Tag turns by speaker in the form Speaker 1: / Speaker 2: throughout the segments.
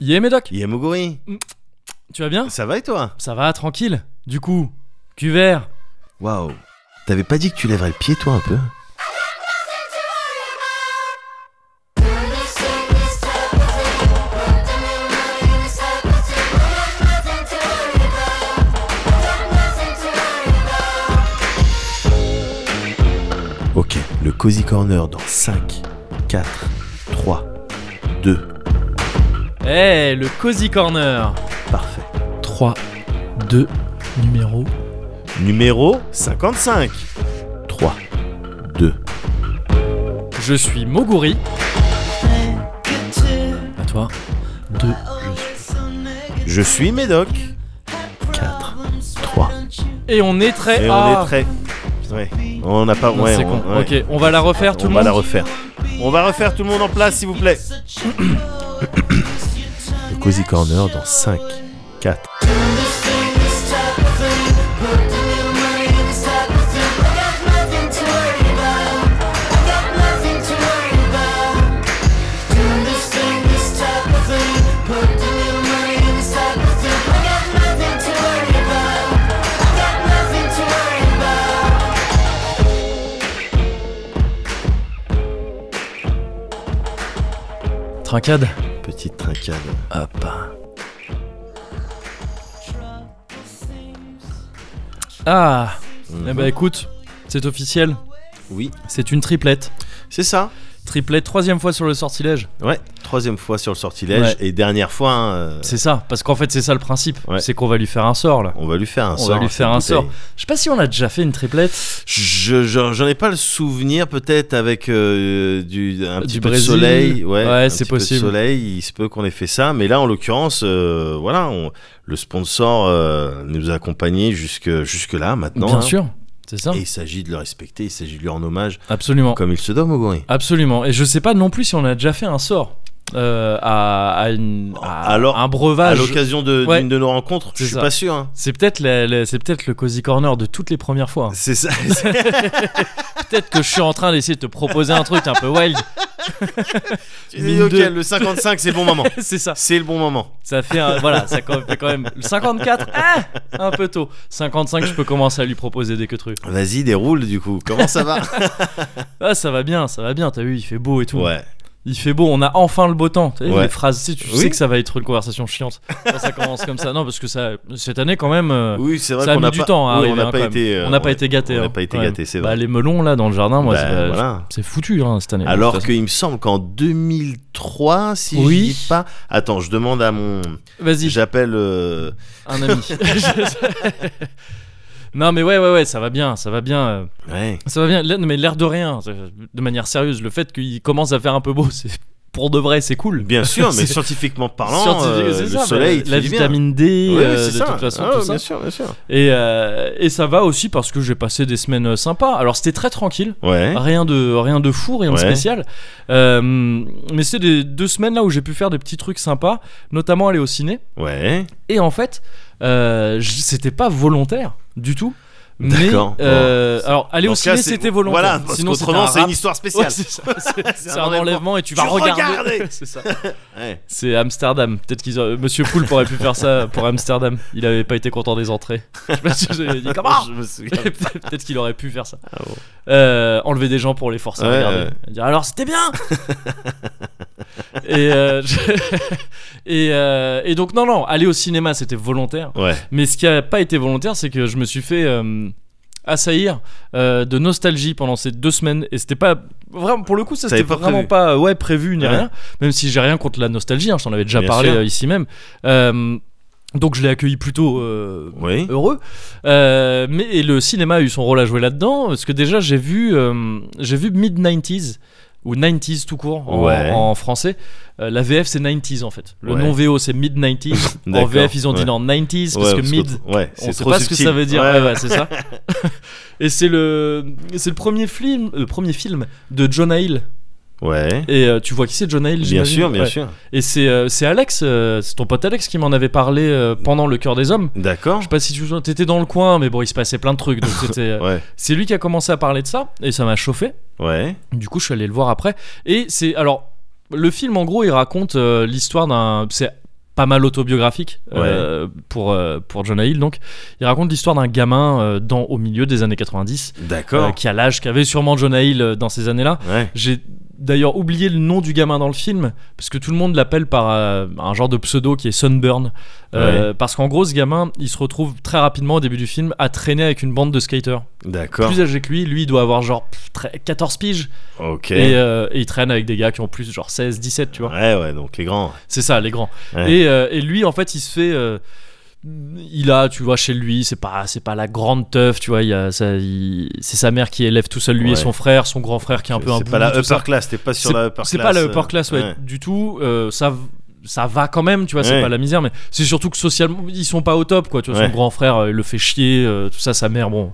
Speaker 1: Yé Médoc,
Speaker 2: Yamoguri,
Speaker 1: tu vas bien
Speaker 2: ça va et toi
Speaker 1: Ça va, tranquille. Du coup, cuvert.
Speaker 2: Waouh, t'avais pas dit que tu lèverais le pied toi un peu Ok, le Cozy Corner dans 5, 4, 3, 2,
Speaker 1: Eh, le Cozy Corner.
Speaker 2: parfait.
Speaker 1: 3, 2, numéro.
Speaker 2: Numéro 55. 3, 2,
Speaker 1: Je suis Moguri. À toi. 2,
Speaker 2: je suis Médoc. 4, 3,
Speaker 1: Et on est très.
Speaker 2: Et
Speaker 1: Ah.
Speaker 2: on est très. Ouais. On n'a pas.
Speaker 1: Non,
Speaker 2: Ouais,
Speaker 1: c'est
Speaker 2: on,
Speaker 1: con.
Speaker 2: ouais.
Speaker 1: Ok, on va la refaire tout
Speaker 2: on
Speaker 1: le
Speaker 2: va
Speaker 1: monde.
Speaker 2: la refaire. On va refaire tout le monde en place, s'il vous plaît. Le Cozy Corner dans 5, 4.
Speaker 1: Trincade.
Speaker 2: Petite trincade.
Speaker 1: Hop. Ah, eh ben écoute, c'est officiel.
Speaker 2: Oui,
Speaker 1: C'est une triplette.
Speaker 2: c'est ça.
Speaker 1: Triplette, troisième fois sur le sortilège.
Speaker 2: Ouais, troisième fois sur le sortilège et dernière fois. hein, euh,
Speaker 1: C'est ça, parce qu'en fait, c'est ça le principe.
Speaker 2: Ouais.
Speaker 1: C'est qu'on va lui faire un sort là.
Speaker 2: on va lui faire un
Speaker 1: On
Speaker 2: sort.
Speaker 1: va lui
Speaker 2: à
Speaker 1: faire
Speaker 2: cette
Speaker 1: un sort.
Speaker 2: bouteille.
Speaker 1: Je sais pas si on a déjà fait une triplette.
Speaker 2: Je je- j'en ai pas le souvenir peut-être avec euh, du un
Speaker 1: Du
Speaker 2: petit peu
Speaker 1: Brésil.
Speaker 2: de soleil, ouais,
Speaker 1: Ouais,
Speaker 2: un
Speaker 1: c'est
Speaker 2: petit peu de
Speaker 1: possible.
Speaker 2: soleil, il se peut qu'on ait fait ça, mais là en l'occurrence, euh, voilà, on- le sponsor euh, nous a accompagnés jusque jusque là maintenant.
Speaker 1: Bien
Speaker 2: hein.
Speaker 1: sûr, c'est ça.
Speaker 2: Et il s'agit de le respecter, il s'agit de lui rendre hommage
Speaker 1: Absolument.
Speaker 2: comme il se doit, Moguri.
Speaker 1: Absolument. Et je sais pas non plus si on a déjà fait un sort euh, à, à une, à
Speaker 2: Alors,
Speaker 1: un
Speaker 2: À
Speaker 1: breuvage.
Speaker 2: l'occasion de- d'une
Speaker 1: Ah, Ouais.
Speaker 2: de nos rencontres, je
Speaker 1: C'est
Speaker 2: suis
Speaker 1: ça.
Speaker 2: pas sûr. hein.
Speaker 1: C'est peut-être la- la- c'est peut-être le cozy corner de toutes les premières fois.
Speaker 2: C'est ça.
Speaker 1: Peut-être que je suis en train d'essayer de te proposer un truc un peu wild.
Speaker 2: Tu dis,
Speaker 1: Mine
Speaker 2: ok,
Speaker 1: de-
Speaker 2: le 55, c'est le bon moment.
Speaker 1: c'est ça.
Speaker 2: C'est le bon moment.
Speaker 1: Ça fait un- voilà, ça quand fait quand même le 54. Ah, un peu tôt. 55, je peux commencer à lui proposer des que trucs.
Speaker 2: Vas-y, déroule du coup. Comment ça va
Speaker 1: Ah, ça va bien, ça va bien. T'as vu, il fait beau et tout.
Speaker 2: Ouais.
Speaker 1: Il fait beau, on a enfin le beau temps. Tu sais,
Speaker 2: Ouais.
Speaker 1: les phrases, tu, sais, tu
Speaker 2: Oui.
Speaker 1: sais que ça va être une conversation chiante. Quand ça commence comme ça. Non, parce que ça, cette année quand même, euh,
Speaker 2: Oui, c'est vrai
Speaker 1: ça a
Speaker 2: qu'on
Speaker 1: mis
Speaker 2: n'a
Speaker 1: du
Speaker 2: pas...
Speaker 1: temps. à
Speaker 2: oui,
Speaker 1: arriver,
Speaker 2: on n'a
Speaker 1: hein,
Speaker 2: pas
Speaker 1: quand même.
Speaker 2: été. euh,
Speaker 1: on n'a pas été hein, gâté.
Speaker 2: On n'a pas été gâté, c'est vrai.
Speaker 1: Bah, les melons là dans le jardin, moi,
Speaker 2: Bah,
Speaker 1: c'est, euh,
Speaker 2: voilà.
Speaker 1: c'est foutu. hein, cette année. de
Speaker 2: Alors
Speaker 1: toute
Speaker 2: qu'il me semble qu'en 2003, si
Speaker 1: Oui.
Speaker 2: je dis pas, attends, je demande à mon,
Speaker 1: façon. vas-y,
Speaker 2: j'appelle euh,
Speaker 1: un ami. non, mais ouais, ouais, ouais, ça va bien, ça va bien. euh,
Speaker 2: ouais,
Speaker 1: Ça va bien, Là, non, mais l'air de rien, ça- de manière sérieuse, le fait qu'il commence à faire un peu beau, c'est pour de vrai, c'est cool.
Speaker 2: bien sûr, mais
Speaker 1: C'est-
Speaker 2: scientifiquement parlant,
Speaker 1: Scientifique,
Speaker 2: euh,
Speaker 1: c'est
Speaker 2: le
Speaker 1: ça, bah,
Speaker 2: soleil, il
Speaker 1: la
Speaker 2: fait du bien.
Speaker 1: vitamine D,
Speaker 2: Ouais,
Speaker 1: euh,
Speaker 2: c'est
Speaker 1: de
Speaker 2: ça.
Speaker 1: toute façon,
Speaker 2: Ah,
Speaker 1: tout
Speaker 2: ouais,
Speaker 1: ça.
Speaker 2: Bien sûr, bien sûr.
Speaker 1: Et, euh, et ça va aussi parce que j'ai passé des semaines euh, sympas. Alors c'était très tranquille,
Speaker 2: Ouais.
Speaker 1: rien de rien de fou, rien de
Speaker 2: Ouais.
Speaker 1: spécial. Euh, mais c'est des deux semaines là où j'ai pu faire des petits trucs sympas, notamment aller au ciné.
Speaker 2: Ouais.
Speaker 1: Et en fait, euh, j- c'était pas volontaire du tout. Mais
Speaker 2: D'accord.
Speaker 1: euh, alors aller
Speaker 2: Donc
Speaker 1: au
Speaker 2: là,
Speaker 1: ciné
Speaker 2: c'est-
Speaker 1: c'était volontaire.
Speaker 2: Voilà, parce
Speaker 1: Sinon c'était
Speaker 2: qu'autrement,
Speaker 1: un
Speaker 2: c'est une
Speaker 1: rap.
Speaker 2: histoire
Speaker 1: Ouais,
Speaker 2: spéciale.
Speaker 1: c'est ça. C'est- c'est
Speaker 2: C'est un
Speaker 1: un
Speaker 2: enlèvement.
Speaker 1: enlèvement et tu
Speaker 2: Tu
Speaker 1: vas regarder.
Speaker 2: regardais.
Speaker 1: c'est ça.
Speaker 2: Ouais.
Speaker 1: C'est Amsterdam. Peut-être qu'ils auraient- Monsieur Poul aurait pu faire ça pour Amsterdam. Il avait pas été content des entrées. Je sais pas si j'avais dit comment.
Speaker 2: Je me souviens.
Speaker 1: Peut-être qu'il aurait pu faire ça.
Speaker 2: Ah bon.
Speaker 1: Euh, enlever des gens pour les forcer à
Speaker 2: Ouais,
Speaker 1: regarder.
Speaker 2: ouais.
Speaker 1: Et Dire, alors c'était bien et, euh, je- et, euh, et donc, non, non, aller au cinéma c'était volontaire.
Speaker 2: Ouais.
Speaker 1: Mais ce qui a pas été volontaire, c'est que je me suis fait euh, assaillir euh, de nostalgie pendant ces deux semaines. Et c'était pas. Vraiment, pour le coup, ça
Speaker 2: T'avais
Speaker 1: c'était
Speaker 2: pas
Speaker 1: vraiment
Speaker 2: prévu.
Speaker 1: pas euh, ouais, prévu ni
Speaker 2: Ouais.
Speaker 1: rien. Même si j'ai rien contre la nostalgie, hein, je t'en avais déjà
Speaker 2: Bien
Speaker 1: parlé
Speaker 2: sûr.
Speaker 1: euh, ici même. Euh, donc je l'ai accueilli plutôt euh,
Speaker 2: Oui.
Speaker 1: heureux. Euh, mais et le cinéma a eu son rôle à jouer là-dedans, parce que déjà j'ai vu, euh, j'ai vu mid 90s ou 90s tout court en,
Speaker 2: Ouais.
Speaker 1: en français. Euh, la VF c'est 90s en fait. Le
Speaker 2: Ouais.
Speaker 1: non VO c'est mid 90s. en
Speaker 2: D'accord,
Speaker 1: VF ils ont dit
Speaker 2: ouais.
Speaker 1: non 90s parce
Speaker 2: Ouais,
Speaker 1: que mid.
Speaker 2: Ouais,
Speaker 1: On
Speaker 2: c'est
Speaker 1: sait
Speaker 2: trop
Speaker 1: pas ce que
Speaker 2: subtil.
Speaker 1: ça veut dire.
Speaker 2: Ouais.
Speaker 1: Ouais, ouais, c'est ça. et c'est le, c'est le premier film, le premier film de Jonah Hill.
Speaker 2: Ouais.
Speaker 1: Et euh, tu vois qui c'est Jonah Hill
Speaker 2: Bien
Speaker 1: j'imagine
Speaker 2: sûr, bien
Speaker 1: Ouais.
Speaker 2: sûr.
Speaker 1: Et c'est, euh, c'est Alex, euh, c'est ton pote Alex qui m'en avait parlé euh, pendant Le Cœur des Hommes.
Speaker 2: D'accord.
Speaker 1: Je sais pas si tu te souviens, t'étais dans le coin, mais bon, il se passait plein de trucs. Donc c'était, euh,
Speaker 2: Ouais.
Speaker 1: c'est lui qui a commencé à parler de ça et ça m'a chauffé.
Speaker 2: Ouais.
Speaker 1: Du coup, je suis allé le voir après. Et c'est alors le film en gros, il raconte euh, l'histoire d'un, c'est pas mal autobiographique euh, pour, euh, pour Jonah Hill. Donc, il raconte l'histoire d'un gamin euh, dans, au milieu des années 90, euh,
Speaker 2: D'accord.
Speaker 1: qui a l'âge qu'avait sûrement Jonah Hill euh, dans ces années-là.
Speaker 2: Ouais.
Speaker 1: J'ai d'ailleurs oublié le nom du gamin dans le film, parce que tout le monde l'appelle par euh, un genre de pseudo qui est Sunburn. Euh, Parce qu'en gros, ce gamin, il se retrouve très rapidement au début du film à traîner avec une bande de skaters.
Speaker 2: D'accord.
Speaker 1: Plus âgé que lui, lui, il doit avoir genre pff, très- 14 piges.
Speaker 2: Ok.
Speaker 1: Et, euh, et il traîne avec des gars qui ont plus genre 16, 17, tu vois.
Speaker 2: Ouais, ouais, donc les grands.
Speaker 1: C'est ça, les grands.
Speaker 2: Ouais.
Speaker 1: Et, euh, et lui, en fait, il se fait. euh, il a, tu vois, chez lui, c'est pas, c'est pas la grande teuf, tu vois. il y a ça- il- c'est sa mère qui élève tout seul lui et
Speaker 2: Ouais.
Speaker 1: son frère, son grand frère qui est un peu un
Speaker 2: C'est
Speaker 1: bully,
Speaker 2: pas la
Speaker 1: tout ça.
Speaker 2: upper class, t'es pas sur la upper class.
Speaker 1: C'est pas la
Speaker 2: euh,
Speaker 1: upper class, ouais, du tout. Euh, ça, v- ça va quand même, tu vois, c'est
Speaker 2: Ouais.
Speaker 1: pas la misère, mais c'est surtout que socialement, ils sont pas au top, quoi. Tu vois,
Speaker 2: Ouais.
Speaker 1: son grand frère, euh, il le fait chier, euh, tout ça, sa mère, bon.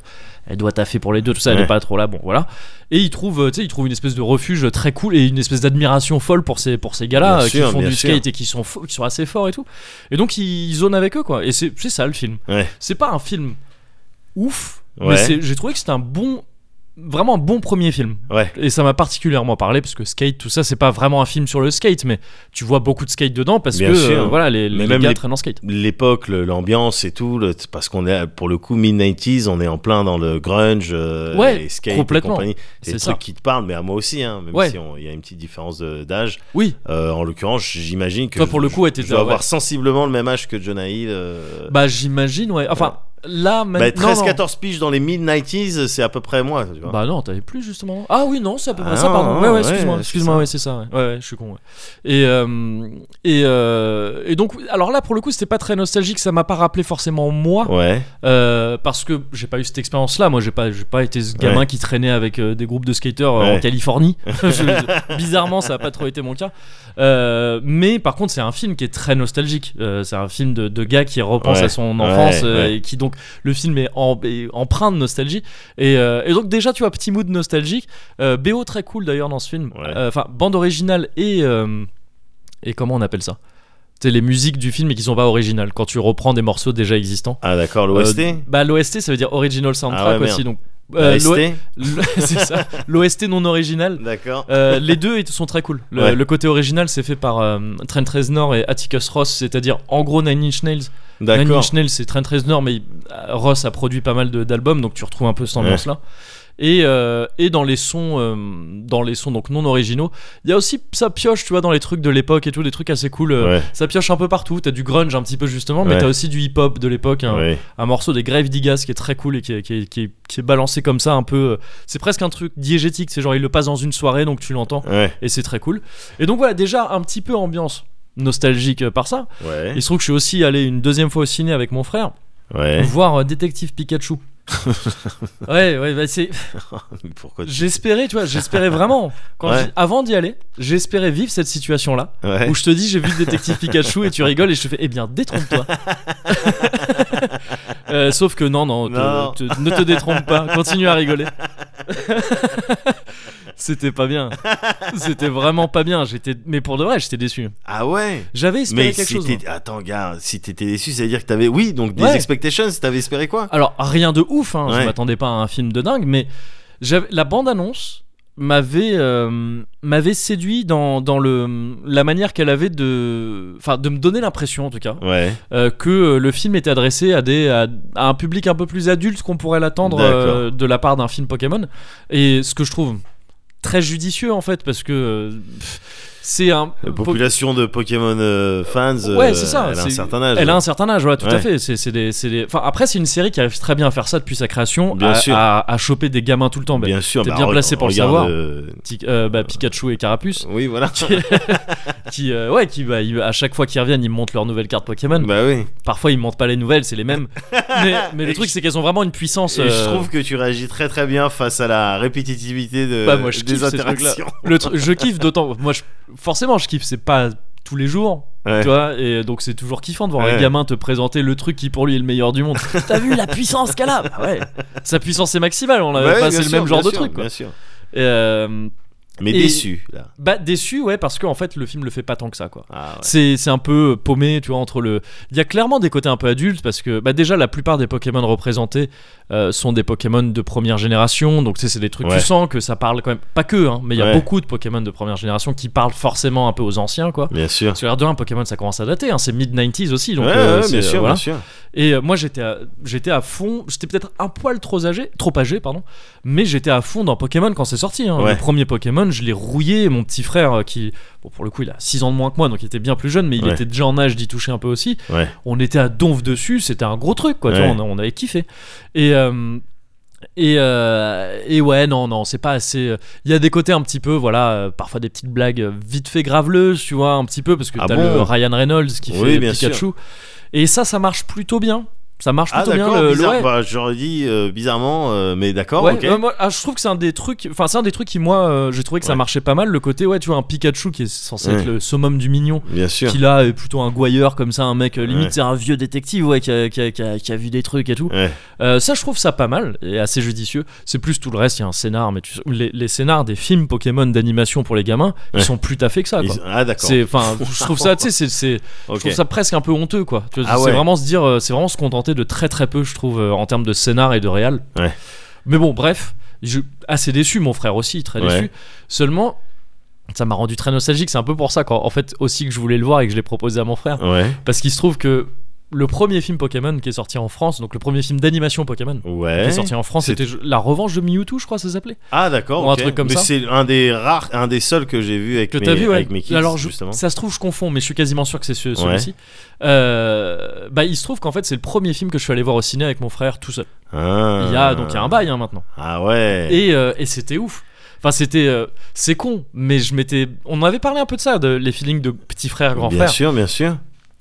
Speaker 1: Elle doit taffer pour les deux, tout ça, elle
Speaker 2: Ouais.
Speaker 1: est pas trop là, bon voilà. Et il trouve, euh, tu sais, il trouve une espèce de refuge très cool et une espèce d'admiration folle pour ces, pour ces gars-là
Speaker 2: Bien
Speaker 1: euh, qui
Speaker 2: sûr,
Speaker 1: font
Speaker 2: bien
Speaker 1: du
Speaker 2: sûr.
Speaker 1: skate et qui sont, fo- qui sont assez forts et tout. Et donc ils ils zonent avec eux, quoi. Et c'est c'est ça le film.
Speaker 2: Ouais.
Speaker 1: C'est pas un film ouf, mais
Speaker 2: Ouais.
Speaker 1: c'est- j'ai trouvé que c'était un bon, vraiment un bon premier film
Speaker 2: Ouais.
Speaker 1: et ça m'a particulièrement parlé parce que skate tout ça c'est pas vraiment un film sur le skate mais tu vois beaucoup de skate dedans parce
Speaker 2: Bien
Speaker 1: que
Speaker 2: sûr.
Speaker 1: euh, voilà les,
Speaker 2: Mais
Speaker 1: les
Speaker 2: même
Speaker 1: gars
Speaker 2: les-
Speaker 1: traînent en skate
Speaker 2: L'époque, le- l'ambiance et tout, le- parce qu'on est pour le coup mid-90s, on est en plein dans le grunge, euh,
Speaker 1: Ouais,
Speaker 2: les skate
Speaker 1: complètement.
Speaker 2: et compagnie. C'est
Speaker 1: c'est
Speaker 2: des
Speaker 1: ça
Speaker 2: trucs qui te parlent, mais à moi aussi, hein, même
Speaker 1: Ouais.
Speaker 2: si on- il y a une petite différence de- d'âge.
Speaker 1: oui
Speaker 2: Euh, en l'occurrence, j'imagine que
Speaker 1: toi pour
Speaker 2: je-
Speaker 1: le coup était
Speaker 2: je dois avoir sensiblement le même âge que Jonah Hill. euh,
Speaker 1: bah j'imagine ouais enfin là maintenant
Speaker 2: bah,
Speaker 1: non, non.
Speaker 2: 13-14 piges dans les mid-90s, c'est à peu près moi. Tu vois.
Speaker 1: bah non t'avais plus justement ah oui non c'est à peu près
Speaker 2: Ah
Speaker 1: ça
Speaker 2: non,
Speaker 1: pardon
Speaker 2: non,
Speaker 1: ouais ouais
Speaker 2: ouais,
Speaker 1: excuse-moi
Speaker 2: c'est
Speaker 1: excuse-moi
Speaker 2: ça.
Speaker 1: ouais c'est ça ouais. ouais ouais, je suis con ouais. et euh, et euh, et donc alors là pour le coup c'était pas très nostalgique ça m'a pas rappelé forcément moi
Speaker 2: ouais,
Speaker 1: Euh, parce que j'ai pas eu cette expérience là moi j'ai pas j'ai pas été ce gamin qui traînait avec euh, des groupes de skateurs euh, en
Speaker 2: Ouais.
Speaker 1: Californie Je- bizarrement ça a pas trop été mon cas Euh, mais par contre c'est un film qui est très nostalgique Euh, c'est un film de, de gars qui repense
Speaker 2: Ouais.
Speaker 1: à son enfance
Speaker 2: Ouais,
Speaker 1: euh,
Speaker 2: ouais.
Speaker 1: et qui donc le film est, en, est empreint de nostalgie et, euh, et donc déjà tu vois petit mood nostalgique Euh, BO très cool d'ailleurs dans ce film
Speaker 2: Ouais.
Speaker 1: Euh, enfin bande originale et euh, et comment on appelle ça c'est les musiques du film et qui sont pas originales quand tu reprends des morceaux déjà existants
Speaker 2: ah d'accord, l'OST
Speaker 1: euh, bah l'OST ça veut dire original soundtrack
Speaker 2: Ah ouais,
Speaker 1: aussi
Speaker 2: merde.
Speaker 1: donc euh,
Speaker 2: L'OST
Speaker 1: l'O- c'est ça l'OST non original.
Speaker 2: D'accord.
Speaker 1: Euh, les deux ils sont très cool. Le,
Speaker 2: Ouais.
Speaker 1: le côté original c'est fait par euh, Trent Reznor et Atticus Ross, c'est-à-dire en gros Nine Inch Nails. Nine
Speaker 2: D'accord.
Speaker 1: Inch Nails c'est Trent Reznor mais il- euh, Ross a produit pas mal de- d'albums donc tu retrouves un peu cette ambiance là. Et, euh, et dans les sons euh, dans les sons donc non originaux, il y a aussi ça pioche tu vois dans les trucs de l'époque et tout des trucs assez cool. euh,
Speaker 2: Ouais,
Speaker 1: Ça pioche un peu partout, t'as du grunge un petit peu justement, mais
Speaker 2: Ouais.
Speaker 1: t'as aussi du hip-hop de l'époque, hein,
Speaker 2: ouais.
Speaker 1: un morceau des Grave Digas qui est très cool et qui est, qui est- qui est- qui est balancé comme ça un peu euh, c'est presque un truc diégétique c'est genre il le passe dans une soirée donc tu l'entends
Speaker 2: Ouais,
Speaker 1: et c'est très cool et donc voilà déjà un petit peu ambiance nostalgique euh, par ça
Speaker 2: ouais,
Speaker 1: il se trouve que je suis aussi allé une deuxième fois au ciné avec mon frère
Speaker 2: ouais.
Speaker 1: voir euh, Détective Pikachu ouais ouais bah, c'est
Speaker 2: Pourquoi tu...
Speaker 1: j'espérais tu vois j'espérais vraiment quand
Speaker 2: Ouais.
Speaker 1: j'y- avant d'y aller j'espérais vivre cette situation là
Speaker 2: Ouais.
Speaker 1: où je te dis j'ai vu le détective Pikachu et tu rigoles et je te fais eh bien détrompe-toi. Euh, sauf que non non, te-
Speaker 2: Non.
Speaker 1: te- ne te détrompe pas, continue à rigoler. C'était pas bien. C'était vraiment pas bien, j'étais mais pour de vrai, j'étais déçu.
Speaker 2: Ah ouais
Speaker 1: J'avais espéré
Speaker 2: mais
Speaker 1: quelque
Speaker 2: si
Speaker 1: chose.
Speaker 2: t'es-
Speaker 1: moi.
Speaker 2: Attends, gars, si t'étais déçu, ça veut dire que t'avais. Oui, donc des
Speaker 1: Ouais.
Speaker 2: expectations, t'avais espéré quoi
Speaker 1: Alors, rien de ouf hein, je
Speaker 2: Ouais.
Speaker 1: m'attendais pas à un film de dingue mais j'avais la bande-annonce m'avait euh, m'avait séduit dans, dans le la manière qu'elle avait de enfin de me donner l'impression en tout cas
Speaker 2: Ouais.
Speaker 1: euh, que euh, le film était adressé à, des, à, à un public un peu plus adulte qu'on pourrait l'attendre euh, de la part d'un film Pokémon. Et ce que je trouve très judicieux en fait, parce que euh, pff, c'est un.
Speaker 2: La population de Pokémon euh, fans, euh,
Speaker 1: Euh, Ouais, c'est ça,
Speaker 2: elle a un
Speaker 1: c'est-
Speaker 2: certain âge.
Speaker 1: Elle a un certain âge, voilà, tout à
Speaker 2: Ouais.
Speaker 1: fait. C'est, c'est des, c'est des... Enfin, après, c'est une série qui arrive très bien à faire ça depuis sa création,
Speaker 2: Bien
Speaker 1: à,
Speaker 2: sûr.
Speaker 1: à- à choper des gamins tout le temps. Bah,
Speaker 2: Bien sûr,
Speaker 1: t'es
Speaker 2: bah,
Speaker 1: bien
Speaker 2: re-
Speaker 1: placé pour le
Speaker 2: regarde,
Speaker 1: savoir.
Speaker 2: euh,
Speaker 1: ti- euh, bah, Pikachu et Carapuce,
Speaker 2: Oui, voilà.
Speaker 1: qui, euh, ouais, qui bah, ils- à chaque fois qu'ils reviennent, ils montent leur nouvelle carte Pokémon.
Speaker 2: bah oui.
Speaker 1: Parfois, ils montent pas les nouvelles, c'est les mêmes. mais, mais le
Speaker 2: Et
Speaker 1: truc,
Speaker 2: je-
Speaker 1: c'est qu'elles ont vraiment une puissance.
Speaker 2: Et je
Speaker 1: euh,
Speaker 2: trouve que tu réagis très très bien face à la répétitivité de,
Speaker 1: Bah, moi, je kiffe
Speaker 2: des
Speaker 1: ces
Speaker 2: interactions.
Speaker 1: le tru- je kiffe d'autant moi je, forcément je kiffe c'est pas tous les jours
Speaker 2: Ouais.
Speaker 1: tu vois et donc c'est toujours kiffant de voir un
Speaker 2: Ouais.
Speaker 1: gamin te présenter le truc qui pour lui est le meilleur du monde t'as vu la puissance qu'elle a Bah ouais sa puissance est maximale on
Speaker 2: Bah
Speaker 1: l'avait
Speaker 2: oui,
Speaker 1: pas
Speaker 2: bien
Speaker 1: c'est le
Speaker 2: sûr,
Speaker 1: même genre
Speaker 2: bien
Speaker 1: de
Speaker 2: sûr,
Speaker 1: truc quoi.
Speaker 2: Bien sûr.
Speaker 1: Et, euh,
Speaker 2: Mais
Speaker 1: Et-
Speaker 2: déçu, là.
Speaker 1: Bah déçu ouais parce qu'en fait le film le fait pas tant que ça quoi.
Speaker 2: Ah, ouais.
Speaker 1: C'est c'est un peu euh, paumé, tu vois, entre le. Il y a clairement des côtés un peu adultes parce que, bah, déjà, la plupart des Pokémon représentés euh, sont des Pokémon de première génération. Donc, tu sais, c'est des trucs,
Speaker 2: Ouais.
Speaker 1: tu sens que ça parle quand même. Pas que, hein, mais il y a
Speaker 2: Ouais.
Speaker 1: beaucoup de Pokémon de première génération qui parlent forcément un peu aux anciens, quoi.
Speaker 2: Bien sûr.
Speaker 1: Parce que l'air de rien, Pokémon, ça commence à dater, hein, c'est mid-90s aussi. Donc,
Speaker 2: ouais,
Speaker 1: euh,
Speaker 2: ouais,
Speaker 1: c'est-
Speaker 2: bien
Speaker 1: euh,
Speaker 2: sûr,
Speaker 1: voilà.
Speaker 2: bien sûr.
Speaker 1: Et euh, moi, j'étais à, j'étais à fond. J'étais peut-être un poil trop âgé, trop âgé, pardon. Mais j'étais à fond dans Pokémon quand c'est sorti. hein.
Speaker 2: Ouais.
Speaker 1: Le premier Pokémon, je l'ai rouillé. Mon petit frère, euh, qui, bon, pour le coup, il a 6 ans de moins que moi, donc il était bien plus jeune, mais il
Speaker 2: Ouais.
Speaker 1: était déjà en âge d'y toucher un peu aussi.
Speaker 2: Ouais.
Speaker 1: On était à donf dessus. C'était un gros truc, quoi. tu
Speaker 2: Ouais.
Speaker 1: vois, on, on avait kiffé. Et. euh, et, euh, et ouais, non, non, c'est pas assez. euh, Il y a des côtés un petit peu, voilà, euh, parfois des petites blagues euh, vite fait graveleuses, tu vois, un petit peu, parce que
Speaker 2: Ah
Speaker 1: t'as
Speaker 2: bon
Speaker 1: le Ryan Reynolds qui
Speaker 2: Oui,
Speaker 1: fait
Speaker 2: bien sûr.
Speaker 1: Pikachu. Et ça, ça marche plutôt bien. Ça marche
Speaker 2: Ah,
Speaker 1: plutôt bien.
Speaker 2: d'accord,
Speaker 1: le- le-
Speaker 2: bizarre.
Speaker 1: ouais.
Speaker 2: Bah, j'aurais dit euh, bizarrement, euh, mais d'accord,
Speaker 1: Ouais,
Speaker 2: ok.
Speaker 1: euh, moi, ah, je trouve que c'est un des trucs, enfin c'est un des trucs qui moi euh, j'ai trouvé que ça
Speaker 2: Ouais.
Speaker 1: marchait pas mal. Le côté ouais, tu vois un Pikachu qui est censé
Speaker 2: Ouais.
Speaker 1: être le summum du mignon,
Speaker 2: Bien sûr.
Speaker 1: qui là est plutôt un gouailleur comme ça, un mec euh, limite
Speaker 2: Ouais.
Speaker 1: c'est un vieux détective ouais qui a, qui a- qui a- qui a vu des trucs et tout.
Speaker 2: Ouais.
Speaker 1: Euh, ça je trouve ça pas mal et assez judicieux. C'est plus tout le reste, il y a un scénar, mais tu, les, les scénars des films Pokémon d'animation pour les gamins,
Speaker 2: Ouais.
Speaker 1: ils sont plus taffés que ça. Quoi.
Speaker 2: Ils- Ah, d'accord.
Speaker 1: C'est enfin je trouve ça tu sais c'est- c'est
Speaker 2: Ok.
Speaker 1: je trouve ça presque un peu honteux quoi. Tu vois,
Speaker 2: Ah
Speaker 1: c'est
Speaker 2: ouais.
Speaker 1: vraiment se dire, euh, c'est vraiment se contenter de très très peu, je trouve, euh, en termes de scénar et de réal.
Speaker 2: Ouais.
Speaker 1: Mais bon, bref, je assez déçu, mon frère aussi, très
Speaker 2: Ouais.
Speaker 1: déçu. Seulement, ça m'a rendu très nostalgique. C'est un peu pour ça qu'en en fait aussi que je voulais le voir et que je l'ai proposé à mon frère,
Speaker 2: Ouais.
Speaker 1: parce qu'il se trouve que le premier film Pokémon qui est sorti en France, donc le premier film d'animation Pokémon. Qui
Speaker 2: Ouais.
Speaker 1: est sorti en France,
Speaker 2: C'est-
Speaker 1: c'était la revanche de Mewtwo, je crois, ça s'appelait.
Speaker 2: Ah, d'accord.
Speaker 1: Ou un
Speaker 2: ok.
Speaker 1: truc comme
Speaker 2: mais
Speaker 1: ça.
Speaker 2: c'est un des rares, un des seuls que j'ai vu avec
Speaker 1: que
Speaker 2: mes,
Speaker 1: t'as vu ouais.
Speaker 2: avec mes kids,
Speaker 1: alors je-
Speaker 2: justement.
Speaker 1: ça se trouve je confonds mais je suis quasiment sûr que c'est ce-
Speaker 2: Ouais.
Speaker 1: celui-ci Euh, bah il se trouve qu'en fait c'est le premier film que je suis allé voir au ciné avec mon frère tout seul
Speaker 2: Ah.
Speaker 1: il y a donc il y a un bail hein, maintenant
Speaker 2: Ah ouais.
Speaker 1: et, euh, et c'était ouf enfin c'était euh, c'est con mais je m'étais on en avait parlé un peu de ça de les feelings de petit frère grand
Speaker 2: bien
Speaker 1: frère
Speaker 2: sûr, bien sûr.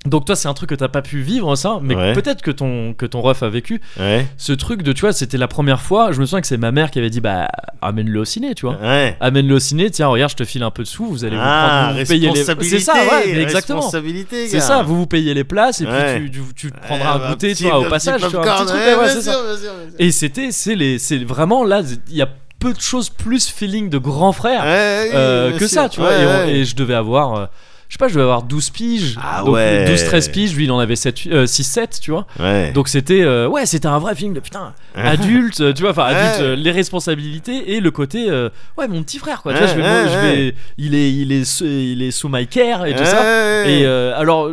Speaker 1: donc toi c'est un truc que t'as pas pu vivre ça mais
Speaker 2: Ouais.
Speaker 1: peut-être que ton que ton ref a vécu
Speaker 2: Ouais.
Speaker 1: ce truc de tu vois c'était la première fois je me souviens que c'est ma mère qui avait dit bah amène-le au ciné tu vois
Speaker 2: Ouais.
Speaker 1: amène-le au ciné, tiens, regarde, je te file un peu de sous, vous allez vous,
Speaker 2: ah,
Speaker 1: prendre, vous payez les...
Speaker 2: responsabilité.
Speaker 1: C'est ça, ouais, mais exactement.
Speaker 2: Responsabilité,
Speaker 1: C'est
Speaker 2: gars.
Speaker 1: ça, vous vous payez les places et puis
Speaker 2: Ouais.
Speaker 1: tu, tu- tu te
Speaker 2: Ouais,
Speaker 1: prendras
Speaker 2: bah,
Speaker 1: un goûter,
Speaker 2: petit-
Speaker 1: tu vois, au
Speaker 2: petit
Speaker 1: passage, tu vois, un
Speaker 2: popcorn,
Speaker 1: petit truc,
Speaker 2: ouais,
Speaker 1: ouais, ouais,
Speaker 2: bien
Speaker 1: c'est ça.
Speaker 2: sûr, bien sûr, bien sûr.
Speaker 1: Et c'était, c'est les, c'est vraiment là, il y a peu de choses plus feeling de grand frère
Speaker 2: Ouais,
Speaker 1: euh,
Speaker 2: Ah bien
Speaker 1: que
Speaker 2: sûr.
Speaker 1: ça, tu vois.
Speaker 2: Ouais,
Speaker 1: et, on-
Speaker 2: ouais.
Speaker 1: et je devais avoir, euh, je sais pas, je devais avoir 12 piges,
Speaker 2: Ah
Speaker 1: donc
Speaker 2: ouais.
Speaker 1: 12-13 piges, lui il en avait 7, euh, 6-7, tu vois.
Speaker 2: Ouais.
Speaker 1: Donc c'était, euh, ouais, c'était un vrai film de putain, adulte, euh, tu vois, enfin adulte,
Speaker 2: Ouais.
Speaker 1: euh, les responsabilités et le côté, euh, ouais, mon petit frère, quoi. tu vois,
Speaker 2: Ouais,
Speaker 1: je vais-
Speaker 2: ouais,
Speaker 1: je vais- il est, il est, sous- il est sous my care et tout ça.
Speaker 2: Ouais.
Speaker 1: Et euh, alors,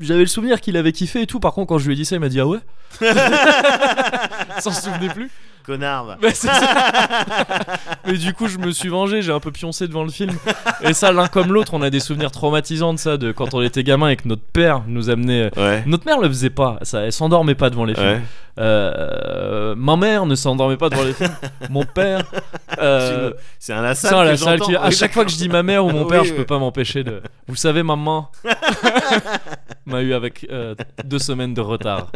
Speaker 1: j'avais le souvenir qu'il avait kiffé et tout. Par contre, quand je lui ai dit ça, il m'a dit ah ouais. S'en souvenait plus.
Speaker 2: Connard. va.
Speaker 1: Mais, c'est ça. Mais du coup, je me suis vengé. J'ai un peu pioncé devant le film. Et ça, l'un comme l'autre, on a des souvenirs traumatisants de ça, de quand on était gamin et que notre père nous amenait. euh,
Speaker 2: Ouais.
Speaker 1: Notre mère le faisait pas. Ça, elle s'endormait pas devant les films.
Speaker 2: Ouais.
Speaker 1: Euh, ma mère ne s'endormait pas devant les films. Mon père. euh,
Speaker 2: C'est un lassal.
Speaker 1: ça, la
Speaker 2: que
Speaker 1: salle qui-
Speaker 2: j'entends.
Speaker 1: À chaque fois que je dis ma mère ou mon
Speaker 2: Oui,
Speaker 1: père, je
Speaker 2: oui.
Speaker 1: peux pas m'empêcher de. Vous savez, maman m'a eu avec euh, deux semaines de retard.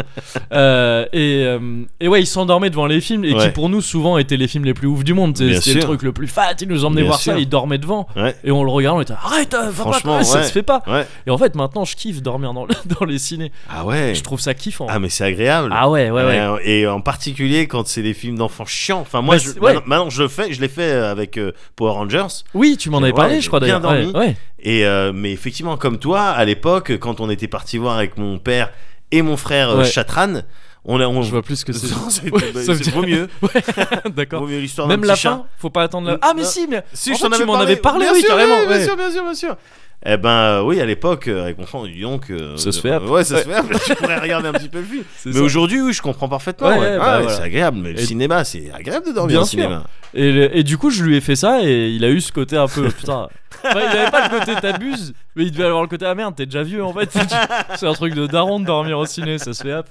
Speaker 1: Euh, et, euh, et ouais, il s'endormait devant les films et qui
Speaker 2: Ouais.
Speaker 1: pour nous souvent étaient les films les plus ouf du monde.
Speaker 2: Bien
Speaker 1: C'est- C'était le
Speaker 2: sûr.
Speaker 1: truc le plus fat. Il nous emmenait
Speaker 2: Bien
Speaker 1: voir
Speaker 2: sûr.
Speaker 1: ça, il dormait devant.
Speaker 2: Ouais.
Speaker 1: Et on le regardait, on était arrête, euh, va pas,
Speaker 2: Franchement,
Speaker 1: ça
Speaker 2: ouais.
Speaker 1: se fait pas.
Speaker 2: Ouais.
Speaker 1: Et en fait, maintenant, je kiffe dormir dans, le- dans les ciné.
Speaker 2: Ah ouais.
Speaker 1: Je trouve ça kiffant.
Speaker 2: Ah mais c'est agréable.
Speaker 1: Ah ouais, ouais, ouais.
Speaker 2: Euh, Et en particulier quand c'est des films d'enfants chiants. Enfin moi,
Speaker 1: Bah,
Speaker 2: je,
Speaker 1: c'est- ouais.
Speaker 2: maintenant, maintenant, je le fais, je l'ai fait avec euh, Power Rangers.
Speaker 1: Oui, tu m'en avais
Speaker 2: Ouais,
Speaker 1: parlé, je crois
Speaker 2: bien
Speaker 1: d'ailleurs. Ouais,
Speaker 2: dormi.
Speaker 1: ouais.
Speaker 2: Et euh, mais effectivement, comme toi, à l'époque, quand on était parti voir avec mon père et mon frère euh,
Speaker 1: Ouais.
Speaker 2: Chatran, on a, on
Speaker 1: Je vois plus ce que c'est.
Speaker 2: Non, c'est-
Speaker 1: Ouais,
Speaker 2: bah,
Speaker 1: ça veut
Speaker 2: c'est-
Speaker 1: dire-
Speaker 2: vaut mieux.
Speaker 1: Ouais, d'accord.
Speaker 2: Vaut mieux l'histoire d'un
Speaker 1: Même
Speaker 2: petit
Speaker 1: la
Speaker 2: chat.
Speaker 1: fin, faut pas attendre la. Ah, mais
Speaker 2: Non.
Speaker 1: si, mais.
Speaker 2: Si,
Speaker 1: En
Speaker 2: je
Speaker 1: fait,
Speaker 2: t'en
Speaker 1: tu
Speaker 2: avais
Speaker 1: m'en
Speaker 2: parlé.
Speaker 1: avais parlé,
Speaker 2: Bien
Speaker 1: oui,
Speaker 2: sûr,
Speaker 1: carrément,
Speaker 2: oui, Bien
Speaker 1: ouais.
Speaker 2: sûr, bien sûr, bien sûr. Eh ben euh, oui, à l'époque, euh, avec mon frère, on dit donc. euh,
Speaker 1: Ça se fait après.
Speaker 2: Ouais, ça se fait après. Tu pourrais regarder un petit peu le film. Mais aujourd'hui, oui, je comprends parfaitement.
Speaker 1: Ouais,
Speaker 2: ouais.
Speaker 1: ouais,
Speaker 2: Ah,
Speaker 1: bah,
Speaker 2: ouais,
Speaker 1: voilà.
Speaker 2: C'est agréable, mais le
Speaker 1: Et-
Speaker 2: cinéma, c'est agréable de dormir
Speaker 1: Bien
Speaker 2: au
Speaker 1: sûr.
Speaker 2: cinéma.
Speaker 1: Et, le- et du coup, je lui ai fait ça et il a eu ce côté un peu oh, putain. Enfin, il avait pas le côté t'abuses, mais il devait avoir le côté ah merde, t'es déjà vieux en fait. C'est un truc de daron de dormir au ciné, ça se fait hop.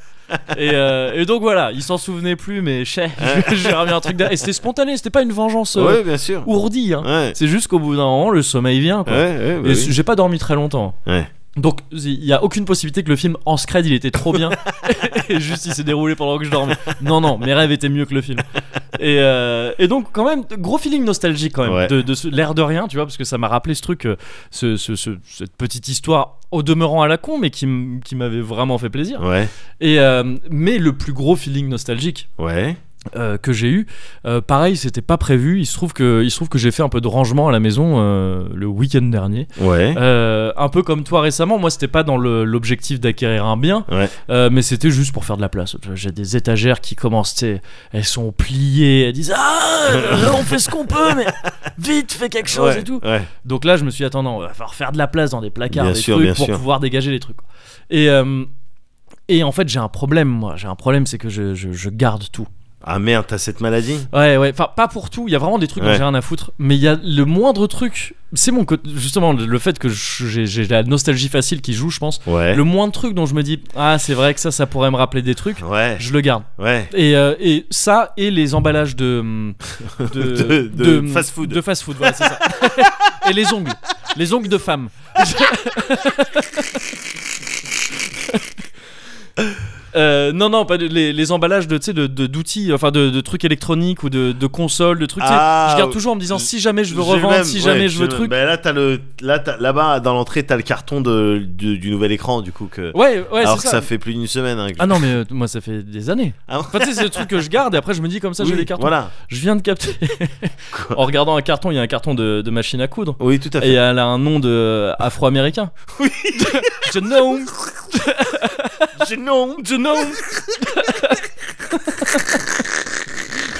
Speaker 1: Et, euh, et donc voilà, il s'en souvenait plus, mais chais, j'ai remis un truc. d'a- Et c'était spontané, c'était pas une vengeance euh,
Speaker 2: Ouais, bien sûr.
Speaker 1: ourdie. hein.
Speaker 2: Ouais.
Speaker 1: C'est juste qu'au bout d'un moment, le sommeil vient.
Speaker 2: Ouais,
Speaker 1: Quoi.
Speaker 2: ouais, bah
Speaker 1: Et
Speaker 2: oui.
Speaker 1: j'ai pas dormi très longtemps.
Speaker 2: Ouais.
Speaker 1: Donc il y a aucune possibilité que le film en scred il était trop bien et juste il s'est déroulé pendant que je dormais. Non non, mes rêves étaient mieux que le film. Et, euh, et donc quand même gros feeling nostalgique quand même
Speaker 2: Ouais.
Speaker 1: de, de ce- l'air de rien, tu vois, parce que ça m'a rappelé ce truc, euh, ce- ce- ce- cette petite histoire au demeurant à la con, mais qui, m- qui m'avait vraiment fait plaisir.
Speaker 2: Ouais,
Speaker 1: Et euh, mais le plus gros feeling nostalgique,
Speaker 2: ouais.
Speaker 1: euh, que j'ai eu. Euh, pareil, c'était pas prévu. Il se trouve que, il se trouve que j'ai fait un peu de rangement à la maison euh, le week-end dernier.
Speaker 3: Ouais.
Speaker 1: Euh, un peu comme toi récemment. Moi, c'était pas dans le- l'objectif d'acquérir un bien,
Speaker 3: Ouais.
Speaker 1: euh, mais c'était juste pour faire de la place. Tu vois, J'ai des étagères qui commencent, tu sais, elles sont pliées, elles disent ah, euh, on fait ce qu'on peut, mais vite, fais quelque chose
Speaker 3: ouais,
Speaker 1: et tout.
Speaker 3: ouais.
Speaker 1: Donc là, je me suis dit, attends, non, va falloir faire de la place dans des placards,
Speaker 3: Bien
Speaker 1: des
Speaker 3: sûr,
Speaker 1: trucs
Speaker 3: bien
Speaker 1: pour
Speaker 3: sûr.
Speaker 1: pouvoir dégager les trucs. quoi. Et euh, et en fait, j'ai un problème, moi. J'ai un problème, c'est que je- je- je garde tout.
Speaker 3: Ah merde, t'as cette maladie
Speaker 1: Ouais, ouais, enfin, pas pour tout, il y a vraiment des trucs dont
Speaker 3: Ouais.
Speaker 1: j'ai rien à foutre, mais il y a le moindre truc, c'est mon côté, justement, le le fait que je- j'ai j'ai la nostalgie facile qui joue, je pense,
Speaker 3: Ouais.
Speaker 1: le moindre truc dont je me dis, ah, c'est vrai que ça, ça pourrait me rappeler des trucs,
Speaker 3: Ouais.
Speaker 1: je le garde.
Speaker 3: Ouais.
Speaker 1: Et, euh, et ça, et les emballages de. hum,
Speaker 3: De- de fast-food.
Speaker 1: De fast-food, voilà, c'est ça. et les ongles, les ongles de femmes. Euh, non, non, pas de- les, les emballages de, tu sais, de, de- d'outils, enfin de, de trucs électroniques ou de, de consoles, de trucs. tu sais.
Speaker 3: Ah,
Speaker 1: je garde toujours en me disant si jamais je veux
Speaker 3: J'ai
Speaker 1: revendre,
Speaker 3: même-
Speaker 1: si jamais
Speaker 3: ouais,
Speaker 1: je veux
Speaker 3: j'ai
Speaker 1: truc.
Speaker 2: Ben
Speaker 3: même- bah là, t'as le, là, t'as- là-bas, dans l'entrée, t'as le carton de, du, du nouvel écran, du coup que.
Speaker 1: Ouais, ouais,
Speaker 3: Alors
Speaker 1: c'est
Speaker 3: que ça fait plus d'une semaine. hein, que je-
Speaker 1: Ah non, mais euh, moi ça fait des années.
Speaker 3: Ah ouais.
Speaker 1: Enfin, tu sais, c'est le truc que je garde et après je me dis comme ça,
Speaker 3: Oui,
Speaker 1: j'ai les cartons.
Speaker 3: Voilà.
Speaker 1: Je viens de capter.
Speaker 3: Quoi
Speaker 1: en regardant un carton, il y a un carton de, de machine à coudre.
Speaker 3: Oui, tout à fait.
Speaker 1: Et elle a un nom de euh, afro-américain. Oui. Genome. Genome. Genome.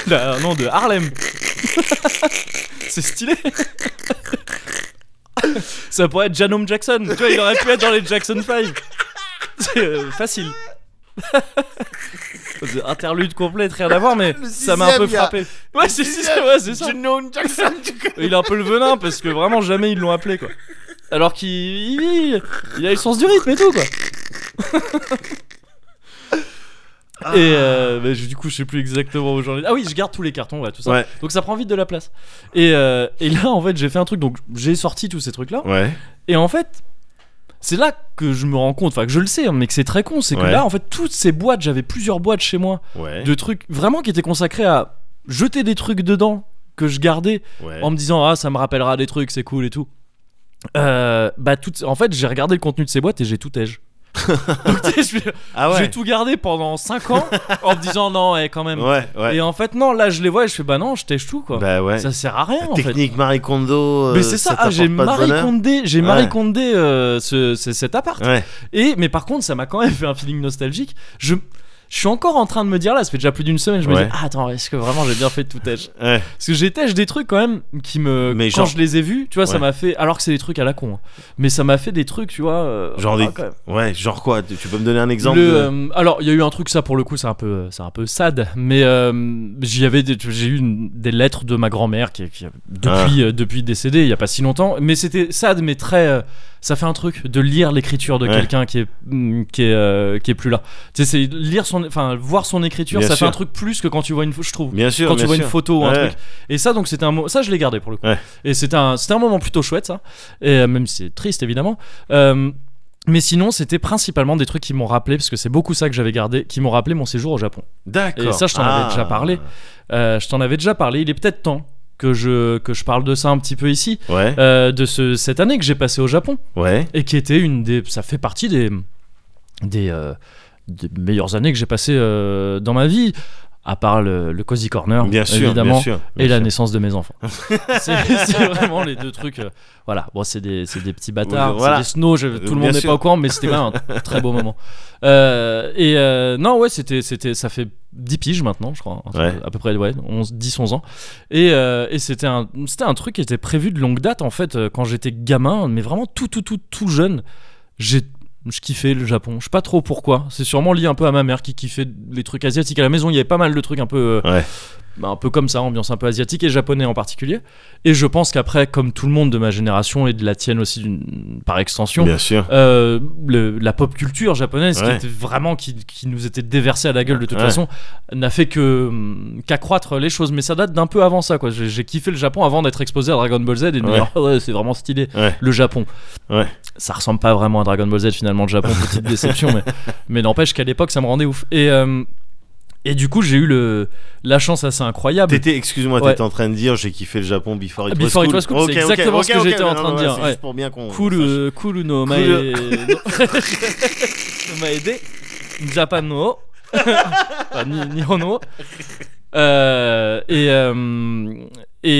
Speaker 1: Elle a un nom de Harlem. C'est stylé. Ça pourrait être Janome Jackson. Tu vois, il aurait pu être dans les Jackson 5. C'est euh, facile. Interlude complète, rien à voir, mais
Speaker 3: Le
Speaker 1: ça m'a un peu
Speaker 3: sixième, il y a-
Speaker 1: frappé. Ouais, c'est
Speaker 3: sixième,
Speaker 1: ouais, c'est ça.
Speaker 3: Genome Jackson. du coup.
Speaker 1: Et Il a un peu le venin parce que vraiment jamais ils l'ont appelé quoi. Alors qu'il il, il a le sens du rythme et tout quoi.
Speaker 3: Ah.
Speaker 1: Et euh, bah, je- du coup je sais plus exactement où j'en ai. Ah oui je garde tous les cartons ouais tout ça.
Speaker 3: Ouais.
Speaker 1: Donc ça prend vite de la place. Et, euh, et là en fait j'ai fait un truc donc j'ai sorti tous ces trucs là.
Speaker 3: Ouais.
Speaker 1: Et en fait c'est là que je me rends compte enfin que je le sais hein, mais que c'est très con c'est que
Speaker 3: Ouais.
Speaker 1: là en fait toutes ces boîtes j'avais plusieurs boîtes chez moi
Speaker 3: Ouais.
Speaker 1: de trucs vraiment qui étaient consacrés à jeter des trucs dedans que je gardais
Speaker 3: Ouais.
Speaker 1: en me disant ah ça me rappellera des trucs c'est cool et tout Euh, bah tout en fait j'ai regardé le contenu de ces boîtes et j'ai tout égé Donc, tu sais, je suis-
Speaker 3: Ah
Speaker 1: j'ai
Speaker 3: ouais.
Speaker 1: tout gardé pendant 5 ans en me disant non ouais, quand même
Speaker 3: Ouais. Ouais.
Speaker 1: et en fait non là je les vois et je fais bah non je tèche tout quoi
Speaker 3: Bah ouais.
Speaker 1: ça sert à rien en fait
Speaker 3: Technique Marie Kondo. euh,
Speaker 1: mais c'est ça, ah,
Speaker 3: t'apporte
Speaker 1: j'ai
Speaker 3: pas de
Speaker 1: Marie
Speaker 3: bonheur
Speaker 1: Condé, j'ai
Speaker 3: Ouais.
Speaker 1: Marie Condé euh, ce- ce- cet appart.
Speaker 3: Ouais.
Speaker 1: Et mais par contre, ça m'a quand même fait un feeling nostalgique. Je, je suis encore en train de me dire là, ça fait déjà plus d'une semaine, je me
Speaker 3: Ouais.
Speaker 1: dis ah, attends, est-ce que vraiment j'ai bien fait de tout tèche
Speaker 3: Ouais.
Speaker 1: parce que j'ai tâche des trucs quand même qui me.
Speaker 3: Mais
Speaker 1: quand
Speaker 3: genre-
Speaker 1: je les ai vus, tu vois, ça
Speaker 3: Ouais.
Speaker 1: m'a fait. Alors que c'est des trucs à la con. hein. Mais ça m'a fait des trucs, tu vois. euh,
Speaker 3: Genre
Speaker 1: ah,
Speaker 3: des-
Speaker 1: quand même.
Speaker 3: Ouais, genre quoi Tu tu peux me donner un exemple
Speaker 1: Le,
Speaker 3: de-
Speaker 1: euh, alors, il y a eu un truc, ça pour le coup, c'est un peu, euh, c'est un peu sad. Mais euh, j'y avais, des- j'ai eu une- des lettres de ma grand-mère qui, qui
Speaker 3: Ah.
Speaker 1: depuis, euh, depuis décédée, il y a pas si longtemps. Mais c'était sad, mais très. euh, ça fait un truc de lire l'écriture de
Speaker 3: Ouais.
Speaker 1: quelqu'un qui est, mm, qui est, euh, qui est plus là. Tu sais, c'est lire son, enfin, voir son écriture,
Speaker 3: Bien
Speaker 1: ça fait
Speaker 3: sûr.
Speaker 1: un truc plus que quand tu vois une, je trouve
Speaker 3: Bien sûr.
Speaker 1: quand
Speaker 3: bien
Speaker 1: tu vois
Speaker 3: sûr.
Speaker 1: une photo ou un
Speaker 3: Ouais.
Speaker 1: truc. Et ça, donc, c'était un mo- ça, je l'ai gardé pour le coup.
Speaker 3: Ouais.
Speaker 1: Et c'était un, c'était un moment plutôt chouette, ça. Et euh, même si c'est triste, évidemment. Euh, mais sinon, c'était principalement des trucs qui m'ont rappelé, parce que c'est beaucoup ça que j'avais gardé, qui m'ont rappelé mon séjour au Japon.
Speaker 3: D'accord. Ah.
Speaker 1: Et ça, je t'en avais déjà parlé. Euh, je t'en avais déjà parlé. Il est peut-être temps que je que je parle de ça un petit peu ici,
Speaker 3: Ouais.
Speaker 1: euh, de ce, cette année que j'ai passée au Japon
Speaker 3: Ouais.
Speaker 1: et qui était une des, ça fait partie des des, euh, des meilleures années que j'ai passées euh, dans ma vie, à part le, le cozy corner,
Speaker 3: Bien sûr.
Speaker 1: évidemment
Speaker 3: Bien sûr. bien
Speaker 1: et la
Speaker 3: sûr.
Speaker 1: naissance de mes enfants. c'est c'est vraiment les deux trucs. euh, voilà, bon, c'est des, c'est des petits bâtards,
Speaker 3: Oui, voilà.
Speaker 1: c'est des snows, je- tout le
Speaker 3: Bien
Speaker 1: monde n'est
Speaker 3: sûr.
Speaker 1: pas au courant, mais c'était quand même un très beau moment. Euh, et euh, non, ouais, c'était, c'était, ça fait 10 piges maintenant, je crois, un truc,
Speaker 3: Ouais.
Speaker 1: à peu près ouais, 11, 10, 11 ans. Et, euh, et c'était, un, c'était un truc qui était prévu de longue date, en fait, euh, quand j'étais gamin, mais vraiment tout, tout, tout, tout jeune. J'ai je kiffais le Japon, je sais pas trop pourquoi. C'est sûrement lié un peu à ma mère qui kiffait les trucs asiatiques à la maison. Il y avait pas mal de trucs un peu euh,
Speaker 3: Ouais.
Speaker 1: bah, un peu comme ça, ambiance un peu asiatique et japonais en particulier. Et je pense qu'après, comme tout le monde de ma génération et de la tienne aussi d'une- par extension,
Speaker 3: Bien sûr.
Speaker 1: euh, le- la pop culture japonaise,
Speaker 3: Ouais.
Speaker 1: qui était vraiment qui, qui nous était déversée à la gueule de toute
Speaker 3: Ouais.
Speaker 1: façon, n'a fait que hum, qu'accroître les choses. Mais ça date d'un peu avant ça, quoi. J'ai j'ai kiffé le Japon avant d'être exposé à Dragon Ball Z et de me
Speaker 3: Ouais.
Speaker 1: dire, Ah ouais, c'est vraiment stylé
Speaker 3: Ouais.
Speaker 1: le Japon.
Speaker 3: Ouais.
Speaker 1: Ça ressemble pas vraiment à Dragon Ball Z finalement le Japon, petite déception, mais, mais n'empêche qu'à l'époque ça me rendait ouf. Et, euh, et du coup j'ai eu le, la chance assez incroyable.
Speaker 3: T'étais, excuse-moi,
Speaker 1: Ah, Ouais.
Speaker 3: t'étais en train de dire j'ai kiffé le Japon before it
Speaker 1: Before
Speaker 3: was
Speaker 1: it
Speaker 3: cool.
Speaker 1: was cool, c'est
Speaker 3: Ok, ok,
Speaker 1: exactement
Speaker 3: ok,
Speaker 1: ce que
Speaker 3: ok,
Speaker 1: j'étais en
Speaker 3: non,
Speaker 1: train de
Speaker 3: non,
Speaker 1: dire,
Speaker 3: C'est
Speaker 1: ouais.
Speaker 3: juste pour bien qu'on.
Speaker 1: Cool,
Speaker 3: sache.
Speaker 1: euh, cool no mae- no maede, Japan no, enfin, ni- Nihon no. Euh, et, euh,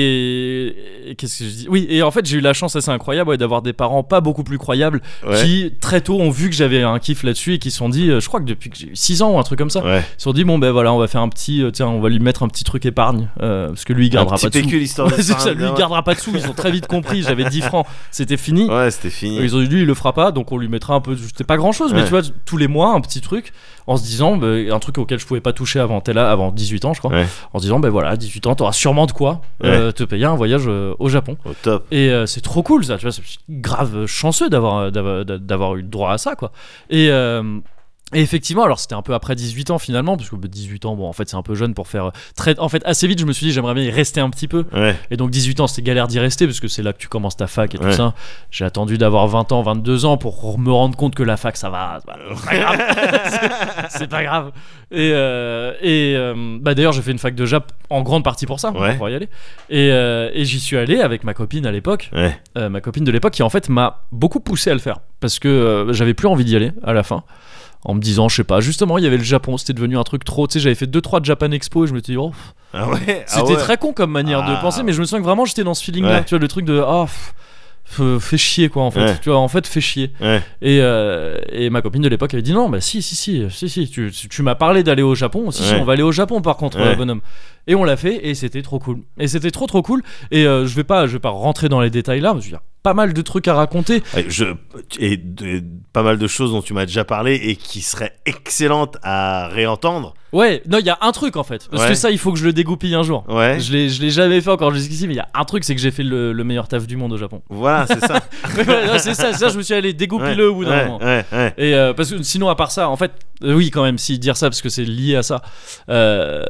Speaker 1: et, et qu'est-ce que je dis Oui, et en fait, j'ai eu la chance assez incroyable ouais, d'avoir des parents pas beaucoup plus croyables
Speaker 3: Ouais.
Speaker 1: qui, très tôt, ont vu que j'avais un kiff là-dessus et qui se sont dit, euh, je crois que depuis que j'ai eu 6 ans ou un truc comme ça,
Speaker 3: Ouais.
Speaker 1: ils se sont dit, bon, ben voilà, on va faire un petit, euh, tiens, on va lui mettre un petit truc épargne euh, parce que lui, il
Speaker 3: Un
Speaker 1: gardera
Speaker 3: petit
Speaker 1: pas de sous.
Speaker 3: PQ, l'histoire de
Speaker 1: Ouais, c'est
Speaker 3: Sarah
Speaker 1: ça, lui, il
Speaker 3: Bernhardt.
Speaker 1: gardera pas de sous. Ils ont très vite compris, j'avais 10 francs, c'était fini.
Speaker 3: Ouais, c'était fini.
Speaker 1: Ils ont dit lui il le fera pas donc on lui mettra un peu c'était pas grand chose mais
Speaker 3: Ouais.
Speaker 1: tu vois tous les mois un petit truc en se disant bah, un truc auquel je pouvais pas toucher avant t'es là avant 18 ans je crois
Speaker 3: Ouais.
Speaker 1: en se disant ben voilà 18 ans t'auras sûrement de quoi euh, te payer un voyage euh, au Japon
Speaker 3: Au top.
Speaker 1: et euh, c'est trop cool ça tu vois c'est grave euh, chanceux d'avoir euh, d'avoir d'avoir eu le droit à ça quoi et euh, et effectivement, alors c'était un peu après 18 ans finalement, parce que bah, 18 ans, bon, en fait, c'est un peu jeune pour faire euh, très. En fait, assez vite, je me suis dit, j'aimerais bien y rester un petit peu.
Speaker 3: Ouais.
Speaker 1: Et donc 18 ans, c'était galère d'y rester parce que c'est là que tu commences ta fac et tout
Speaker 3: Ouais.
Speaker 1: ça. J'ai attendu d'avoir 20 ans, 22 ans pour me rendre compte que la fac, ça va. c'est pas- C'est pas grave. C'est- c'est pas grave. Et, euh, et euh, bah, d'ailleurs, j'ai fait une fac de Jap en grande partie pour ça,
Speaker 3: Ouais.
Speaker 1: pour y aller. Et, euh, et j'y suis allé avec ma copine à l'époque,
Speaker 3: Ouais.
Speaker 1: euh, ma copine de l'époque qui en fait m'a beaucoup poussé à le faire parce que euh, j'avais plus envie d'y aller à la fin. En me disant, je sais pas, justement, il y avait le Japon, c'était devenu un truc trop. Tu sais, j'avais fait 2-3 Japan Expo et je me suis dit, oh,
Speaker 3: Ah ouais. ah
Speaker 1: c'était
Speaker 3: ouais.
Speaker 1: très con comme manière de
Speaker 3: Ah.
Speaker 1: penser, mais je me sens que vraiment j'étais dans ce feeling-là.
Speaker 3: Ouais.
Speaker 1: Tu vois, le truc de ah, pff, f- fais chier quoi en fait.
Speaker 3: Ouais.
Speaker 1: Tu vois, en fait, fais chier.
Speaker 3: Ouais.
Speaker 1: Et, euh, et ma copine de l'époque avait dit non, bah si, si, si, si, si, tu, tu m'as parlé d'aller au Japon. Si, si,
Speaker 3: Ouais.
Speaker 1: on va aller au Japon par contre,
Speaker 3: Ouais.
Speaker 1: euh, bonhomme. Et on l'a fait et c'était trop cool. Et c'était trop trop cool. Et euh, je vais pas, je vais pas rentrer dans les détails là, parce qu'il y a pas mal de trucs à raconter.
Speaker 3: Ouais, Je, et de- pas mal de choses dont tu m'as déjà parlé et qui seraient excellentes à réentendre.
Speaker 1: Ouais, non, il y a un truc en fait. Parce que
Speaker 3: Ouais.
Speaker 1: ça, il faut que je le dégoupille un jour.
Speaker 3: Ouais.
Speaker 1: Je l'ai je l'ai jamais fait encore jusqu'ici, mais il y a un truc, c'est que j'ai fait le- le meilleur taf du monde au Japon.
Speaker 3: Voilà, c'est ça.
Speaker 1: Ouais, ouais, non, c'est ça, ça, je me suis allé dégoupiller
Speaker 3: Ouais,
Speaker 1: au bout d'un
Speaker 3: ouais,
Speaker 1: moment.
Speaker 3: ouais, ouais.
Speaker 1: Et euh, parce que sinon, à part ça, en fait, euh, oui, quand même, si dire ça, parce que c'est lié à ça. euh,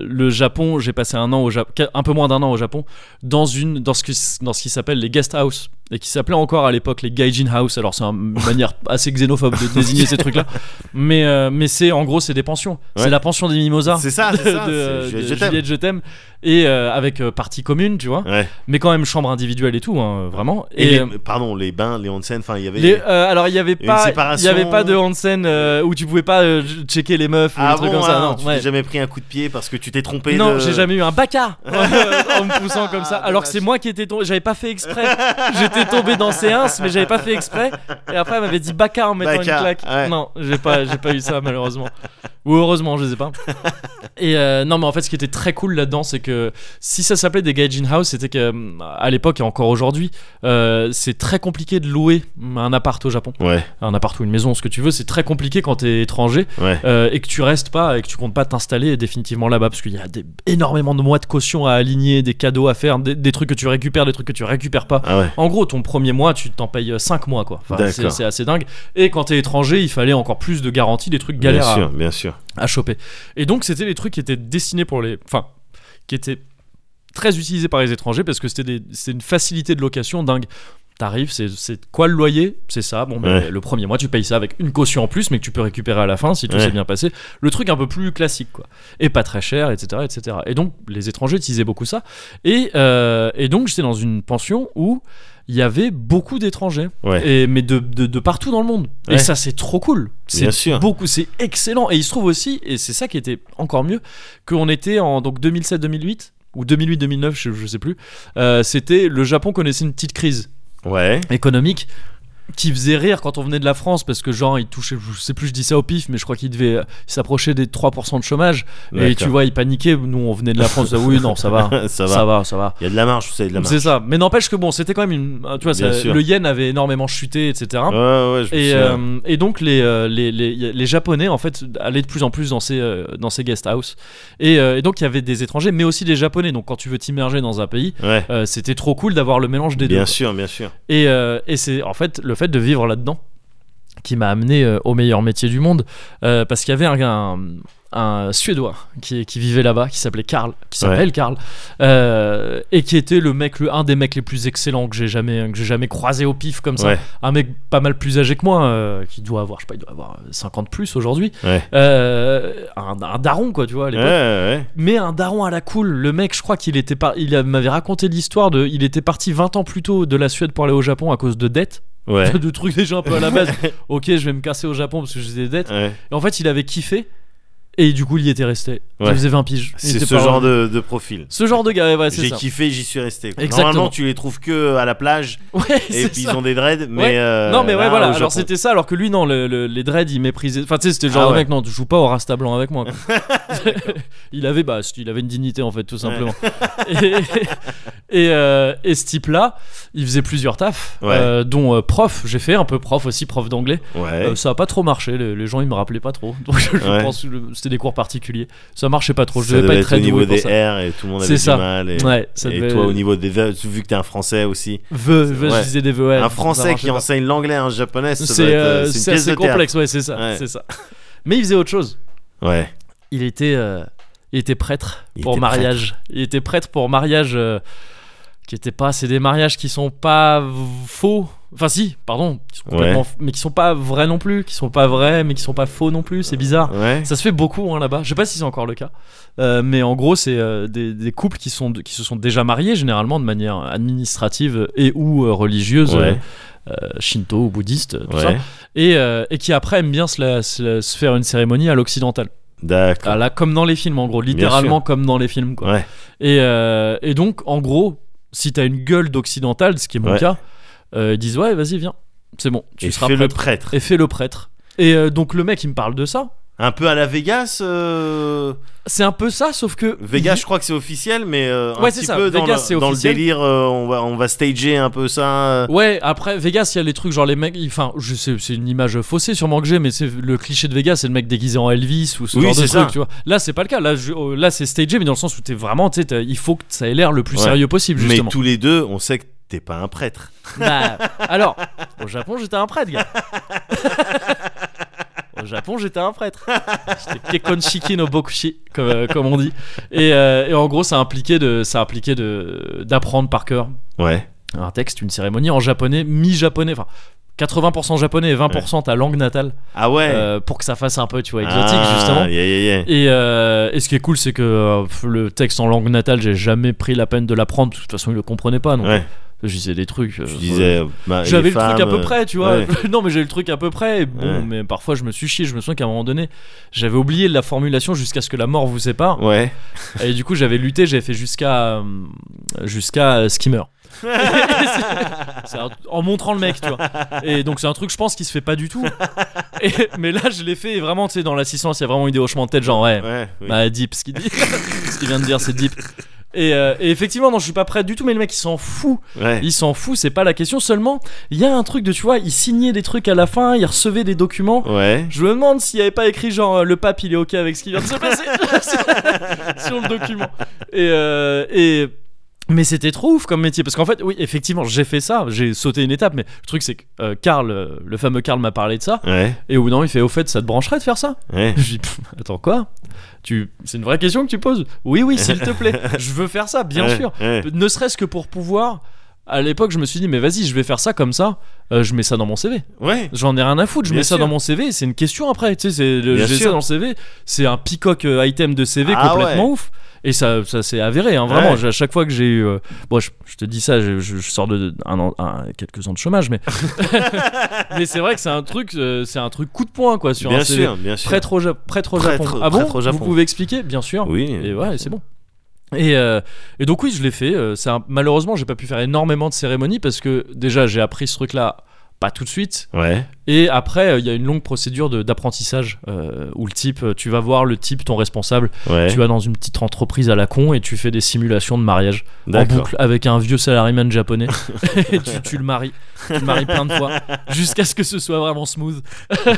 Speaker 1: le Japon, j'ai passé un an au Japon, un peu moins d'un an au Japon, dans une, dans ce que, dans ce qui s'appelle les guest house et qui s'appelait encore à l'époque les gaijin house. Alors c'est un- une manière assez xénophobe de désigner ces trucs-là, mais euh, mais c'est en gros c'est des pensions. C'est
Speaker 3: Ouais.
Speaker 1: la pension des mimosas.
Speaker 3: C'est ça,
Speaker 1: de,
Speaker 3: c'est ça,
Speaker 1: de-
Speaker 3: c'est Juliette,
Speaker 1: de
Speaker 3: je t'aime.
Speaker 1: Juliette, je t'aime et euh, avec euh, partie commune tu vois
Speaker 3: Ouais.
Speaker 1: mais quand même chambre individuelle et tout hein, vraiment
Speaker 3: Et, les-
Speaker 1: euh,
Speaker 3: pardon, les bains, les onsen, enfin, il y avait.
Speaker 1: les- euh, alors il y avait
Speaker 3: une
Speaker 1: pas, il y
Speaker 3: séparation.
Speaker 1: avait pas de onsen euh, où tu pouvais pas euh, checker les meufs ou
Speaker 3: ah
Speaker 1: des trucs
Speaker 3: bon,
Speaker 1: comme ça.
Speaker 3: ah,
Speaker 1: Non,
Speaker 3: tu
Speaker 1: ouais.
Speaker 3: t'es jamais pris un coup de pied parce que tu t'es trompé.
Speaker 1: Non,
Speaker 3: de-
Speaker 1: j'ai jamais eu un bacard en me poussant comme ça.
Speaker 3: Ah,
Speaker 1: Alors que c'est
Speaker 3: dommage.
Speaker 1: moi qui étais tombé, j'avais pas fait exprès. J'étais tombé dans séance, mais j'avais pas fait exprès. Et après, elle m'avait dit bacard en mettant
Speaker 3: Bacard,
Speaker 1: une claque.
Speaker 3: ouais.
Speaker 1: Non, j'ai pas, j'ai pas eu ça malheureusement. Ou heureusement, je sais pas. Et euh, non, mais en fait, ce qui était très cool là-dedans, c'est que si ça s'appelait des gaijin house, c'était que euh, à l'époque et encore aujourd'hui, euh, c'est très compliqué de louer un appart au Japon
Speaker 3: Ouais,
Speaker 1: un appart ou une maison, ce que tu veux, c'est très compliqué quand t'es étranger
Speaker 3: ouais.
Speaker 1: euh, et que tu restes pas et que tu comptes pas t'installer définitivement là-bas parce qu'il y a des- énormément de mois de caution à aligner, des cadeaux à faire, des, des trucs que tu récupères, des trucs que tu récupères pas.
Speaker 3: Ah ouais.
Speaker 1: En gros, ton premier mois, tu t'en payes 5 mois quoi. Enfin, c'est
Speaker 3: D'accord.
Speaker 1: c'est assez dingue. Et quand t'es étranger, il fallait encore plus de garanties, des trucs galères
Speaker 3: bien
Speaker 1: à-
Speaker 3: sûr, bien sûr.
Speaker 1: à choper. Et donc, c'était des trucs qui étaient destinés pour les. Enfin, qui étaient très utilisés par les étrangers parce que c'était des- c'est une facilité de location dingue. T'arrives, c'est- c'est quoi le loyer C'est ça. Bon, ben,
Speaker 3: Ouais.
Speaker 1: le premier mois, tu payes ça avec une caution en plus, mais que tu peux récupérer à la fin si tout
Speaker 3: Ouais.
Speaker 1: s'est bien passé. Le truc un peu plus classique, quoi. Et pas très cher, etc. etc. Et donc, les étrangers utilisaient beaucoup ça. Et, euh, et donc, j'étais dans une pension où il y avait beaucoup d'étrangers,
Speaker 3: Ouais.
Speaker 1: et, mais de, de- de partout dans le monde. Et
Speaker 3: Ouais.
Speaker 1: ça, c'est trop cool. C'est
Speaker 3: Bien sûr.
Speaker 1: beaucoup, c'est excellent. Et il se trouve aussi, et c'est ça qui était encore mieux, qu'on était en donc 2007-2008 ou 2008-2009, je, je sais plus. euh, C'était le Japon connaissait une petite crise
Speaker 3: Ouais.
Speaker 1: économique qui faisait rire quand on venait de la France parce que genre il touchait je sais plus je dis ça au pif mais je crois qu'il devait euh, il s'approchait des 3% de chômage et tu
Speaker 3: D'accord.
Speaker 1: vois il paniquait nous on venait de la France ah oui non ça va
Speaker 3: ça
Speaker 1: ça
Speaker 3: va.
Speaker 1: va ça va
Speaker 3: Il y a de la marge, vous savez, de la marge.
Speaker 1: c'est ça mais n'empêche que bon c'était quand même une tu vois
Speaker 3: Bien
Speaker 1: ça-
Speaker 3: sûr.
Speaker 1: le yen avait énormément chuté etc
Speaker 3: Ouais, ouais, je me
Speaker 1: et,
Speaker 3: souviens.
Speaker 1: euh, et donc les, euh, les, les, les japonais en fait allaient de plus en plus dans ces, euh, dans ces guest house et, euh, et donc il y avait des étrangers mais aussi des japonais donc quand tu veux t'immerger dans un pays
Speaker 3: Ouais.
Speaker 1: euh, c'était trop cool d'avoir le mélange des deux
Speaker 3: Bien
Speaker 1: quoi.
Speaker 3: sûr, bien sûr.
Speaker 1: et, euh, et c'est en fait le fait de vivre là-dedans qui m'a amené euh, au meilleur métier du monde euh, parce qu'il y avait un, un, un Suédois qui, qui vivait là-bas qui s'appelait Karl, qui s'appelle Karl, euh, et qui était le mec, le, un des mecs les plus excellents que j'ai jamais, que j'ai jamais croisé au pif comme ça.
Speaker 3: Ouais.
Speaker 1: Un mec pas mal plus âgé que moi, euh, qui doit avoir, je sais pas, il doit avoir 50 plus aujourd'hui.
Speaker 3: Ouais.
Speaker 1: Euh, un, un daron quoi, tu vois, à
Speaker 3: Ouais,
Speaker 1: l'époque
Speaker 3: ouais.
Speaker 1: mais un daron à la cool. Le mec, je crois qu'il était par... il m'avait raconté l'histoire de, il était parti 20 ans plus tôt de la Suède pour aller au Japon à cause de dettes,
Speaker 3: Ouais.
Speaker 1: de trucs déjà un peu à la base. ok, je vais me casser au Japon parce que j'ai des dettes.
Speaker 3: Ouais.
Speaker 1: Et en fait, il avait kiffé. Et du coup, il y était resté. Il
Speaker 3: Ouais.
Speaker 1: faisait 20 piges. Il
Speaker 3: C'est
Speaker 1: était
Speaker 3: ce
Speaker 1: pas
Speaker 3: genre
Speaker 1: revenu.
Speaker 3: de, de profil.
Speaker 1: Ce genre de gars, ouais, c'est
Speaker 3: J'ai
Speaker 1: ça.
Speaker 3: kiffé, j'y suis resté. quoi.
Speaker 1: Exactement.
Speaker 3: Normalement, tu les trouves que à la plage
Speaker 1: Ouais,
Speaker 3: et
Speaker 1: c'est
Speaker 3: puis
Speaker 1: ça.
Speaker 3: ils ont des dreads, mais
Speaker 1: Ouais.
Speaker 3: euh,
Speaker 1: non mais ouais
Speaker 3: là,
Speaker 1: voilà
Speaker 3: au
Speaker 1: alors
Speaker 3: Japon-
Speaker 1: c'était ça alors que lui non le- le- les dreads il méprisait enfin tu sais c'était le genre
Speaker 3: Ah
Speaker 1: de
Speaker 3: ouais.
Speaker 1: mec non tu joues pas au rasta blanc avec moi quoi. il avait bah il avait une dignité en fait tout simplement et, et, euh, et ce type là il faisait plusieurs tafs
Speaker 3: Ouais.
Speaker 1: euh, dont euh, prof j'ai fait un peu prof aussi prof d'anglais
Speaker 3: Ouais.
Speaker 1: Euh, ça a pas trop marché les, les gens ils me rappelaient pas trop donc je
Speaker 3: Ouais.
Speaker 1: pense que le- c'était des cours particuliers ça marchait pas trop je
Speaker 3: ça
Speaker 1: devais pas
Speaker 3: devait
Speaker 1: être
Speaker 3: être au
Speaker 1: très
Speaker 3: niveau
Speaker 1: doué pour
Speaker 3: des
Speaker 1: ça
Speaker 3: R et tout le monde
Speaker 1: C'est
Speaker 3: avait
Speaker 1: ça.
Speaker 3: du mal. Et,
Speaker 1: ouais ça
Speaker 3: et
Speaker 1: devait
Speaker 3: toi, au niveau des vœux, vu que t'es un français aussi,
Speaker 1: Veu- veu-
Speaker 3: Ouais.
Speaker 1: je disais des veux, ouais,
Speaker 3: un
Speaker 1: ça
Speaker 3: français
Speaker 1: marchait
Speaker 3: qui
Speaker 1: pas.
Speaker 3: enseigne l'anglais à un japonais, ça doit
Speaker 1: c'est
Speaker 3: être,
Speaker 1: euh,
Speaker 3: euh, c'est une
Speaker 1: c'est
Speaker 3: pièce
Speaker 1: assez
Speaker 3: de théâtre.
Speaker 1: complexe ouais c'est ça
Speaker 3: Ouais.
Speaker 1: c'est ça mais il faisait autre chose
Speaker 3: Ouais.
Speaker 1: il était euh, il était prêtre
Speaker 3: Il
Speaker 1: pour
Speaker 3: était
Speaker 1: mariage il était prêtre pour mariage euh, qui était pas c'est des mariages qui sont pas v- faux enfin si pardon qui sont complètement f- mais qui sont pas vrais non plus qui sont pas vrais mais qui sont pas faux non plus c'est bizarre
Speaker 3: Ouais.
Speaker 1: ça se fait beaucoup hein, là-bas. Je sais pas si c'est encore le cas, Euh, mais en gros, c'est euh, des, des couples qui, sont, qui se sont déjà mariés généralement de manière administrative et ou euh, religieuse,
Speaker 3: Ouais.
Speaker 1: euh, euh, shinto ou bouddhiste, tout
Speaker 3: Ouais.
Speaker 1: ça, et, euh, et qui après aiment bien se, la- se la- se faire une cérémonie à l'occidental.
Speaker 3: D'accord.
Speaker 1: Ah, Là, comme dans les films, en gros,
Speaker 3: sûr.
Speaker 1: littéralement comme dans les films, quoi.
Speaker 3: Ouais.
Speaker 1: Et, euh, et donc, en gros, si t'as une gueule d'occidental, ce qui est mon
Speaker 3: Ouais.
Speaker 1: cas, euh, ils disent ouais, vas-y, viens, c'est bon, tu
Speaker 3: Et
Speaker 1: seras
Speaker 3: fais le
Speaker 1: prêtre.
Speaker 3: prêtre.
Speaker 1: Et fais le prêtre. Et euh, donc le mec, il me parle de ça.
Speaker 3: Un peu à la Vegas. euh,
Speaker 1: C'est un peu ça, sauf que.
Speaker 3: Vegas, je crois que c'est officiel, mais euh,
Speaker 1: Mhm. Ouais,
Speaker 3: un
Speaker 1: c'est
Speaker 3: petit
Speaker 1: ça,
Speaker 3: peu dans,
Speaker 1: Vegas,
Speaker 3: le-
Speaker 1: c'est
Speaker 3: dans le
Speaker 1: officiel.
Speaker 3: délire, euh, on va on va stager un peu ça. euh,
Speaker 1: Ouais, après Vegas, il y a les trucs genre les mecs. ils- Enfin, je sais, c'est une image faussée sûrement que j'ai, mais c'est le cliché de Vegas, c'est le mec déguisé en Elvis ou ce
Speaker 3: Oui,
Speaker 1: genre de
Speaker 3: c'est
Speaker 1: truc,
Speaker 3: ça.
Speaker 1: tu vois. Là, c'est pas le cas. Là, je- euh, là, c'est stagé, mais dans le sens où t'es vraiment, tu sais, t'as- il faut que ça ait l'air le plus
Speaker 3: Ouais.
Speaker 1: sérieux possible,
Speaker 3: Mais
Speaker 1: justement.
Speaker 3: tous les deux, on sait que t'es pas un prêtre.
Speaker 1: Bah, alors, au Japon, j'étais un prêtre, gars. au Japon, j'étais un prêtre. J'étais Kekonshiki no Bokushi, comme, euh, comme on dit. Et, euh, et en gros, ça impliquait de, ça impliquait de d'apprendre par cœur
Speaker 3: Ouais.
Speaker 1: un texte, une cérémonie en japonais, mi-japonais, enfin 80% japonais et 20% ta langue natale
Speaker 3: Ah ouais.
Speaker 1: euh, pour que ça fasse un peu tu vois exotique
Speaker 3: Ah,
Speaker 1: justement.
Speaker 3: yeah, yeah, yeah.
Speaker 1: Et, euh, et ce qui est cool, c'est que euh, pff, le texte en langue natale, j'ai jamais pris la peine de l'apprendre. De toute façon, il le comprenait pas. Donc,
Speaker 3: Ouais.
Speaker 1: je disais des trucs. euh,
Speaker 3: Tu disais. euh, bah, il
Speaker 1: j'avais
Speaker 3: est
Speaker 1: le truc à
Speaker 3: femme,
Speaker 1: peu
Speaker 3: euh,
Speaker 1: près, tu vois.
Speaker 3: ouais.
Speaker 1: non, mais j'ai le truc à peu près. et Bon,
Speaker 3: Ouais.
Speaker 1: mais parfois, je me suis chié. Je me souviens qu'à un moment donné, j'avais oublié la formulation jusqu'à ce que la mort vous sépare.
Speaker 3: Ouais.
Speaker 1: Et du coup, j'avais lutté, j'avais fait jusqu'à euh, jusqu'à euh, ce qu'il meure. Et c'est- c'est un- en montrant le mec, tu vois. Et donc, c'est un truc, je pense, qui se fait pas du tout. Et- mais là, je l'ai fait et vraiment, tu sais, dans l'assistance, il y a vraiment eu des hochements de tête, genre, ouais,
Speaker 3: Ouais. oui.
Speaker 1: bah, deep, ce qu'il dit. ce qu'il vient de dire, c'est deep. Et, euh, et effectivement, non, je suis pas prêt du tout, mais le mec, il s'en fout.
Speaker 3: Ouais.
Speaker 1: Il s'en fout, c'est pas la question. Seulement, il y a un truc de, tu vois, il signait des trucs à la fin, il recevait des documents.
Speaker 3: Ouais.
Speaker 1: Je me demande s'il n'y avait pas écrit genre euh, le pape il est ok avec ce qui vient de se passer sur le document. Et, euh, et- mais c'était trop ouf comme métier parce qu'en fait oui effectivement j'ai fait ça, j'ai sauté une étape mais le truc c'est que euh, Karl, euh, le fameux Karl m'a parlé de ça
Speaker 3: Ouais.
Speaker 1: et au bout d'un moment il fait au fait ça te brancherait de faire ça
Speaker 3: Ouais.
Speaker 1: Je dis Pff, attends quoi Tu c'est une vraie question que tu poses Oui oui s'il te plaît je veux faire ça bien
Speaker 3: Ouais,
Speaker 1: sûr
Speaker 3: ouais.
Speaker 1: ne serait-ce que pour pouvoir à l'époque je me suis dit mais vas-y je vais faire ça comme ça euh, je mets ça dans mon CV
Speaker 3: Ouais.
Speaker 1: J'en ai rien à foutre, je
Speaker 3: Bien
Speaker 1: mets ça
Speaker 3: sûr.
Speaker 1: dans mon CV, c'est une question après, tu sais, c'est le-
Speaker 3: Bien
Speaker 1: j'ai ça
Speaker 3: sûr.
Speaker 1: dans le CV, c'est un peacock euh, item de CV
Speaker 3: Ah
Speaker 1: complètement
Speaker 3: ouais.
Speaker 1: ouf. Et ça, ça s'est avéré, hein, vraiment.
Speaker 3: Ouais.
Speaker 1: J'ai- À chaque fois que j'ai eu. euh, bon, je, je te dis ça, je, je- je sors de, de- un an- un- quelques ans de chômage, mais. mais c'est vrai que c'est un truc, euh, c'est un truc coup de poing, quoi, sur
Speaker 3: Bien
Speaker 1: un CV.
Speaker 3: sûr, bien sûr.
Speaker 1: Prêtre au, Ja- prêtre au
Speaker 3: Prêtre-
Speaker 1: Japon. Ah bon
Speaker 3: prêtre au Japon.
Speaker 1: Vous pouvez expliquer Bien sûr.
Speaker 3: Oui.
Speaker 1: Et ouais, c'est bon. Et, euh, et donc oui, je l'ai fait. euh, ça, malheureusement, j'ai pas pu faire énormément de cérémonies parce que déjà, j'ai appris ce truc-là pas tout de suite.
Speaker 3: Ouais.
Speaker 1: Et après, euh, il y a une longue procédure de- d'apprentissage euh, où le type, euh, tu vas voir le type, ton responsable,
Speaker 3: Ouais.
Speaker 1: tu vas dans une petite entreprise à la con et tu fais des simulations de mariage en
Speaker 3: D'accord.
Speaker 1: boucle avec un vieux salaryman japonais et tu, tu le maries, tu le maries plein de fois jusqu'à ce que ce soit vraiment smooth.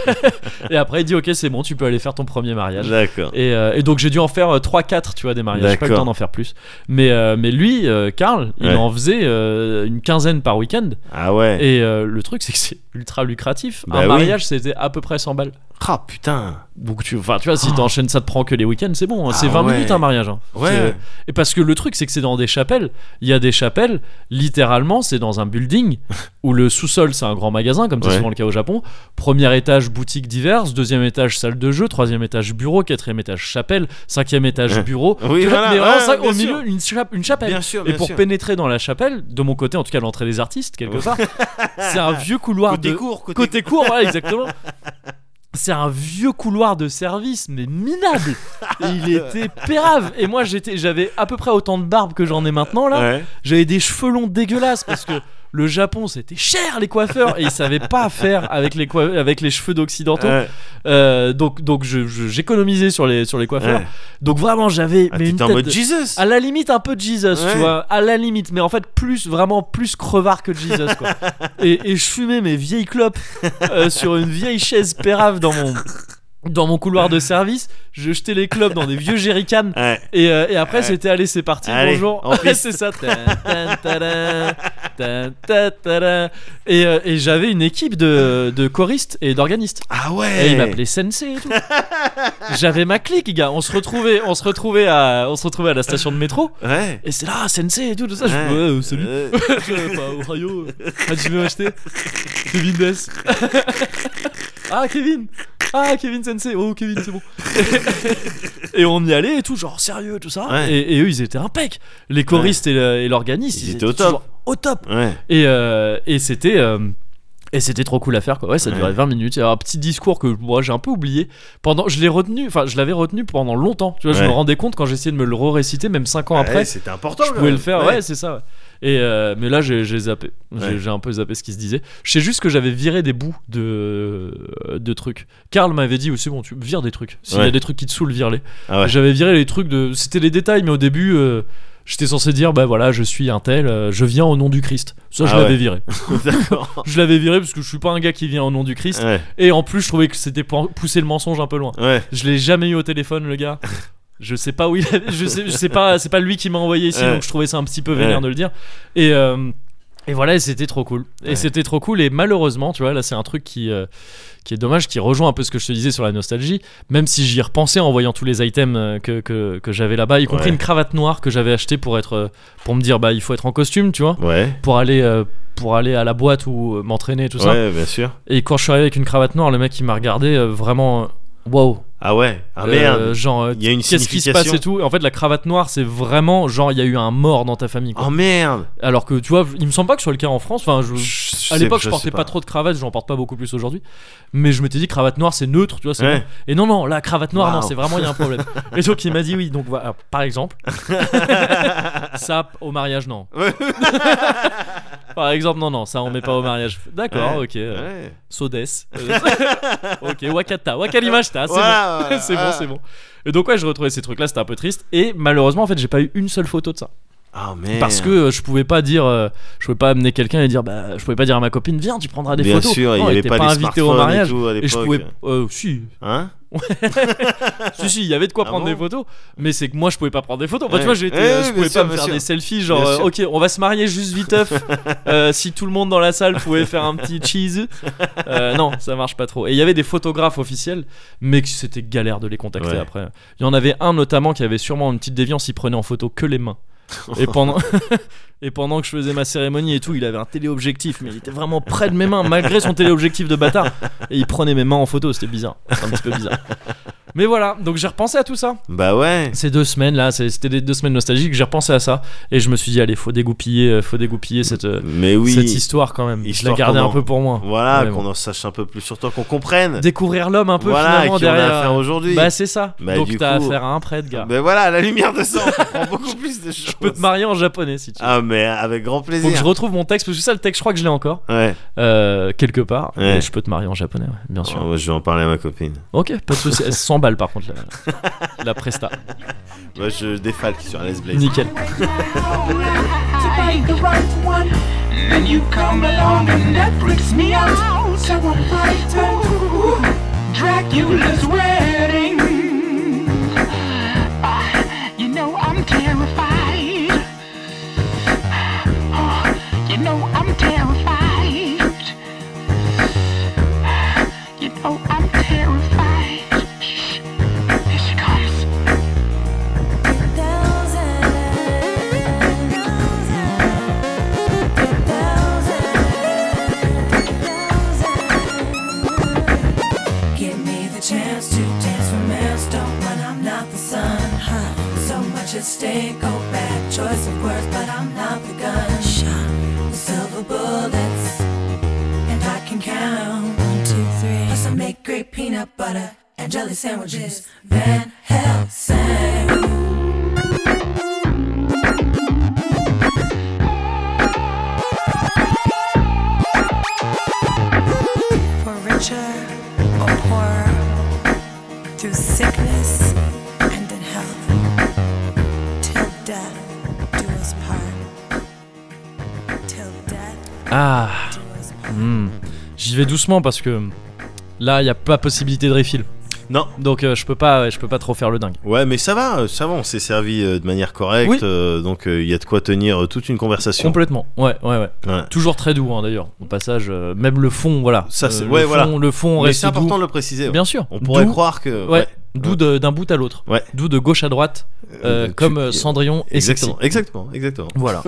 Speaker 1: et après, il dit ok, c'est bon, tu peux aller faire ton premier mariage.
Speaker 3: D'accord.
Speaker 1: Et, euh, et donc j'ai dû en faire euh, 3-4 tu vois des mariages, j'ai pas eu le
Speaker 3: D'accord.
Speaker 1: temps d'en faire plus. Mais, euh, mais lui, euh, Karl, il
Speaker 3: Ouais.
Speaker 1: en faisait euh, une quinzaine par week-end.
Speaker 3: Ah ouais.
Speaker 1: Et euh, le truc, c'est que c'est ultra lucratif.
Speaker 3: Bah
Speaker 1: un
Speaker 3: oui.
Speaker 1: mariage, c'était à peu près 100 balles.
Speaker 3: Ah putain.
Speaker 1: Donc, tu, enfin, tu vois, si t'enchaînes, ça te prend que les week-ends, c'est bon. hein.
Speaker 3: Oh. Ah
Speaker 1: c'est 20
Speaker 3: ouais.
Speaker 1: minutes un mariage. hein.
Speaker 3: Ouais.
Speaker 1: C'est- Et parce que le truc, c'est que c'est dans des chapelles. Il y a des chapelles, littéralement, c'est dans un building où le sous-sol, c'est un grand magasin, comme c'est
Speaker 3: Ouais.
Speaker 1: souvent le cas au Japon. Premier étage, boutique diverses. Deuxième étage, salle de jeu. Troisième étage, bureau. Quatrième étage, chapelle. Cinquième étage,
Speaker 3: Ouais.
Speaker 1: bureau.
Speaker 3: Oui,
Speaker 1: Tu vois,
Speaker 3: voilà,
Speaker 1: mais vraiment,
Speaker 3: ouais,
Speaker 1: ça,
Speaker 3: bien
Speaker 1: au
Speaker 3: sûr.
Speaker 1: milieu, une, cha- une chapelle.
Speaker 3: Bien sûr,
Speaker 1: Et
Speaker 3: bien
Speaker 1: pour
Speaker 3: sûr.
Speaker 1: pénétrer dans la chapelle, de mon côté, en tout cas l'entrée des artistes, quelque
Speaker 3: Ouais.
Speaker 1: part, c'est un vieux couloir
Speaker 3: Côté
Speaker 1: de
Speaker 3: court, côté,
Speaker 1: côté court, voilà, exactement. c'est un vieux couloir de service, mais minable. Et il était pérave. Et moi, j'étais, j'avais à peu près autant de barbe que j'en ai maintenant là.
Speaker 3: Ouais.
Speaker 1: J'avais des cheveux longs dégueulasses parce que le Japon, c'était cher les coiffeurs et ils savaient pas faire avec les coi- avec les cheveux d'occidentaux.
Speaker 3: Ouais.
Speaker 1: Euh, donc donc je- je- j'économisais sur les sur les coiffeurs.
Speaker 3: Ouais.
Speaker 1: Donc vraiment, j'avais
Speaker 3: Ah,
Speaker 1: mais une
Speaker 3: T'étais en
Speaker 1: tête
Speaker 3: mode
Speaker 1: de- Ah,
Speaker 3: Jesus.
Speaker 1: à la limite un peu de Jesus,
Speaker 3: Ouais.
Speaker 1: tu vois, à la limite, mais en fait plus vraiment plus crevard que Jesus quoi. et, et je fumais mes vieilles clopes euh, sur une vieille chaise pérave dans mon dans mon couloir de service, je jetais les clopes dans des vieux jerrycans
Speaker 3: Ouais.
Speaker 1: et, euh, et après
Speaker 3: Ouais.
Speaker 1: c'était allez c'est parti
Speaker 3: Allez,
Speaker 1: bonjour
Speaker 3: en piste.
Speaker 1: c'est ça Tan, tan, tadam, tan, ta, tadam. et, euh, et j'avais une équipe de, de choristes et d'organistes
Speaker 3: Ah
Speaker 1: et
Speaker 3: ouais.
Speaker 1: il m'appelait Sensei et tout. J'avais ma clique, gars. On se retrouvait, on se retrouvait à, on se retrouvait à la station de métro.
Speaker 3: Ouais.
Speaker 1: Et c'est là, ah, Sensei et tout, tout ça. Je
Speaker 3: Ouais.
Speaker 1: fais, ouais, euh, salut.
Speaker 3: Euh,
Speaker 1: Enfin, Ohio. Ah, tu veux m'acheter Kevin Dess. ah, Kevin. Ah, Kevin Sensei. Oh, Kevin, c'est bon. et on y allait et tout, genre sérieux, tout ça.
Speaker 3: Ouais.
Speaker 1: Et, et eux, ils étaient impec. Les choristes et le- et l'organiste,
Speaker 3: Ils étaient au top.
Speaker 1: toujours Au top.
Speaker 3: Ouais.
Speaker 1: Et, euh, et c'était. euh, et c'était trop cool à faire quoi. Ouais, ça durait
Speaker 3: Ouais.
Speaker 1: 20 minutes. Il y a un petit discours que moi j'ai un peu oublié. Pendant, je l'ai retenu, enfin je l'avais retenu pendant longtemps. Tu vois, je
Speaker 3: Ouais.
Speaker 1: me rendais compte quand j'essayais de me le réciter, même 5 ans après,
Speaker 3: Ouais, c'était Ah, important.
Speaker 1: je
Speaker 3: quand
Speaker 1: pouvais
Speaker 3: même.
Speaker 1: le faire. Ouais, c'est ça. ouais. Et euh, mais là j'ai j'ai zappé. J'ai
Speaker 3: Ouais.
Speaker 1: j'ai un peu zappé ce qui se disait. Je sais juste que j'avais viré des bouts de euh, de trucs. Karl m'avait dit, oh, c'est bon, tu vires des trucs. S'il y a
Speaker 3: Ouais.
Speaker 1: des trucs qui te saoulent, vire-les.
Speaker 3: Ah ouais.
Speaker 1: J'avais viré les trucs de. C'était les détails, mais au début, euh, j'étais censé dire bah voilà, je suis un tel, euh, je viens au nom du Christ. Ça, je
Speaker 3: Ah
Speaker 1: l'avais
Speaker 3: ouais.
Speaker 1: viré.
Speaker 3: D'accord.
Speaker 1: Je l'avais viré parce que je suis pas un gars qui vient au nom du Christ.
Speaker 3: Ouais.
Speaker 1: Et en plus, je trouvais que c'était pour pousser le mensonge un peu loin.
Speaker 3: Ouais.
Speaker 1: Je l'ai jamais eu au téléphone, le gars. Je sais pas où il avait- Je sais, je sais pas, c'est pas lui qui m'a envoyé ici,
Speaker 3: Ouais.
Speaker 1: donc je trouvais ça un petit peu vénère
Speaker 3: Ouais.
Speaker 1: de le dire. Et. euh, et voilà, et c'était trop cool. Et
Speaker 3: Ouais.
Speaker 1: c'était trop cool. Et malheureusement, tu vois, là, c'est un truc qui, euh, qui est dommage, qui rejoint un peu ce que je te disais sur la nostalgie. Même si j'y repensais en voyant tous les items euh, que, que, que j'avais là-bas, y compris
Speaker 3: Ouais.
Speaker 1: une cravate noire que j'avais achetée pour être, euh, pour me dire, bah, il faut être en costume, tu vois,
Speaker 3: Ouais.
Speaker 1: pour aller, euh, pour aller à la boîte ou euh, m'entraîner, tout ça.
Speaker 3: Ouais, bien sûr.
Speaker 1: Et quand je suis arrivé avec une cravate noire, le mec il m'a regardé euh, vraiment. euh, Wow.
Speaker 3: Ah ouais. Ah
Speaker 1: Euh,
Speaker 3: merde.
Speaker 1: genre, euh,
Speaker 3: Il y a une
Speaker 1: qu'est-ce qui se passe
Speaker 3: signification.
Speaker 1: et tout. Et En fait, la cravate noire, c'est vraiment genre, il y a eu un mort dans ta famille. quoi.
Speaker 3: Oh merde.
Speaker 1: Alors que tu vois, il me semble pas que ce soit le cas en France. Enfin, je-
Speaker 3: Je-
Speaker 1: Mm. à l'époque, je
Speaker 3: sais
Speaker 1: portais pas.
Speaker 3: pas
Speaker 1: trop de cravate, j'en porte pas beaucoup plus aujourd'hui. Mais je m'étais dit, cravate noire, c'est neutre, tu vois. c'est
Speaker 3: Ouais.
Speaker 1: bon. Et non, non, la cravate noire, non,
Speaker 3: Waouh.
Speaker 1: c'est vraiment, il y a un problème. et donc, il m'a dit, oui, donc, voilà, par exemple, ça, au mariage, non.
Speaker 3: Ouais.
Speaker 1: par exemple, non, non, ça, on met pas au mariage. D'accord,
Speaker 3: Ouais.
Speaker 1: ok. euh,
Speaker 3: Ouais.
Speaker 1: Sodes. Euh, ok, Wakata, Wakalimashita, c'est
Speaker 3: Voilà,
Speaker 1: bon.
Speaker 3: voilà,
Speaker 1: c'est bon,
Speaker 3: voilà.
Speaker 1: c'est bon. Et donc, ouais, je retrouvais ces trucs-là, c'était un peu triste. Et malheureusement, en fait, j'ai pas eu une seule photo de ça.
Speaker 3: Ah merde.
Speaker 1: Parce que euh, je pouvais pas dire, euh, je pouvais pas amener quelqu'un et dire, bah, je pouvais pas dire à ma copine, viens, tu prendras des
Speaker 3: bien
Speaker 1: photos.
Speaker 3: sûr, il
Speaker 1: Non, elle
Speaker 3: n'y
Speaker 1: était
Speaker 3: avait pas, les
Speaker 1: invitée au
Speaker 3: smartphones
Speaker 1: mariage.
Speaker 3: et tout à l'époque.
Speaker 1: Et je pouvais. euh, si,
Speaker 3: Hein
Speaker 1: si, si, il y avait de quoi
Speaker 3: Ah
Speaker 1: prendre
Speaker 3: bon
Speaker 1: des photos, mais c'est que moi je pouvais pas prendre des photos. Enfin,
Speaker 3: Ouais.
Speaker 1: tu vois, j'étais,
Speaker 3: Ouais,
Speaker 1: euh,
Speaker 3: ouais,
Speaker 1: je
Speaker 3: bien
Speaker 1: pouvais
Speaker 3: sûr,
Speaker 1: pas me
Speaker 3: bien
Speaker 1: faire
Speaker 3: sûr.
Speaker 1: des selfies, genre,
Speaker 3: Bien
Speaker 1: euh,
Speaker 3: sûr.
Speaker 1: ok, on va se marier juste viteuf. euh, si tout le monde dans la salle pouvait faire un petit cheese. Euh, non, ça marche pas trop. Et il y avait des photographes officiels, mais que c'était galère de les contacter
Speaker 3: Ouais.
Speaker 1: après. Il y en avait un notamment qui avait sûrement une petite déviance, il prenait en photo que les mains. Et pendant. Et pendant que je faisais ma cérémonie et tout, il avait un téléobjectif, mais il était vraiment près de mes mains, malgré son téléobjectif de bâtard. Et il prenait mes mains en photo, c'était bizarre. C'est un petit peu bizarre. Mais voilà, donc j'ai repensé à tout ça.
Speaker 3: Bah ouais.
Speaker 1: Ces deux semaines là, c'est- c'était des deux semaines nostalgiques, j'ai repensé à ça. Et je me suis dit, allez, faut dégoupiller, euh, faut dégoupiller cette, euh,
Speaker 3: Mais oui.
Speaker 1: cette histoire quand même. je
Speaker 3: Histoire
Speaker 1: la gardais un
Speaker 3: qu'on en-
Speaker 1: peu pour moi.
Speaker 3: Voilà,
Speaker 1: Ouais,
Speaker 3: qu'on
Speaker 1: bon.
Speaker 3: en sache un peu plus sur toi, qu'on comprenne.
Speaker 1: Découvrir l'homme un peu
Speaker 3: voilà, à
Speaker 1: finalement
Speaker 3: qui on a
Speaker 1: derrière.
Speaker 3: affaire aujourd'hui.
Speaker 1: bah c'est ça.
Speaker 3: Bah,
Speaker 1: donc
Speaker 3: du
Speaker 1: t'as
Speaker 3: coup-
Speaker 1: affaire à un prêtre, gars.
Speaker 3: mais voilà, à la lumière de ça, on comprend beaucoup plus de choses.
Speaker 1: Ah. Je peux te marier en japonais si tu veux.
Speaker 3: Ah, mais avec grand
Speaker 1: Faut que je
Speaker 2: hein.
Speaker 3: plaisir.
Speaker 1: retrouve mon texte, parce que ça, le texte, je crois que je l'ai encore.
Speaker 3: Ouais,
Speaker 1: Euh, quelque part.
Speaker 3: Ouais.
Speaker 1: Et je peux te marier en japonais, ouais, bien sûr.
Speaker 3: Oh, moi, je vais en parler à ma copine.
Speaker 2: Oh.
Speaker 1: Ok, pas de soucis. Elle se 100 balles par contre, la, la presta.
Speaker 3: Moi, je défalque sur Les Blaze.
Speaker 1: Nickel.
Speaker 4: to find the right one. Then you come along and that freaks me out. So I'm frightened. Ooh, Dracula's wedding. Ah, you know I'm terrified. Oh, you know I'm terrified. You know I'm terrified. Shh. Here she comes.
Speaker 5: Thousand, thousand, thousand. I make great peanut butter and jelly sandwiches. Van Helsing. For richer or poorer, through sickness and in health, till death do us part. Till death
Speaker 1: Ah,
Speaker 5: do us part.
Speaker 1: hmm. j'y vais doucement parce que là, il n'y a pas possibilité de refill.
Speaker 2: Non.
Speaker 1: Donc euh, je peux pas, ouais, je peux pas trop faire le dingue.
Speaker 2: Ouais, mais ça va, euh, ça va, on s'est servi euh, de manière correcte,
Speaker 1: Oui.
Speaker 2: euh, donc euh, il y a de quoi tenir euh, toute une conversation.
Speaker 1: Complètement. Ouais, ouais, ouais.
Speaker 2: Ouais.
Speaker 1: Toujours très doux hein, d'ailleurs. Au passage, euh, même le fond, voilà. Euh,
Speaker 2: Ça, c'est-
Speaker 1: le
Speaker 2: ouais,
Speaker 1: fond,
Speaker 2: voilà.
Speaker 1: Le fond
Speaker 2: Mais
Speaker 1: reste
Speaker 2: c'est
Speaker 1: doux.
Speaker 2: important de le préciser. ouais.
Speaker 1: Bien sûr.
Speaker 2: On pourrait
Speaker 1: Doux,
Speaker 2: croire que.
Speaker 1: Ouais. D'où
Speaker 2: Euh, Ouais.
Speaker 1: de- d'un bout à l'autre.
Speaker 2: Ouais.
Speaker 1: D'où de gauche à droite, euh,
Speaker 2: Euh, tu-
Speaker 1: comme euh, Cendrillon et Sexy.
Speaker 2: Exactement, exactement, exactement.
Speaker 1: Voilà.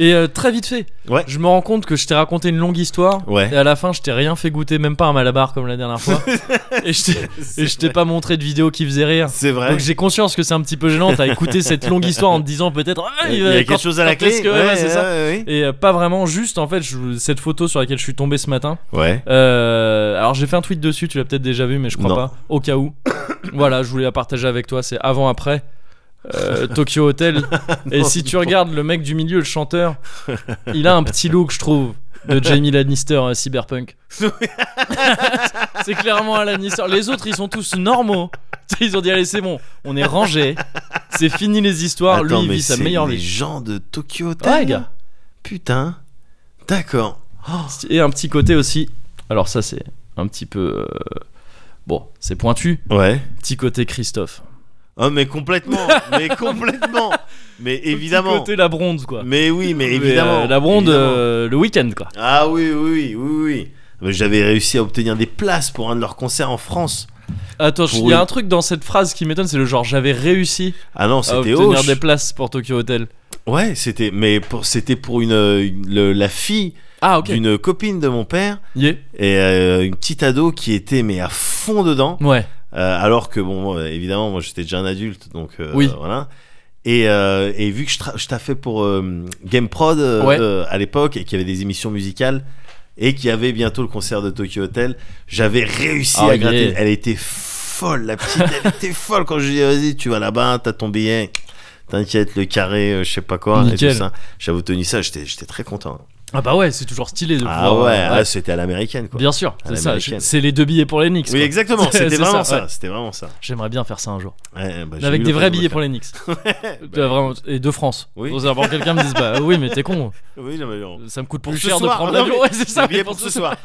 Speaker 1: et euh, très vite fait,
Speaker 2: Ouais.
Speaker 1: je me rends compte que je t'ai raconté une longue histoire.
Speaker 2: Ouais.
Speaker 1: Et à la fin, je t'ai rien fait goûter, même pas un malabar comme la dernière fois. et je t'ai- et je t'ai pas montré de vidéo qui faisait rire.
Speaker 2: C'est vrai.
Speaker 1: Donc j'ai conscience que c'est un petit peu gênant. T'as écouté cette longue histoire en te disant peut-être. Ah,
Speaker 2: il y
Speaker 1: va-
Speaker 2: a
Speaker 1: quand-
Speaker 2: quelque chose à la
Speaker 1: quand est-ce
Speaker 2: clé.
Speaker 1: que- ouais, ouais, c'est ça.
Speaker 2: ouais,
Speaker 1: Et euh, pas vraiment, juste en fait, je- cette photo sur laquelle je suis tombé ce matin.
Speaker 2: ouais. Ouais.
Speaker 1: Euh, alors j'ai fait un tweet dessus, tu l'as peut-être déjà vu, mais je crois
Speaker 2: Non.
Speaker 1: pas. Au cas où. voilà, je voulais la partager avec toi, c'est avant-après. euh, Tokyo Hotel. Et
Speaker 2: Non,
Speaker 1: si tu regardes le mec du milieu, le chanteur, il a un petit look, je trouve, de Jamie Lannister euh, cyberpunk. c'est clairement un Lannister. Les autres, ils sont tous normaux. Ils ont dit allez, c'est bon, on est rangé. C'est fini les histoires.
Speaker 2: Attends,
Speaker 1: Lui, il
Speaker 2: mais
Speaker 1: vit sa
Speaker 2: c'est
Speaker 1: meilleure
Speaker 2: les
Speaker 1: vie.
Speaker 2: gens de Tokyo Hotel.
Speaker 1: Ouais, gars.
Speaker 2: Putain. D'accord.
Speaker 1: Et un petit côté aussi. Alors ça, c'est un petit peu. euh, Bon, c'est pointu.
Speaker 2: Ouais.
Speaker 1: Petit côté Christophe.
Speaker 2: Oh, mais complètement. mais complètement. Mais
Speaker 1: Petit
Speaker 2: évidemment.
Speaker 1: côté la bronde, quoi.
Speaker 2: Mais oui, mais
Speaker 1: Mais,
Speaker 2: évidemment.
Speaker 1: euh, la bronde,
Speaker 2: évidemment.
Speaker 1: euh, le week-end, quoi.
Speaker 2: Ah oui, oui, oui, oui, oui. J'avais réussi à obtenir des places pour un de leurs concerts en France.
Speaker 1: Attends,
Speaker 2: Pour
Speaker 1: il y a
Speaker 2: une-
Speaker 1: un truc dans cette phrase qui m'étonne, c'est le genre j'avais réussi
Speaker 2: Ah non,
Speaker 1: à
Speaker 2: c'était
Speaker 1: obtenir
Speaker 2: Auch.
Speaker 1: des places pour Tokyo Hotel.
Speaker 2: Ouais, c'était mais pour c'était pour une, euh, une- le- la fille
Speaker 1: Ah, ok.
Speaker 2: d'une copine de mon père
Speaker 1: Yeah.
Speaker 2: et euh, une petite ado qui était mais à fond dedans.
Speaker 1: Ouais.
Speaker 2: Euh, alors que bon, moi, évidemment, moi j'étais déjà un adulte, donc euh,
Speaker 1: Oui.
Speaker 2: voilà. Et, euh, et vu que je, tra- je taffais pour euh, Game Prod euh,
Speaker 1: Ouais.
Speaker 2: euh, à l'époque et qu'il y avait des émissions musicales et qu'il y avait bientôt le concert de Tokyo Hotel, j'avais réussi
Speaker 1: Ah,
Speaker 2: à
Speaker 1: il
Speaker 2: gratter.
Speaker 1: est-
Speaker 2: Elle était folle, la petite, elle était folle quand je lui ai dit vas-y, tu vas là-bas, t'as ton billet. T'inquiète, le carré, euh, je sais pas quoi, et
Speaker 1: Nickel.
Speaker 2: tout ça. J'avais obtenu ça, j'étais j'étais très content.
Speaker 1: Ah, bah ouais, c'est toujours stylé de
Speaker 2: Ah
Speaker 1: pouvoir.
Speaker 2: ouais,
Speaker 1: euh,
Speaker 2: ah, c'était à l'américaine quoi.
Speaker 1: Bien sûr,
Speaker 2: À
Speaker 1: c'est ça.
Speaker 2: l'américaine.
Speaker 1: C'est les deux billets pour les Knicks.
Speaker 2: oui,
Speaker 1: quoi.
Speaker 2: exactement,
Speaker 1: C'est-
Speaker 2: c'était
Speaker 1: c'est ça,
Speaker 2: vraiment ça,
Speaker 1: ouais.
Speaker 2: c'était vraiment ça.
Speaker 1: J'aimerais bien faire ça un jour.
Speaker 2: Ouais, bah, j'ai
Speaker 1: Avec
Speaker 2: eu
Speaker 1: des
Speaker 2: l'occasion
Speaker 1: vrais
Speaker 2: de le
Speaker 1: billets
Speaker 2: faire.
Speaker 1: pour les Knicks. Euh, vraiment, et de France.
Speaker 2: Oui.
Speaker 1: Dans un moment, quelqu'un me dise Bah oui, mais t'es con.
Speaker 2: Oui, non, mais non.
Speaker 1: Ça me coûte pour
Speaker 2: Ce
Speaker 1: cher de
Speaker 2: soir,
Speaker 1: prendre
Speaker 2: non,
Speaker 1: l'avion.
Speaker 2: mais
Speaker 1: Ouais, c'est ça.
Speaker 2: Les billets
Speaker 1: mais
Speaker 2: pour ce soir.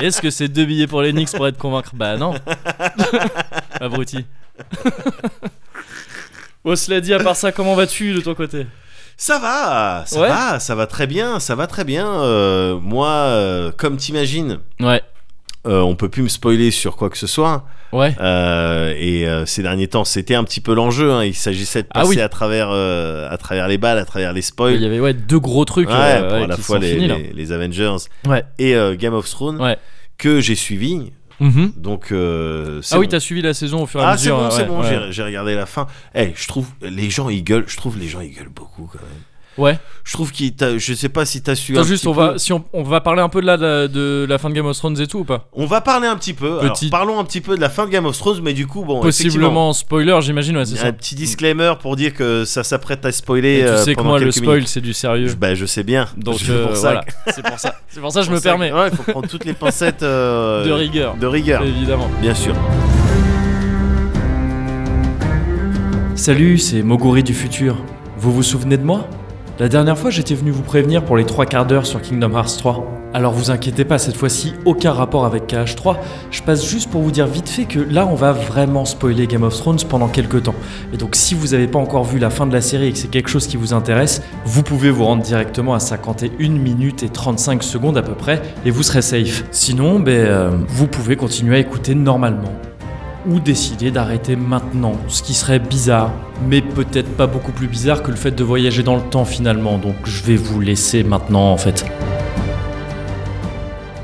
Speaker 1: Et Est-ce que c'est deux billets pour les Knicks pour être convaincre Bah non. Abruti. bon, cela dit, à part ça, comment vas-tu de ton côté
Speaker 2: Ça va, ça
Speaker 1: Ouais.
Speaker 2: va, ça va très bien, ça va très bien. Euh, moi, euh, comme t'imagines,
Speaker 1: Ouais.
Speaker 2: euh, on peut plus me spoiler sur quoi que ce soit.
Speaker 1: Ouais.
Speaker 2: Euh, et euh, ces derniers temps, c'était un petit peu l'enjeu. hein. Il s'agissait de
Speaker 1: Ah
Speaker 2: passer
Speaker 1: oui.
Speaker 2: à travers, euh, à travers les balles, à travers les
Speaker 1: Il y
Speaker 2: spoils.
Speaker 1: avait ouais, deux gros trucs
Speaker 2: Ouais,
Speaker 1: euh,
Speaker 2: pour
Speaker 1: ouais,
Speaker 2: à la
Speaker 1: qui
Speaker 2: fois
Speaker 1: sont
Speaker 2: les,
Speaker 1: finis, là.
Speaker 2: les- les Avengers
Speaker 1: Ouais.
Speaker 2: et euh, Game of Thrones
Speaker 1: Ouais.
Speaker 2: que j'ai suivi.
Speaker 1: Mhm.
Speaker 2: Donc, euh, c'est
Speaker 1: Ah oui,
Speaker 2: bon.
Speaker 1: t'as suivi la saison au fur et à
Speaker 2: Ah, c'est
Speaker 1: mesure.
Speaker 2: bon,
Speaker 1: ouais,
Speaker 2: c'est bon,
Speaker 1: ouais.
Speaker 2: j'ai- j'ai regardé la fin. Eh, je trouve les gens ils gueulent, je trouve les gens ils gueulent beaucoup quand même.
Speaker 1: Ouais.
Speaker 2: Je trouve qu'ils t'a- je sais pas si t'as su
Speaker 1: Attends,
Speaker 2: un
Speaker 1: juste,
Speaker 2: petit
Speaker 1: on
Speaker 2: peu.
Speaker 1: va, si on, on va parler un peu de la, la- de la fin de Game of Thrones et tout ou pas
Speaker 2: On va parler un petit peu. Alors,
Speaker 1: Petit-
Speaker 2: parlons un petit peu de la fin de Game of Thrones, mais du coup, bon,
Speaker 1: Possiblement spoiler, j'imagine, ouais, c'est
Speaker 2: effectivement,
Speaker 1: ça.
Speaker 2: un petit disclaimer pour dire que ça s'apprête à spoiler.
Speaker 1: Et tu
Speaker 2: euh,
Speaker 1: sais que
Speaker 2: pendant
Speaker 1: moi, le
Speaker 2: quelques
Speaker 1: spoil,
Speaker 2: minutes.
Speaker 1: c'est du
Speaker 2: Je,
Speaker 1: sérieux.
Speaker 2: bah, je sais bien.
Speaker 1: Donc
Speaker 2: C'est
Speaker 1: euh,
Speaker 2: pour ça
Speaker 1: voilà,
Speaker 2: que-
Speaker 1: c'est pour ça. C'est pour ça que je
Speaker 2: pour
Speaker 1: me
Speaker 2: ça que-
Speaker 1: permets.
Speaker 2: Ouais, il faut prendre toutes les pincettes euh,
Speaker 1: De rigueur.
Speaker 2: De rigueur,
Speaker 1: Évidemment.
Speaker 2: bien sûr.
Speaker 1: Salut, c'est Moguri du futur. Vous vous souvenez de moi La dernière fois, j'étais venu vous prévenir pour les trois quarts d'heure sur Kingdom Hearts 3. Alors vous inquiétez pas, cette fois-ci, aucun rapport avec KH3. Je passe juste pour vous dire vite fait que là, on va vraiment spoiler Game of Thrones pendant quelques temps. Et donc, si vous n'avez pas encore vu la fin de la série et que c'est quelque chose qui vous intéresse, vous pouvez vous rendre directement à 51 minutes et 35 secondes à peu près, et vous serez safe. Sinon, ben, euh, vous pouvez continuer à écouter normalement ou décider d'arrêter maintenant, ce qui serait bizarre, mais peut-être pas beaucoup plus bizarre que le fait de voyager dans le temps finalement, donc je vais vous laisser maintenant en fait.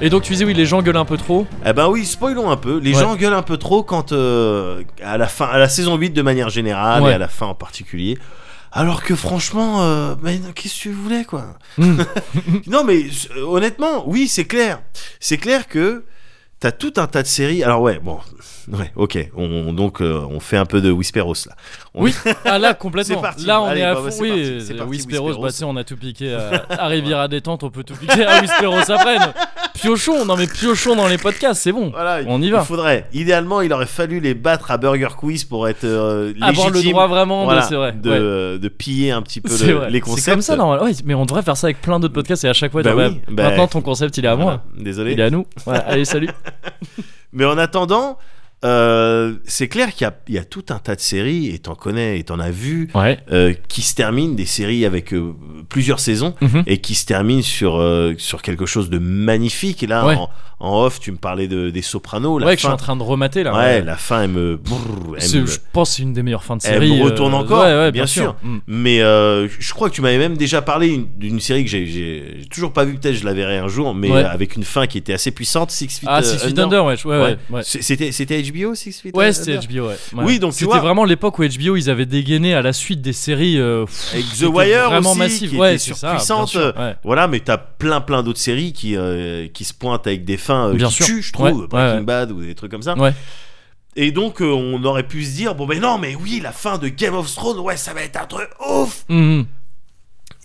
Speaker 1: Et donc tu disais oui, les gens gueulent un peu trop.
Speaker 2: Eh ben oui, spoilons un peu. Les
Speaker 1: Ouais.
Speaker 2: gens gueulent un peu trop quand euh, à la fin, à la saison 8 de manière générale
Speaker 1: Ouais.
Speaker 2: et à la fin en particulier. Alors que franchement, euh, mais non, qu'est-ce que tu voulais quoi
Speaker 1: Mm.
Speaker 2: Non mais euh, honnêtement, oui, c'est clair. C'est clair que t'as tout un tas de séries. Alors ouais, bon, ouais, ok. On, on- donc euh, on fait un peu de Whisperos là. On-
Speaker 1: Oui, ah là complètement.
Speaker 2: C'est parti.
Speaker 1: Là on
Speaker 2: Allez,
Speaker 1: est à
Speaker 2: bah, bah,
Speaker 1: fond.
Speaker 2: c'est
Speaker 1: Oui,
Speaker 2: parti, c'est
Speaker 1: euh,
Speaker 2: parti,
Speaker 1: Whisperos,
Speaker 2: Whisperos.
Speaker 1: bah, tu sais, on a tout piqué à, à Riviera détente, on peut tout piquer à Whisperos après. non. Piochon, non mais piochon dans les podcasts, c'est bon.
Speaker 2: Voilà,
Speaker 1: On y
Speaker 2: il
Speaker 1: va.
Speaker 2: faudrait. Idéalement, il aurait fallu les battre à Burger Quiz pour être euh, légitime.
Speaker 1: Avoir le droit vraiment, de-
Speaker 2: voilà,
Speaker 1: c'est vrai.
Speaker 2: de,
Speaker 1: ouais.
Speaker 2: de piller un petit peu
Speaker 1: C'est
Speaker 2: le-
Speaker 1: vrai.
Speaker 2: les
Speaker 1: C'est
Speaker 2: concepts.
Speaker 1: comme ça normalement. Ouais, mais on devrait faire ça avec plein d'autres podcasts et à chaque fois
Speaker 2: Bah
Speaker 1: dire,
Speaker 2: oui,
Speaker 1: bah,
Speaker 2: bah-
Speaker 1: maintenant ton concept il est à moi,
Speaker 2: Voilà, Désolé.
Speaker 1: il est à nous. Voilà, allez salut.
Speaker 2: Mais en attendant, euh, c'est clair qu'il y a- il y, a tout un tas de séries, et t'en connais, et t'en as vu,
Speaker 1: Ouais.
Speaker 2: euh, qui se terminent, des séries avec euh, plusieurs saisons,
Speaker 1: Mhm.
Speaker 2: et qui se terminent sur, euh, sur quelque chose de magnifique. Et là,
Speaker 1: Ouais.
Speaker 2: en, en off, tu me parlais de, des Sopranos. La
Speaker 1: Ouais, que je suis
Speaker 2: fin,
Speaker 1: en train de remater là.
Speaker 2: ouais, la fin, elle me. brrr, elle
Speaker 1: C'est-
Speaker 2: me-
Speaker 1: Je pense que c'est une des meilleures fins de
Speaker 2: Elle
Speaker 1: série. euh,
Speaker 2: me retourne encore,
Speaker 1: ouais, ouais,
Speaker 2: bien sûr.
Speaker 1: Mm.
Speaker 2: Mais euh, je crois que tu m'avais même déjà parlé une- d'une série que j'ai- j'ai j'ai toujours pas vue, peut-être je la verrai un jour, mais
Speaker 1: Ouais.
Speaker 2: euh, avec une fin qui était assez puissante, Six Feet
Speaker 1: Ah,
Speaker 2: euh,
Speaker 1: Six Feet
Speaker 2: Under.
Speaker 1: Under, ouais, je- ouais, ouais, ouais.
Speaker 2: C'est- C'était c'était HBO, Six Feet
Speaker 1: Ouais,
Speaker 2: Under
Speaker 1: c'était HBO, ouais. Ouais.
Speaker 2: Oui, donc tu
Speaker 1: c'était
Speaker 2: vois-
Speaker 1: vraiment l'époque où HBO ils avaient dégainé à la suite des séries euh, pff,
Speaker 2: Avec The
Speaker 1: c'était
Speaker 2: Wire
Speaker 1: vraiment
Speaker 2: aussi,
Speaker 1: massive,
Speaker 2: qui
Speaker 1: ouais,
Speaker 2: était
Speaker 1: c'est ça,
Speaker 2: surpuissante,
Speaker 1: bien sûr, ouais.
Speaker 2: Voilà, mais t'as plein plein d'autres séries qui, euh, qui se pointent avec des fins euh,
Speaker 1: Bien
Speaker 2: qui
Speaker 1: sûr.
Speaker 2: tuent, je trouve,
Speaker 1: Ouais,
Speaker 2: Breaking
Speaker 1: ouais, ouais.
Speaker 2: Bad ou des trucs comme ça.
Speaker 1: Ouais.
Speaker 2: Et donc euh, on aurait pu se dire bon ben non mais oui la fin de Game of Thrones ouais ça va être un truc ouf.
Speaker 1: Mhm.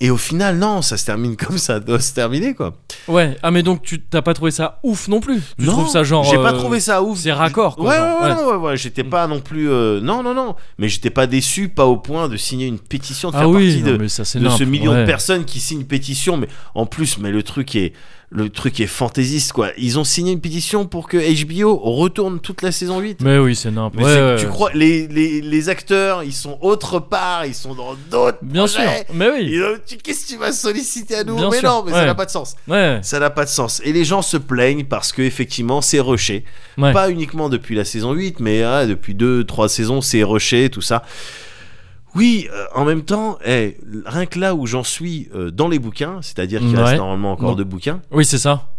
Speaker 2: Et au final non ça se termine comme ça doit se terminer quoi.
Speaker 1: Ouais. Ah mais donc tu t'as pas trouvé ça ouf non plus Tu
Speaker 2: non,
Speaker 1: trouves ça genre
Speaker 2: J'ai pas
Speaker 1: euh,
Speaker 2: trouvé ça ouf.
Speaker 1: c'est raccord, quoi,
Speaker 2: ouais,
Speaker 1: genre,
Speaker 2: ouais, ouais,
Speaker 1: ouais. Mm.
Speaker 2: ouais, ouais, J'étais pas non plus. euh, non, non, non. Mais j'étais pas déçu, pas au point de signer une pétition, de
Speaker 1: Ah
Speaker 2: faire
Speaker 1: oui,
Speaker 2: partie
Speaker 1: non,
Speaker 2: de,
Speaker 1: mais ça c'est
Speaker 2: de ce
Speaker 1: nimp,
Speaker 2: million de
Speaker 1: ouais.
Speaker 2: personnes qui signent une pétition mais en plus mais le truc est le truc est fantaisiste quoi ils ont signé une pétition pour que HBO retourne toute la saison 8
Speaker 1: Mais oui, c'est n'importe.
Speaker 2: Mais
Speaker 1: Ouais,
Speaker 2: c'est-
Speaker 1: ouais,
Speaker 2: tu
Speaker 1: ouais.
Speaker 2: crois les, les, les acteurs ils sont autre part ils sont dans d'autres
Speaker 1: Bien sûr.
Speaker 2: projets.
Speaker 1: Mais oui.
Speaker 2: Ils ont- tu- qu'est-ce que tu vas solliciter à nous
Speaker 1: Bien
Speaker 2: mais
Speaker 1: sûr,
Speaker 2: non mais ça
Speaker 1: ouais.
Speaker 2: n'a pas de sens
Speaker 1: Ouais.
Speaker 2: ça n'a pas de sens et les gens se plaignent parce que effectivement c'est rushé
Speaker 1: Ouais.
Speaker 2: pas uniquement depuis la saison 8, mais ah, depuis 2-3 saisons, c'est rushé, tout ça. Oui, euh, en même temps, eh, rien que là où j'en suis euh, dans les bouquins, c'est-à-dire qu'il
Speaker 1: Ouais.
Speaker 2: reste normalement encore
Speaker 1: Non.
Speaker 2: deux bouquins,
Speaker 1: Oui, c'est ça.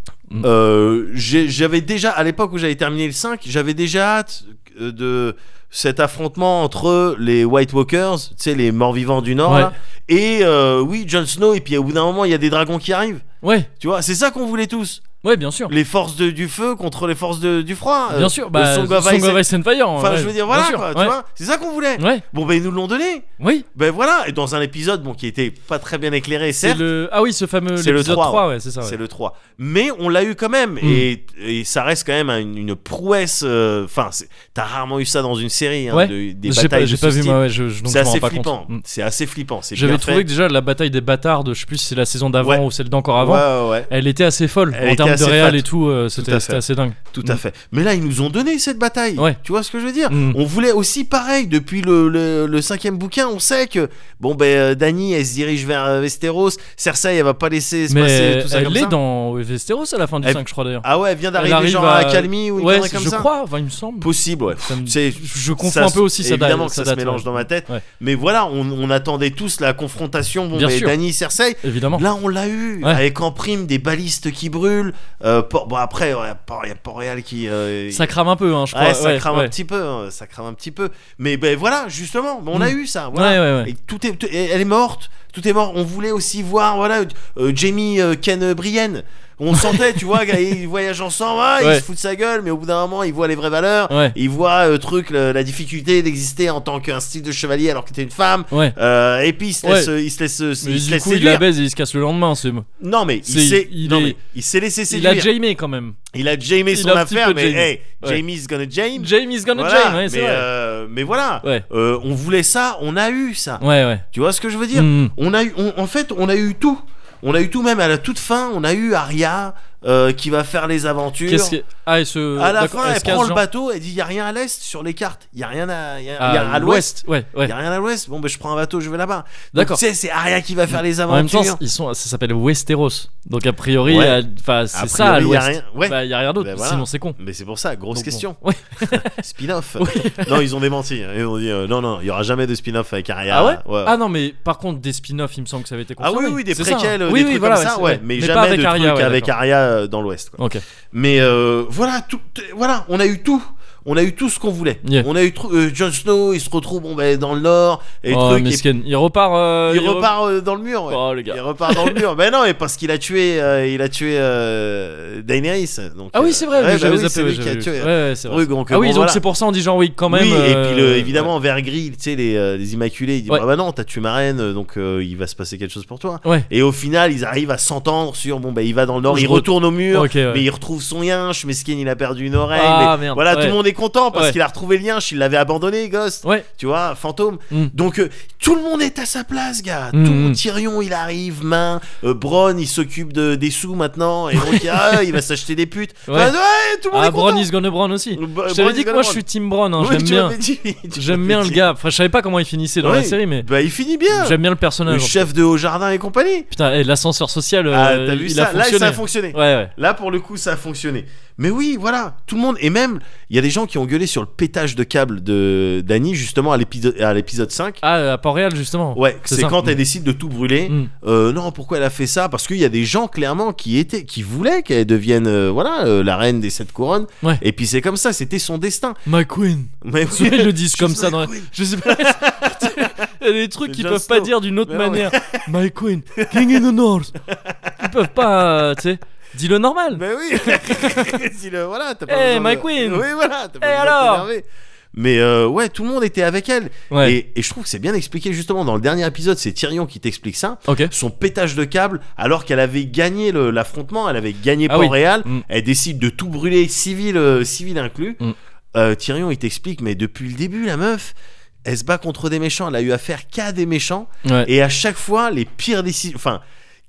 Speaker 2: euh, j'ai- j'avais déjà, à l'époque où j'avais terminé le 5, j'avais déjà hâte euh, de cet affrontement entre les White Walkers, tu sais, les morts-vivants du Nord,
Speaker 1: Ouais.
Speaker 2: là, et euh, oui, Jon Snow, et puis au bout d'un moment, il y a des dragons qui arrivent.
Speaker 1: Ouais.
Speaker 2: Tu vois, c'est ça qu'on voulait tous.
Speaker 1: Ouais, bien sûr.
Speaker 2: Les forces de- du feu contre les forces de- du froid. euh,
Speaker 1: Bien sûr.
Speaker 2: le
Speaker 1: Bah,
Speaker 2: Song of Ice and
Speaker 1: Ice and Fire.
Speaker 2: Enfin,
Speaker 1: ouais,
Speaker 2: je veux dire,
Speaker 1: bien
Speaker 2: voilà,
Speaker 1: sûr,
Speaker 2: quoi, tu
Speaker 1: ouais.
Speaker 2: vois, c'est ça qu'on voulait.
Speaker 1: Ouais.
Speaker 2: Bon, ben, ils nous l'ont donné.
Speaker 1: Oui.
Speaker 2: Ben voilà, et dans un épisode, bon, qui était pas très bien éclairé,
Speaker 1: C'est
Speaker 2: certes,
Speaker 1: le. Ah oui, ce fameux.
Speaker 2: C'est le
Speaker 1: l'épisode
Speaker 2: 3,
Speaker 1: 3, ouais, c'est ça. ouais. Mm.
Speaker 2: c'est le 3. Mais on l'a eu quand même, et, et ça reste quand même un- une, prouesse. euh, Enfin, c'est- t'as rarement eu ça dans une série, hein,
Speaker 1: Ouais.
Speaker 2: de- des
Speaker 1: J'ai
Speaker 2: batailles
Speaker 1: pas,
Speaker 2: de
Speaker 1: j'ai
Speaker 2: ce
Speaker 1: pas vu,
Speaker 2: style.
Speaker 1: moi, ouais, je, je, donc
Speaker 2: C'est
Speaker 1: je m'en rends
Speaker 2: assez,
Speaker 1: pas
Speaker 2: flippant.
Speaker 1: compte. Mm.
Speaker 2: C'est assez flippant, c'est bien
Speaker 1: J'avais
Speaker 2: fait.
Speaker 1: trouvé que déjà la bataille des bâtards, de, je sais plus si c'est la saison d'avant
Speaker 2: Ouais.
Speaker 1: ou celle d'encore avant,
Speaker 2: Ouais, ouais, ouais,
Speaker 1: elle était assez folle
Speaker 2: Elle
Speaker 1: en
Speaker 2: était
Speaker 1: termes de
Speaker 2: assez
Speaker 1: réel
Speaker 2: fat.
Speaker 1: et tout, euh, c'était
Speaker 2: à fait.
Speaker 1: c'était assez dingue.
Speaker 2: tout à
Speaker 1: Mm.
Speaker 2: fait. Mais là, ils nous ont donné cette bataille.
Speaker 1: Ouais.
Speaker 2: Tu vois ce que je veux dire
Speaker 1: Mm.
Speaker 2: On voulait aussi pareil depuis le, le- le cinquième bouquin. On sait que bon ben euh, Dany elle se dirige vers euh, Westeros. Cersei elle va pas laisser se
Speaker 1: Mais
Speaker 2: passer tout ça comme
Speaker 1: elle est
Speaker 2: ça.
Speaker 1: dans Westeros à la fin du
Speaker 2: Elle-
Speaker 1: 5, je crois d'ailleurs.
Speaker 2: Ah ouais, elle vient
Speaker 1: Elle
Speaker 2: d'arriver
Speaker 1: arrive
Speaker 2: genre
Speaker 1: à-
Speaker 2: à Calmy ou une
Speaker 1: ouais,
Speaker 2: connerie comme
Speaker 1: je
Speaker 2: ça.
Speaker 1: crois, enfin, il me semble.
Speaker 2: Possible, ouais.
Speaker 1: Ça me-
Speaker 2: C'est-
Speaker 1: je confonds
Speaker 2: ça
Speaker 1: un
Speaker 2: se-
Speaker 1: peu aussi, ça date-
Speaker 2: Évidemment que ça,
Speaker 1: ça date,
Speaker 2: se mélange
Speaker 1: ouais.
Speaker 2: dans ma tête.
Speaker 1: Ouais.
Speaker 2: Mais voilà, on, on attendait tous la confrontation. Bon,
Speaker 1: Bien
Speaker 2: mais
Speaker 1: sûr.
Speaker 2: Dany Cersei.
Speaker 1: Évidemment.
Speaker 2: Là, on l'a eu
Speaker 1: Ouais.
Speaker 2: avec en prime des balistes qui brûlent. euh, Port- bon après, il y a Port-Réal qui. euh,
Speaker 1: Ça crame un peu, hein, je crois.
Speaker 2: Ouais, ça
Speaker 1: ouais,
Speaker 2: crame
Speaker 1: ouais.
Speaker 2: un petit peu, hein, ça crame un petit peu. Mais ben voilà, justement, on a
Speaker 1: Mm.
Speaker 2: eu ça. Voilà.
Speaker 1: Ouais, ouais, ouais.
Speaker 2: Et tout est, tout- et elle est morte, tout est mort. On voulait aussi voir, voilà, euh, Jamie euh, Ken euh, Brienne. On sentait, tu vois, ils voyagent ensemble, ah,
Speaker 1: Ouais.
Speaker 2: ils se foutent de sa gueule, mais au bout d'un moment, ils voient les vraies valeurs,
Speaker 1: Ouais.
Speaker 2: ils voient euh, truc le- la difficulté d'exister en tant qu'un style de chevalier alors que t'es une femme.
Speaker 1: Ouais.
Speaker 2: Euh, et puis ils se
Speaker 1: Ouais.
Speaker 2: laissent, ils se laissent,
Speaker 1: Mais
Speaker 2: ils se
Speaker 1: du
Speaker 2: laissent
Speaker 1: coup, il
Speaker 2: séduire.
Speaker 1: la baise et il se casse le lendemain. c'est-
Speaker 2: Non mais
Speaker 1: C'est-
Speaker 2: il s'est,
Speaker 1: il
Speaker 2: non,
Speaker 1: est-
Speaker 2: mais il s'est laissé
Speaker 1: Il a
Speaker 2: séduire.
Speaker 1: Jamie quand même.
Speaker 2: Il a Jamie
Speaker 1: il
Speaker 2: son
Speaker 1: a un petit peu
Speaker 2: affaire, mais
Speaker 1: Jamie.
Speaker 2: hey,
Speaker 1: Ouais.
Speaker 2: Jamie's gonna Jamie.
Speaker 1: Jamie's gonna
Speaker 2: Voilà,
Speaker 1: Jane, ouais, c'est
Speaker 2: mais,
Speaker 1: vrai.
Speaker 2: euh, mais voilà,
Speaker 1: Ouais.
Speaker 2: Euh, on voulait ça, on a eu ça.
Speaker 1: Ouais, ouais.
Speaker 2: Tu vois ce que je veux dire
Speaker 1: Mm.
Speaker 2: On a eu, on- en fait, on a eu tout. On a eu tout même à la toute fin. On a eu Arya euh, qui va faire les aventures.
Speaker 1: Qu'est-ce que. Ah, et ce.
Speaker 2: À la
Speaker 1: d'accord,
Speaker 2: fin, elle
Speaker 1: est-ce qu'à
Speaker 2: prend
Speaker 1: ce
Speaker 2: le
Speaker 1: genre-
Speaker 2: bateau. Elle dit il y a rien à l'est sur les cartes. Il y a rien à, y a-
Speaker 1: Ah,
Speaker 2: y a à l'ouest.
Speaker 1: Ouais,
Speaker 2: Il
Speaker 1: ouais.
Speaker 2: y a rien à l'ouest. Bon, ben je prends un bateau, je vais là-bas. Donc,
Speaker 1: D'accord.
Speaker 2: Tu sais, c'est Arya qui va faire les
Speaker 1: En même
Speaker 2: aventures.
Speaker 1: temps, ils sont, ça s'appelle Westeros. Donc a priori,
Speaker 2: Ouais.
Speaker 1: euh, enfin, c'est
Speaker 2: A
Speaker 1: ça à
Speaker 2: priori, y a
Speaker 1: l'ouest.
Speaker 2: rien- ouais.
Speaker 1: Bah, y a rien d'autre.
Speaker 2: Bah, voilà.
Speaker 1: Sinon, c'est con.
Speaker 2: mais c'est pour ça, grosse
Speaker 1: Donc, bon.
Speaker 2: question.
Speaker 1: Ouais.
Speaker 2: Spin-off.
Speaker 1: Oui.
Speaker 2: non, ils ont démenti. Ils ont dit euh, non, non, il y aura jamais de spin-off avec Arya.
Speaker 1: Ah ouais, Ah non, mais par contre des spin-offs, il me semble que ça avait été
Speaker 2: Ah
Speaker 1: confirmé.
Speaker 2: oui, oui, des
Speaker 1: C'est ça, hein.
Speaker 2: préquels, euh,
Speaker 1: Oui,
Speaker 2: des
Speaker 1: oui,
Speaker 2: trucs
Speaker 1: voilà,
Speaker 2: comme ça,
Speaker 1: c'est-
Speaker 2: ouais. Mais,
Speaker 1: pas
Speaker 2: jamais
Speaker 1: avec
Speaker 2: de
Speaker 1: Arya,
Speaker 2: trucs euh,
Speaker 1: ouais,
Speaker 2: avec
Speaker 1: d'accord.
Speaker 2: Arya euh, dans l'Ouest. quoi.
Speaker 1: Ok.
Speaker 2: Mais euh, voilà, tout, euh, voilà, on a eu tout. on a eu tout ce qu'on voulait.
Speaker 1: Yeah.
Speaker 2: On a eu tru- euh, Jon Snow, il se retrouve bon, ben, dans le nord, et
Speaker 1: Oh,
Speaker 2: truc, et
Speaker 1: mesquine. Il repart. euh,
Speaker 2: il,
Speaker 1: re-
Speaker 2: repart euh, dans le mur. ouais.
Speaker 1: Oh, le gars.
Speaker 2: Il repart dans le mur. Ben non, mais parce qu'il a tué, euh, il a tué euh, Daenerys. Donc,
Speaker 1: Ah
Speaker 2: euh,
Speaker 1: oui, c'est vrai,
Speaker 2: ouais,
Speaker 1: mais
Speaker 2: bah
Speaker 1: j'avais
Speaker 2: oui,
Speaker 1: zappé.
Speaker 2: c'est
Speaker 1: ouais,
Speaker 2: lui qui a
Speaker 1: j'avais vu.
Speaker 2: tué.
Speaker 1: Ouais, ouais, c'est vrai.
Speaker 2: Truc, donc,
Speaker 1: Ah oui,
Speaker 2: bon,
Speaker 1: donc
Speaker 2: voilà.
Speaker 1: c'est pour ça en dit genre oui quand même.
Speaker 2: Oui, et puis le-
Speaker 1: euh,
Speaker 2: évidemment, vert gris, tu sais, les, euh, les Immaculés, ils disent
Speaker 1: Ouais.
Speaker 2: Ah bah non, t'as tué ma reine, donc euh, il va se passer quelque chose pour toi.
Speaker 1: Ouais.
Speaker 2: Et au final, ils arrivent à s'entendre sur Bon, bah il va dans le nord,
Speaker 1: Je
Speaker 2: il
Speaker 1: re-
Speaker 2: retourne au mur,
Speaker 1: Ok, ouais.
Speaker 2: mais il retrouve son yinche, Meskin, il a perdu une oreille.
Speaker 1: Ah,
Speaker 2: mais
Speaker 1: merde,
Speaker 2: voilà,
Speaker 1: ouais.
Speaker 2: tout le monde est content parce
Speaker 1: Ouais.
Speaker 2: qu'il a retrouvé le yinche, il l'avait abandonné, Ghost.
Speaker 1: Ouais.
Speaker 2: Tu vois, fantôme.
Speaker 1: Mm.
Speaker 2: Donc euh, tout le monde est à sa place, gars.
Speaker 1: Mm,
Speaker 2: tout
Speaker 1: mm.
Speaker 2: Tyrion, il arrive, main. Euh, Bronn, il s'occupe de, des sous maintenant. Et donc, ah, il va s'acheter des putes.
Speaker 1: Ouais.
Speaker 2: Enfin, ouais, tout le monde
Speaker 1: Ah
Speaker 2: est content.
Speaker 1: Bron is gonna Bron aussi.
Speaker 2: Bah,
Speaker 1: Je
Speaker 2: Bron
Speaker 1: t'avais
Speaker 2: is
Speaker 1: dit que
Speaker 2: gonna
Speaker 1: moi je
Speaker 2: Bron.
Speaker 1: suis Team Bron. hein,
Speaker 2: Oui,
Speaker 1: J'aime
Speaker 2: tu
Speaker 1: bien.
Speaker 2: m'avais dit, tu
Speaker 1: J'aime
Speaker 2: m'avais
Speaker 1: bien le
Speaker 2: dit.
Speaker 1: gars. Enfin, je savais pas comment il finissait dans la
Speaker 2: Ouais.
Speaker 1: série, mais
Speaker 2: Bah, il finit bien.
Speaker 1: j'aime bien le
Speaker 2: Le
Speaker 1: personnage. en fait.
Speaker 2: chef de Haut-Jardin et compagnie.
Speaker 1: Putain, et l'ascenseur social, euh,
Speaker 2: ah, t'as vu
Speaker 1: il
Speaker 2: ça
Speaker 1: a
Speaker 2: Là,
Speaker 1: fonctionné.
Speaker 2: ça a fonctionné.
Speaker 1: Ouais, ouais.
Speaker 2: Là, pour le coup, ça a fonctionné. Mais oui, voilà, tout le monde. Et même, il y a des gens qui ont gueulé sur le pétage de câble de Dany, justement, à l'épisode, à l'épisode 5.
Speaker 1: Ah, à Port-Réal, justement.
Speaker 2: ouais,
Speaker 1: c'est
Speaker 2: c'est
Speaker 1: ça.
Speaker 2: quand
Speaker 1: Mm.
Speaker 2: elle décide de tout brûler.
Speaker 1: Mm.
Speaker 2: Euh, non, pourquoi elle a fait ça Parce qu'il y a des gens, clairement, qui étaient, qui voulaient qu'elle devienne, euh, voilà, euh, la reine des sept couronnes.
Speaker 1: Ouais.
Speaker 2: Et puis, c'est comme ça, c'était son destin.
Speaker 1: My Queen.
Speaker 2: Mais oui.
Speaker 1: Souvent, ils le disent
Speaker 2: She's
Speaker 1: comme ça
Speaker 2: my
Speaker 1: dans la-
Speaker 2: queen.
Speaker 1: Je sais pas. Il y a des trucs
Speaker 2: C'est
Speaker 1: qu'ils
Speaker 2: Jon
Speaker 1: peuvent pas
Speaker 2: Snow.
Speaker 1: dire d'une autre
Speaker 2: Mais non, mais-
Speaker 1: manière. My Queen, King in the North. Ils peuvent pas, euh, tu sais. Dis-le normal.
Speaker 2: Mais oui Dis-le, voilà, t'as pas
Speaker 1: Eh,
Speaker 2: besoin
Speaker 1: my
Speaker 2: de-
Speaker 1: queen
Speaker 2: Oui, voilà, t'as
Speaker 1: Eh
Speaker 2: pas besoin de
Speaker 1: alors
Speaker 2: t'énerver. Mais euh, ouais, tout le monde était avec elle.
Speaker 1: Ouais.
Speaker 2: Et, et je trouve que c'est bien expliqué justement dans le dernier épisode, c'est Tyrion qui t'explique ça.
Speaker 1: Ok.
Speaker 2: Son pétage de câble, alors qu'elle avait gagné le- l'affrontement, elle avait gagné
Speaker 1: Ah oui.
Speaker 2: Port-Réal,
Speaker 1: Mm.
Speaker 2: elle décide de tout brûler, civil, euh, civil inclus.
Speaker 1: Mm.
Speaker 2: Euh, Tyrion, il t'explique, mais depuis le début, la meuf, elle se bat contre des méchants, elle a eu affaire qu'à des méchants.
Speaker 1: Ouais.
Speaker 2: Et à chaque fois, les pires décisions. Enfin,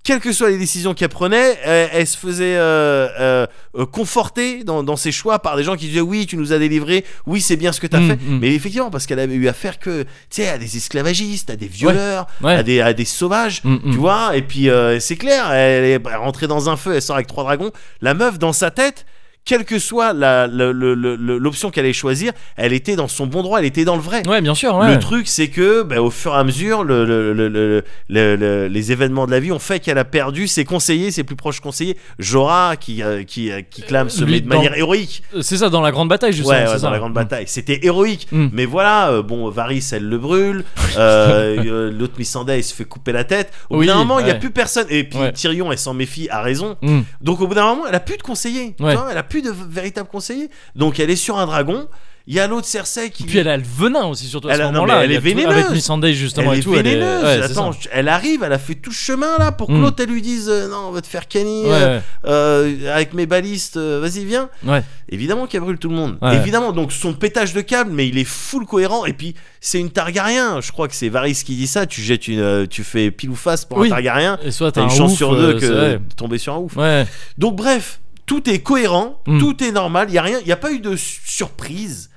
Speaker 2: quelles que soient les décisions qu'elle prenait, elle, elle se faisait euh, euh, euh, conforter dans, dans ses choix par des gens qui disaient Oui, tu nous as délivrés, oui, c'est bien ce que tu as
Speaker 1: Mm,
Speaker 2: fait.
Speaker 1: mm.
Speaker 2: Mais effectivement, parce qu'elle avait eu affaire que, tu sais, à des esclavagistes, à des violeurs,
Speaker 1: Ouais.
Speaker 2: À, des, à des sauvages.
Speaker 1: Mm, mm.
Speaker 2: Tu vois, et puis euh, c'est clair, elle est rentrée dans un feu, elle sort avec trois dragons. La meuf, dans sa tête, quelle que soit la- le- le- le- le- l'option qu'elle allait choisir, elle était dans son bon droit, elle était dans le vrai.
Speaker 1: Ouais, bien sûr. Ouais.
Speaker 2: Le truc, c'est que bah, au fur et à mesure, le, le- le- le- le- le- les événements de la vie ont fait qu'elle a perdu ses conseillers, ses plus proches conseillers. Jorah, qui, euh, qui, euh, qui clame se
Speaker 1: Lui,
Speaker 2: met de
Speaker 1: dans-
Speaker 2: manière héroïque.
Speaker 1: C'est ça dans la grande bataille, justement.
Speaker 2: ouais,
Speaker 1: c'est
Speaker 2: ouais,
Speaker 1: ça.
Speaker 2: dans la grande bataille. C'était héroïque.
Speaker 1: Mm.
Speaker 2: Mais voilà, euh, bon, Varys, elle le brûle. Euh, euh, L'autre Missandei, il se fait couper la tête. Au
Speaker 1: Oui,
Speaker 2: bout d'un moment, il n'y a
Speaker 1: ouais.
Speaker 2: plus personne. Et puis
Speaker 1: Ouais.
Speaker 2: Tyrion, elle s'en méfie, à raison.
Speaker 1: Mm.
Speaker 2: Donc au bout d'un moment, elle a plus de conseillers. tu
Speaker 1: Ouais.
Speaker 2: vois, elle a plus de v- véritable conseiller. Donc elle est sur un dragon. Il y a l'autre Cersei qui.
Speaker 1: Et puis elle a le venin aussi, surtout à
Speaker 2: Elle
Speaker 1: ce
Speaker 2: a- non,
Speaker 1: moment-là.
Speaker 2: mais elle
Speaker 1: Il y a
Speaker 2: est
Speaker 1: tout- Avec
Speaker 2: vénéneuse.
Speaker 1: Missandei, justement,
Speaker 2: elle
Speaker 1: et
Speaker 2: est
Speaker 1: tout.
Speaker 2: vénéneuse.
Speaker 1: Elle est... ouais, c'est
Speaker 2: Attends,
Speaker 1: ça.
Speaker 2: je- elle arrive, elle a fait tout ce chemin là pour que
Speaker 1: Mm.
Speaker 2: l'autre elle lui dise euh, non, on va te faire canner
Speaker 1: Ouais,
Speaker 2: euh,
Speaker 1: ouais.
Speaker 2: euh, avec mes balistes, euh, vas-y viens.
Speaker 1: Ouais.
Speaker 2: Évidemment qu'elle brûle tout le monde.
Speaker 1: Ouais.
Speaker 2: Évidemment, donc son pétage de câble, mais il est full cohérent. Et puis c'est une Targaryen. Je crois que c'est Varys qui dit ça. Tu jettes une, euh, tu fais pile ou face pour
Speaker 1: Oui.
Speaker 2: un Targaryen.
Speaker 1: Et soit
Speaker 2: T'as
Speaker 1: t'as
Speaker 2: une
Speaker 1: un
Speaker 2: chance
Speaker 1: ouf,
Speaker 2: sur
Speaker 1: euh,
Speaker 2: deux que
Speaker 1: c'est vrai.
Speaker 2: de tomber sur un ouf.
Speaker 1: Ouais.
Speaker 2: Donc bref, tout est cohérent,
Speaker 1: Mm.
Speaker 2: tout est normal. Il y a rien, il y a pas eu de su- surprise.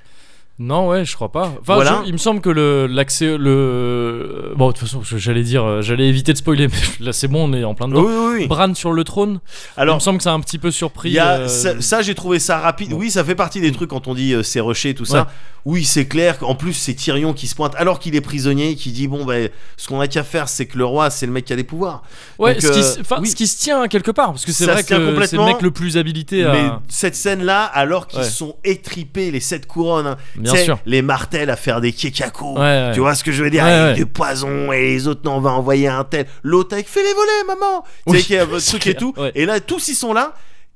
Speaker 1: Non, ouais, je crois pas. Enfin,
Speaker 2: Voilà.
Speaker 1: je- il me semble que le l'accès, le bon, de toute façon, parce que j'allais dire, euh, j'allais éviter de spoiler, mais là c'est Oh. bon, on est en plein dedans.
Speaker 2: Oui, oui, oui.
Speaker 1: Bran sur le trône. il
Speaker 2: Alors
Speaker 1: me semble que c'est un petit peu surpris.
Speaker 2: Il y a-
Speaker 1: euh,
Speaker 2: ça, ça, j'ai trouvé ça rapide.
Speaker 1: Bon.
Speaker 2: Oui, ça fait partie des trucs quand on dit euh, c'est rushé tout ça. Oui, c'est clair. qu'en plus, c'est Tyrion qui se pointe alors qu'il est prisonnier, qui dit bon ben, ce qu'on a qu'à faire, c'est que le roi, c'est le mec qui a les pouvoirs.
Speaker 1: Ouais,
Speaker 2: donc,
Speaker 1: ce, qui,
Speaker 2: euh,
Speaker 1: se- enfin,
Speaker 2: oui.
Speaker 1: ce qui se tient hein, quelque part, parce que c'est
Speaker 2: Ça
Speaker 1: vrai
Speaker 2: se tient
Speaker 1: que c'est le
Speaker 2: complètement,
Speaker 1: mec le plus habilité
Speaker 2: Mais
Speaker 1: à.
Speaker 2: cette scène-là, alors qu'ils
Speaker 1: Ouais.
Speaker 2: sont étripés les sept couronnes, hein,
Speaker 1: Bien
Speaker 2: tu sais,
Speaker 1: sûr.
Speaker 2: les martels à faire des kekakos.
Speaker 1: Ouais, ouais.
Speaker 2: Tu vois ce que je veux dire
Speaker 1: Ouais,
Speaker 2: Avec
Speaker 1: ouais.
Speaker 2: du poison et les autres, non, on va envoyer un tel. L'autre avec, fais les volets, maman Tu
Speaker 1: Oui,
Speaker 2: sais, qu'il y a votre
Speaker 1: c'est
Speaker 2: truc et
Speaker 1: clair,
Speaker 2: tout.
Speaker 1: ouais. Mm.
Speaker 2: Et là, tous ils sont là.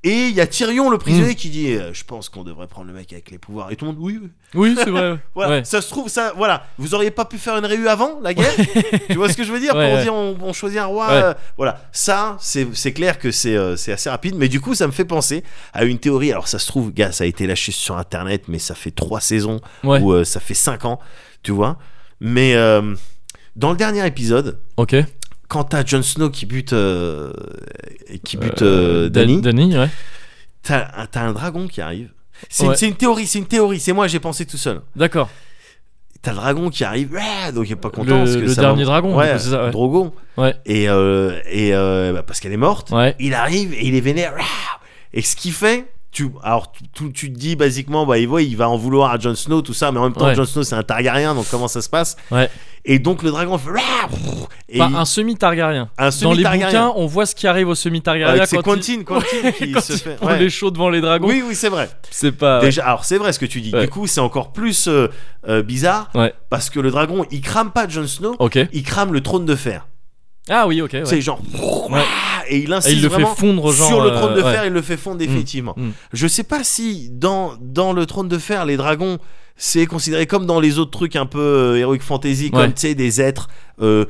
Speaker 2: Et il y a Tyrion, le prisonnier, qui dit euh, Je pense qu'on devrait prendre le mec avec les pouvoirs. Et tout le monde, oui, oui.
Speaker 1: Oui, c'est vrai. ouais.
Speaker 2: Voilà,
Speaker 1: Ouais.
Speaker 2: ça se trouve, ça, voilà, vous auriez pas pu faire une réu avant la guerre Tu vois ce que je veux dire
Speaker 1: Ouais,
Speaker 2: Pour
Speaker 1: ouais.
Speaker 2: dire on, on choisit un roi,
Speaker 1: Ouais.
Speaker 2: euh, voilà. Ça, c'est c'est clair que c'est euh, c'est assez rapide, mais du coup, ça me fait penser à une théorie. Alors, ça se trouve, gars, ça a été lâché sur internet, mais ça fait trois saisons
Speaker 1: Ouais.
Speaker 2: ou euh, ça fait cinq ans, tu vois. Mais euh, dans le dernier épisode,
Speaker 1: Ok.
Speaker 2: quand t'as Jon Snow qui bute, euh, qui bute euh, Dany,
Speaker 1: Danny, ouais.
Speaker 2: t'as un- t'as un dragon qui arrive. C'est
Speaker 1: Ouais.
Speaker 2: c'est une théorie, c'est une théorie. C'est moi, j'ai pensé tout seul.
Speaker 1: D'accord.
Speaker 2: T'as le dragon qui arrive, ouais, donc il est pas content.
Speaker 1: Le-
Speaker 2: parce que
Speaker 1: le
Speaker 2: sa
Speaker 1: dernier
Speaker 2: maman-
Speaker 1: dragon, du
Speaker 2: ouais,
Speaker 1: coup, c'est ça, ouais.
Speaker 2: Drogon.
Speaker 1: Ouais.
Speaker 2: Et, euh, et euh, bah, parce qu'elle est morte,
Speaker 1: Ouais.
Speaker 2: il arrive et il est vénère. Ouah Et ce qu'il fait, tu, alors tu, tu- tu te dis basiquement, bah, il, va- il va en vouloir à Jon Snow, tout ça, mais en même temps,
Speaker 1: Ouais.
Speaker 2: Jon Snow c'est un Targaryen, donc comment ça se passe
Speaker 1: Ouais.
Speaker 2: Et donc le dragon fait. Et
Speaker 1: Enfin,
Speaker 2: il-
Speaker 1: Bah, un semi-Targaryen.
Speaker 2: un
Speaker 1: Dans les
Speaker 2: semi-Targaryen.
Speaker 1: bouquins, on voit ce qui arrive au semi-Targaryen
Speaker 2: Euh, c'est
Speaker 1: quand
Speaker 2: Quentin, Quentin
Speaker 1: il,
Speaker 2: qui
Speaker 1: quand
Speaker 2: se
Speaker 1: il
Speaker 2: fait.
Speaker 1: prend
Speaker 2: ouais.
Speaker 1: les shows devant les dragons.
Speaker 2: Oui, oui, c'est vrai.
Speaker 1: C'est pas. Ah ouais.
Speaker 2: Déjà, alors c'est vrai ce que tu dis.
Speaker 1: Ouais.
Speaker 2: Du coup, c'est encore plus euh, euh, bizarre
Speaker 1: Ouais. Oh.
Speaker 2: parce que le dragon, il crame pas Jon Snow,
Speaker 1: Ok.
Speaker 2: il crame le trône de fer.
Speaker 1: Ah oui, ok. ouais.
Speaker 2: C'est genre et il
Speaker 1: Et
Speaker 2: insiste
Speaker 1: il le fait
Speaker 2: vraiment
Speaker 1: fondre genre.
Speaker 2: sur le trône
Speaker 1: euh,
Speaker 2: de
Speaker 1: ouais.
Speaker 2: fer, il le fait fondre définitivement.
Speaker 1: Mm.
Speaker 2: Je sais pas si dans dans le trône de fer, les dragons c'est considéré comme dans les autres trucs un peu euh, heroic fantasy, comme
Speaker 1: Ouais.
Speaker 2: tu sais des êtres euh,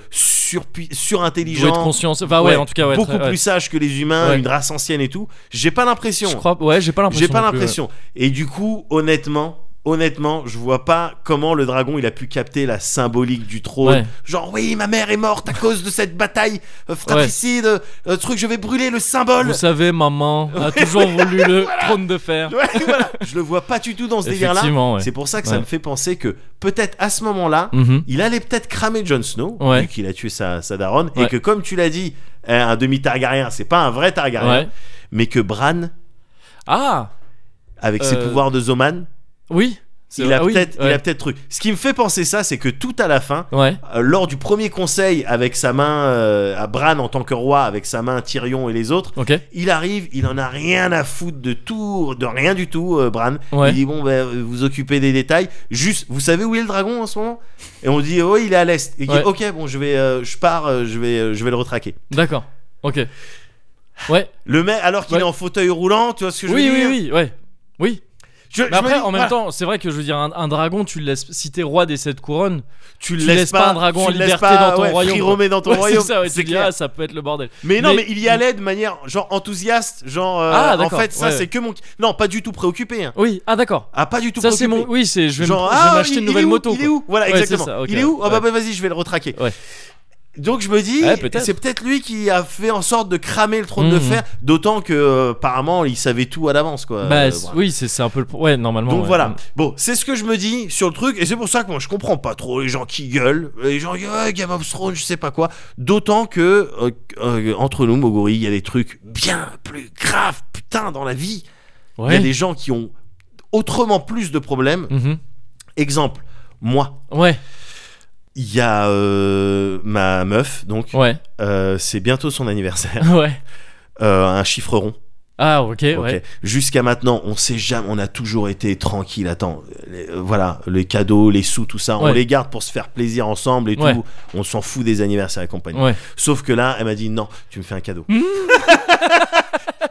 Speaker 1: Doué
Speaker 2: surpui-
Speaker 1: de
Speaker 2: surintelligents,
Speaker 1: conscience. Enfin ouais,
Speaker 2: Ouais,
Speaker 1: en tout cas ouais.
Speaker 2: beaucoup
Speaker 1: très- ouais.
Speaker 2: plus sages que les humains,
Speaker 1: Ouais.
Speaker 2: une race ancienne et tout. J'ai pas l'impression.
Speaker 1: Je crois. Ouais, j'ai pas l'impression.
Speaker 2: J'ai pas
Speaker 1: non plus, ouais.
Speaker 2: l'impression. Et du coup, honnêtement, honnêtement, je vois pas comment le dragon il a pu capter la symbolique du trône.
Speaker 1: Ouais.
Speaker 2: Genre oui, ma mère est morte à cause de cette bataille euh, fratricide, euh, euh, truc, je vais brûler le symbole.
Speaker 1: Vous savez, maman a toujours voulu le trône de fer.
Speaker 2: Ouais, voilà. Je le vois pas du tout dans ce délire-là.
Speaker 1: Effectivement, ouais.
Speaker 2: C'est pour ça que ça
Speaker 1: Ouais.
Speaker 2: me fait penser que peut-être à ce moment-là,
Speaker 1: Mhm.
Speaker 2: il allait peut-être cramer Jon Snow
Speaker 1: Ouais.
Speaker 2: vu qu'il a tué sa, sa daronne et
Speaker 1: Ouais.
Speaker 2: que comme tu l'as dit, euh, un demi Targaryen, c'est pas un vrai Targaryen,
Speaker 1: Ouais.
Speaker 2: mais que Bran
Speaker 1: Ah
Speaker 2: avec ses
Speaker 1: Euh,
Speaker 2: pouvoirs de Zoman
Speaker 1: oui. c'est
Speaker 2: il
Speaker 1: vrai.
Speaker 2: a
Speaker 1: Ah oui,
Speaker 2: peut-être il
Speaker 1: ouais.
Speaker 2: a peut-être truc ce qui me fait penser ça c'est que tout à la fin
Speaker 1: Ouais.
Speaker 2: euh, lors du premier conseil avec sa main euh, à Bran en tant que roi avec sa main Tyrion et les autres
Speaker 1: Ok.
Speaker 2: il arrive il en a rien à foutre de tout de rien du tout euh, Bran
Speaker 1: Ouais.
Speaker 2: il dit bon ben, euh, vous occupez des détails juste vous savez où est le dragon en ce moment et on dit oh il est à l'est et il
Speaker 1: Ouais.
Speaker 2: dit ok bon je vais euh, je pars euh, je vais euh, je vais le retraquer
Speaker 1: D'accord. Ok. Ouais.
Speaker 2: le mec alors qu'il
Speaker 1: Ouais.
Speaker 2: est en fauteuil roulant tu vois ce que je
Speaker 1: Oui,
Speaker 2: veux
Speaker 1: oui, oui.
Speaker 2: dire
Speaker 1: Ouais. Oui.
Speaker 2: Je- je
Speaker 1: Mais
Speaker 2: me
Speaker 1: après,
Speaker 2: dis, ah,
Speaker 1: en même
Speaker 2: voilà,
Speaker 1: temps, c'est vrai que je veux dire, un, un dragon, tu le laisses. Si t'es roi des sept couronnes,
Speaker 2: tu
Speaker 1: tu laisses pas un dragon
Speaker 2: tu
Speaker 1: en
Speaker 2: le laisses
Speaker 1: liberté
Speaker 2: pas,
Speaker 1: dans ton
Speaker 2: ouais,
Speaker 1: royaume,
Speaker 2: friromer dans ton
Speaker 1: ouais,
Speaker 2: royaume
Speaker 1: c'est ça, ouais, tu dis,
Speaker 2: clair.
Speaker 1: ah, ça peut être le bordel.
Speaker 2: Mais non,
Speaker 1: Mais-
Speaker 2: mais il y allait de manière genre enthousiaste, genre euh,
Speaker 1: Ah,
Speaker 2: en
Speaker 1: d'accord,
Speaker 2: fait ça
Speaker 1: ouais,
Speaker 2: c'est
Speaker 1: ouais.
Speaker 2: que mon non pas du tout préoccupé hein.
Speaker 1: Oui, ah d'accord.
Speaker 2: ah pas du tout
Speaker 1: Ça, c'est
Speaker 2: préoccupé
Speaker 1: mon. Oui, c'est. Je vais me-
Speaker 2: genre
Speaker 1: je vais
Speaker 2: ah
Speaker 1: m'acheter
Speaker 2: il-
Speaker 1: une
Speaker 2: il
Speaker 1: nouvelle
Speaker 2: est où
Speaker 1: moto.
Speaker 2: il est où voilà
Speaker 1: Ouais, c'est
Speaker 2: exactement
Speaker 1: ça, ok,
Speaker 2: il est où ah bah,
Speaker 1: ouais.
Speaker 2: bah, vas-y je vais le retraquer
Speaker 1: Ouais.
Speaker 2: donc je me dis
Speaker 1: Ouais, peut-être.
Speaker 2: c'est peut-être lui qui a fait en sorte de cramer le trône de
Speaker 1: Mhm.
Speaker 2: fer d'autant que euh, apparemment il savait tout à l'avance quoi
Speaker 1: Bah
Speaker 2: Euh,
Speaker 1: c'est-
Speaker 2: voilà.
Speaker 1: oui, c'est c'est un peu le. pro- Ouais, normalement.
Speaker 2: Donc
Speaker 1: ouais.
Speaker 2: voilà. Bon, c'est ce que je me dis sur le truc, et c'est pour ça que moi je comprends pas trop les gens qui gueulent, les gens qui Ouais, Game of Thrones, je sais pas quoi. D'autant que euh, euh, entre nous, Mogori, il y a des trucs bien plus graves, putain, dans la vie. Il y
Speaker 1: Ouais.
Speaker 2: a des gens qui ont autrement plus de problèmes.
Speaker 1: Mhm.
Speaker 2: Exemple, moi,
Speaker 1: Ouais.
Speaker 2: il y a euh, ma meuf, donc
Speaker 1: Ouais.
Speaker 2: euh, c'est bientôt son anniversaire,
Speaker 1: Ouais.
Speaker 2: Euh, un chiffre rond.
Speaker 1: Ah ok.
Speaker 2: Ok.
Speaker 1: Ouais.
Speaker 2: Jusqu'à maintenant, on sait jamais, on a toujours été tranquille. Attends, les- euh, voilà, les cadeaux, les sous, tout ça, on
Speaker 1: Ouais.
Speaker 2: les garde pour se faire plaisir ensemble et
Speaker 1: Ouais.
Speaker 2: tout. On s'en fout des anniversaires et compagnie.
Speaker 1: Ouais.
Speaker 2: Sauf que là, elle m'a dit non, tu me fais un cadeau.
Speaker 1: Mmh.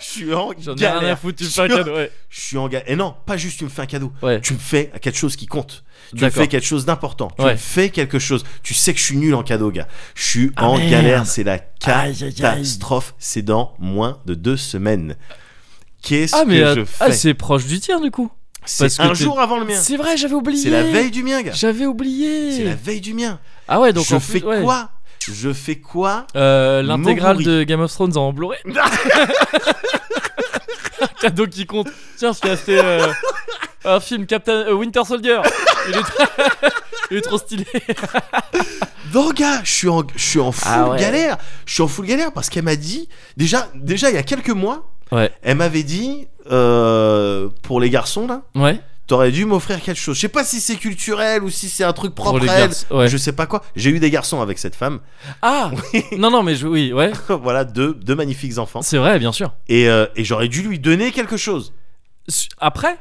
Speaker 2: Je suis en
Speaker 1: J'en ai rien à
Speaker 2: galère.
Speaker 1: foutre. Tu
Speaker 2: Je
Speaker 1: fais un
Speaker 2: suis en-
Speaker 1: cadeau. Ouais.
Speaker 2: Je suis en galère. Et non, pas juste tu me fais un cadeau.
Speaker 1: Ouais.
Speaker 2: Tu me fais quelque chose qui compte. Tu me
Speaker 1: D'accord.
Speaker 2: fais quelque chose d'important. Tu
Speaker 1: Ouais.
Speaker 2: me fais quelque chose. Tu sais que je suis nul en cadeau, gars. Je suis
Speaker 1: Ah,
Speaker 2: en
Speaker 1: merde.
Speaker 2: galère. C'est la
Speaker 1: Aïe, aïe, aïe.
Speaker 2: catastrophe. C'est dans moins de deux semaines. Qu'est-ce
Speaker 1: Ah mais
Speaker 2: que
Speaker 1: euh,
Speaker 2: je fais
Speaker 1: ah, c'est proche du tien du coup. parce
Speaker 2: C'est
Speaker 1: que
Speaker 2: un
Speaker 1: t'es-
Speaker 2: jour avant le mien.
Speaker 1: C'est vrai, j'avais oublié.
Speaker 2: C'est la veille du mien, gars.
Speaker 1: J'avais
Speaker 2: C'est la
Speaker 1: oublié.
Speaker 2: veille du mien.
Speaker 1: Ah ouais, donc
Speaker 2: je
Speaker 1: en
Speaker 2: fais
Speaker 1: plus, ouais.
Speaker 2: quoi Je fais quoi
Speaker 1: Euh, L'intégrale
Speaker 2: Moguri.
Speaker 1: de Game of Thrones en Blu-ray. Un cadeau qui compte. Tiens, je t'ai acheté euh, un film Captain euh, Winter Soldier. Il est, trop- il est trop stylé.
Speaker 2: Non, gars, je suis en, je suis en full
Speaker 1: Ah ouais.
Speaker 2: galère. Je suis en full galère parce qu'elle m'a dit déjà, déjà il y a quelques mois,
Speaker 1: Ouais.
Speaker 2: elle m'avait dit euh, pour les garçons là,
Speaker 1: Ouais.
Speaker 2: t'aurais dû m'offrir quelque chose. Je sais pas si c'est culturel ou si c'est un truc
Speaker 1: Pour
Speaker 2: propre
Speaker 1: les
Speaker 2: à elle.
Speaker 1: garçons, ouais.
Speaker 2: Je sais pas quoi. J'ai eu des garçons avec cette femme.
Speaker 1: Ah non non mais je oui ouais
Speaker 2: voilà, deux, deux magnifiques enfants.
Speaker 1: c'est vrai bien sûr.
Speaker 2: Et, euh, et j'aurais dû lui donner quelque chose.
Speaker 1: Su- Après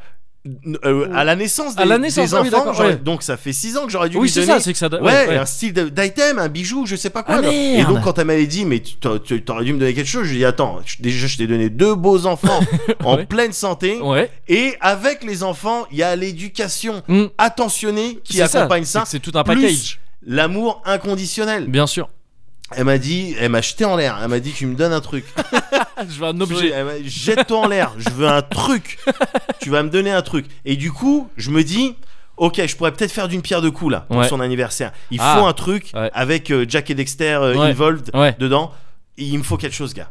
Speaker 2: Euh, à la naissance des,
Speaker 1: À la naissance,
Speaker 2: des
Speaker 1: ah oui,
Speaker 2: enfants,
Speaker 1: d'accord,
Speaker 2: j'aurais-
Speaker 1: ouais.
Speaker 2: donc ça fait 6 ans que j'aurais dû
Speaker 1: oui
Speaker 2: lui
Speaker 1: c'est ça
Speaker 2: donner
Speaker 1: c'est que ça da-
Speaker 2: ouais, un style de- d'item un bijou je sais pas quoi
Speaker 1: Ah,
Speaker 2: alors. et
Speaker 1: merde.
Speaker 2: donc quand elle m'avait dit mais tu t'a- tu- t'aurais dû me donner quelque chose je lui ai dit attends je- déjà je t'ai donné deux beaux enfants en
Speaker 1: Ouais.
Speaker 2: pleine santé
Speaker 1: ouais.
Speaker 2: et avec les enfants il y a l'éducation
Speaker 1: Mm.
Speaker 2: attentionnée qui
Speaker 1: C'est
Speaker 2: accompagne
Speaker 1: c'est
Speaker 2: ça,
Speaker 1: que C'est tout un
Speaker 2: plus
Speaker 1: package.
Speaker 2: l'amour inconditionnel
Speaker 1: Bien sûr.
Speaker 2: elle m'a dit elle m'a jeté en l'air elle m'a dit tu me donnes un truc
Speaker 1: Ah, je veux un objet.
Speaker 2: Elle m'a dit, jette-toi en l'air je veux un truc tu vas me donner un truc et du coup je me dis Ok, je pourrais peut-être faire d'une pierre deux coups là pour
Speaker 1: Ouais.
Speaker 2: son anniversaire. Il
Speaker 1: Ah.
Speaker 2: faut un truc
Speaker 1: Ouais.
Speaker 2: avec euh, Jack et Dexter euh,
Speaker 1: Ouais.
Speaker 2: involved
Speaker 1: Ouais.
Speaker 2: dedans. Et il me faut quelque chose, gars.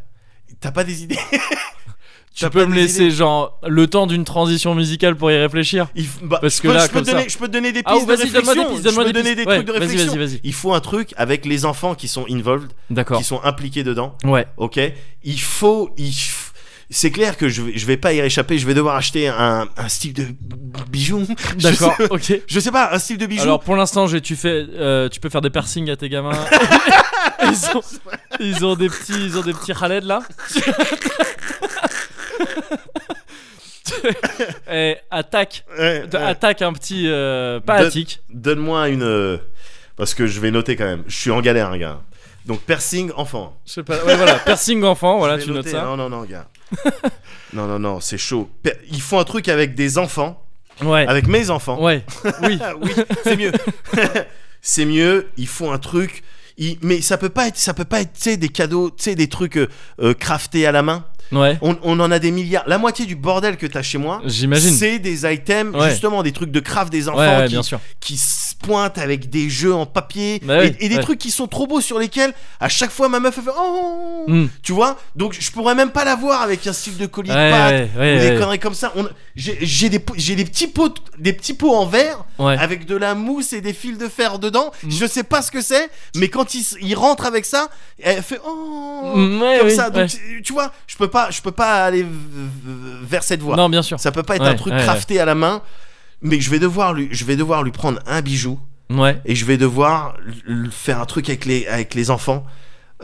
Speaker 2: T'as pas des idées
Speaker 1: Tu
Speaker 2: t'as
Speaker 1: peux
Speaker 2: pas
Speaker 1: me
Speaker 2: des
Speaker 1: laisser genre le temps d'une transition musicale pour y réfléchir.
Speaker 2: Il f- bah,
Speaker 1: Parce
Speaker 2: je
Speaker 1: que
Speaker 2: peux-
Speaker 1: là,
Speaker 2: je peux
Speaker 1: comme
Speaker 2: te donner,
Speaker 1: ça.
Speaker 2: je peux te donner des
Speaker 1: Ah,
Speaker 2: pistes de
Speaker 1: vas-y, donne-moi des
Speaker 2: réflexion.
Speaker 1: pistes,
Speaker 2: je
Speaker 1: donne-moi
Speaker 2: peux
Speaker 1: des
Speaker 2: donner des
Speaker 1: pistes.
Speaker 2: trucs de
Speaker 1: Ouais, vas-y,
Speaker 2: réflexion.
Speaker 1: vas-y, vas-y.
Speaker 2: Il faut un truc avec les enfants qui sont involved,
Speaker 1: D'accord.
Speaker 2: qui sont impliqués dedans.
Speaker 1: Ouais.
Speaker 2: Ok, il faut, il f- c'est clair que je vais, je vais pas y échapper. Je vais devoir acheter un, un style de bijoux. Je
Speaker 1: D'accord,
Speaker 2: sais-
Speaker 1: ok.
Speaker 2: Je sais pas, un style de bijoux.
Speaker 1: Alors pour l'instant, j'ai- tu, fais, euh, tu peux faire des piercings à tes gamins. ils, ont, ils ont des petits, ils ont des petits Khaled là. Eh, attaque,
Speaker 2: Ouais, ouais.
Speaker 1: attaque un petit euh, pas
Speaker 2: Donne-
Speaker 1: attique.
Speaker 2: Donne-moi une. euh, Parce que je vais noter quand même. Je suis en galère, gars. Donc, piercing enfant.
Speaker 1: Je sais pas. Ouais, voilà, piercing enfant, voilà,
Speaker 2: Je vais
Speaker 1: tu notes
Speaker 2: noter.
Speaker 1: ça.
Speaker 2: Non, non, non, gars. non, non, non, c'est chaud. Per- Ils font un truc avec des enfants,
Speaker 1: hein. Ouais,
Speaker 2: avec mes enfants.
Speaker 1: ouais, oui.
Speaker 2: Ah oui, c'est mieux. c'est mieux. Ils font un truc. Ils- Mais ça peut pas être, ça peut pas être, tu sais, des cadeaux, tu sais, des trucs euh, euh, craftés à la main.
Speaker 1: Ouais,
Speaker 2: On, on en a des milliards. La moitié du bordel que t'as chez moi,
Speaker 1: j'imagine.
Speaker 2: c'est des items,
Speaker 1: Ouais.
Speaker 2: justement, des trucs de craft des
Speaker 1: Ouais,
Speaker 2: enfants
Speaker 1: ouais,
Speaker 2: qui,
Speaker 1: bien sûr.
Speaker 2: qui se pointent avec des jeux en papier
Speaker 1: Bah
Speaker 2: et,
Speaker 1: oui,
Speaker 2: et des
Speaker 1: ouais.
Speaker 2: trucs qui sont trop beaux sur lesquels à chaque fois ma meuf elle fait oh
Speaker 1: Mm.
Speaker 2: tu vois donc je pourrais même pas l'avoir avec un style de collier
Speaker 1: Ouais,
Speaker 2: de pâte
Speaker 1: ouais, ouais,
Speaker 2: ou des
Speaker 1: ouais.
Speaker 2: conneries comme ça On- j'ai j'ai des po- j'ai des petits pots des petits pots en verre
Speaker 1: Ouais.
Speaker 2: avec de la mousse et des fils de fer dedans
Speaker 1: Mm.
Speaker 2: je sais pas ce que c'est mais quand il, s- il rentre avec ça elle fait oh
Speaker 1: Mm, ouais,
Speaker 2: comme
Speaker 1: oui,
Speaker 2: ça donc
Speaker 1: ouais.
Speaker 2: tu- tu vois je peux pas je peux pas aller v- v- vers cette voie
Speaker 1: Non, bien sûr.
Speaker 2: ça peut pas être
Speaker 1: Ouais,
Speaker 2: un truc
Speaker 1: ouais,
Speaker 2: crafté à la main mais je vais devoir lui je vais devoir lui prendre un bijou
Speaker 1: Ouais.
Speaker 2: et je vais devoir l- l- faire un truc avec les, avec les enfants.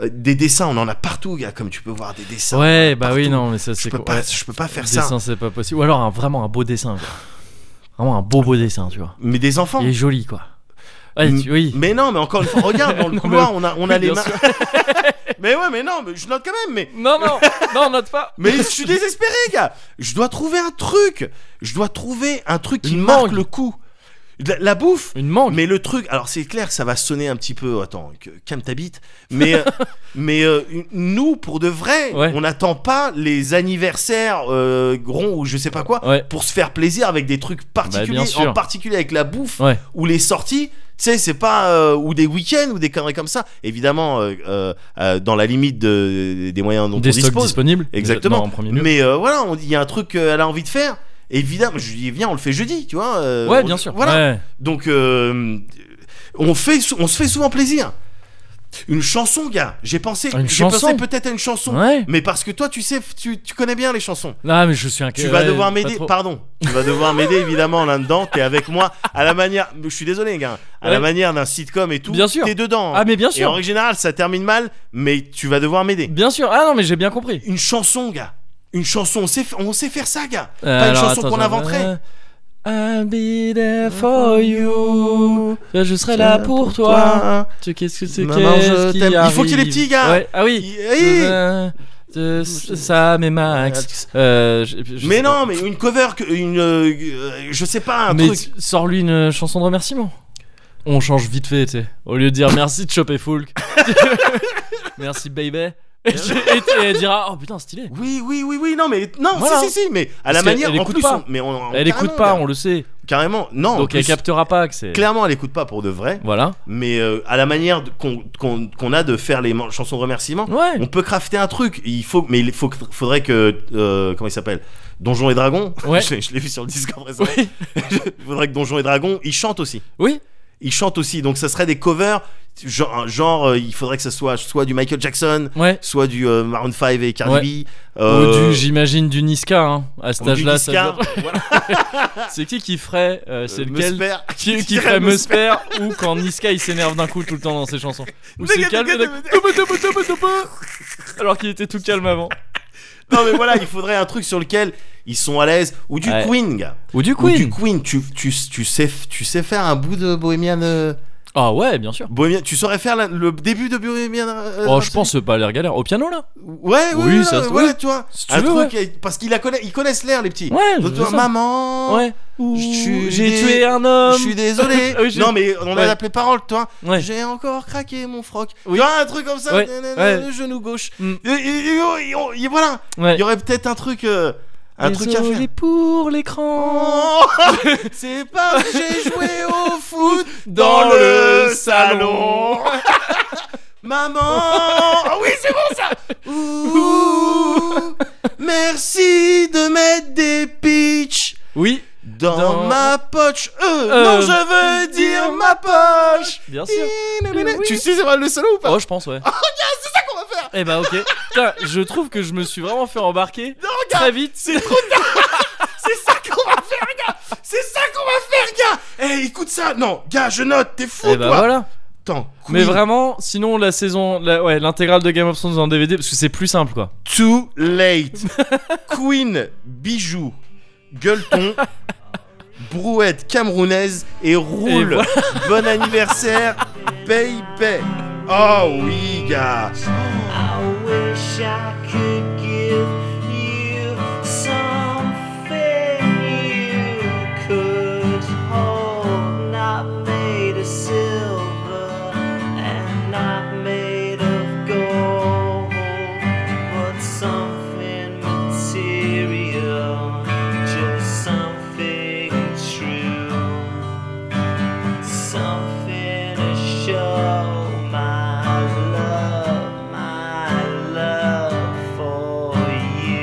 Speaker 2: Euh, des dessins, on en a partout, gars, comme tu peux voir des dessins.
Speaker 1: Ouais, bah oui,
Speaker 2: partout.
Speaker 1: non, mais ça
Speaker 2: je
Speaker 1: c'est
Speaker 2: peux,
Speaker 1: quoi
Speaker 2: pas,
Speaker 1: ouais.
Speaker 2: je peux pas faire ça.
Speaker 1: Dessin, c'est pas possible. Ou alors un- vraiment un beau dessin. quoi. Vraiment un beau beau dessin, tu vois.
Speaker 2: Mais des enfants.
Speaker 1: Il est joli, quoi. Ouais, Ah, tu- oui.
Speaker 2: Mais non, mais encore une fois, regarde, dans le
Speaker 1: Non,
Speaker 2: couloir, on a, on a
Speaker 1: oui,
Speaker 2: les
Speaker 1: bien
Speaker 2: mains.
Speaker 1: sûr.
Speaker 2: mais ouais, mais non, mais je note quand même, mais.
Speaker 1: Non, non, non, note pas.
Speaker 2: Mais je suis désespéré, gars. Je dois trouver un truc. Je dois trouver un truc qui
Speaker 1: Une
Speaker 2: marque
Speaker 1: mangue.
Speaker 2: le coup. La, la bouffe.
Speaker 1: Une mangue.
Speaker 2: Mais le truc, alors c'est clair, que ça va sonner un petit peu. Attends, que- calme ta bite. Mais, euh, mais euh, nous, pour de vrai,
Speaker 1: Ouais.
Speaker 2: on n'attend pas les anniversaires euh, ronds ou je sais pas quoi
Speaker 1: Ouais.
Speaker 2: pour se faire plaisir avec des trucs particuliers,
Speaker 1: Bah, bien sûr.
Speaker 2: en particulier avec la bouffe
Speaker 1: Ouais.
Speaker 2: ou les sorties. Tu sais, c'est pas. euh, ou des week-ends ou des conneries comme ça. Évidemment, euh, euh, euh, dans la limite de- des moyens dont
Speaker 1: Des
Speaker 2: on
Speaker 1: stocks
Speaker 2: dispose.
Speaker 1: disponibles.
Speaker 2: Exactement.
Speaker 1: Non, en premier lieu.
Speaker 2: Mais euh, voilà, on- il y a un truc qu'elle a envie de faire. Évidemment, je lui dis, viens, on le fait jeudi, tu vois. euh,
Speaker 1: ouais,
Speaker 2: on-
Speaker 1: bien sûr.
Speaker 2: Voilà.
Speaker 1: Ouais.
Speaker 2: Donc, euh, on, fait, sou- on se fait souvent plaisir. Une chanson, gars. J'ai pensé,
Speaker 1: Ah, Une
Speaker 2: j'ai pensé
Speaker 1: chanson
Speaker 2: peut-être à une chanson.
Speaker 1: Ouais.
Speaker 2: Mais parce que toi, tu sais, tu, tu connais bien les chansons.
Speaker 1: Non, mais je suis inquiet.
Speaker 2: Tu vas
Speaker 1: Ouais,
Speaker 2: devoir
Speaker 1: pas
Speaker 2: m'aider.
Speaker 1: trop.
Speaker 2: Pardon. Tu vas devoir m'aider, évidemment, là-dedans. T'es avec moi à la manière. Je suis désolé, gars. À la
Speaker 1: Ouais.
Speaker 2: manière d'un sitcom et tout.
Speaker 1: Bien sûr.
Speaker 2: T'es dedans.
Speaker 1: Ah, mais bien
Speaker 2: et en
Speaker 1: sûr.
Speaker 2: règle générale, ça termine mal, mais tu vas devoir m'aider.
Speaker 1: Bien sûr. Ah non, mais j'ai bien compris.
Speaker 2: Une chanson, gars. Une chanson, on sait, f- on sait faire ça, gars.
Speaker 1: Euh,
Speaker 2: Pas une
Speaker 1: alors,
Speaker 2: chanson
Speaker 1: attends,
Speaker 2: qu'on
Speaker 1: attends.
Speaker 2: inventerait.
Speaker 1: I'll be there for you. Je serai là pour toi. Tu- Qu'est-ce que c'est
Speaker 2: Maman, je
Speaker 1: qu'est-ce qui
Speaker 2: t'aime. Il
Speaker 1: arrive
Speaker 2: faut qu'il y ait les petits gars.
Speaker 1: Ouais. Ah oui.
Speaker 2: Hey
Speaker 1: Euh, de S- Sam et Max. Euh, je- je- je
Speaker 2: mais
Speaker 1: sais pas.
Speaker 2: non, mais une cover, que- une, euh, euh, je sais pas, un
Speaker 1: mais
Speaker 2: truc.
Speaker 1: s- sors-lui une euh, chanson de remerciement. On change vite fait, tu sais. Au lieu de dire merci de choper Foulk. merci baby. Et, tu- et tu- et elle dira oh putain stylé.
Speaker 2: Oui, oui, oui, oui, non, mais non,
Speaker 1: Voilà.
Speaker 2: si, si, si, mais à
Speaker 1: Parce
Speaker 2: la
Speaker 1: qu'elle-
Speaker 2: manière,
Speaker 1: elle
Speaker 2: en
Speaker 1: écoute
Speaker 2: plus,
Speaker 1: pas.
Speaker 2: on- mais on, on-
Speaker 1: Elle
Speaker 2: carrément,
Speaker 1: écoute pas,
Speaker 2: gars.
Speaker 1: on le sait.
Speaker 2: carrément, non, en
Speaker 1: Donc elle
Speaker 2: plus,
Speaker 1: captera pas que c'est.
Speaker 2: clairement, elle écoute pas pour de vrai,
Speaker 1: Voilà.
Speaker 2: mais euh, à la manière de- qu'on qu'on- qu'on a de faire les man- chansons de remerciement,
Speaker 1: Ouais.
Speaker 2: on peut crafter un truc. Il faut, mais il faut, faudrait que, euh, comment il s'appelle, Donjon et Dragon.
Speaker 1: Ouais.
Speaker 2: je je l'ai vu sur le Discord récemment.
Speaker 1: Oui.
Speaker 2: Il faudrait que Donjon et Dragon, ils chantent aussi.
Speaker 1: Oui.
Speaker 2: Ils chantent aussi, donc ça serait des covers. Genre, genre, euh, il faudrait que ça soit soit du Michael Jackson,
Speaker 1: Ouais.
Speaker 2: soit du euh, Maroon 5 et Cardi
Speaker 1: Ouais.
Speaker 2: B.
Speaker 1: Ou
Speaker 2: euh,
Speaker 1: du, j'imagine, du Niska, hein. À cet
Speaker 2: ou du
Speaker 1: âge-là, ça
Speaker 2: Niska,
Speaker 1: doit- c'est qui qui ferait, euh, c'est
Speaker 2: euh,
Speaker 1: lequel
Speaker 2: Meusper,
Speaker 1: qui, qui
Speaker 2: dirait
Speaker 1: ferait
Speaker 2: Meusper.
Speaker 1: Meusper ou quand Niska il s'énerve d'un coup tout le temps dans ses chansons. Ou c'est
Speaker 2: Dégage,
Speaker 1: calme et
Speaker 2: dégage,
Speaker 1: d'un coup,
Speaker 2: dégage.
Speaker 1: Topo, topo, topo, topo alors qu'il était tout calme avant.
Speaker 2: Non mais voilà, il faudrait un truc sur lequel ils sont à l'aise ou du
Speaker 1: Ouais.
Speaker 2: Queen, gars.
Speaker 1: Ou du
Speaker 2: Ou
Speaker 1: Queen.
Speaker 2: du Queen, tu, tu, tu sais tu sais faire un bout de Bohemian euh,
Speaker 1: Ah ouais, bien sûr.
Speaker 2: Bohemian, tu saurais faire la- le début de Bohemian euh,
Speaker 1: Oh, je
Speaker 2: Rhapsody
Speaker 1: pense pas l'air galère. Au piano là
Speaker 2: Ouais, ouais,
Speaker 1: Oui,
Speaker 2: ouais,
Speaker 1: ça se-
Speaker 2: voilà,
Speaker 1: oui.
Speaker 2: tu vois.
Speaker 1: Si tu
Speaker 2: un
Speaker 1: veux,
Speaker 2: truc parce qu'ils la connaissent, ils connaissent l'air les petits.
Speaker 1: Ouais,
Speaker 2: Donc,
Speaker 1: je
Speaker 2: toi,
Speaker 1: sais.
Speaker 2: maman.
Speaker 1: Ouais.
Speaker 2: suis
Speaker 1: J'ai
Speaker 2: dé-
Speaker 1: tué un homme.
Speaker 2: Je suis désolé.
Speaker 1: Ah oui, j'ai-
Speaker 2: non mais on
Speaker 1: Ouais.
Speaker 2: a appelé parole, toi.
Speaker 1: Ouais.
Speaker 2: J'ai encore craqué mon froc.
Speaker 1: Oui.
Speaker 2: Tu vois, un truc comme ça,
Speaker 1: Ouais,
Speaker 2: nanana,
Speaker 1: ouais.
Speaker 2: le genou gauche.
Speaker 1: Mm.
Speaker 2: Et- et- et- et- on- et voilà,
Speaker 1: Ouais.
Speaker 2: il y aurait peut-être un truc, euh, un truc à
Speaker 1: Désolé
Speaker 2: faire.
Speaker 1: pour l'écran.
Speaker 2: Oh, C'est pas que j'ai joué au foot dans,
Speaker 1: Dans
Speaker 2: le
Speaker 1: le salon.
Speaker 2: salon. Maman, ah oui c'est bon ça. Ouh, merci de mettre des pitchs
Speaker 1: Oui,
Speaker 2: dans,
Speaker 1: Dans-
Speaker 2: ma poche. Euh,
Speaker 1: Euh,
Speaker 2: non je veux dire ma poche.
Speaker 1: bien sûr. Oui.
Speaker 2: Tu sais c'est pas le salon ou pas
Speaker 1: Oh, je pense, ouais.
Speaker 2: C'est ça qu'on va faire.
Speaker 1: Eh bah, ok. Putain, je trouve que je me suis vraiment fait embarquer très vite.
Speaker 2: C'est trop tard. C'est ça qu'on va faire, gars. C'est ça écoute ça Non, gars, je note, t'es fou,
Speaker 1: Et
Speaker 2: toi
Speaker 1: bah voilà.
Speaker 2: Attends,
Speaker 1: Mais
Speaker 2: Queen,
Speaker 1: vraiment, sinon la saison, la- ouais, l'intégrale de Game of Thrones en DVD parce que c'est plus simple quoi.
Speaker 2: Too late. Queen, bijoux, gueuleton, brouette camerounaise et roule.
Speaker 1: Et voilà.
Speaker 2: Bon anniversaire, baby. Oh oui, gars.
Speaker 6: I wish I could give you something you could hold, not made of silver and not made of gold, but something material, just something true something to show my love, my love for you.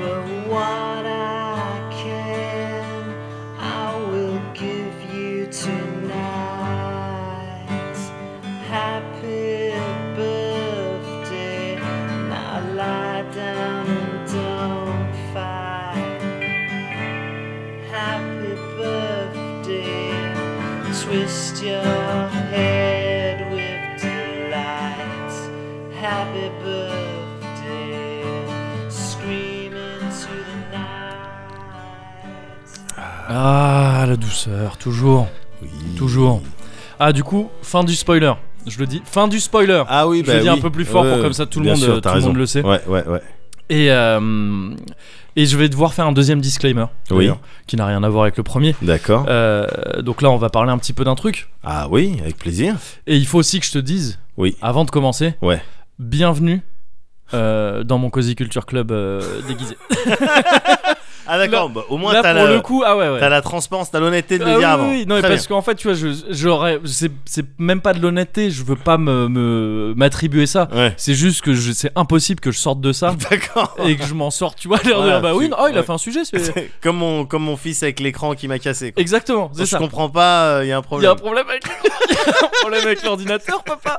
Speaker 6: But what I can, I will give you tonight. Happy birthday. Now lie down and don't fight. Happy birthday. Twist your head with delight. Happy birthday. Scream into the night.
Speaker 1: Ah la douceur, toujours, toujours. Ah du coup, fin du spoiler. Je le dis, fin du spoiler.
Speaker 2: Ah oui,
Speaker 1: Je le dis un peu plus fort pour comme ça, tout le
Speaker 2: bien
Speaker 1: monde,
Speaker 2: sûr,
Speaker 1: euh,
Speaker 2: t'as
Speaker 1: tout le monde
Speaker 2: raison.
Speaker 1: le sait.
Speaker 2: Ouais, ouais, ouais.
Speaker 1: Et euh, et je vais devoir faire un deuxième disclaimer.
Speaker 2: Oui,
Speaker 1: d'ailleurs, Qui n'a rien à voir avec le premier.
Speaker 2: d'accord.
Speaker 1: Euh, donc là, on va parler un petit peu d'un truc.
Speaker 2: Ah oui, avec plaisir.
Speaker 1: Et il faut aussi que je te dise,
Speaker 2: Oui.
Speaker 1: avant de commencer,
Speaker 2: Ouais.
Speaker 1: bienvenue euh, dans mon Cozy Culture Club euh, déguisé.
Speaker 2: Ah d'accord, bah, au moins
Speaker 1: là,
Speaker 2: t'as
Speaker 1: pour
Speaker 2: la,
Speaker 1: le coup, ah ouais, ouais.
Speaker 2: t'as la transparence, t'as l'honnêteté de le
Speaker 1: Ah
Speaker 2: dire
Speaker 1: oui,
Speaker 2: avant.
Speaker 1: oui, oui. non, mais
Speaker 2: Très
Speaker 1: parce qu'en fait, tu vois, je- j'aurais, c'est c'est même pas de l'honnêteté, je veux pas me- me m'attribuer ça.
Speaker 2: bien. Ouais.
Speaker 1: C'est juste que je- c'est impossible que je sorte de ça
Speaker 2: D'accord.
Speaker 1: et que je m'en sorte, tu vois, l'air de
Speaker 2: Voilà,
Speaker 1: dire, bah oui,
Speaker 2: tu-
Speaker 1: non, oh, il a
Speaker 2: ouais.
Speaker 1: fait un sujet, c'est.
Speaker 2: comme, mon, comme mon fils avec l'écran qui m'a cassé. Quoi.
Speaker 1: Exactement, c'est
Speaker 2: je
Speaker 1: ça.
Speaker 2: comprends pas, il y a un
Speaker 1: Il y a
Speaker 2: problème.
Speaker 1: un problème avec, il y a un problème avec l'ordinateur, papa.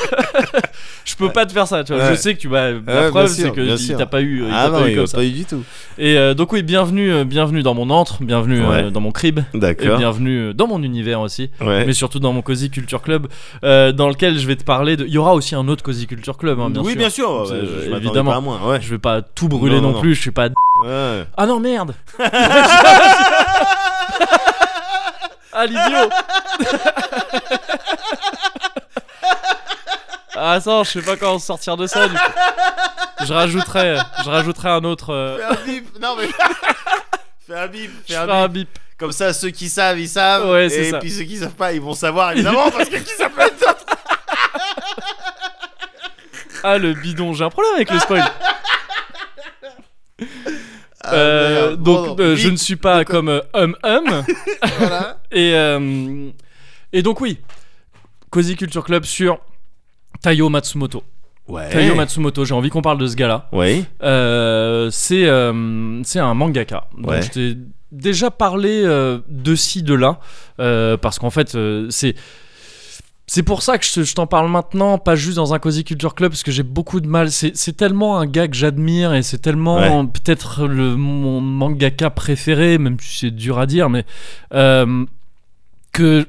Speaker 1: je peux pas te faire ça, tu vois.
Speaker 2: Ouais.
Speaker 1: Je sais que tu vas.
Speaker 2: Ouais,
Speaker 1: La
Speaker 2: bien
Speaker 1: preuve,
Speaker 2: sûr,
Speaker 1: c'est
Speaker 2: bien
Speaker 1: que il
Speaker 2: sûr.
Speaker 1: t'a pas eu, euh, il
Speaker 2: ah
Speaker 1: t'a
Speaker 2: non,
Speaker 1: pas eu
Speaker 2: il
Speaker 1: comme
Speaker 2: va
Speaker 1: ça.
Speaker 2: pas eu du tout.
Speaker 1: Et euh, donc oui, bienvenue, euh, bienvenue dans mon antre, bienvenue euh,
Speaker 2: Ouais.
Speaker 1: dans mon crib, et
Speaker 2: D'accord.
Speaker 1: bienvenue euh, dans mon univers aussi.
Speaker 2: Ouais.
Speaker 1: mais surtout dans mon Cozy Culture Club, euh, dans lequel je vais te parler de. Il y aura aussi un autre Cozy Culture Club, hein, bien
Speaker 2: oui,
Speaker 1: sûr.
Speaker 2: bien sûr. ouais,
Speaker 1: C'est-
Speaker 2: je- je m'attendais
Speaker 1: évidemment.
Speaker 2: pas à moins. Ouais.
Speaker 1: Je vais pas tout brûler
Speaker 2: Non, non,
Speaker 1: non,
Speaker 2: non.
Speaker 1: plus, je suis pas.
Speaker 2: Ouais.
Speaker 1: Ah non, merde Ah l'idiot Ah ça, je sais pas comment sortir de ça. du coup. Je rajouterai, je rajouterai un autre. euh,
Speaker 2: Fais un bip. Non mais. Fais un bip.
Speaker 1: je
Speaker 2: Fais
Speaker 1: ferai
Speaker 2: un
Speaker 1: un
Speaker 2: bip.
Speaker 1: bip.
Speaker 2: Comme ça, ceux qui savent, ils savent.
Speaker 1: Ouais, c'est
Speaker 2: et
Speaker 1: ça.
Speaker 2: puis ceux qui savent pas, ils vont savoir évidemment parce que qui ça peut être d'autre.
Speaker 1: Ah le bidon, j'ai un problème avec le spoil.
Speaker 2: Ah,
Speaker 1: Euh,
Speaker 2: merde.
Speaker 1: donc
Speaker 2: Bon,
Speaker 1: euh, je
Speaker 2: bip,
Speaker 1: ne suis pas comme euh, hum hum.
Speaker 2: voilà.
Speaker 1: Et, euh, et donc oui, Cozy Culture Club sur Taio Matsumoto.
Speaker 2: Ouais.
Speaker 1: Taio Matsumoto, j'ai envie qu'on parle de ce gars-là.
Speaker 2: Oui.
Speaker 1: Euh, c'est euh, c'est un mangaka. Donc
Speaker 2: Ouais.
Speaker 1: je t'ai déjà parlé euh, de ci, de là, euh, parce qu'en fait, euh, c'est... C'est pour ça que je, je t'en parle maintenant, pas juste dans un Cozy Culture Club, parce que j'ai beaucoup de mal. C'est c'est tellement un gars que j'admire et c'est tellement
Speaker 2: Ouais.
Speaker 1: peut-être le- mon mangaka préféré, même si c'est dur à dire, mais euh, que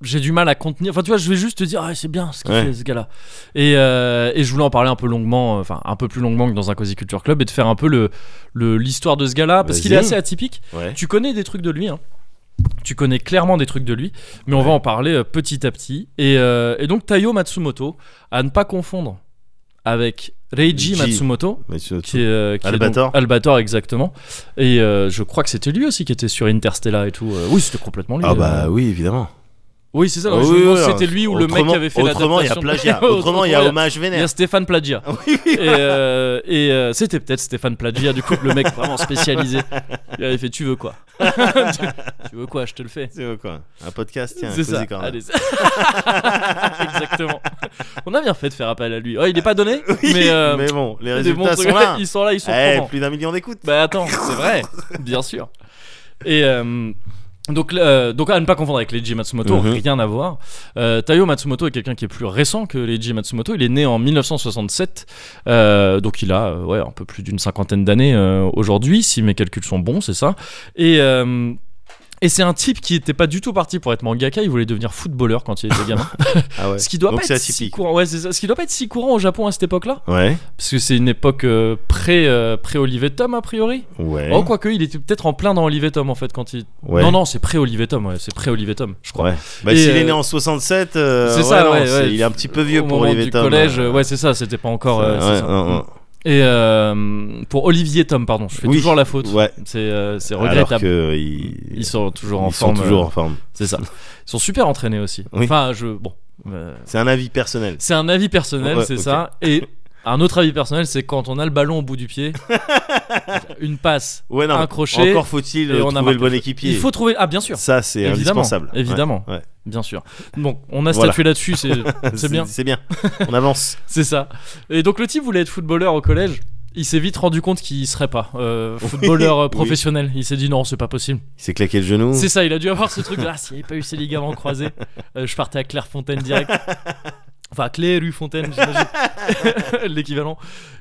Speaker 1: j'ai du mal à contenir. Enfin, tu vois, je vais juste te dire, ah, c'est bien ce qu'il
Speaker 2: Ouais.
Speaker 1: fait, ce gars-là. Et, euh, et je voulais en parler un peu longuement, euh, enfin, un peu plus longuement que dans un Cozy Culture Club, et de faire un peu l'histoire le, l'histoire de ce gars-là, parce
Speaker 2: Vas-y.
Speaker 1: qu'il est assez atypique.
Speaker 2: Ouais.
Speaker 1: Tu connais des trucs de lui, hein. Tu connais clairement des trucs de lui, mais on va en parler euh, petit à petit. Et, euh, et donc, Taio Matsumoto, à ne pas confondre avec Reiji
Speaker 2: Reiji.
Speaker 1: Matsumoto,
Speaker 2: Monsieur.
Speaker 1: qui est, euh, qui est donc-
Speaker 2: Albator.
Speaker 1: Albator, exactement. Et euh, je crois que c'était lui aussi qui était sur Interstellar et tout. Euh, oui, c'était complètement lui.
Speaker 2: Ah
Speaker 1: euh.
Speaker 2: bah oui, évidemment.
Speaker 1: Oui, c'est ça.
Speaker 2: Ah
Speaker 1: je
Speaker 2: oui,
Speaker 1: me demande
Speaker 2: oui,
Speaker 1: si
Speaker 2: oui.
Speaker 1: c'était lui ou le mec
Speaker 2: Autrement-
Speaker 1: qui avait fait
Speaker 2: Autrement, il y a
Speaker 1: l'adaptation.
Speaker 2: plagiat. Autrement, il y a hommage
Speaker 1: Il y a
Speaker 2: vénère.
Speaker 1: Stéphane Plagia. Et, euh, et, euh, c'était peut-être Stéphane Plagia, du coup, le mec vraiment spécialisé. Il avait fait Tu veux quoi tu, tu veux quoi Je te le fais.
Speaker 2: C'est quoi Un podcast, tiens.
Speaker 1: C'est
Speaker 2: Cozy
Speaker 1: ça.
Speaker 2: Corner.
Speaker 1: Allez, c'est- Exactement. On a bien fait de faire appel à lui. Oh, il n'est pas donné,
Speaker 2: Oui,
Speaker 1: mais, euh,
Speaker 2: mais bon, les
Speaker 1: des bons
Speaker 2: résultats
Speaker 1: trucs-
Speaker 2: sont là.
Speaker 1: Ils sont là, ils sont
Speaker 2: Eh,
Speaker 1: probants.
Speaker 2: plus d'un million d'écoutes.
Speaker 1: Bah attends, c'est vrai, bien sûr. Et, euh, Donc, euh, donc à ne pas confondre avec Leiji Matsumoto,
Speaker 3: Mhm.
Speaker 1: rien à voir. Euh, Taiyo Matsumoto est quelqu'un qui est plus récent que Leiji Matsumoto. Il est né en 1967, euh, donc il a euh, ouais, un peu plus d'une cinquantaine d'années euh, aujourd'hui, si mes calculs sont bons, c'est ça. Et, euh, et c'est un type qui n'était pas du tout parti pour être mangaka, il voulait devenir footballeur quand il était gamin.
Speaker 3: Ah ouais.
Speaker 1: ce qui doit
Speaker 3: Donc
Speaker 1: pas
Speaker 3: c'est
Speaker 1: être si
Speaker 3: atypique.
Speaker 1: courant. Ouais, c'est ça. Ce qui doit pas être si courant au Japon à cette époque-là,
Speaker 3: Ouais,
Speaker 1: parce que c'est une époque euh, pré euh, pré Olivet Tom a priori.
Speaker 3: ouais.
Speaker 1: Oh quoique il était peut-être en plein dans Olivet Tom en fait quand il
Speaker 3: Eh ouais.
Speaker 1: non, non, c'est pré-Olivet Tom, ouais, c'est pré-Olivet Tom, je crois.
Speaker 3: Ouais. Bah,
Speaker 1: Et,
Speaker 3: s'il est
Speaker 1: euh,
Speaker 3: né en 67, euh,
Speaker 1: c'est ça,
Speaker 3: non,
Speaker 1: ouais,
Speaker 3: c'est-
Speaker 1: ouais.
Speaker 3: il est un petit peu vieux
Speaker 1: Au
Speaker 3: pour
Speaker 1: moment
Speaker 3: Olivier
Speaker 1: du
Speaker 3: Tom.
Speaker 1: collège, euh, ouais, c'est ça, c'était pas encore. euh, c'est
Speaker 3: Ouais,
Speaker 1: ça.
Speaker 3: non, non.
Speaker 1: Et euh, pour Olivier Tom, pardon, je fais
Speaker 3: Oui.
Speaker 1: toujours la faute.
Speaker 3: Ouais.
Speaker 1: C'est euh, c'est
Speaker 3: Alors
Speaker 1: regrettable.
Speaker 3: que ils,
Speaker 1: Ils sont toujours en
Speaker 3: ils
Speaker 1: forme.
Speaker 3: sont toujours
Speaker 1: euh,
Speaker 3: en forme.
Speaker 1: C'est ça. Ils sont super entraînés aussi.
Speaker 3: Oui.
Speaker 1: Enfin, je bon. euh,
Speaker 3: C'est un avis personnel.
Speaker 1: c'est un avis personnel,
Speaker 3: Ouais,
Speaker 1: c'est
Speaker 3: ok.
Speaker 1: ça. Et un autre avis personnel, c'est quand on a le ballon au bout du pied, une passe,
Speaker 3: Ouais, non.
Speaker 1: un crochet.
Speaker 3: Encore faut-il
Speaker 1: et
Speaker 3: euh,
Speaker 1: on a
Speaker 3: trouver
Speaker 1: marqué
Speaker 3: le bon
Speaker 1: le-
Speaker 3: équipier.
Speaker 1: Il faut trouver. Ah, bien sûr.
Speaker 3: Ça, c'est
Speaker 1: Évidemment,
Speaker 3: indispensable. Ouais.
Speaker 1: évidemment.
Speaker 3: Ouais.
Speaker 1: Bien sûr. Bon, on a
Speaker 3: Voilà.
Speaker 1: statué là-dessus, c'est c'est bien.
Speaker 3: C'est bien. On avance.
Speaker 1: C'est ça. Et donc le type voulait être footballeur au collège. Il s'est vite rendu compte qu'il serait pas euh, footballeur euh,
Speaker 3: oui. Mm.
Speaker 1: professionnel. Il s'est dit non, c'est pas possible.
Speaker 3: Il s'est claqué le genou.
Speaker 1: C'est ça, il a dû avoir ce truc. Ah, s'il n'y avait pas eu ces ligaments croisés, euh, je partais à Clairefontaine direct. Enfin, Clé, rue Fontaine, j'imagine. L'équivalent.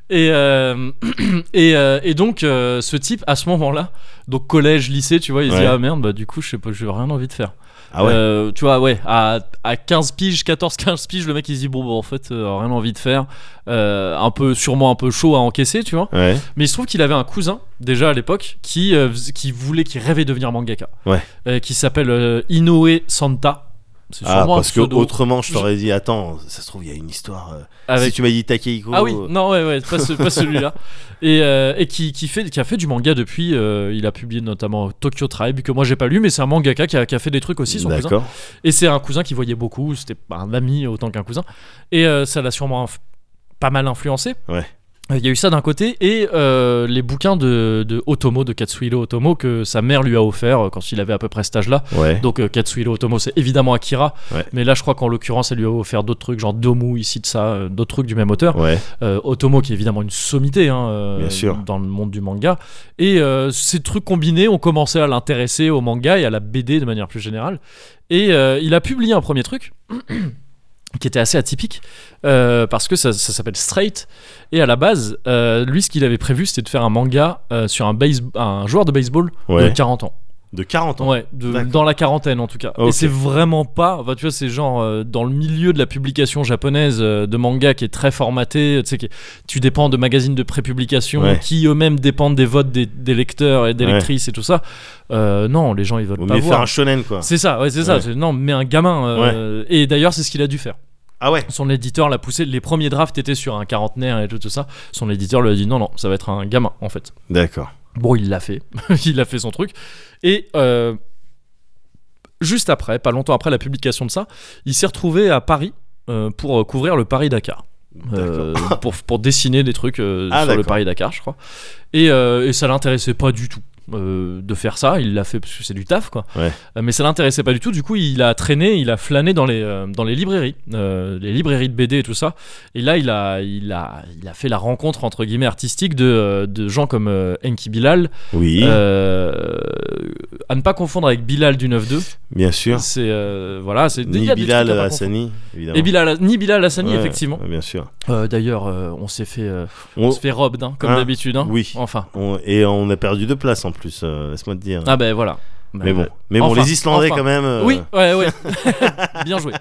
Speaker 1: Et, euh, et, euh, et donc, euh, ce type, à ce moment-là, donc collège, lycée, tu vois, il se dit
Speaker 3: Ouais.
Speaker 1: Ah merde, bah du coup, je sais pas, j'ai rien envie de faire.
Speaker 3: Ah ouais.
Speaker 1: Euh, tu vois, ouais, à, à 15 piges, 14-15 piges, le mec il se dit bon, bon en fait, euh, rien envie de faire, Euh, un peu, sûrement un peu chaud à encaisser, tu vois.
Speaker 3: Ouais.
Speaker 1: Mais il se trouve qu'il avait un cousin déjà à l'époque qui, euh, fais- qui voulait, qui rêvait de devenir mangaka,
Speaker 3: Ouais.
Speaker 1: Euh, qui s'appelle euh, Inoue Santa. C'est
Speaker 3: Ah,
Speaker 1: sûrement
Speaker 3: parce
Speaker 1: un
Speaker 3: que
Speaker 1: pseudo
Speaker 3: autrement, je t'aurais dit, attends, ça se trouve, il y a une histoire. euh,
Speaker 1: avec
Speaker 3: Si tu m'as dit Takehiko.
Speaker 1: Ah oui,
Speaker 3: euh,
Speaker 1: non, ouais, ouais, pas, ce- pas celui-là. Et, euh, et qui, qui, fait, qui a fait du manga depuis. euh, il a publié notamment Tokyo Tribe, que moi j'ai pas lu, mais c'est un mangaka qui a, qui a fait des trucs aussi, son cousin.
Speaker 3: D'accord.
Speaker 1: Et c'est un cousin qui voyait beaucoup, c'était pas un ami autant qu'un cousin. Et euh, ça l'a sûrement inf- pas mal influencé.
Speaker 3: Ouais.
Speaker 1: Euh, Il y a eu ça d'un côté, et euh, les bouquins de, de Otomo, de Katsuhiro Otomo, que sa mère lui a offert euh, quand il avait à peu près cet âge-là.
Speaker 3: Ouais.
Speaker 1: Donc euh, Katsuhiro Otomo, c'est évidemment Akira,
Speaker 3: Ouais.
Speaker 1: mais là je crois qu'en l'occurrence, elle lui a offert d'autres trucs, genre Domu, ici de ça, euh, d'autres trucs du même auteur.
Speaker 3: Ouais.
Speaker 1: Euh, Otomo qui est évidemment une sommité hein, euh,
Speaker 3: Bien sûr.
Speaker 1: dans le monde du manga et euh, ces trucs combinés ont commencé à l'intéresser au manga et à la BD de manière plus générale et euh, il a publié un premier truc qui était assez atypique euh, parce que ça, ça s'appelle Straight et à la base euh, lui ce qu'il avait prévu c'était de faire un manga euh, sur un, base- un joueur de baseball de
Speaker 3: Ouais.
Speaker 1: 40 ans
Speaker 3: De 40 ans.
Speaker 1: Ouais, de-
Speaker 3: D'accord.
Speaker 1: dans la quarantaine en tout cas. Et
Speaker 3: Ok.
Speaker 1: c'est vraiment pas. Enfin, tu vois, c'est genre euh, dans le milieu de la publication japonaise euh, de manga qui est très formaté. euh, Tu sais, qui est- tu dépends de magazines de prépublication
Speaker 3: Ouais.
Speaker 1: qui eux-mêmes dépendent des votes des, des lecteurs et des
Speaker 3: Ouais.
Speaker 1: lectrices et tout ça. Euh, non, les gens ils veulent
Speaker 3: Vaut
Speaker 1: pas
Speaker 3: mieux faire
Speaker 1: voir.
Speaker 3: un shonen, quoi.
Speaker 1: C'est ça, ouais, c'est ça.
Speaker 3: Ouais.
Speaker 1: C'est- Non, mais un gamin. euh, Et d'ailleurs, c'est ce qu'il a dû faire.
Speaker 3: Ah ouais.
Speaker 1: Son éditeur l'a poussé. Les premiers drafts étaient sur un quarantenaire et tout, tout ça. Son éditeur lui a dit non, non, ça va être un gamin en fait.
Speaker 3: D'accord.
Speaker 1: Bon, il l'a fait. il a fait son truc. Et euh, juste après, pas longtemps après la publication de ça, il s'est retrouvé à Paris euh, pour euh, couvrir le Paris-Dakar. Euh, pour, pour dessiner des trucs euh,
Speaker 3: Ah,
Speaker 1: sur le
Speaker 3: d'accord.
Speaker 1: Paris-Dakar, je crois. Et, euh, et ça l'intéressait pas du tout. euh, de faire ça, il l'a fait parce que c'est du taf quoi.
Speaker 3: Ouais.
Speaker 1: Euh, mais ça l'intéressait pas du tout. Du coup, il a traîné, il a flâné dans les euh, dans les librairies, euh, les librairies de BD et tout ça. Et là, il a il a il a fait la rencontre entre guillemets artistique de euh, de gens comme euh, Enki Bilal,
Speaker 3: Oui.
Speaker 1: euh, à ne pas confondre avec Bilal du 9-2.
Speaker 3: bien sûr.
Speaker 1: C'est euh, voilà, c'est il y
Speaker 3: Ni
Speaker 1: a des
Speaker 3: Bilal
Speaker 1: trucs à pas confondre.
Speaker 3: Hassani, évidemment.
Speaker 1: Et Bilal, ni Bilal Hassani
Speaker 3: Ouais,
Speaker 1: effectivement.
Speaker 3: Bien sûr.
Speaker 1: Euh, D'ailleurs, euh, on s'est fait euh, on
Speaker 3: On-
Speaker 1: se fait robe hein, comme
Speaker 3: Hein,
Speaker 1: d'habitude. hein.
Speaker 3: oui.
Speaker 1: Enfin.
Speaker 3: on- et on a perdu deux places en plus, euh, laisse-moi te dire.
Speaker 1: Ah ben voilà.
Speaker 3: mais bon, mais bon,
Speaker 1: enfin,
Speaker 3: les Islandais
Speaker 1: enfin.
Speaker 3: quand même. euh,
Speaker 1: Oui, ouais, ouais. bien joué.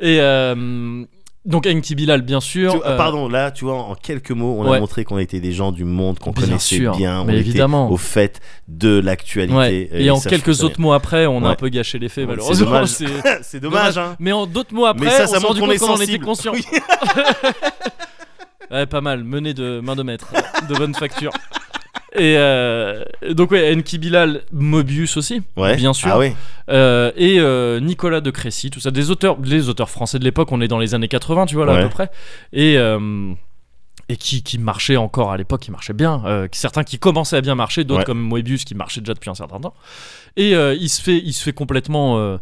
Speaker 1: Et euh, donc Enki Bilal, bien
Speaker 3: tu-
Speaker 1: sûr.
Speaker 3: ah,
Speaker 1: euh,
Speaker 3: Pardon, là, tu vois, en quelques mots, on
Speaker 1: ouais.
Speaker 3: a montré qu'on était des gens du monde, qu'on
Speaker 1: Bien
Speaker 3: connaissait
Speaker 1: sûr,
Speaker 3: bien,
Speaker 1: mais
Speaker 3: on
Speaker 1: évidemment.
Speaker 3: était au fait de l'actualité.
Speaker 1: ouais.
Speaker 3: euh,
Speaker 1: Et, en
Speaker 3: ça, je
Speaker 1: quelques
Speaker 3: trouve ça
Speaker 1: autres mots après, on a
Speaker 3: Ouais.
Speaker 1: un peu gâché les faits
Speaker 3: Ouais, c'est
Speaker 1: malheureusement.
Speaker 3: dommage.
Speaker 1: C'est-
Speaker 3: bien. C'est dommage, hein.
Speaker 1: Mais en d'autres mots après,
Speaker 3: Mais ça, ça
Speaker 1: on s'est rendu
Speaker 3: montre qu'on
Speaker 1: compte
Speaker 3: est
Speaker 1: qu'on en était
Speaker 3: sensible.
Speaker 1: conscient. ouais, pas mal, mené de main de maître, de bonne facture. Et euh, donc ouais, Enki Bilal, Mobius aussi,
Speaker 3: Ouais.
Speaker 1: bien sûr.
Speaker 3: Ah ouais.
Speaker 1: Euh, et euh, Nicolas de Crécy, tout ça, des auteurs, les auteurs français de l'époque, on est dans les années 80, tu vois, là, à
Speaker 3: Ouais.
Speaker 1: peu près, et, euh, et qui, qui marchaient encore à l'époque, qui marchaient bien, euh, qui- certains qui commençaient à bien marcher, d'autres
Speaker 3: Ouais.
Speaker 1: comme Moebius qui marchait déjà depuis un certain temps, et euh, il, se fait, il se fait complètement... euh,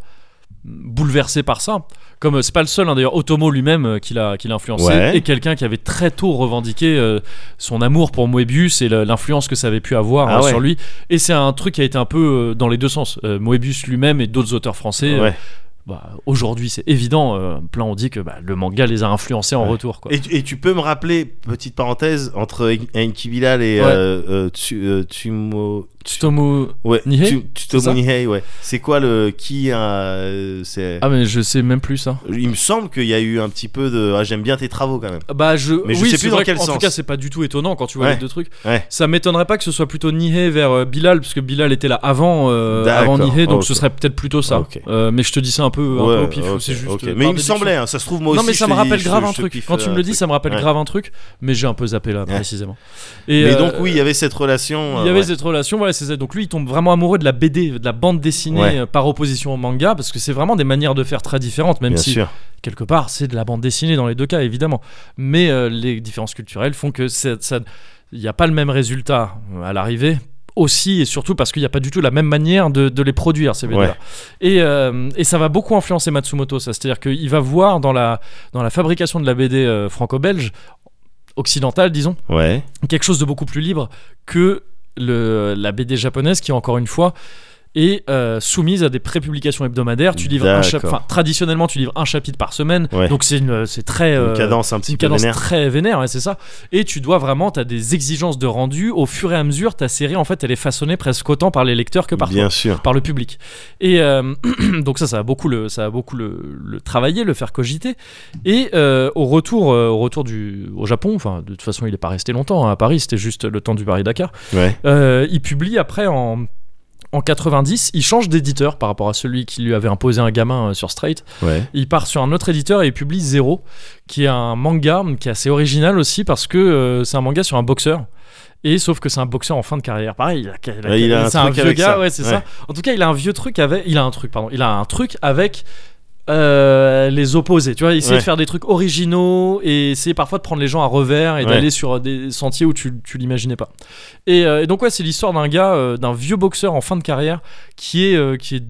Speaker 1: bouleversé par ça. Comme euh, c'est pas le seul, hein, d'ailleurs, Otomo lui-même euh, qui l'a qui l'a influencé
Speaker 3: Ouais.
Speaker 1: et quelqu'un qui avait très tôt revendiqué euh, son amour pour Moebius et le- l'influence que ça avait pu avoir
Speaker 3: Ah
Speaker 1: euh,
Speaker 3: ouais.
Speaker 1: sur lui. Et c'est un truc qui a été un peu euh, dans les deux sens. Euh, Moebius lui-même et d'autres auteurs français. euh,
Speaker 3: Ouais.
Speaker 1: bah, Aujourd'hui, c'est évident. euh, plein ont dit que bah, le manga les a influencés en
Speaker 3: Ouais.
Speaker 1: retour. Quoi.
Speaker 3: Et, tu- et tu peux me rappeler, petite parenthèse, entre En- Enki Bilal et
Speaker 1: Ouais.
Speaker 3: euh, euh, Tsu- euh, Tsumo. Tsu-
Speaker 1: Tomo-
Speaker 3: Ouais,
Speaker 1: Nihei,
Speaker 3: Tsu- Tsutomu
Speaker 1: ça
Speaker 3: Nihei, ouais. C'est quoi le. Qui a. euh, c'est-
Speaker 1: Ah mais je sais même plus ça.
Speaker 3: Il me semble qu'il y a eu un petit peu de. Ah, j'aime bien tes travaux quand même.
Speaker 1: Bah je.
Speaker 3: Mais je
Speaker 1: oui,
Speaker 3: sais
Speaker 1: c'est
Speaker 3: plus dans
Speaker 1: vrai
Speaker 3: quel
Speaker 1: qu'en
Speaker 3: sens.
Speaker 1: tout cas, c'est pas du tout étonnant quand tu vois
Speaker 3: Ouais.
Speaker 1: les deux trucs.
Speaker 3: Ouais.
Speaker 1: Ça m'étonnerait pas que ce soit plutôt Nihé vers euh, Bilal parce que Bilal était là avant euh,
Speaker 3: D'accord.
Speaker 1: avant Nihé, donc
Speaker 3: Ok. Ah,
Speaker 1: ce serait peut-être plutôt ça.
Speaker 3: Ok.
Speaker 1: Euh, mais je te dis ça un peu, un peu au pif.
Speaker 3: ok,
Speaker 1: c'est juste.
Speaker 3: ok.
Speaker 1: euh, par
Speaker 3: Mais il me
Speaker 1: déduction.
Speaker 3: semblait, hein, ça se trouve moi
Speaker 1: non
Speaker 3: aussi.
Speaker 1: mais
Speaker 3: je
Speaker 1: ça
Speaker 3: te
Speaker 1: me
Speaker 3: dis,
Speaker 1: rappelle
Speaker 3: je-
Speaker 1: grave
Speaker 3: je
Speaker 1: un
Speaker 3: te
Speaker 1: truc.
Speaker 3: piffe,
Speaker 1: Quand tu
Speaker 3: euh,
Speaker 1: me le dis, ça me rappelle
Speaker 3: Ouais.
Speaker 1: grave un truc, mais j'ai un peu zappé là
Speaker 3: Ouais.
Speaker 1: précisément. Et
Speaker 3: Mais
Speaker 1: euh,
Speaker 3: donc oui, il y avait cette relation. euh,
Speaker 1: il y avait
Speaker 3: ouais.
Speaker 1: cette relation, voilà, c'est ça. Donc lui, il tombe vraiment amoureux de la BD, de la bande dessinée
Speaker 3: Ouais.
Speaker 1: euh, par opposition au manga, parce que c'est vraiment des manières de faire très différentes, même
Speaker 3: Bien
Speaker 1: si
Speaker 3: sûr.
Speaker 1: quelque part, c'est de la bande dessinée dans les deux cas, évidemment. Mais euh, les différences culturelles font que c'est- ça, il n'y a pas le même résultat euh, à l'arrivée. Aussi et surtout parce qu'il n'y a pas du tout la même manière de, de les produire, ces BD-là.
Speaker 3: Ouais.
Speaker 1: Et, euh, et ça va beaucoup influencer Matsumoto, ça. C'est-à-dire qu'il va voir dans la, dans la fabrication de la BD euh, franco-belge, occidentale, disons,
Speaker 3: Ouais.
Speaker 1: quelque chose de beaucoup plus libre que le, la BD japonaise qui encore une fois est euh, soumise à des prépublications hebdomadaires. Tu livres un chapitre,
Speaker 3: D'accord.
Speaker 1: enfin traditionnellement tu livres un chapitre par semaine,
Speaker 3: Ouais.
Speaker 1: donc c'est une- c'est très euh,
Speaker 3: Une cadence un
Speaker 1: c'est
Speaker 3: petit
Speaker 1: une
Speaker 3: peu
Speaker 1: cadence
Speaker 3: vénère.
Speaker 1: très vénère, ouais, c'est ça. Et tu dois vraiment, tu as des exigences de rendu. Au fur et à mesure, ta série, en fait, elle est façonnée presque autant par les lecteurs que par toi
Speaker 3: Bien sûr.
Speaker 1: par le public. Et euh, donc ça, ça a beaucoup le, ça a beaucoup le, le travailler, le faire cogiter. Et euh, au retour, euh, au retour du, au Japon, enfin de toute façon, il n'est pas resté longtemps hein, à Paris. C'était juste le temps du Paris Dakar. euh,
Speaker 3: Ouais.
Speaker 1: il publie après en en 90, il change d'éditeur par rapport à celui qui lui avait imposé un gamin euh, sur Straight.
Speaker 3: Ouais.
Speaker 1: Il part sur un autre éditeur et il publie Zero, qui est un manga qui est assez original aussi parce que euh, c'est un manga sur un boxeur. Et sauf que c'est un boxeur en fin de carrière. Pareil, il a,
Speaker 3: Ouais, il a un
Speaker 1: c'est un
Speaker 3: truc
Speaker 1: vieux
Speaker 3: avec
Speaker 1: gars,
Speaker 3: ça.
Speaker 1: ouais, c'est
Speaker 3: Ouais.
Speaker 1: ça. En tout cas, il a un vieux truc avec. Il a un truc, pardon. Il a un truc avec. euh, les opposés, tu vois, essayer
Speaker 3: Ouais.
Speaker 1: de faire des trucs originaux et essayer parfois de prendre les gens à revers et
Speaker 3: Ouais.
Speaker 1: d'aller sur des sentiers où tu, tu l'imaginais pas. Et, euh, et donc ouais, c'est l'histoire d'un gars, euh, d'un vieux boxeur en fin de carrière qui est euh, qui est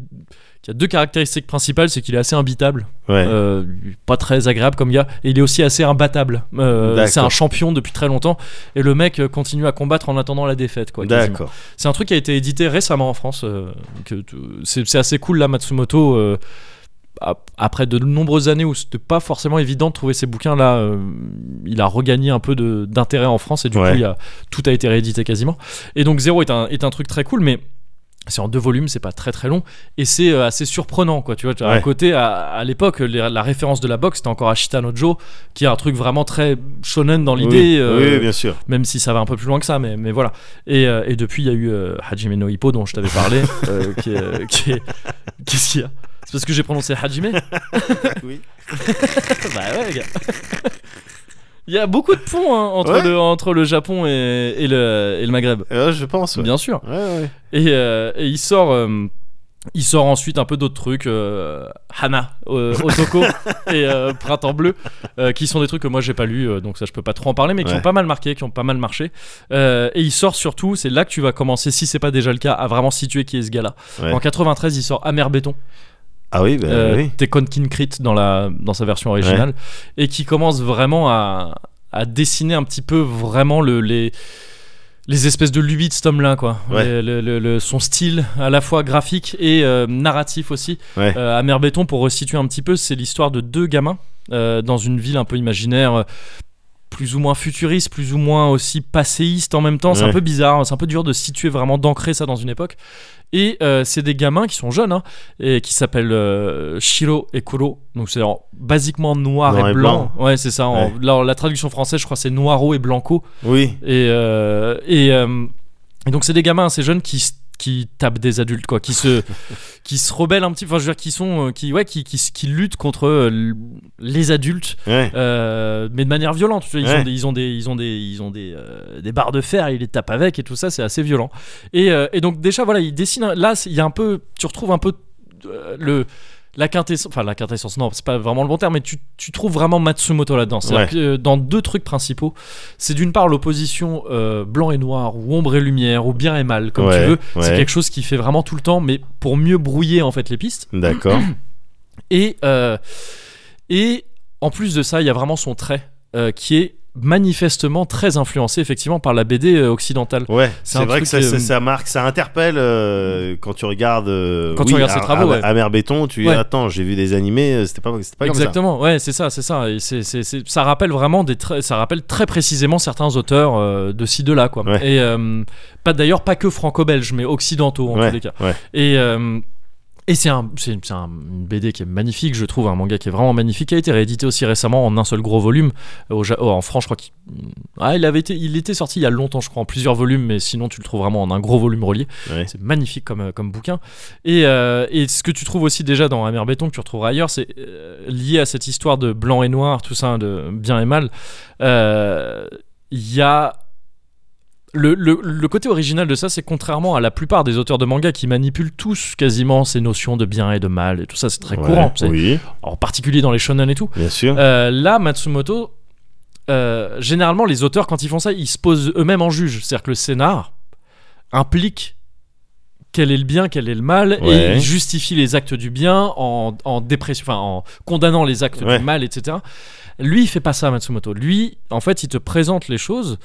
Speaker 1: qui a deux caractéristiques principales, c'est qu'il est assez imbitable,
Speaker 3: Ouais.
Speaker 1: euh, pas très agréable comme gars. Et il est aussi assez imbattable. Euh,
Speaker 3: D'accord.
Speaker 1: c'est un champion depuis très longtemps. Et le mec euh, continue à combattre en attendant la défaite. Quoi, quasiment.
Speaker 3: D'accord.
Speaker 1: C'est un truc qui a été édité récemment en France. euh, que tu- c'est, c'est assez cool là, Matsumoto. euh, ap- après de nombreuses années où c'était pas forcément évident de trouver ces bouquins là, il a regagné un peu de- d'intérêt en France et du
Speaker 3: Ouais.
Speaker 1: coup il a- tout a été réédité quasiment. Et donc Zéro est un, est un truc très cool, mais c'est en deux volumes, c'est pas très très long et c'est euh, assez surprenant quoi. Tu vois, tu as
Speaker 3: Ouais.
Speaker 1: un côté à, à l'époque les- la référence de la boxe c'était encore Ashita no Joe qui est un truc vraiment très shonen dans l'idée.
Speaker 3: Oui,
Speaker 1: euh,
Speaker 3: oui, bien sûr.
Speaker 1: même si ça va un peu plus loin que ça, mais, mais voilà. Et, euh, et depuis, il y a eu euh, Hajime no Hippo dont je t'avais parlé. euh, qui est- euh, qui est- Qu'est-ce qu'il y a C'est parce que j'ai prononcé Hajime
Speaker 3: Oui.
Speaker 1: Bah ouais, gars. Il y a beaucoup de ponts hein, entre,
Speaker 3: Ouais.
Speaker 1: le, entre le Japon et, et le, et le Maghreb.
Speaker 3: Euh, je pense. Ouais.
Speaker 1: Bien sûr.
Speaker 3: Ouais, ouais.
Speaker 1: Et, euh, et il sort. euh, il sort ensuite un peu d'autres trucs, euh, Hana, euh, Otoko et euh, Printemps Bleu, euh, qui sont des trucs que moi j'ai pas lu, euh, donc ça je peux pas trop en parler, mais qui
Speaker 3: Ouais.
Speaker 1: ont pas mal marqué, qui ont pas mal marché. Euh, et il sort surtout, c'est là que tu vas commencer, si c'est pas déjà le cas, à vraiment situer qui est ce gars-là.
Speaker 3: Ouais.
Speaker 1: En 93, il sort Amer Béton,
Speaker 3: Ah oui, bah,
Speaker 1: euh,
Speaker 3: oui.
Speaker 1: Tekken King Crit dans, la, dans sa version originale, et qui commence vraiment à, à dessiner un petit peu vraiment le, les, les espèces de lubies de cet homme-là, quoi.
Speaker 3: Ouais.
Speaker 1: Le- le- le- le- son style à la fois graphique et euh, narratif aussi.
Speaker 3: Ouais.
Speaker 1: Euh, Amer Béton, pour resituer un petit peu, c'est l'histoire de deux gamins euh, dans une ville un peu imaginaire. euh, plus ou moins futuriste, plus ou moins aussi passéiste en même temps, c'est un
Speaker 3: Ouais.
Speaker 1: peu bizarre, hein, c'est un peu dur de situer vraiment, d'ancrer ça dans une époque. Et euh, c'est des gamins qui sont jeunes, hein, et qui s'appellent euh, Shiro et Kuro. Donc c'est en- basiquement noir, et, blanc. Ouais, c'est ça. en-
Speaker 3: Ouais.
Speaker 1: là, la traduction française, je crois, c'est noiro et blanco.
Speaker 3: Oui.
Speaker 1: Et, euh, et, euh, et donc c'est des gamins, ces jeunes qui s- qui tapent des adultes quoi, qui se qui se rebellent un petit, enfin je veux dire qui sont euh, qui ouais qui qui, s- qui luttent contre euh, l- les adultes
Speaker 3: Ouais.
Speaker 1: euh, mais de manière violente. Tu vois, ils,
Speaker 3: Ouais.
Speaker 1: ont des, ils ont des, ils ont des, ils ont des, euh, des barres de fer, ils les tapent avec et tout ça, c'est assez violent. Et, euh, et donc déjà voilà, ils dessinent. Là, c'est- il y a un peu, tu retrouves un peu euh, le la quintessence, enfin la quintessence, non, c'est pas vraiment le bon terme, mais tu, tu trouves vraiment Matsumoto là-dedans. C'est-à-dire
Speaker 3: Ouais.
Speaker 1: que euh, dans deux trucs principaux, c'est d'une part l'opposition euh, blanc et noir, ou ombre et lumière, ou bien et mal, comme
Speaker 3: Ouais,
Speaker 1: tu veux. C'est
Speaker 3: ouais.
Speaker 1: quelque chose qui fait vraiment tout le temps, mais pour mieux brouiller en fait les pistes.
Speaker 3: D'accord.
Speaker 1: Et, euh, et en plus de ça, il y a vraiment son trait euh, qui est manifestement très influencé effectivement par la BD euh, occidentale.
Speaker 3: Ouais,
Speaker 1: C'est
Speaker 3: c'est
Speaker 1: un
Speaker 3: vrai
Speaker 1: truc,
Speaker 3: que ça,
Speaker 1: euh,
Speaker 3: ça, ça marque, ça interpelle euh, quand tu regardes. euh,
Speaker 1: Quand tu
Speaker 3: oui,
Speaker 1: regardes ses
Speaker 3: Am-
Speaker 1: travaux,
Speaker 3: Am-
Speaker 1: ouais.
Speaker 3: Amer Béton, tu dis
Speaker 1: Ouais.
Speaker 3: attends, j'ai vu des animés, euh, c'était pas, c'était pas comme ça.
Speaker 1: Exactement, ouais, c'est ça, c'est ça. Et c'est, c'est- c'est- ça rappelle vraiment des, tra- ça rappelle très précisément certains auteurs euh, de ci de là, quoi.
Speaker 3: Ouais.
Speaker 1: Et euh, pas d'ailleurs pas que franco-belges, mais occidentaux en
Speaker 3: Ouais,
Speaker 1: tous les cas.
Speaker 3: ouais.
Speaker 1: Et euh, et c'est un, c'est, c'est un- une BD qui est magnifique, je trouve, un manga qui est vraiment magnifique, qui a été réédité aussi récemment en un seul gros volume. Au, Ja- oh, en France, je crois qu'il ah, il avait été, il était sorti il y a longtemps, je crois, en plusieurs volumes, mais sinon tu le trouves vraiment en un gros volume relié.
Speaker 3: Ouais.
Speaker 1: C'est magnifique comme, euh, comme bouquin. Et, euh, et ce que tu trouves aussi déjà dans Amer Béton, que tu retrouveras ailleurs, c'est euh, lié à cette histoire de blanc et noir, tout ça, de bien et mal. Euh, Il y a. Le, le- le côté original de ça, c'est contrairement à la plupart des auteurs de manga qui manipulent tous quasiment ces notions de bien et de mal, et tout ça, c'est très
Speaker 3: Ouais,
Speaker 1: courant, c'est-
Speaker 3: Oui,
Speaker 1: en particulier dans les shonen et tout.
Speaker 3: bien sûr.
Speaker 1: Euh, là, Matsumoto, euh, généralement, les auteurs, quand ils font ça, ils se posent eux-mêmes en juge. C'est-à-dire que le scénar implique quel est le bien, quel est le mal, et
Speaker 3: Ouais.
Speaker 1: ils justifient les actes du bien en, en dépression, enfin, en condamnant les actes
Speaker 3: Ouais.
Speaker 1: du mal, etc. Lui, il fait pas ça, Matsumoto. Lui, en fait, il te présente les choses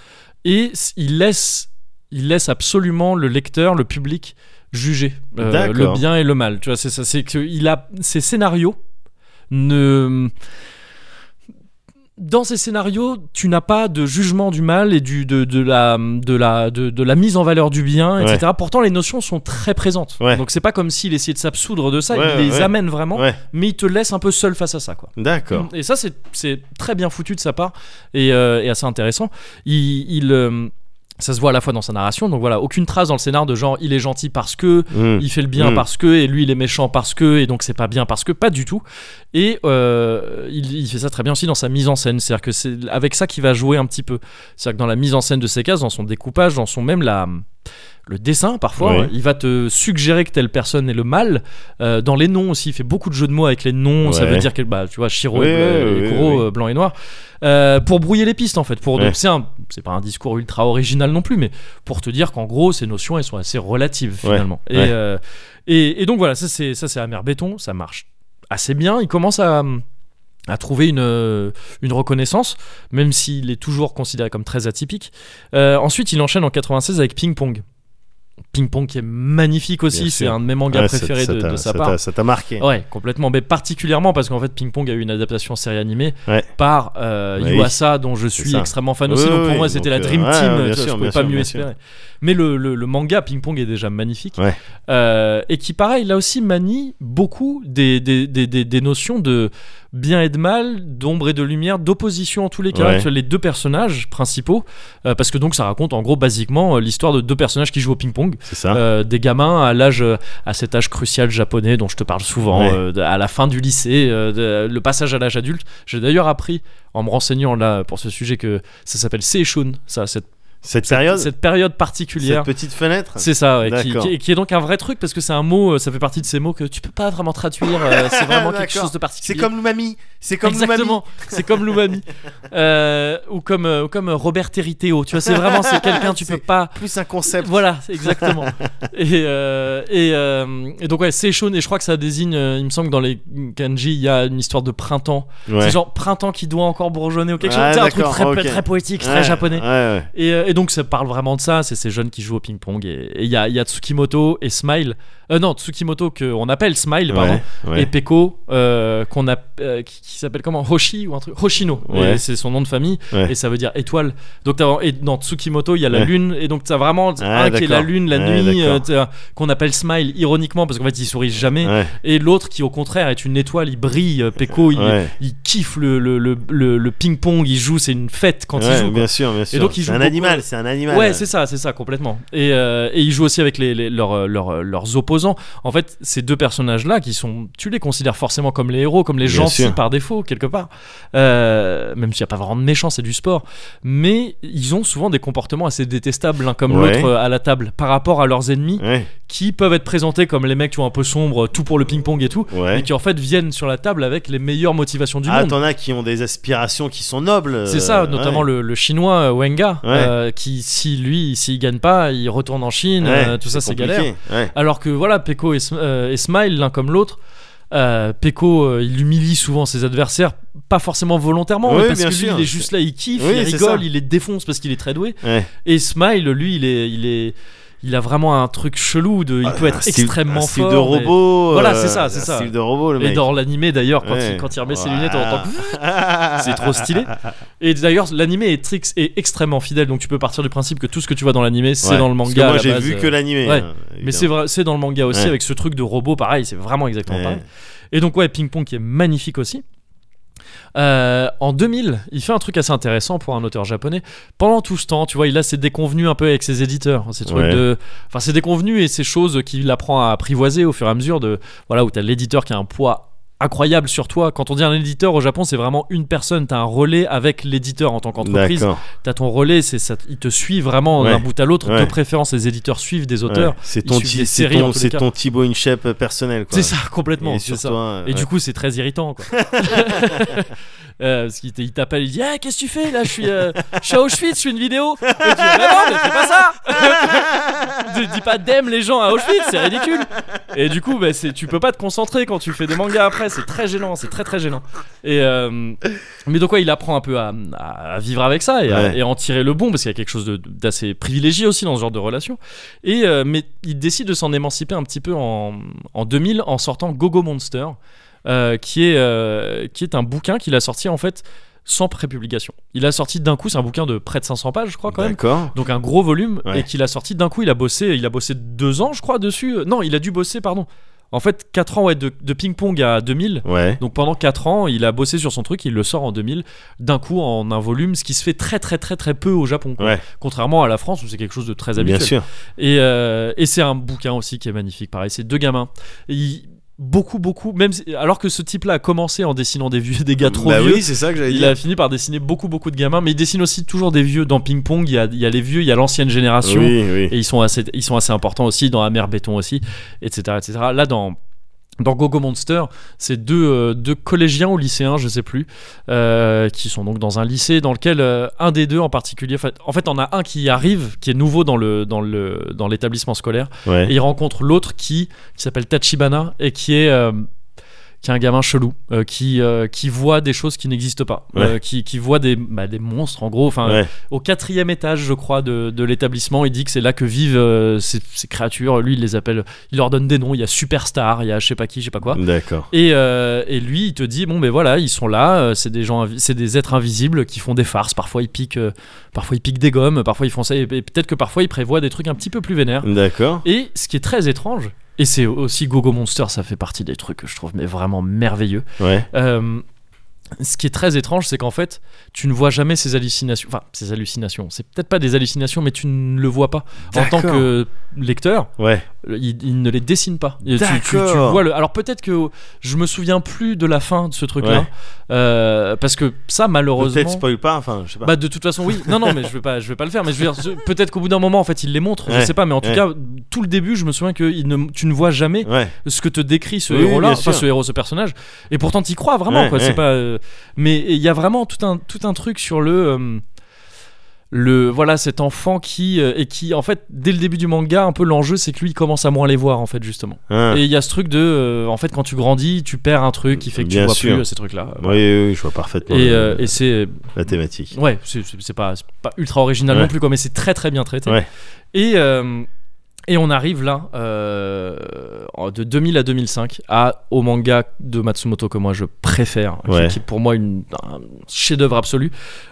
Speaker 1: et s- il laisse, il laisse absolument le lecteur, le public juger euh, le
Speaker 3: D'accord.
Speaker 1: bien et le mal. Tu vois, c'est ça, c'est que il a ses scénarios ne dans ces scénarios, tu n'as pas de jugement du mal et du, de, de la, de, la, de, de la mise en valeur du bien, etc. Pourtant, les notions sont très présentes.
Speaker 3: Ouais.
Speaker 1: Donc, c'est pas comme s'il essayait de s'absoudre de ça,
Speaker 3: Ouais,
Speaker 1: il les
Speaker 3: ouais.
Speaker 1: amène vraiment,
Speaker 3: Ouais,
Speaker 1: mais il te laisse un peu seul face à ça. quoi.
Speaker 3: d'accord.
Speaker 1: Et ça, c'est- c'est très bien foutu de sa part et, euh, et assez intéressant. Il. il, euh, ça se voit à la fois dans sa narration, donc voilà, aucune trace dans le scénar de genre il est gentil parce que,
Speaker 3: Hmm.
Speaker 1: il fait le bien
Speaker 3: Mm.
Speaker 1: parce que, et lui il est méchant parce que, et donc c'est pas bien parce que, pas du tout. Et euh, il, il fait ça très bien aussi dans sa mise en scène, c'est-à-dire que c'est avec ça qu'il va jouer un petit peu. C'est-à-dire que dans la mise en scène de ses cases, dans son découpage, dans son même la le dessin parfois
Speaker 3: Ouais.
Speaker 1: il va te suggérer que telle personne est le mal Euh, dans les noms aussi il fait beaucoup de jeux de mots avec les noms ça
Speaker 3: Ouais.
Speaker 1: veut dire que bah, tu vois Shiro
Speaker 3: Oui,
Speaker 1: et,
Speaker 3: oui,
Speaker 1: Bla- et
Speaker 3: oui,
Speaker 1: Kuro,
Speaker 3: oui.
Speaker 1: euh, blanc et noir Euh, pour brouiller les pistes en fait pour
Speaker 3: Ouais.
Speaker 1: donc c'est un- c'est pas un discours ultra original non plus mais pour te dire qu'en gros ces notions elles sont assez relatives
Speaker 3: Ouais,
Speaker 1: finalement et,
Speaker 3: ouais.
Speaker 1: euh, et, et donc voilà ça c'est ça c'est amer béton ça marche assez bien il commence à à trouver une, euh, une reconnaissance, même s'il est toujours considéré comme très atypique. Euh, ensuite, il enchaîne en 96 avec Ping Pong. Ping Pong qui est magnifique
Speaker 3: Bien
Speaker 1: aussi, c'est
Speaker 3: sûr.
Speaker 1: un de mes mangas
Speaker 3: Ouais, ça-
Speaker 1: préférés
Speaker 3: ça
Speaker 1: de,
Speaker 3: t'a-
Speaker 1: de sa
Speaker 3: ça
Speaker 1: part. Oh,
Speaker 3: t'a- Ça t'a marqué.
Speaker 1: Ouais, complètement, mais particulièrement parce qu'en fait Ping Pong a eu une adaptation en série animée
Speaker 3: Ouais.
Speaker 1: par euh,
Speaker 3: Ouais,
Speaker 1: Yuasa dont je
Speaker 3: c'est
Speaker 1: suis
Speaker 3: ça.
Speaker 1: extrêmement fan
Speaker 3: Oui,
Speaker 1: aussi,
Speaker 3: oui,
Speaker 1: donc pour
Speaker 3: oui,
Speaker 1: moi c'était la
Speaker 3: donc, euh,
Speaker 1: Dream
Speaker 3: ouais,
Speaker 1: Team,
Speaker 3: ouais,
Speaker 1: tu
Speaker 3: bien
Speaker 1: vois, je
Speaker 3: sûr,
Speaker 1: pouvais
Speaker 3: bien
Speaker 1: pas
Speaker 3: sûr,
Speaker 1: mieux
Speaker 3: bien sûr.
Speaker 1: espérer. Mais le, le- le manga Ping Pong est déjà magnifique
Speaker 3: Ouais.
Speaker 1: Euh, et qui pareil là aussi manie beaucoup des, des, des- des- des notions de bien et de mal, d'ombre et de lumière, d'opposition en tous les cas,
Speaker 3: Ouais.
Speaker 1: Tu vois, les deux personnages principaux, euh, parce que donc ça raconte en gros basiquement euh, l'histoire de deux personnages qui jouent au ping-pong.
Speaker 3: C'est ça.
Speaker 1: Euh, des gamins à l'âge euh, à cet âge crucial japonais dont je te parle souvent
Speaker 3: Ouais.
Speaker 1: euh, de- à la fin du lycée euh, de- le passage à l'âge adulte j'ai d'ailleurs appris en me renseignant là pour ce sujet que ça s'appelle Seishun ça cette,
Speaker 3: cette période, cette,
Speaker 1: cette période particulière
Speaker 3: petite fenêtre.
Speaker 1: c'est ça, ouais, qui,
Speaker 3: Ah. D'accord.
Speaker 1: qui- qui est donc un vrai truc parce que c'est un mot, euh, ça fait partie de ces mots que tu peux pas vraiment traduire. euh, c'est vraiment quelque
Speaker 3: D'accord.
Speaker 1: chose de
Speaker 3: C'est
Speaker 1: particulier.
Speaker 3: comme l'umami. C'est comme
Speaker 1: Exactement, c'est comme l'umami Euh, ou comme euh, ou comme Robert Territeo. Tu vois, c'est vraiment c'est quelqu'un tu peux
Speaker 3: C'est-
Speaker 1: pas
Speaker 3: l'umami. Plus un concept.
Speaker 1: voilà, c'est exactement. et, euh, et, euh, et donc, ouais, Seishon, et je crois que ça désigne, euh, il me semble que dans les kanji, il y a une histoire de printemps.
Speaker 3: Ouais.
Speaker 1: C'est genre printemps qui doit encore bourgeonner ou quelque
Speaker 3: Ouais,
Speaker 1: chose. C'est un truc
Speaker 3: d'accord,
Speaker 1: très, po-
Speaker 3: ok.
Speaker 1: très poétique,
Speaker 3: Ouais,
Speaker 1: très japonais.
Speaker 3: ouais, ouais.
Speaker 1: Et, euh, et donc, ça parle vraiment de ça. C'est ces jeunes qui jouent au ping-pong. Et et il y a, il y a Tsukimoto et Smile. Euh, non, Tsukimoto qu'on appelle Smile, pardon
Speaker 3: Ouais, ouais.
Speaker 1: et Peko euh, qu'on a euh, qui, qui s'appelle comment Hoshi ou un truc Hoshino
Speaker 3: Ouais.
Speaker 1: Et c'est son nom de famille
Speaker 3: Ouais.
Speaker 1: et ça veut dire étoile donc t'as- et dans Tsukimoto il y a la
Speaker 3: Ouais.
Speaker 1: lune et donc t'as vraiment
Speaker 3: Ah,
Speaker 1: un qui est la
Speaker 3: d'accord.
Speaker 1: lune la
Speaker 3: Ouais,
Speaker 1: nuit
Speaker 3: d'accord.
Speaker 1: euh, t'as- qu'on appelle Smile ironiquement parce qu'en fait il sourit jamais
Speaker 3: Ouais,
Speaker 1: et l'autre qui au contraire est une étoile il brille euh, Peko il,
Speaker 3: ouais.
Speaker 1: il kiffe le, le, le, le- le ping-pong il joue c'est une fête quand il
Speaker 3: Ouais,
Speaker 1: joue quoi.
Speaker 3: bien sûr, bien sûr.
Speaker 1: donc, il
Speaker 3: C'est
Speaker 1: joue
Speaker 3: un
Speaker 1: beaucoup-
Speaker 3: animal, c'est un animal.
Speaker 1: Ouais, c'est ça, c'est ça, complètement. Et, euh, et ils jouent aussi avec les, les- leurs, leurs, leurs opposants. En fait, ces deux personnages-là, qui sont, tu les considères forcément comme les héros, comme les
Speaker 3: Bien
Speaker 1: gentils
Speaker 3: sûr.
Speaker 1: par défaut, quelque part. Euh, même s'il n'y a pas vraiment de méchants, c'est du sport. Mais ils ont souvent des comportements assez détestables, l'un comme
Speaker 3: Ouais.
Speaker 1: l'autre, euh, à la table, par rapport à leurs ennemis,
Speaker 3: Ouais,
Speaker 1: qui peuvent être présentés comme les mecs, tu vois, un peu sombres, tout pour le ping-pong et tout,
Speaker 3: ouais.
Speaker 1: mais qui en fait viennent sur la table avec les meilleures motivations du
Speaker 3: ah,
Speaker 1: monde.
Speaker 3: t'en as qui ont des aspirations qui sont nobles.
Speaker 1: C'est ça, notamment le, le chinois euh, Wenga,
Speaker 3: Euh, Ouais.
Speaker 1: euh, qui si lui, s'il gagne pas, il retourne en Chine, euh, tout ça c'est galère.
Speaker 3: Ouais.
Speaker 1: Alors que voilà, Peko et, Sm- euh, et Smile, l'un comme l'autre, euh, Pecco, euh, il humilie souvent ses adversaires, pas forcément volontairement,
Speaker 3: Oui,
Speaker 1: mais parce
Speaker 3: bien
Speaker 1: que lui,
Speaker 3: sûr.
Speaker 1: il est juste là, il kiffe,
Speaker 3: Oui,
Speaker 1: il
Speaker 3: c'est
Speaker 1: rigole,
Speaker 3: ça.
Speaker 1: il les défonce parce qu'il est très doué.
Speaker 3: Ouais.
Speaker 1: Et Smile, lui, il est, il est, il a vraiment un truc chelou de, il peut être
Speaker 3: Ah, Un style-
Speaker 1: extrêmement
Speaker 3: un style
Speaker 1: fort.
Speaker 3: de
Speaker 1: mais-
Speaker 3: robot. euh,
Speaker 1: Voilà, c'est ça, c'est
Speaker 3: un
Speaker 1: ça.
Speaker 3: Style de robot, le
Speaker 1: Et
Speaker 3: mec.
Speaker 1: dans l'animé d'ailleurs, quand,
Speaker 3: Ouais.
Speaker 1: il, quand il remet ses
Speaker 3: Ouah.
Speaker 1: lunettes, on entend c'est trop stylé. Et d'ailleurs, l'animé est, trix- est extrêmement fidèle, donc tu peux partir du principe que tout ce que tu vois dans l'animé, c'est
Speaker 3: Ouais.
Speaker 1: dans le
Speaker 3: Parce que
Speaker 1: manga. à
Speaker 3: moi,
Speaker 1: la
Speaker 3: j'ai
Speaker 1: base,
Speaker 3: vu
Speaker 1: euh,
Speaker 3: que l'animé.
Speaker 1: ouais.
Speaker 3: hein,
Speaker 1: mais c'est vrai, c'est dans le manga aussi
Speaker 3: Ouais.
Speaker 1: avec ce truc de robot, pareil, c'est vraiment exactement
Speaker 3: Ouais.
Speaker 1: pareil. Et donc ouais, Ping Pong qui est magnifique aussi. Euh, en 2000, il fait un truc assez intéressant pour un auteur japonais. Pendant tout ce temps, tu vois, il a ses déconvenus un peu avec ses éditeurs, hein, ces trucs
Speaker 3: Ouais.
Speaker 1: de, enfin ses déconvenus et ces choses qu'il apprend à apprivoiser au fur et à mesure de, voilà, où t'as l'éditeur qui a un poids incroyable sur toi. Quand on dit un éditeur au Japon, c'est vraiment une personne, t'as un relais avec l'éditeur en tant qu'entreprise.
Speaker 3: D'accord.
Speaker 1: T'as ton relais, c'est ça, il te suit vraiment
Speaker 3: Ouais.
Speaker 1: d'un bout à l'autre.
Speaker 3: Ouais.
Speaker 1: De préférence, les éditeurs suivent des auteurs.
Speaker 3: Ouais. C'est
Speaker 1: ils
Speaker 3: ton,
Speaker 1: suivent des
Speaker 3: ti- c'est
Speaker 1: séries, en
Speaker 3: ton,
Speaker 1: tous les
Speaker 3: c'est
Speaker 1: cas.
Speaker 3: ton Thibaut InShape personnel. quoi.
Speaker 1: C'est ça, complètement.
Speaker 3: Et
Speaker 1: c'est
Speaker 3: sur
Speaker 1: ça.
Speaker 3: toi,
Speaker 1: Et
Speaker 3: euh, ouais.
Speaker 1: du coup, c'est très irritant, quoi. Euh, parce qu'il t- il t'appelle, il dit Ah, qu'est-ce que tu fais là Je suis, euh, je suis à Auschwitz, je fais une vidéo. Et tu dis Bah non, mais fais pas ça Dis- Dis pas d'aime les gens à Auschwitz, c'est ridicule Et du coup, bah, c'est- tu peux pas te concentrer quand tu fais des mangas après, c'est très gênant, c'est très très gênant. Et, euh, mais donc, ouais, il apprend un peu à, à vivre avec ça et, à,
Speaker 3: Ouais.
Speaker 1: et à en tirer le bon, parce qu'il y a quelque chose de- d'assez privilégié aussi dans ce genre de relation. Et, euh, mais il décide de s'en émanciper un petit peu en, en 2000 en sortant Gogo Monster, euh, qui, est, euh, qui est un bouquin qu'il a sorti en fait sans prépublication. Il a sorti d'un coup, c'est un bouquin de près de 500 pages, je crois quand même.
Speaker 3: D'accord.
Speaker 1: Donc un gros volume
Speaker 3: Ouais.
Speaker 1: et qu'il a sorti d'un coup. Il a bossé, il a bossé deux ans, je crois, dessus. Euh, Non, il a dû bosser, pardon. En fait, quatre ans ouais, de, de ping-pong à 2000.
Speaker 3: Ouais.
Speaker 1: Donc pendant 4 ans, il a bossé sur son truc, il le sort en 2000, d'un coup en un volume, ce qui se fait très très très très peu au Japon. quoi.
Speaker 3: Ouais.
Speaker 1: Contrairement à la France où c'est quelque chose de très habituel.
Speaker 3: Bien sûr.
Speaker 1: Et, euh, et c'est un bouquin aussi qui est magnifique, pareil. C'est deux gamins. Et ils- beaucoup, beaucoup, même si- alors que ce type-là a commencé en dessinant des vieux, des gars trop
Speaker 3: Bah
Speaker 1: vieux.
Speaker 3: oui, c'est ça que j'avais
Speaker 1: Il
Speaker 3: dit.
Speaker 1: a fini par dessiner beaucoup, beaucoup de gamins, mais il dessine aussi toujours des vieux. Dans Ping Pong, il y a, il y a les vieux, il y a l'ancienne génération.
Speaker 3: Oui, oui.
Speaker 1: Et ils sont, assez, ils sont assez importants aussi, dans Amer Béton aussi, etc. etc. Là, dans, dans Gogo Monster, c'est deux, euh, deux collégiens ou lycéens, je sais plus, euh, qui sont donc dans un lycée dans lequel euh, un des deux en particulier, fait- en fait, on a un qui arrive, qui est nouveau dans le dans le dans l'établissement scolaire, et
Speaker 3: Ouais.
Speaker 1: il rencontre l'autre qui, qui s'appelle Tachibana et qui est euh, qui est un gamin chelou euh, qui euh, qui voit des choses qui n'existent pas
Speaker 3: Ouais.
Speaker 1: euh, qui, qui voit des bah, des monstres en gros enfin
Speaker 3: Ouais.
Speaker 1: au quatrième étage, je crois, de, de l'établissement. Il dit que c'est là que vivent euh, ces, ces créatures. Lui, il les appelle, il leur donne des noms. Il y a Superstar, il y a je sais pas qui, je sais pas quoi.
Speaker 3: D'accord.
Speaker 1: Et, euh, et lui, il te dit bon, ben voilà, ils sont là. euh, C'est des gens, invi- c'est des êtres invisibles qui font des farces. Parfois, ils piquent, euh, parfois ils piquent des gommes, parfois ils font ça. Et, et peut-être que parfois ils prévoient des trucs un petit peu plus vénères.
Speaker 3: D'accord.
Speaker 1: Et ce qui est très étrange, et c'est aussi Gogo Monster, ça fait partie des trucs que je trouve mais vraiment merveilleux.
Speaker 3: Ouais.
Speaker 1: Euh, ce qui est très étrange, c'est qu'en fait, tu ne vois jamais ces hallucinations. Enfin, ces hallucinations. C'est peut-être pas des hallucinations, mais tu ne le vois pas. En tant
Speaker 3: D'accord.
Speaker 1: que lecteur,
Speaker 3: Ouais.
Speaker 1: il, il ne les dessine pas. Et Tu, tu- tu
Speaker 3: D'accord.
Speaker 1: vois le. Alors peut-être que je me souviens plus de la fin de ce truc-là,
Speaker 3: Ouais.
Speaker 1: Euh, parce que ça, malheureusement.
Speaker 3: Peut-être spoil pas. Enfin, je sais pas.
Speaker 1: Bah de toute façon oui. Non non mais je vais pas je vais pas le faire mais je veux dire je- peut-être qu'au bout d'un moment en fait il les montre, je
Speaker 3: Ouais.
Speaker 1: sais pas mais en tout
Speaker 3: Ouais.
Speaker 1: cas tout le début je me souviens que il ne, tu ne vois jamais
Speaker 3: Ouais.
Speaker 1: ce que te décrit ce
Speaker 3: Oui, oui,
Speaker 1: héros là
Speaker 3: bien
Speaker 1: enfin
Speaker 3: sûr.
Speaker 1: ce héros ce personnage et pourtant t'y crois vraiment
Speaker 3: Ouais,
Speaker 1: quoi c'est
Speaker 3: ouais.
Speaker 1: pas euh, mais il y a vraiment tout un tout un truc sur le euh, le voilà cet enfant qui euh, et qui en fait dès le début du manga un peu l'enjeu c'est que lui il commence à moins les voir en fait justement
Speaker 3: Hein.
Speaker 1: et il y a ce truc de euh, en fait quand tu grandis tu perds un truc qui fait que
Speaker 3: Bien
Speaker 1: tu vois
Speaker 3: sûr.
Speaker 1: plus euh, ces trucs là
Speaker 3: Oui, oui, oui, je vois parfaitement
Speaker 1: et,
Speaker 3: le-
Speaker 1: euh, et c'est
Speaker 3: la thématique.
Speaker 1: Ouais, c'est- c'est c'est pas, c'est pas ultra original
Speaker 3: Ouais.
Speaker 1: non plus, quoi, mais c'est très très bien traité.
Speaker 3: Ouais.
Speaker 1: Et, euh, et on arrive là, euh, de 2000 à 2005, à, au manga de Matsumoto que moi je préfère, qui-
Speaker 3: Ouais.
Speaker 1: qui, est pour moi une, un chef-d'œuvre absolu.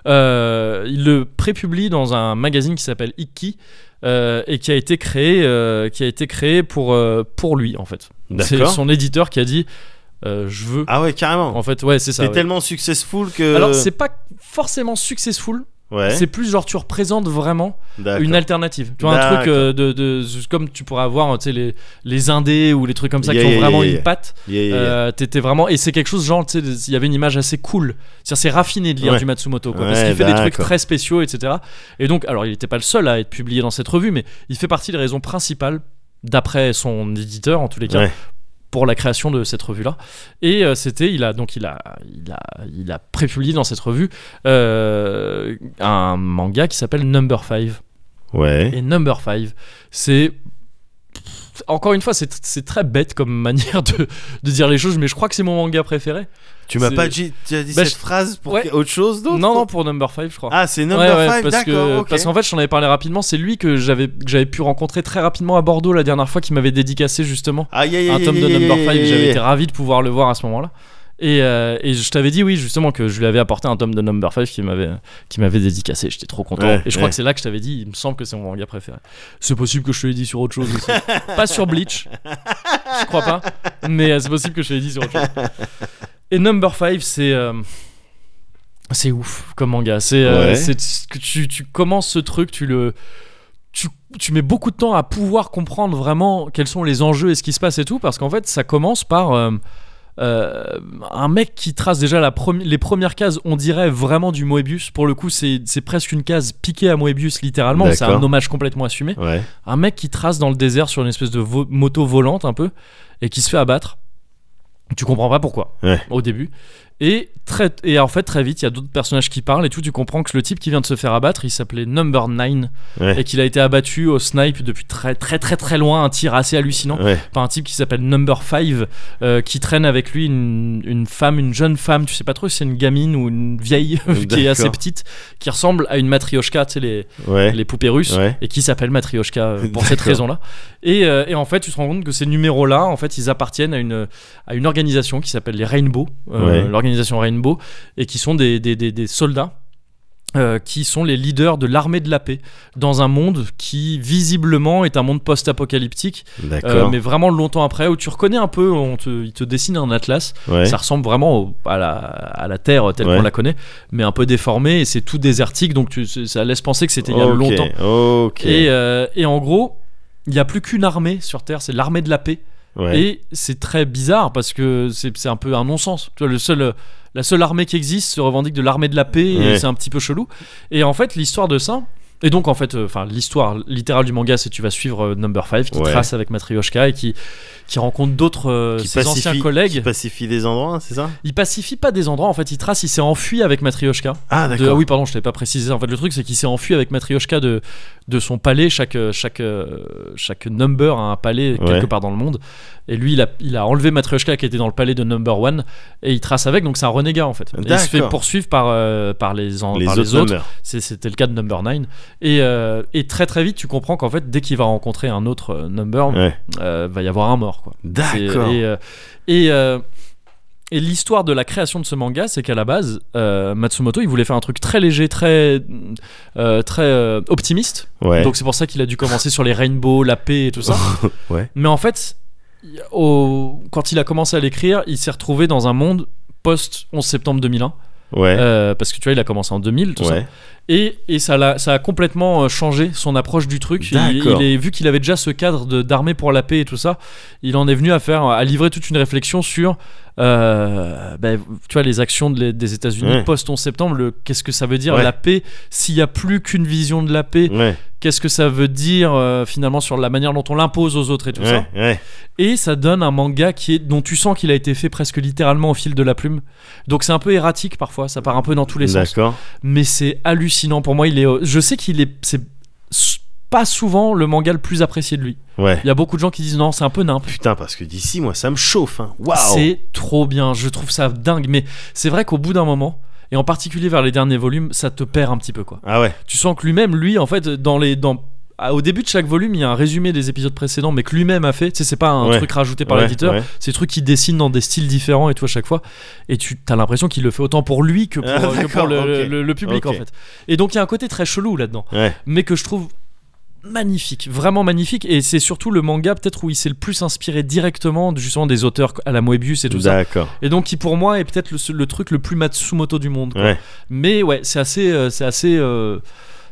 Speaker 1: Euh, il le prépublie dans un magazine qui s'appelle Ikki. euh, et qui a été créé, euh, qui a été créé pour, euh, pour lui en fait. C'est
Speaker 3: D'accord.
Speaker 1: son éditeur qui a dit euh, je veux.
Speaker 3: Ah ouais, carrément.
Speaker 1: En fait, ouais, c'est ça.
Speaker 3: T'es
Speaker 1: ouais.
Speaker 3: tellement successful que.
Speaker 1: Alors c'est pas forcément successful,
Speaker 3: Ouais.
Speaker 1: c'est plus genre tu représentes vraiment
Speaker 3: D'accord.
Speaker 1: une alternative. Tu vois, un
Speaker 3: D'accord.
Speaker 1: truc euh, de, de- comme tu pourrais avoir, tu sais, les, les indés ou les trucs comme ça
Speaker 3: Yeah,
Speaker 1: qui ont
Speaker 3: yeah,
Speaker 1: vraiment
Speaker 3: yeah, yeah.
Speaker 1: une patte.
Speaker 3: Yeah, yeah, yeah.
Speaker 1: Euh, T'étais vraiment. Et c'est quelque chose, genre, tu sais, des- il y avait une image assez cool. C'est-à-dire, c'est raffiné de lire
Speaker 3: Ouais.
Speaker 1: du Matsumoto, quoi.
Speaker 3: Ouais,
Speaker 1: parce qu'il fait des trucs
Speaker 3: d'accord.
Speaker 1: très spéciaux, etc. Et donc, alors, il n'était pas le seul à être publié dans cette revue, mais il fait partie des raisons principales, d'après son éditeur, en tous les cas,
Speaker 3: Ouais.
Speaker 1: pour la création de cette revue là et euh, c'était il a donc il a il a il a prépublié dans cette revue euh, un manga qui s'appelle Number 5
Speaker 3: Ouais.
Speaker 1: et Number 5 c'est encore une fois, c'est c'est très bête comme manière de, de dire les choses, mais je crois que c'est mon manga préféré.
Speaker 3: Tu m'as
Speaker 1: C'est-
Speaker 3: pas dit, tu as dit
Speaker 1: Bah,
Speaker 3: cette
Speaker 1: je-
Speaker 3: phrase pour
Speaker 1: ouais.
Speaker 3: que- autre chose d'autre
Speaker 1: Non, non, pour Number 5, je crois.
Speaker 3: Ah, c'est
Speaker 1: Ouais,
Speaker 3: number
Speaker 1: ouais,
Speaker 3: 5,
Speaker 1: parce que
Speaker 3: d'accord. ok.
Speaker 1: parce qu'en fait, j'en avais parlé rapidement. C'est lui que j'avais que j'avais pu rencontrer très rapidement à Bordeaux la dernière fois, qui m'avait dédicacé justement
Speaker 3: Aïe, aïe, aïe,
Speaker 1: un
Speaker 3: aïe,
Speaker 1: tome de
Speaker 3: aïe, aïe,
Speaker 1: Number 5.
Speaker 3: aïe,
Speaker 1: J'avais
Speaker 3: aïe.
Speaker 1: été ravi de pouvoir le voir à ce moment-là. Et, euh, et je t'avais dit oui justement que je lui avais apporté un tome de Number 5 qui m'avait qui m'avait dédicacé. J'étais trop content.
Speaker 3: Ouais,
Speaker 1: et je crois
Speaker 3: ouais.
Speaker 1: que c'est là que je t'avais dit. Il me semble que c'est mon manga préféré. C'est possible que je te l'ai dit sur autre chose. aussi. pas sur Bleach. Je crois pas. Mais euh, c'est possible que je te l'ai dit sur autre chose. Et Number 5 c'est euh, c'est ouf comme manga. C'est euh,
Speaker 3: Ouais.
Speaker 1: c'est ce que tu, tu commences ce truc, tu le tu, tu mets beaucoup de temps à pouvoir comprendre vraiment quels sont les enjeux et ce qui se passe et tout, parce qu'en fait, ça commence par euh, euh, un mec qui trace déjà la premi- les premières cases, on dirait vraiment du Moebius. Pour le coup, c'est c'est presque une case piquée à Moebius, littéralement. C'est un
Speaker 3: D'accord.
Speaker 1: hommage complètement assumé.
Speaker 3: Ouais.
Speaker 1: Un mec qui trace dans le désert sur une espèce de vo- moto volante, un peu, et qui se fait abattre. Tu comprends pas pourquoi
Speaker 3: Ouais.
Speaker 1: au début. Et, très, et en fait, très vite, il y a d'autres personnages qui parlent et tout. Tu comprends que le type qui vient de se faire abattre, il s'appelait Number 9
Speaker 3: Ouais.
Speaker 1: et qu'il a été abattu au snipe depuis très très très très loin, un tir assez hallucinant
Speaker 3: Ouais.
Speaker 1: par un type qui s'appelle Number 5 euh, qui traîne avec lui une, une femme, une jeune femme, tu sais pas trop si c'est une gamine ou une vieille qui est
Speaker 3: D'accord.
Speaker 1: assez petite, qui ressemble à une matrioshka, tu sais, les,
Speaker 3: Ouais.
Speaker 1: les poupées russes,
Speaker 3: Ouais.
Speaker 1: et qui s'appelle matrioshka euh, pour cette
Speaker 3: D'accord.
Speaker 1: raison-là. Et, euh, et en fait, tu te rends compte que ces numéros-là, en fait, ils appartiennent à une, à une organisation qui s'appelle les Rainbow, euh,
Speaker 3: Ouais.
Speaker 1: l'organisation Rainbow, et qui sont des, des, des- des soldats. euh, qui sont les leaders de l'armée de la paix dans un monde qui visiblement est un monde post-apocalyptique euh,
Speaker 3: D'accord.
Speaker 1: mais vraiment longtemps après où tu reconnais un peu on te, il te dessine un atlas
Speaker 3: ouais.
Speaker 1: ça ressemble vraiment au- à, la, à la terre telle
Speaker 3: Ouais.
Speaker 1: qu'on la connaît mais un peu déformé et c'est tout désertique donc tu, ça laisse penser que c'était il y a
Speaker 3: Ok,
Speaker 1: longtemps
Speaker 3: Ok.
Speaker 1: et, euh, et en gros il n'y a plus qu'une armée sur terre c'est l'armée de la paix
Speaker 3: ouais.
Speaker 1: et c'est très bizarre parce que c'est c'est un peu un non-sens. Tu vois, le seul, la seule armée qui existe se revendique de l'armée de la paix et
Speaker 3: Ouais.
Speaker 1: c'est un petit peu chelou. Et en fait, l'histoire de ça. Et donc, en fait, euh, enfin, l'histoire littérale du manga, c'est tu vas suivre euh, Number 5 qui
Speaker 3: Ouais.
Speaker 1: trace avec Matryoshka et qui, qui rencontre d'autres, euh,
Speaker 3: Qui
Speaker 1: ses
Speaker 3: pacifie-
Speaker 1: anciens
Speaker 3: Qui
Speaker 1: collègues.
Speaker 3: pacifie des endroits, c'est ça
Speaker 1: Il pacifie pas des endroits, en fait, il trace, il s'est enfui avec Matryoshka.
Speaker 3: Ah,
Speaker 1: De- ah
Speaker 3: d'accord.
Speaker 1: oui, pardon, je t'avais pas précisé. En fait, le truc, c'est qu'il s'est enfui avec Matryoshka de, de son palais. Chaque, euh, chaque, euh, chaque number a un palais quelque
Speaker 3: Ouais.
Speaker 1: part dans le monde. Et lui, il a, il a enlevé Matryoshka qui était dans le palais de number one et il trace avec. Donc, c'est un renégat en fait. Et il se fait
Speaker 3: D'accord.
Speaker 1: poursuivre par, euh, par les, en-
Speaker 3: Les
Speaker 1: par
Speaker 3: autres,
Speaker 1: les autres.
Speaker 3: demeurent.
Speaker 1: C'est- C'était le cas de number nine. Et, euh, et très très vite, tu comprends qu'en fait, dès qu'il va rencontrer un autre euh, number,
Speaker 3: Ouais.
Speaker 1: euh, va y avoir un mort. Quoi. C'est-
Speaker 3: D'accord.
Speaker 1: Et, euh, et, euh, et l'histoire de la création de ce manga, c'est qu'à la base, euh, Matsumoto, il voulait faire un truc très léger, très, euh, très euh, optimiste.
Speaker 3: Ouais.
Speaker 1: Donc c'est pour ça qu'il a dû commencer sur les rainbows, la paix et tout ça.
Speaker 3: Ouais.
Speaker 1: Mais en fait, il- au- quand il a commencé à l'écrire, il s'est retrouvé dans un monde post 11 septembre 2001
Speaker 3: Ouais.
Speaker 1: euh, parce que tu vois il a commencé en 2000 tout ça
Speaker 3: Ouais.
Speaker 1: et, et ça, l'a- ça a complètement euh, changé son approche du truc. Il,
Speaker 3: D'accord.
Speaker 1: il est, vu qu'il avait déjà ce cadre de- d'armée pour la paix et tout ça, il en est venu à faire, à livrer toute une réflexion sur, euh, ben, tu vois, les actions de les- des États-Unis
Speaker 3: Ouais.
Speaker 1: post 11 septembre. le- Qu'est-ce que ça veut dire
Speaker 3: Ouais. Mm.
Speaker 1: la paix S'il n'y a plus qu'une vision de la paix,
Speaker 3: Ouais.
Speaker 1: qu'est-ce que ça veut dire euh, finalement sur la manière dont on l'impose aux autres et tout ça
Speaker 3: Ouais. Ouais.
Speaker 1: et ça donne un manga qui est dont tu sens qu'il a été fait presque littéralement au fil de la plume. Donc c'est un peu erratique parfois, ça part un peu dans tous les sens
Speaker 3: D'accord.
Speaker 1: mais c'est hallucinant pour moi il est euh, je sais qu'il est c'est s- pas souvent le manga le plus apprécié de lui
Speaker 3: Ouais.
Speaker 1: il y a beaucoup de gens qui disent non c'est un peu nimp
Speaker 3: Putain, parce que d'ici, moi, ça me chauffe. hein. Waouh.
Speaker 1: c'est trop bien je trouve ça dingue mais c'est vrai qu'au bout d'un moment et en particulier vers les derniers volumes ça te perd un petit peu quoi
Speaker 3: Ah ouais.
Speaker 1: tu sens que lui-même lui en fait dans les dans à- au début de chaque volume, il y a un résumé des épisodes précédents, mais que lui-même a fait. Tu sais, c'est pas un
Speaker 3: Ouais.
Speaker 1: truc rajouté par
Speaker 3: Ouais,
Speaker 1: l'éditeur.
Speaker 3: ouais.
Speaker 1: C'est des trucs qu'il dessine dans des styles différents et tout à chaque fois. Et tu as l'impression qu'il le fait autant pour lui que pour,
Speaker 3: Ah,
Speaker 1: que pour
Speaker 3: d'accord,
Speaker 1: le,
Speaker 3: ok.
Speaker 1: le- le public en
Speaker 3: Ok.
Speaker 1: fait. Et donc il y a un côté très chelou là-dedans,
Speaker 3: Ouais.
Speaker 1: mais que je trouve magnifique, vraiment magnifique. Et c'est surtout le manga peut-être où il s'est le plus inspiré directement justement des auteurs à la Moebius et tout ça.
Speaker 3: D'accord.
Speaker 1: Et donc qui pour moi est peut-être le, le truc le plus Matsumoto du monde. quoi.
Speaker 3: Ouais.
Speaker 1: Mais ouais, c'est assez, euh, c'est assez. euh,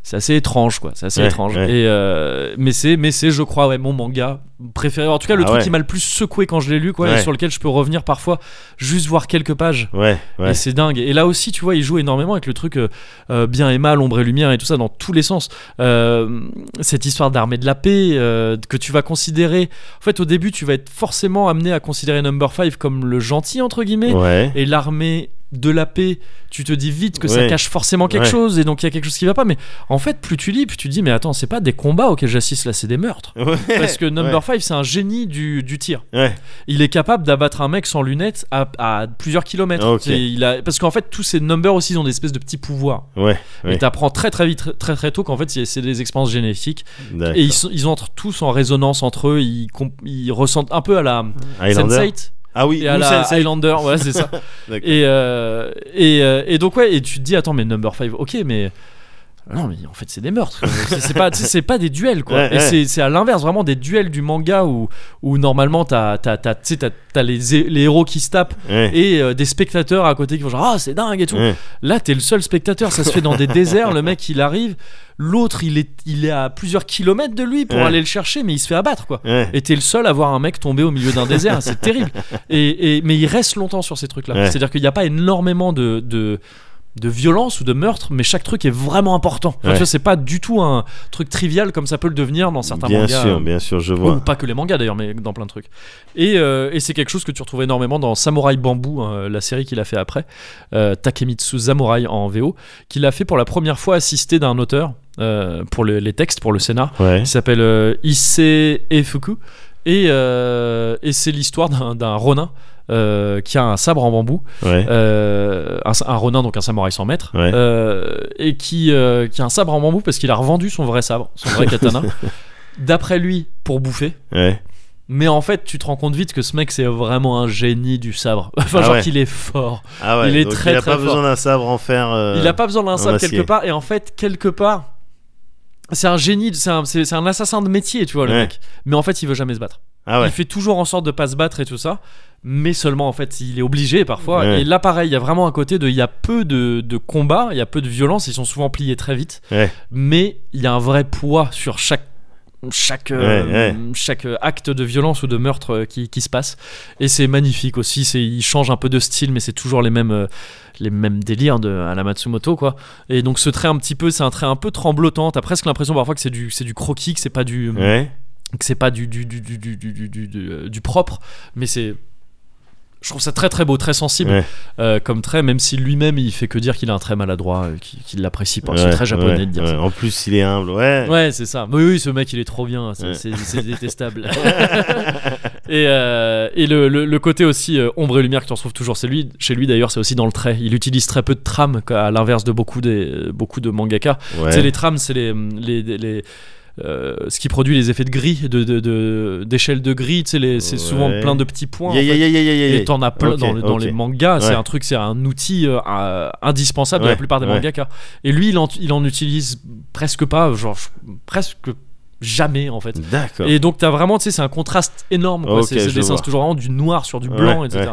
Speaker 1: c'est assez étrange quoi, c'est assez
Speaker 3: Ouais,
Speaker 1: étrange.
Speaker 3: ouais.
Speaker 1: Et euh, mais c'est mais c'est je crois ouais mon manga préféré. En tout cas le
Speaker 3: Ah
Speaker 1: truc
Speaker 3: ouais.
Speaker 1: qui m'a le plus secoué quand je l'ai lu quoi, et
Speaker 3: Ouais.
Speaker 1: sur lequel je peux revenir parfois juste voir quelques pages.
Speaker 3: Ouais. Ouais.
Speaker 1: Et c'est dingue. Et là aussi, tu vois, il joue énormément avec le truc euh, euh, bien et mal, ombre et lumière et tout ça dans tous les sens. Euh, cette histoire d'armée de la paix euh, que tu vas considérer. En fait, au début, tu vas être forcément amené à considérer Number 5 comme le gentil entre guillemets
Speaker 3: Ouais.
Speaker 1: et l'armée de la paix, tu te dis vite que ça
Speaker 3: Ouais.
Speaker 1: cache forcément quelque
Speaker 3: Ouais.
Speaker 1: chose et donc il y a quelque chose qui va pas. Mais en fait, plus tu lis, plus tu te dis mais attends, c'est pas des combats auxquels j'assiste là, c'est des meurtres. Parce que Number 5, c'est un génie du, du tir.
Speaker 3: Ouais.
Speaker 1: Il est capable d'abattre un mec sans lunettes à, à plusieurs kilomètres.
Speaker 3: Ah, ok.
Speaker 1: C'est- il a, parce qu'en fait, tous ces numbers aussi, ils ont des espèces de petits pouvoirs.
Speaker 3: Ouais, ouais.
Speaker 1: Et t'apprends très très vite, très très, très tôt qu'en fait, c'est c'est des expériences génétiques.
Speaker 3: D'accord.
Speaker 1: Et ils, sont- ils entrent tous en résonance entre eux. Ils, comp- ils ressentent un peu à la
Speaker 3: Highlander.
Speaker 1: Sense8
Speaker 3: Ah oui,
Speaker 1: et à
Speaker 3: nous,
Speaker 1: la
Speaker 3: Sense8.
Speaker 1: Highlander. Ouais, c'est ça.
Speaker 3: D'accord.
Speaker 1: et, euh, et, euh, et donc, ouais, et tu te dis, attends, mais Number 5, ok, mais. Non, mais en fait, c'est des meurtres. c'est c'est pas, tu sais, c'est pas des duels, quoi.
Speaker 3: Ouais,
Speaker 1: et
Speaker 3: ouais.
Speaker 1: c'est- c'est à l'inverse, vraiment, des duels du manga où, où normalement, t'as t'as- t'as- tu sais, t'as- t'as les, hé- les héros qui se tapent
Speaker 3: Ouais.
Speaker 1: et euh, des spectateurs à côté qui vont genre, ah, c'est dingue et tout.
Speaker 3: Ouais.
Speaker 1: Là, t'es le seul spectateur. Ça se fait dans des déserts. Le mec, il arrive. L'autre, il est, il est à plusieurs kilomètres de lui pour
Speaker 3: Ouais.
Speaker 1: aller le chercher, mais il se fait abattre, quoi.
Speaker 3: Ouais.
Speaker 1: Et t'es le seul à voir un mec tomber au milieu d'un désert, c'est terrible. Et, et- mais il reste longtemps sur ces trucs-là.
Speaker 3: Ouais.
Speaker 1: C'est-à-dire qu'il n'y a pas énormément de, de, de violence ou de meurtre, mais chaque truc est vraiment important. Enfin,
Speaker 3: Ouais.
Speaker 1: tu vois, c'est pas du tout un truc trivial comme ça peut le devenir dans certains
Speaker 3: bien
Speaker 1: mangas. euh,
Speaker 3: sûr, bien sûr, je
Speaker 1: Ou
Speaker 3: vois.
Speaker 1: pas que les mangas d'ailleurs, mais dans plein de trucs. Et, euh, et c'est quelque chose que tu retrouves énormément dans Samurai Bamboo, hein, la série qu'il a fait après, euh, Takemitsu Samurai en VO, qu'il a fait pour la première fois assisté d'un auteur euh, pour le- les textes, pour le scénar,
Speaker 3: Ouais.
Speaker 1: il s'appelle euh, Issei Efuku. Et, euh, et c'est l'histoire d'un- d'un ronin euh, qui a un sabre en bambou.
Speaker 3: Ouais.
Speaker 1: euh, un, un ronin, donc un samouraï sans maître.
Speaker 3: Ouais.
Speaker 1: euh, et qui, euh, qui a un sabre en bambou parce qu'il a revendu son vrai sabre, son vrai katana, d'après lui, pour bouffer.
Speaker 3: Ouais.
Speaker 1: Mais en fait, tu te rends compte vite que ce mec, c'est vraiment un génie du sabre. Enfin,
Speaker 3: Ah
Speaker 1: genre
Speaker 3: ouais.
Speaker 1: qu'il est fort.
Speaker 3: Ah ouais.
Speaker 1: Il est
Speaker 3: donc
Speaker 1: très,
Speaker 3: il a
Speaker 1: très
Speaker 3: pas
Speaker 1: fort.
Speaker 3: besoin d'un sabre en fer. euh,
Speaker 1: Il n'a pas besoin d'un sabre
Speaker 3: acier.
Speaker 1: quelque part. Et en fait, quelque part, c'est un génie, c'est un, c'est- c'est un assassin de métier, tu vois, le
Speaker 3: Ouais.
Speaker 1: mec. Mais en fait, il veut jamais se battre.
Speaker 3: Ah
Speaker 1: Il
Speaker 3: ouais.
Speaker 1: fait toujours en sorte de pas se battre et tout ça. Mais seulement, en fait, il est obligé parfois.
Speaker 3: Ouais.
Speaker 1: Et là, pareil, il y a vraiment un côté de. Il y a peu de, de combats, il y a peu de violence, ils sont souvent pliés très vite.
Speaker 3: Ouais.
Speaker 1: Mais il y a un vrai poids sur chaque. Chaque, euh,
Speaker 3: Ouais, ouais.
Speaker 1: chaque acte de violence ou de meurtre euh, qui, qui se passe et c'est magnifique aussi c'est il change un peu de style mais c'est toujours les mêmes euh, les mêmes délires de à la Matsumoto quoi et donc ce trait un petit peu c'est un trait un peu tremblotant t'as presque l'impression parfois que c'est du c'est du croquis que c'est pas du
Speaker 3: Ouais.
Speaker 1: que c'est pas du du, du, du, du, du, du- du- du- euh, du propre, mais c'est je trouve ça très très beau, très sensible
Speaker 3: Ouais.
Speaker 1: euh, comme trait, même si lui-même il fait que dire qu'il a un trait maladroit, euh, qu'il qu'il l'apprécie pas. c'est
Speaker 3: Ouais,
Speaker 1: très japonais
Speaker 3: ouais,
Speaker 1: de dire
Speaker 3: ouais.
Speaker 1: ça.
Speaker 3: En plus, il est humble. Ouais.
Speaker 1: Ouais, c'est ça. Mais oui, ce mec il est trop bien, c'est
Speaker 3: Ouais.
Speaker 1: c'est- c'est détestable. et euh, et le, le- le côté aussi euh, ombre et lumière que tu retrouves toujours c'est lui, chez lui d'ailleurs, c'est aussi dans le trait. Il utilise très peu de trames, à l'inverse de beaucoup, des, euh, beaucoup de mangaka.
Speaker 3: Ouais.
Speaker 1: Tu sais, les trames, c'est les, les, les- les- euh, ce qui produit les effets de gris, d'échelle de, de, d'échelle de gris. tu sais, les- C'est souvent
Speaker 3: Ouais.
Speaker 1: plein de petits points. en
Speaker 3: Yeah, yeah,
Speaker 1: fait.
Speaker 3: yeah, yeah, yeah, yeah.
Speaker 1: Et t'en as plein
Speaker 3: Ok,
Speaker 1: dans, le- dans
Speaker 3: ok.
Speaker 1: les mangas. C'est
Speaker 3: Ouais.
Speaker 1: un truc, c'est un outil euh, euh, indispensable de la
Speaker 3: Ouais,
Speaker 1: plupart des
Speaker 3: ouais.
Speaker 1: mangaka. Et lui, il en, il en utilise presque pas, genre je- presque jamais en fait.
Speaker 3: D'accord.
Speaker 1: Et donc t'as vraiment, tu sais, c'est un contraste énorme. Quoi.
Speaker 3: Ok,
Speaker 1: C'est- c'est
Speaker 3: je
Speaker 1: des dessins
Speaker 3: vois.
Speaker 1: c'est toujours vraiment du noir sur du blanc,
Speaker 3: Ouais,
Speaker 1: etc.
Speaker 3: ouais.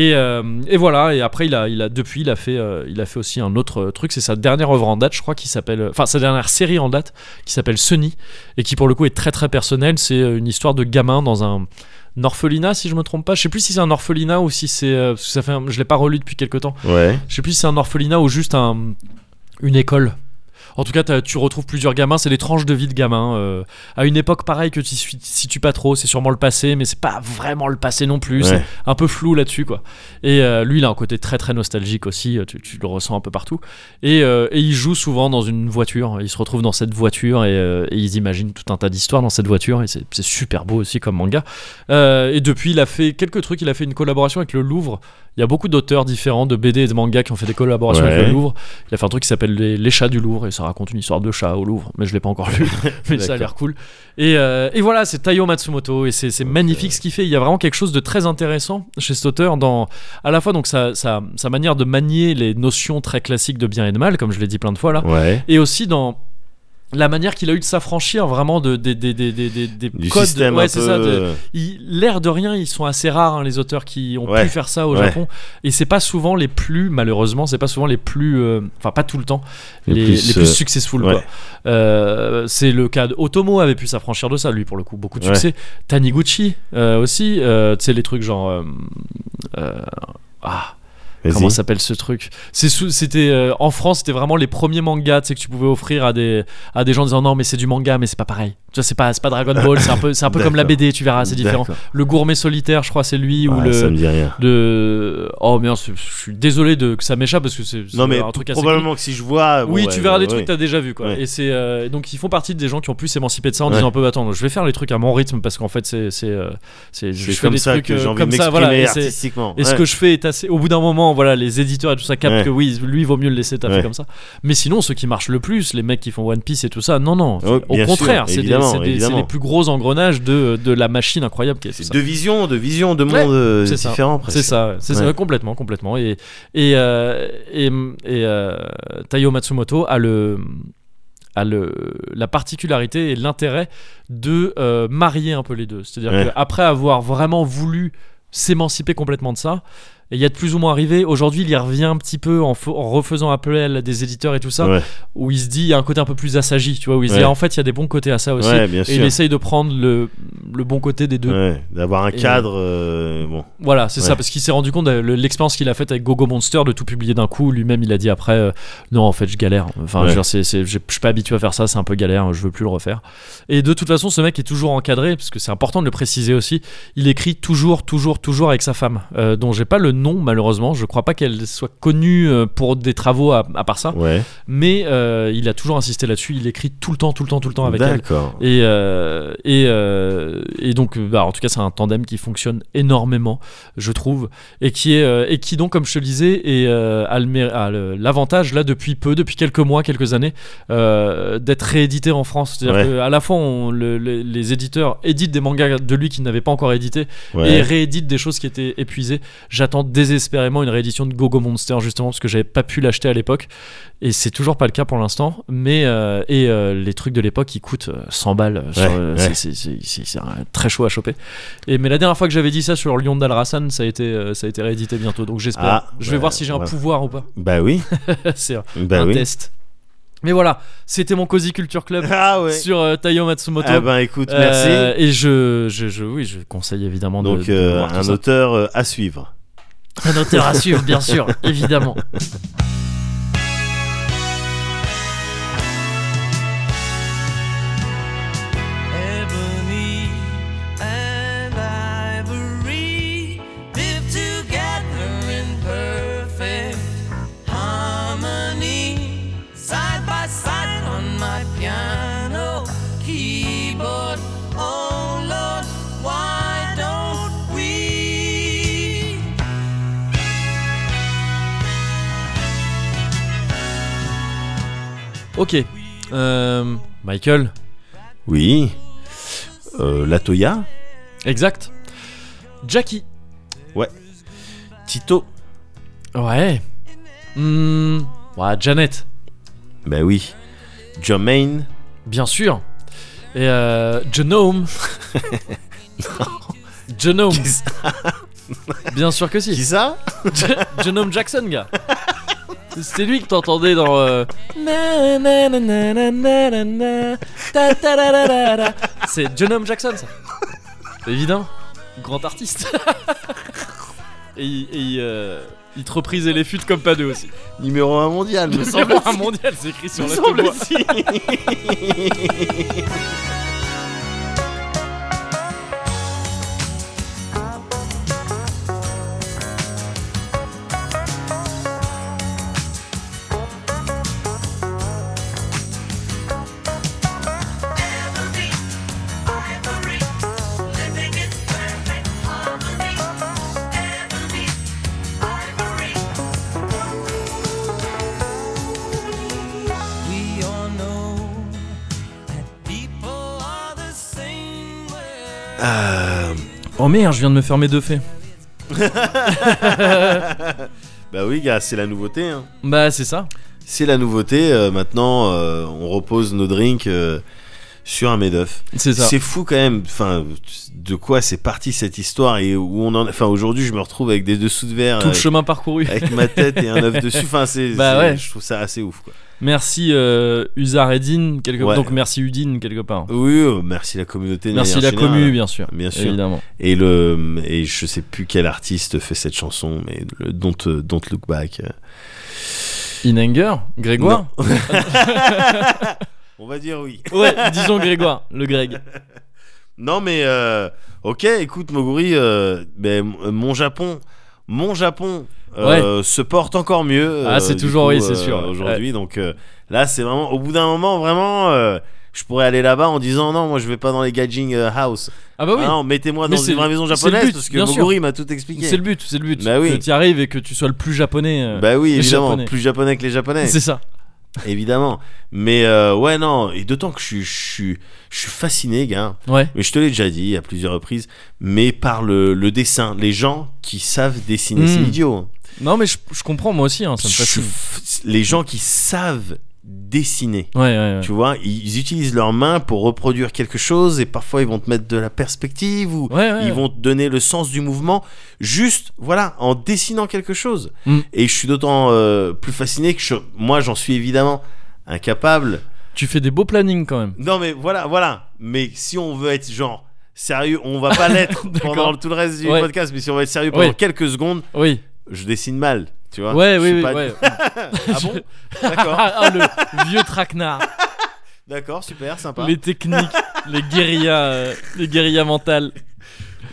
Speaker 1: Et, euh, et voilà. Et après, il a, il a depuis, il a fait, euh, il a fait aussi un autre euh, truc. C'est sa dernière œuvre en date, je crois, qui s'appelle, euh, enfin sa dernière série en date, qui s'appelle Sunny, et qui pour le coup est très très personnelle. C'est euh, une histoire de gamin dans un un orphelinat si je me trompe pas je sais plus si c'est un orphelinat ou si c'est euh, parce que ça fait un- je l'ai pas relu depuis quelque temps
Speaker 3: Ouais.
Speaker 1: je sais plus si c'est un orphelinat ou juste un, une école. En tout cas, t'as- tu retrouves plusieurs gamins, c'est des tranches de vie de gamins. euh, à une époque pareille que tu suis- situes pas trop, c'est sûrement le passé, mais c'est pas vraiment le passé non plus.
Speaker 3: Ouais.
Speaker 1: C'est un peu flou là-dessus, quoi. Et euh, lui, il a un côté très très nostalgique aussi, euh, tu, tu le ressens un peu partout. Et, euh, et il joue souvent dans une voiture, il se retrouve dans cette voiture et, euh, et ils imaginent tout un tas d'histoires dans cette voiture, et c'est c'est super beau aussi comme manga. Euh, et depuis, il a fait quelques trucs, il a fait une collaboration avec le Louvre, il y a beaucoup d'auteurs différents de BD et de manga qui ont fait des collaborations
Speaker 3: Ouais.
Speaker 1: avec le Louvre. Il a fait un truc qui s'appelle les, Les chats du Louvre et ça raconte une histoire de chat au Louvre, mais je l'ai pas encore lu. mais ça a l'air cool. Et, euh, et voilà, c'est Taiyo Matsumoto et c'est c'est magnifique ce qu'il fait. Il y a vraiment quelque chose de très intéressant chez cet auteur dans à la fois donc sa, sa, sa manière de manier les notions très classiques de bien et de mal, comme je l'ai dit plein de fois là,
Speaker 3: Ouais.
Speaker 1: et aussi dans la manière qu'il a eu de s'affranchir vraiment de, des- des- des- des- des- des
Speaker 3: Du
Speaker 1: codes.
Speaker 3: système
Speaker 1: ouais,
Speaker 3: un
Speaker 1: c'est
Speaker 3: peu,
Speaker 1: ça, de-
Speaker 3: euh,
Speaker 1: il- L'air de rien, ils sont assez rares hein, les auteurs qui ont pu
Speaker 3: Ouais.
Speaker 1: faire ça au
Speaker 3: Ouais.
Speaker 1: Japon. Et c'est pas souvent les plus, malheureusement, c'est pas souvent les plus, euh, enfin pas tout le temps, les,
Speaker 3: Les
Speaker 1: les plus,
Speaker 3: plus, euh,
Speaker 1: successful. quoi.
Speaker 3: ouais.
Speaker 1: Euh, c'est le cas de Otomo avait pu s'affranchir de ça, lui pour le coup, beaucoup de
Speaker 3: Ouais.
Speaker 1: succès. Taniguchi euh, aussi, euh, tu sais les trucs genre, euh, euh, ah, Comment
Speaker 2: Vas-y.
Speaker 1: s'appelle ce truc C'est sous- c'était euh, en France, c'était vraiment les premiers mangas, tu sais, que tu pouvais offrir à des à des gens en disant non mais c'est du manga mais c'est pas pareil. Tu vois c'est pas c'est pas Dragon Ball, c'est un peu c'est un peu comme la
Speaker 2: D'accord.
Speaker 1: BD, tu verras, c'est différent.
Speaker 2: D'accord.
Speaker 1: Le gourmet solitaire, je crois, c'est lui ou
Speaker 2: Ouais,
Speaker 1: le
Speaker 2: Ça me dit rien.
Speaker 1: de oh merde, c'est- je suis désolé de que ça m'échappe parce que c'est c'est
Speaker 2: Non mais
Speaker 1: un truc assez
Speaker 2: probablement que si je vois. bon,
Speaker 1: oui,
Speaker 2: ouais,
Speaker 1: tu verras des
Speaker 2: ouais,
Speaker 1: trucs que
Speaker 2: ouais.
Speaker 1: t'as déjà vu quoi.
Speaker 2: Ouais.
Speaker 1: Et c'est euh, donc ils font partie des gens qui ont pu s'émanciper de ça en
Speaker 2: Ouais.
Speaker 1: disant un peu attends, je vais faire les trucs à mon rythme parce qu'en fait c'est c'est euh, c'est je
Speaker 2: C'est
Speaker 1: fais
Speaker 2: comme
Speaker 1: des
Speaker 2: ça
Speaker 1: trucs
Speaker 2: que
Speaker 1: euh,
Speaker 2: j'ai envie
Speaker 1: comme
Speaker 2: de
Speaker 1: ça voilà
Speaker 2: m'exprimer
Speaker 1: et c'est-
Speaker 2: artistiquement.
Speaker 1: et ce
Speaker 2: Ouais.
Speaker 1: que je fais est assez. Au bout d'un moment, voilà, les éditeurs et tout ça captent
Speaker 2: Ouais.
Speaker 1: que oui, lui, vaut mieux le laisser taper
Speaker 2: Ouais.
Speaker 1: comme ça. Mais sinon, ceux qui marchent le plus, les mecs qui font One Piece et tout ça, non, non.
Speaker 2: Oh,
Speaker 1: Au
Speaker 2: bien sûr,
Speaker 1: contraire, c'est des-
Speaker 2: évidemment,
Speaker 1: c'est des- c'est
Speaker 2: évidemment.
Speaker 1: les plus gros engrenages de, de la machine incroyable qui est tout
Speaker 2: C'est
Speaker 1: ça.
Speaker 2: deux visions, deux visions, deux
Speaker 1: Ouais,
Speaker 2: mondes euh,
Speaker 1: c'est ça.
Speaker 2: différents presque.
Speaker 1: C'est ça, ouais. c'est ça,
Speaker 2: Ouais.
Speaker 1: complètement, complètement. Et, et, euh, et, et, euh, Taiyo Matsumoto a le a le, la particularité et l'intérêt de euh, marier un peu les deux. C'est-à-dire
Speaker 2: Ouais.
Speaker 1: qu'après avoir vraiment voulu s'émanciper complètement de ça, et il y a de plus ou moins arrivé, aujourd'hui il y revient un petit peu en, fa- en refaisant appel à des éditeurs et tout ça,
Speaker 2: Ouais,
Speaker 1: où il se dit, il y a un côté un peu plus assagi, tu vois, où il se dit,
Speaker 2: Ouais.
Speaker 1: ah, en fait il y a des bons côtés à ça aussi,
Speaker 2: ouais, bien
Speaker 1: et il
Speaker 2: sûr.
Speaker 1: essaye de prendre le, le bon côté des deux.
Speaker 2: Ouais, D'avoir un
Speaker 1: Et-
Speaker 2: cadre. euh, Bon.
Speaker 1: Voilà, c'est
Speaker 2: Ouais.
Speaker 1: ça, parce qu'il s'est rendu compte de l'expérience qu'il a faite avec Gogo Monster de tout publier d'un coup. Lui-même, il a dit après, euh, non, en fait, je galère. Enfin,
Speaker 2: Ouais.
Speaker 1: je veux dire, c'est- c'est- je je suis pas habitué à faire ça, c'est un peu galère, je veux plus le refaire. Et de toute façon, ce mec est toujours encadré, parce que c'est important de le préciser aussi. Il écrit toujours, toujours, toujours avec sa femme, euh, dont j'ai pas le nom, malheureusement. Je crois pas qu'elle soit connue euh, pour des travaux à, à part ça,
Speaker 2: Ouais.
Speaker 1: mais euh, il a toujours insisté là-dessus. Il écrit tout le temps, tout le temps, tout le temps avec elle.
Speaker 2: D'accord.
Speaker 1: Et, euh, et, euh, et donc, bah, en tout cas, c'est un tandem qui fonctionne énormément, je trouve, et qui, est, euh, et qui donc, comme je te le disais, est, euh, a le mé- a le- l'avantage, là, depuis peu, depuis quelques mois, quelques années, euh, d'être réédité en France. C'est-à-dire
Speaker 2: Ouais.
Speaker 1: qu'à la fois, on- le- le- les éditeurs éditent des mangas de lui qui n'avaient pas encore édité, et
Speaker 2: Ouais.
Speaker 1: rééditent des choses qui étaient épuisées. J'attends désespérément une réédition de Gogo Monster, justement, parce que j'avais pas pu l'acheter à l'époque. Et c'est toujours pas le cas pour l'instant. Mais euh, et, euh, les trucs de l'époque, ils coûtent euh, 100 balles. sur,
Speaker 2: Ouais,
Speaker 1: euh,
Speaker 2: ouais.
Speaker 1: c'est- c'est- c'est- c'est- C'est un- très chaud à choper. Et, mais la dernière fois que j'avais dit ça sur Lyon d'Alrasan, ça, a été, euh, ça a été réédité bientôt. Donc j'espère.
Speaker 2: Ah,
Speaker 1: Je vais
Speaker 2: ouais,
Speaker 1: voir si j'ai un
Speaker 2: ouais.
Speaker 1: pouvoir ou pas.
Speaker 2: Bah oui.
Speaker 1: c'est un,
Speaker 2: Bah
Speaker 1: un
Speaker 2: oui.
Speaker 1: test. Mais voilà, c'était mon Cozy Culture Club
Speaker 2: Ah ouais.
Speaker 1: sur euh, Taiyo Matsumoto.
Speaker 2: Ah ben écoute,
Speaker 1: Euh,
Speaker 2: merci.
Speaker 1: et je, je, je- oui, je conseille évidemment de-
Speaker 2: Donc
Speaker 1: de,
Speaker 2: euh,
Speaker 1: voir tout
Speaker 2: un
Speaker 1: ça.
Speaker 2: auteur euh, à suivre.
Speaker 1: Un auteur à suivre, bien sûr, évidemment.
Speaker 5: Ebony and ivory live together in perfect harmony. Side by side on my piano keyboard. Oh Lord, why don't we?
Speaker 1: Ok. Euh, Michael,
Speaker 2: Oui. Euh, la Toya,
Speaker 1: exact. Jackie.
Speaker 2: Tito.
Speaker 1: Ouais. Hmm, ouais, Janet,
Speaker 2: Bah oui. Jermaine.
Speaker 1: bien sûr. Et euh, Genome. Genome. Bien sûr que si.
Speaker 2: Qui ça
Speaker 1: Je- Genome Jackson, gars. C'était lui que t'entendais dans. euh, na, na, na, na, na, na, na, na, ta, ta, la, la, la, la. C'est Genome Jackson, ça. Évidemment. Grand artiste. Et, il- et il, euh, il te reprisait les futs comme pas deux aussi.
Speaker 2: Numéro 1 mondial, me
Speaker 1: Sans
Speaker 2: semble.
Speaker 1: un mondial, c'est écrit sur
Speaker 2: Me
Speaker 1: la
Speaker 2: semble
Speaker 1: tobois.
Speaker 2: si.
Speaker 5: We all know that people are the same way.
Speaker 1: Oh merde, je viens de me faire mes deux faits.
Speaker 2: Bah oui, gars, c'est la nouveauté. hein.
Speaker 1: Bah, c'est ça.
Speaker 2: C'est la nouveauté. euh, maintenant, euh, on repose nos drinks euh, sur un Madoff.
Speaker 1: C'est ça.
Speaker 2: C'est fou quand même. Enfin, de quoi c'est parti cette histoire et où on en. Enfin, aujourd'hui, je me retrouve avec des dessous de verre.
Speaker 1: Tout le
Speaker 2: avec-
Speaker 1: chemin parcouru.
Speaker 2: avec ma tête et un œuf dessus. Enfin, c'est,
Speaker 1: Bah
Speaker 2: c'est-
Speaker 1: ouais.
Speaker 2: je trouve ça assez ouf. Quoi.
Speaker 1: Merci euh, Usar Edin, quelque
Speaker 2: Ouais.
Speaker 1: donc merci Udine, quelque part.
Speaker 2: Oui, euh, merci la communauté. de
Speaker 1: Merci la
Speaker 2: manière générale.
Speaker 1: commu, bien sûr.
Speaker 2: Bien sûr.
Speaker 1: Évidemment.
Speaker 2: Et le et je sais plus quel artiste fait cette chanson, mais le Don't euh, Don't Look Back. euh.
Speaker 1: Inanger Grégoire
Speaker 2: On va dire oui.
Speaker 1: Ouais, disons Grégoire, le Greg.
Speaker 2: Non, mais euh, ok. Écoute, Moguri, euh, ben, m- mon Japon, mon Japon euh, se porte encore mieux.
Speaker 1: Ah,
Speaker 2: euh,
Speaker 1: c'est
Speaker 2: du
Speaker 1: toujours-
Speaker 2: coup,
Speaker 1: oui, c'est
Speaker 2: euh,
Speaker 1: sûr.
Speaker 2: Aujourd'hui, donc euh, là, c'est vraiment. Au bout d'un moment, vraiment. euh, je pourrais aller là-bas en disant non, moi je vais pas dans les Gajing euh, House.
Speaker 1: Ah bah oui,
Speaker 2: Ah non, mettez-moi
Speaker 1: Mais
Speaker 2: dans
Speaker 1: c'est-
Speaker 2: une vraie maison
Speaker 1: c'est le
Speaker 2: japonaise
Speaker 1: but,
Speaker 2: parce que
Speaker 1: bien sûr.
Speaker 2: Moguri m'a tout expliqué.
Speaker 1: c'est le but, c'est le but.
Speaker 2: Bah oui.
Speaker 1: Que tu arrives et que tu sois le plus japonais. euh,
Speaker 2: Bah oui,
Speaker 1: Les
Speaker 2: évidemment,
Speaker 1: Japonais.
Speaker 2: plus japonais que les japonais,
Speaker 1: C'est ça.
Speaker 2: évidemment. Mais euh, ouais, non, et d'autant que je suis, je suis, je suis fasciné, gars.
Speaker 1: Ouais.
Speaker 2: Mais je te l'ai déjà dit à plusieurs reprises, mais par le, le dessin, les gens qui savent dessiner, c'est
Speaker 1: Mm.
Speaker 2: idiot. hein.
Speaker 1: Non mais je, je comprends moi aussi, hein, ça me
Speaker 2: Je
Speaker 1: fascine.
Speaker 2: suis f- les gens qui savent dessiner.
Speaker 1: Ouais, ouais, ouais.
Speaker 2: Tu vois, ils utilisent leurs mains pour reproduire quelque chose et parfois ils vont te mettre de la perspective ou
Speaker 1: Ouais, ouais,
Speaker 2: ils
Speaker 1: ouais.
Speaker 2: vont te donner le sens du mouvement juste voilà en dessinant quelque chose
Speaker 1: Mm.
Speaker 2: et je suis d'autant euh, plus fasciné que je- moi j'en suis évidemment incapable
Speaker 1: Tu fais des beaux plannings quand même.
Speaker 2: non mais voilà voilà mais si on veut être genre sérieux on va pas l'être pendant
Speaker 1: D'accord.
Speaker 2: tout le reste du
Speaker 1: Ouais.
Speaker 2: podcast mais si on veut être sérieux pendant
Speaker 1: Ouais.
Speaker 2: quelques secondes
Speaker 1: Oui.
Speaker 2: je dessine mal tu vois
Speaker 1: Ouais,
Speaker 2: Bah, Je
Speaker 1: oui,
Speaker 2: suis
Speaker 1: oui,
Speaker 2: pas-
Speaker 1: ouais.
Speaker 2: ah bon d'accord
Speaker 1: Ah, ah, le vieux traquenard.
Speaker 2: d'accord super sympa
Speaker 1: Les techniques, les guérillas, euh, les guérillas mentales.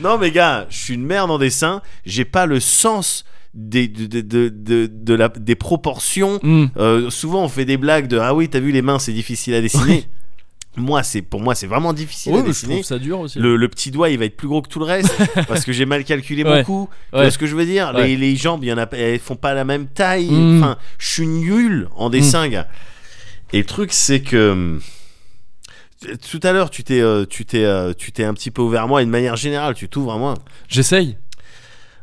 Speaker 2: Non mais gars, je suis une merde en dessin, j'ai pas le sens des, de, de- de- de- de la, des proportions.
Speaker 1: Hmm.
Speaker 2: Euh, souvent on fait des blagues de ah oui t'as vu les mains c'est difficile à dessiner. moi c'est pour moi c'est vraiment difficile
Speaker 1: Oui,
Speaker 2: à
Speaker 1: mais je
Speaker 2: dessiner.
Speaker 1: trouve ça dur aussi.
Speaker 2: Le, le petit doigt il va être plus gros que tout le reste parce que j'ai mal calculé
Speaker 1: Ouais.
Speaker 2: mon coup. Tu
Speaker 1: Ouais.
Speaker 2: vois ce que je veux dire
Speaker 1: Ouais.
Speaker 2: les, les jambes il y en a elles font pas la même taille.
Speaker 1: Mm.
Speaker 2: Enfin je suis nul en dessin gars. Et le truc c'est que tout à l'heure tu t'es euh, tu t'es euh, tu t'es un petit peu ouvert à moi et de manière générale tu t'ouvres à moi.
Speaker 1: J'essaye.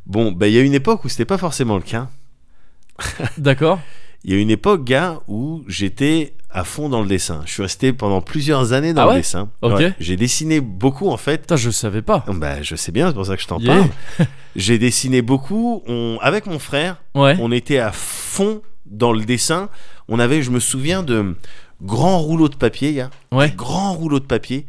Speaker 2: Bon, bah il y a une époque où c'était pas forcément le cas.
Speaker 1: D'accord.
Speaker 2: Il y a une époque, gars, où j'étais à fond dans le dessin. Je suis resté pendant plusieurs années dans
Speaker 1: Ah ouais
Speaker 2: le dessin.
Speaker 1: Ok.
Speaker 2: J'ai dessiné beaucoup en fait.
Speaker 1: Putain, je savais pas.
Speaker 2: Bah, je sais bien, c'est pour ça que je t'en
Speaker 1: Yeah.
Speaker 2: parle. J'ai dessiné beaucoup. On, avec mon frère,
Speaker 1: Ouais.
Speaker 2: on était à fond dans le dessin. On avait, je me souviens, de grands rouleaux de papier, gars.
Speaker 1: Ouais.
Speaker 2: Des Grands rouleaux de papier.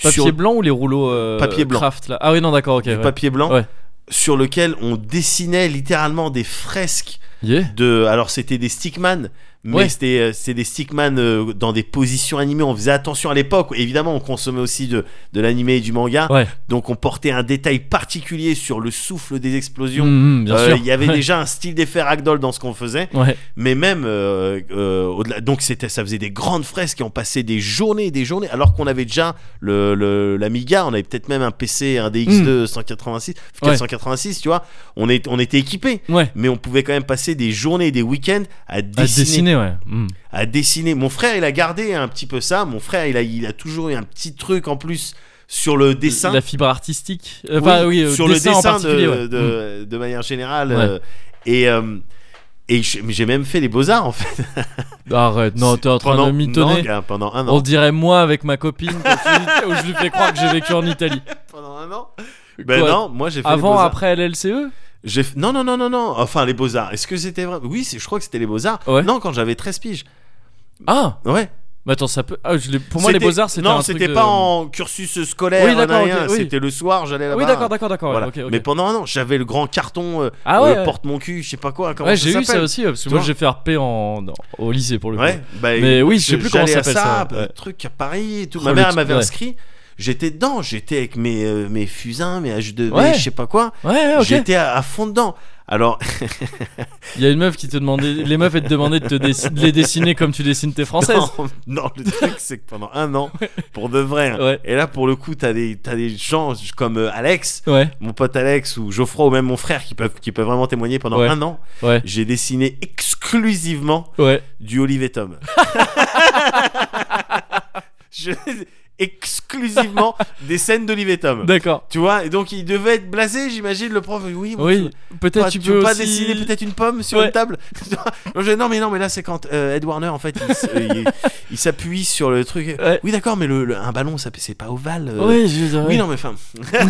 Speaker 1: Papier
Speaker 2: sur
Speaker 1: blanc ou les rouleaux euh,
Speaker 2: Papier blanc.
Speaker 1: Kraft là. Ah oui, non, d'accord, ok.
Speaker 2: du
Speaker 1: ouais.
Speaker 2: papier blanc.
Speaker 1: Ouais.
Speaker 2: Sur lequel on dessinait littéralement des fresques
Speaker 1: Yeah.
Speaker 2: de alors c'était des stickman mais
Speaker 1: Ouais.
Speaker 2: c'était euh, c'était des stickman euh, dans des positions animées on faisait attention à l'époque évidemment on consommait aussi de de l'animé et du manga
Speaker 1: Ouais.
Speaker 2: donc on portait un détail particulier sur le souffle des explosions
Speaker 1: Mm, mm, bien
Speaker 2: Euh,
Speaker 1: sûr.
Speaker 2: il y avait
Speaker 1: Ouais.
Speaker 2: déjà un style d'effet ragdoll dans ce qu'on faisait
Speaker 1: Ouais.
Speaker 2: mais même euh, euh, au-delà donc c'était ça faisait des grandes fresques et on passait des journées et des journées alors qu'on avait déjà le, le- l'Amiga on avait peut-être même un PC un DX2 186
Speaker 1: Hmm. Ouais.
Speaker 2: 486 tu vois on est on était équipés
Speaker 1: Ouais.
Speaker 2: mais on pouvait quand même passer des journées et des week-ends à
Speaker 1: À
Speaker 2: dessiner,
Speaker 1: dessiner, ouais. Mm.
Speaker 2: à dessiner. Mon frère, il a gardé un petit peu ça. Mon frère, il a, il a toujours eu un petit truc en plus sur le dessin.
Speaker 1: La fibre artistique. Euh, Enfin, oui, euh,
Speaker 2: sur
Speaker 1: dessin
Speaker 2: le
Speaker 1: en
Speaker 2: dessin
Speaker 1: particulier.
Speaker 2: de,
Speaker 1: ouais. Mm.
Speaker 2: de, de manière générale.
Speaker 1: Ouais.
Speaker 2: euh, et euh, et je- mais j'ai même fait les beaux-arts en fait.
Speaker 1: Mm. Arrête, non, t'es en train
Speaker 2: pendant,
Speaker 1: de
Speaker 2: non,
Speaker 1: mitonner.
Speaker 2: gars, pendant un
Speaker 1: On
Speaker 2: an.
Speaker 1: dirait moi avec ma copine quand je lui- où je lui fais croire que j'ai vécu en Italie.
Speaker 2: Pendant un an ben
Speaker 1: Quoi,
Speaker 2: non, moi j'ai fait les
Speaker 1: Avant,
Speaker 2: beaux-arts.
Speaker 1: après LLCE
Speaker 2: J'ai f- Non, non, non, non, non. Enfin, les beaux-arts. Est-ce que c'était vrai Oui, c'est- je crois que c'était les beaux-arts.
Speaker 1: Ouais.
Speaker 2: Non, quand j'avais 13 piges.
Speaker 1: Ah
Speaker 2: Ouais.
Speaker 1: Mais attends, ça peut. ah, je l'ai- pour moi, les
Speaker 2: C'était-
Speaker 1: beaux-arts, c'était.
Speaker 2: Non,
Speaker 1: un truc
Speaker 2: c'était
Speaker 1: de-
Speaker 2: pas en cursus scolaire,
Speaker 1: Oui, d'accord,
Speaker 2: rien,
Speaker 1: ok, oui.
Speaker 2: c'était le soir, j'allais là-bas.
Speaker 1: Oui, d'accord, d'accord, d'accord. ouais,
Speaker 2: Voilà.
Speaker 1: ok, ok.
Speaker 2: Mais pendant un an, j'avais le grand carton euh,
Speaker 1: Ah ouais,
Speaker 2: euh,
Speaker 1: ouais.
Speaker 2: porte mon cul, je sais pas quoi. Comment
Speaker 1: ouais,
Speaker 2: ça
Speaker 1: j'ai eu ça
Speaker 2: s'appelle
Speaker 1: aussi, ouais, parce que
Speaker 2: Tu
Speaker 1: moi
Speaker 2: vois
Speaker 1: j'ai fait RP en, en- au lycée pour le coup.
Speaker 2: Ouais, bah,
Speaker 1: Mais oui, je sais
Speaker 2: je-
Speaker 1: plus comment
Speaker 2: j'allais
Speaker 1: ça
Speaker 2: à
Speaker 1: s'appelle,
Speaker 2: ça.
Speaker 1: ça,
Speaker 2: un
Speaker 1: ouais.
Speaker 2: truc à Paris et tout.
Speaker 1: Oh,
Speaker 2: Ma
Speaker 1: le
Speaker 2: mère
Speaker 1: truc,
Speaker 2: m'avait
Speaker 1: ouais.
Speaker 2: inscrit. J'étais dedans, j'étais avec mes, euh, mes fusains, mes H2,
Speaker 1: Ouais.
Speaker 2: je sais pas quoi.
Speaker 1: Ouais, ouais, Ah, ok.
Speaker 2: J'étais à, à fond dedans. Alors,
Speaker 1: Il y a une meuf qui te demandait, les meufs elles te demandaient de, te dessi- de les dessiner comme tu dessines tes françaises.
Speaker 2: non, non, le truc, c'est que pendant un an, pour de vrai. hein,
Speaker 1: Ouais.
Speaker 2: Et là, pour le coup, t'as des, t'as des gens comme euh, Alex,
Speaker 1: Ouais,
Speaker 2: mon pote Alex ou Geoffroy ou même mon frère qui peuvent, qui peuvent vraiment témoigner pendant
Speaker 1: Ouais.
Speaker 2: un an,
Speaker 1: ouais,
Speaker 2: j'ai dessiné exclusivement
Speaker 1: ouais.
Speaker 2: du Olivier Tom. Je- exclusivement des scènes d'Olive et Tom.
Speaker 1: D'accord.
Speaker 2: Tu vois, et donc il devait être blasé, j'imagine, le prof. Oui, bon,
Speaker 1: Oui,
Speaker 2: tu,
Speaker 1: peut-être
Speaker 2: toi,
Speaker 1: tu,
Speaker 2: tu
Speaker 1: peux
Speaker 2: pas
Speaker 1: aussi-
Speaker 2: dessiner peut-être une pomme sur
Speaker 1: Ouais.
Speaker 2: une table. Non, je- non, mais non, mais là c'est quand euh, Ed Warner en fait il s- euh, il, il s'appuie sur le truc.
Speaker 1: Ouais.
Speaker 2: Oui, d'accord, mais le, le- un ballon ça c'est pas ovale. euh.
Speaker 1: Oui, je veux dire,
Speaker 2: Oui,
Speaker 1: oui.
Speaker 2: non, mais enfin,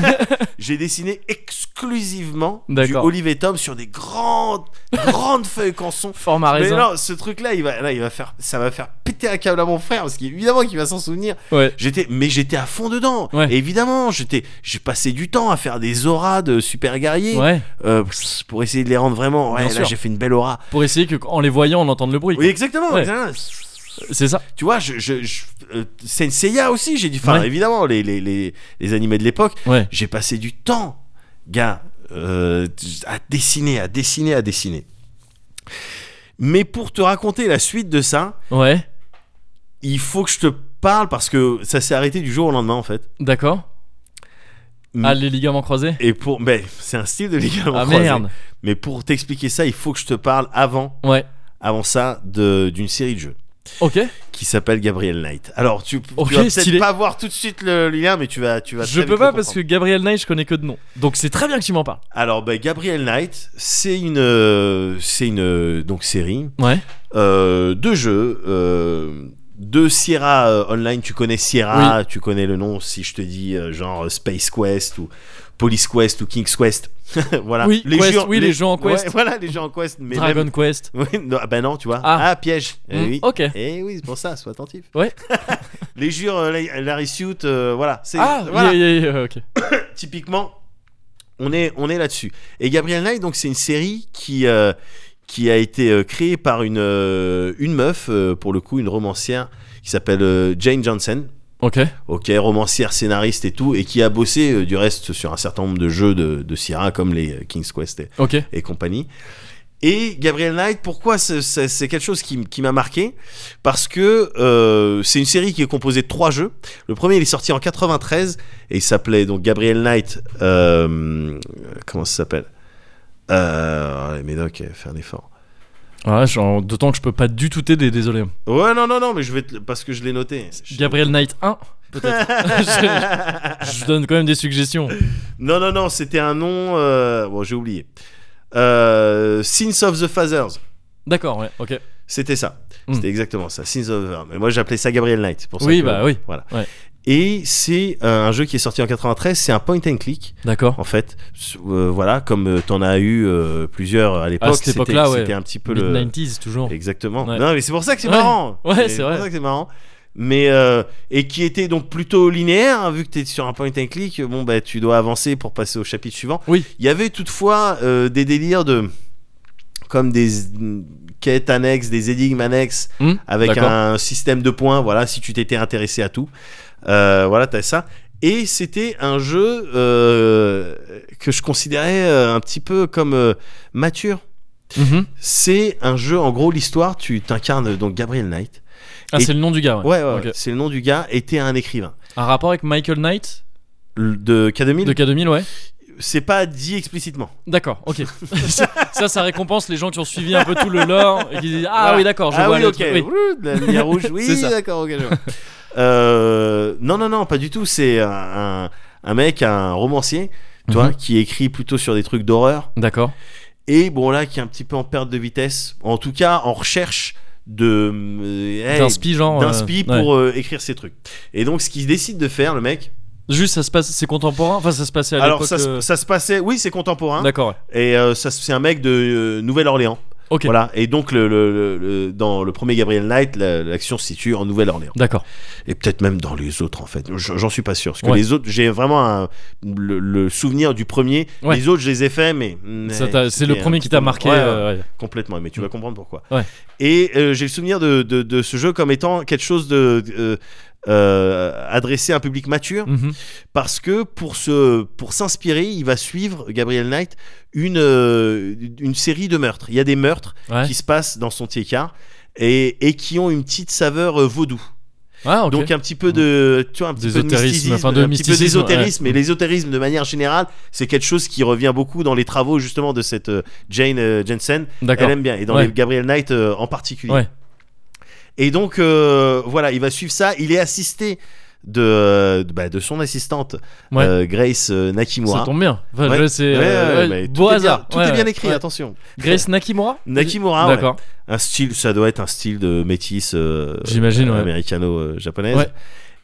Speaker 2: j'ai dessiné exclusivement du
Speaker 1: D'accord.
Speaker 2: Olivier Tom sur des grandes, grandes feuilles canson.
Speaker 1: Format
Speaker 2: Mais
Speaker 1: raisin.
Speaker 2: non, ce truc-là, il va, là, il va faire, ça va faire péter un câble à mon frère parce qu'évidemment qu'il va s'en souvenir.
Speaker 1: Ouais.
Speaker 2: J'étais, mais j'étais à fond dedans.
Speaker 1: Ouais.
Speaker 2: Et évidemment, j'étais, j'ai passé du temps à faire des auras de super guerriers
Speaker 1: Ouais,
Speaker 2: euh, pss, pour essayer de les rendre vraiment. Ouais,
Speaker 1: Bien
Speaker 2: là,
Speaker 1: sûr.
Speaker 2: j'ai fait une belle aura.
Speaker 1: pour essayer que en les voyant on entende le bruit.
Speaker 2: Oui, exactement.
Speaker 1: Ouais.
Speaker 2: exactement.
Speaker 1: C'est ça.
Speaker 2: Tu vois, je, je, je- euh, Senseiya aussi, j'ai dit, enfin,
Speaker 1: Ouais.
Speaker 2: évidemment, les, les, les, les animés de l'époque,
Speaker 1: Ouais.
Speaker 2: j'ai passé du temps, gars, euh, à dessiner, à dessiner, à dessiner. Mais pour te raconter la suite de ça,
Speaker 1: Ouais.
Speaker 2: il faut que je te parle parce que ça s'est arrêté du jour au lendemain en fait.
Speaker 1: D'accord.
Speaker 2: Mm.
Speaker 1: Ah les ligaments croisés.
Speaker 2: Et pour, mais c'est un style de ligament
Speaker 1: Ah
Speaker 2: croisé.
Speaker 1: merde.
Speaker 2: Mais pour t'expliquer ça, il faut que je te parle avant,
Speaker 1: Ouais.
Speaker 2: avant ça, de- d'une série de jeux
Speaker 1: Ok.
Speaker 2: qui s'appelle Gabriel Knight. Alors tu, tu
Speaker 1: Ok,
Speaker 2: vas
Speaker 1: stylé.
Speaker 2: peut-être pas voir tout de suite le lien, mais tu vas, tu vas.
Speaker 1: Je
Speaker 2: très
Speaker 1: peux
Speaker 2: vite
Speaker 1: pas
Speaker 2: le
Speaker 1: parce que
Speaker 2: comprendre.
Speaker 1: Gabriel Knight je connais que de nom. Donc c'est très bien que tu m'en parles.
Speaker 2: Alors, bah, Gabriel Knight, c'est une, euh, c'est une euh, donc série
Speaker 1: Ouais.
Speaker 2: euh, de jeux. euh, de Sierra euh, Online, tu connais Sierra, tu connais le nom si je te dis euh, genre euh, Space Quest ou Police Quest ou King's Quest. voilà.
Speaker 1: Oui, Quest,
Speaker 2: jeux-
Speaker 1: oui, les jeux en Quest.
Speaker 2: Ouais, voilà, les jeux en Quest. Mais
Speaker 1: Dragon
Speaker 2: même-
Speaker 1: Quest.
Speaker 2: Oui, non, ah bah non, tu vois.
Speaker 1: Ah.
Speaker 2: Ah, piège. Eh
Speaker 1: Mm,
Speaker 2: oui.
Speaker 1: ok.
Speaker 2: Eh oui, c'est pour ça, sois attentif.
Speaker 1: Ouais.
Speaker 2: les jeux euh, Larry- Larry Suit, euh, voilà. c'est-
Speaker 1: Ah
Speaker 2: voilà
Speaker 1: yeah, yeah, yeah, ok.
Speaker 2: typiquement, on est, on est là-dessus. Et Gabriel Knight, donc, c'est une série qui, euh, qui a été euh, créée par une, euh, une meuf, euh, pour le coup, une romancière qui s'appelle euh, Jane Johnson.
Speaker 1: Ok.
Speaker 2: Ok, romancière, scénariste et tout, et qui a bossé euh, du reste sur un certain nombre de jeux de, de Sierra, comme les euh, King's Quest et,
Speaker 1: Ok.
Speaker 2: et compagnie. Et Gabriel Knight, pourquoi c'est- c'est c'est quelque chose qui, m- qui m'a marqué Parce que euh, c'est une série qui est composée de trois jeux. Le premier, il est sorti en 93 et il s'appelait donc Gabriel Knight. euh, comment ça s'appelle euh, allez, Médoc, euh, fais un effort.
Speaker 1: Ouais, genre, Ah, d'autant que je peux pas du tout t'aider, désolé.
Speaker 2: Ouais, non, non, non, mais je vais te- parce que je l'ai noté. Je-
Speaker 1: Gabriel Knight 1, peut-être. je, je donne quand même des suggestions.
Speaker 2: non, non, non, c'était un nom. euh, bon, j'ai oublié. Euh, Sins of the Fathers.
Speaker 1: D'accord, ouais, ok.
Speaker 2: C'était ça.
Speaker 1: Mm.
Speaker 2: C'était exactement ça. Sins of the Mais moi, j'appelais ça Gabriel Knight. c'est Pour ça
Speaker 1: Oui,
Speaker 2: que-
Speaker 1: bah oui.
Speaker 2: Voilà.
Speaker 1: Ouais.
Speaker 2: Et c'est euh, un jeu qui est sorti en 93. C'est un point and click,
Speaker 1: D'accord.
Speaker 2: en fait. Euh, voilà, comme euh, t'en as eu euh, plusieurs à l'époque.
Speaker 1: À cette époque-là,
Speaker 2: c'était-
Speaker 1: ouais.
Speaker 2: C'était un petit peu
Speaker 1: Mid
Speaker 2: le.
Speaker 1: 90s toujours.
Speaker 2: Exactement.
Speaker 1: Ouais.
Speaker 2: Non, mais c'est pour ça que c'est
Speaker 1: Ouais.
Speaker 2: marrant.
Speaker 1: Ouais, c'est vrai.
Speaker 2: pour ça que c'est marrant. Mais euh, et qui était donc plutôt linéaire, hein, vu que tu es sur un point and click, bon bah tu dois avancer pour passer au chapitre suivant.
Speaker 1: Oui.
Speaker 2: Il y avait toutefois euh, des délires de comme des mm, quêtes annexes, des énigmes annexes
Speaker 1: Hmm,
Speaker 2: avec
Speaker 1: d'accord.
Speaker 2: un système de points. Voilà, si tu t'étais intéressé à tout, Euh, voilà, t'as ça. Et c'était un jeu euh, que je considérais euh, un petit peu comme euh, mature.
Speaker 1: Mhm.
Speaker 2: C'est un jeu, en gros, l'histoire, tu t'incarnes donc Gabriel Knight.
Speaker 1: Ah,
Speaker 2: Et-
Speaker 1: c'est le nom du gars, ouais.
Speaker 2: Ouais, ouais, ouais,
Speaker 1: Ok.
Speaker 2: c'est le nom du gars, était un écrivain.
Speaker 1: Un rapport avec Michael Knight
Speaker 2: L- De K2000,
Speaker 1: de K2000, ouais.
Speaker 2: c'est pas dit explicitement.
Speaker 1: D'accord, ok. ça, ça récompense les gens qui ont suivi un peu tout le lore et qui disent Ah
Speaker 2: Voilà.
Speaker 1: oui, d'accord, je
Speaker 2: ah
Speaker 1: vois
Speaker 2: oui,
Speaker 1: le
Speaker 2: ok.
Speaker 1: truc, oui.
Speaker 2: Ouh, de La lumière rouge,
Speaker 1: C'est
Speaker 2: oui,
Speaker 1: ça.
Speaker 2: d'accord, ok, je vois. Euh, non, non, non, pas du tout. C'est un, un- un mec, un romancier, tu vois,
Speaker 1: Mhm.
Speaker 2: qui écrit plutôt sur des trucs d'horreur.
Speaker 1: D'accord.
Speaker 2: Et bon, là, qui est un petit peu en perte de vitesse. En tout cas, en recherche de. euh, hey,
Speaker 1: D'un spi, genre.
Speaker 2: d'un
Speaker 1: euh,
Speaker 2: spi
Speaker 1: ouais.
Speaker 2: pour euh, écrire ses trucs. Et donc, ce qu'il décide de faire, le mec,
Speaker 1: Juste, ça se passe, c'est contemporain Enfin, ça se passait à
Speaker 2: euh, Alors
Speaker 1: l'époque.
Speaker 2: ça, se-
Speaker 1: euh,
Speaker 2: ça se passait, oui c'est contemporain,
Speaker 1: D'accord, ouais.
Speaker 2: et euh, ça se- c'est un mec de euh, Nouvelle-Orléans,
Speaker 1: Ok.
Speaker 2: voilà. Et donc le, le- le- le- dans le premier Gabriel Knight, la- l'action se situe en Nouvelle-Orléans,
Speaker 1: D'accord.
Speaker 2: et peut-être même dans les autres en fait. J- J'en suis pas sûr, parce que
Speaker 1: Ouais.
Speaker 2: les autres, j'ai vraiment un- le, le souvenir du premier.
Speaker 1: Ouais.
Speaker 2: Les autres, je les ai faits, mais
Speaker 1: Ça
Speaker 2: mais
Speaker 1: t'a- C'est le
Speaker 2: c'était un
Speaker 1: premier
Speaker 2: petit
Speaker 1: qui t'a
Speaker 2: peu-
Speaker 1: marqué.
Speaker 2: Ouais,
Speaker 1: euh, ouais.
Speaker 2: complètement. Mais tu vas comprendre pourquoi.
Speaker 1: Ouais.
Speaker 2: Et euh, j'ai le souvenir de, de- de ce jeu comme étant quelque chose de euh, euh, adressé à un public mature
Speaker 1: Mhm.
Speaker 2: parce que pour se pour s'inspirer, il va suivre Gabriel Knight une euh, une série de meurtres. Il y a des meurtres
Speaker 1: Ouais.
Speaker 2: qui se passent dans son tiécar et, et qui ont une petite saveur euh, vaudou.
Speaker 1: Ah, ok.
Speaker 2: Donc un petit peu de tu vois un petit peu de
Speaker 1: D'ésotérisme,
Speaker 2: mysticisme,
Speaker 1: enfin, de
Speaker 2: un petit peu
Speaker 1: mysticisme,
Speaker 2: d'ésotérisme
Speaker 1: ouais.
Speaker 2: et l'ésotérisme de manière générale, c'est quelque chose qui revient beaucoup dans les travaux justement de cette euh, Jane euh, Jensen.
Speaker 1: D'accord.
Speaker 2: Elle aime bien et dans
Speaker 1: Ouais.
Speaker 2: les Gabriel Knight euh, en particulier.
Speaker 1: Ouais.
Speaker 2: Et donc euh, voilà, il va suivre ça, il est assisté de, euh, bah, de son assistante
Speaker 1: Ouais.
Speaker 2: euh, Grace euh, Nakimura.
Speaker 1: Ça tombe bien. Enfin,
Speaker 2: Ouais.
Speaker 1: je- c'est
Speaker 2: Ouais,
Speaker 1: euh,
Speaker 2: ouais,
Speaker 1: ouais,
Speaker 2: mais tout
Speaker 1: beau
Speaker 2: est bien-
Speaker 1: hasard.
Speaker 2: tout
Speaker 1: Ouais,
Speaker 2: est bien
Speaker 1: ouais.
Speaker 2: écrit,
Speaker 1: Ouais.
Speaker 2: attention.
Speaker 1: Grace Nakimura
Speaker 2: Nakimura, ouais.
Speaker 1: D'accord.
Speaker 2: un style, ça doit être un style de métis euh,
Speaker 1: J'imagine, ouais.
Speaker 2: américano-japonaise.
Speaker 1: Ouais.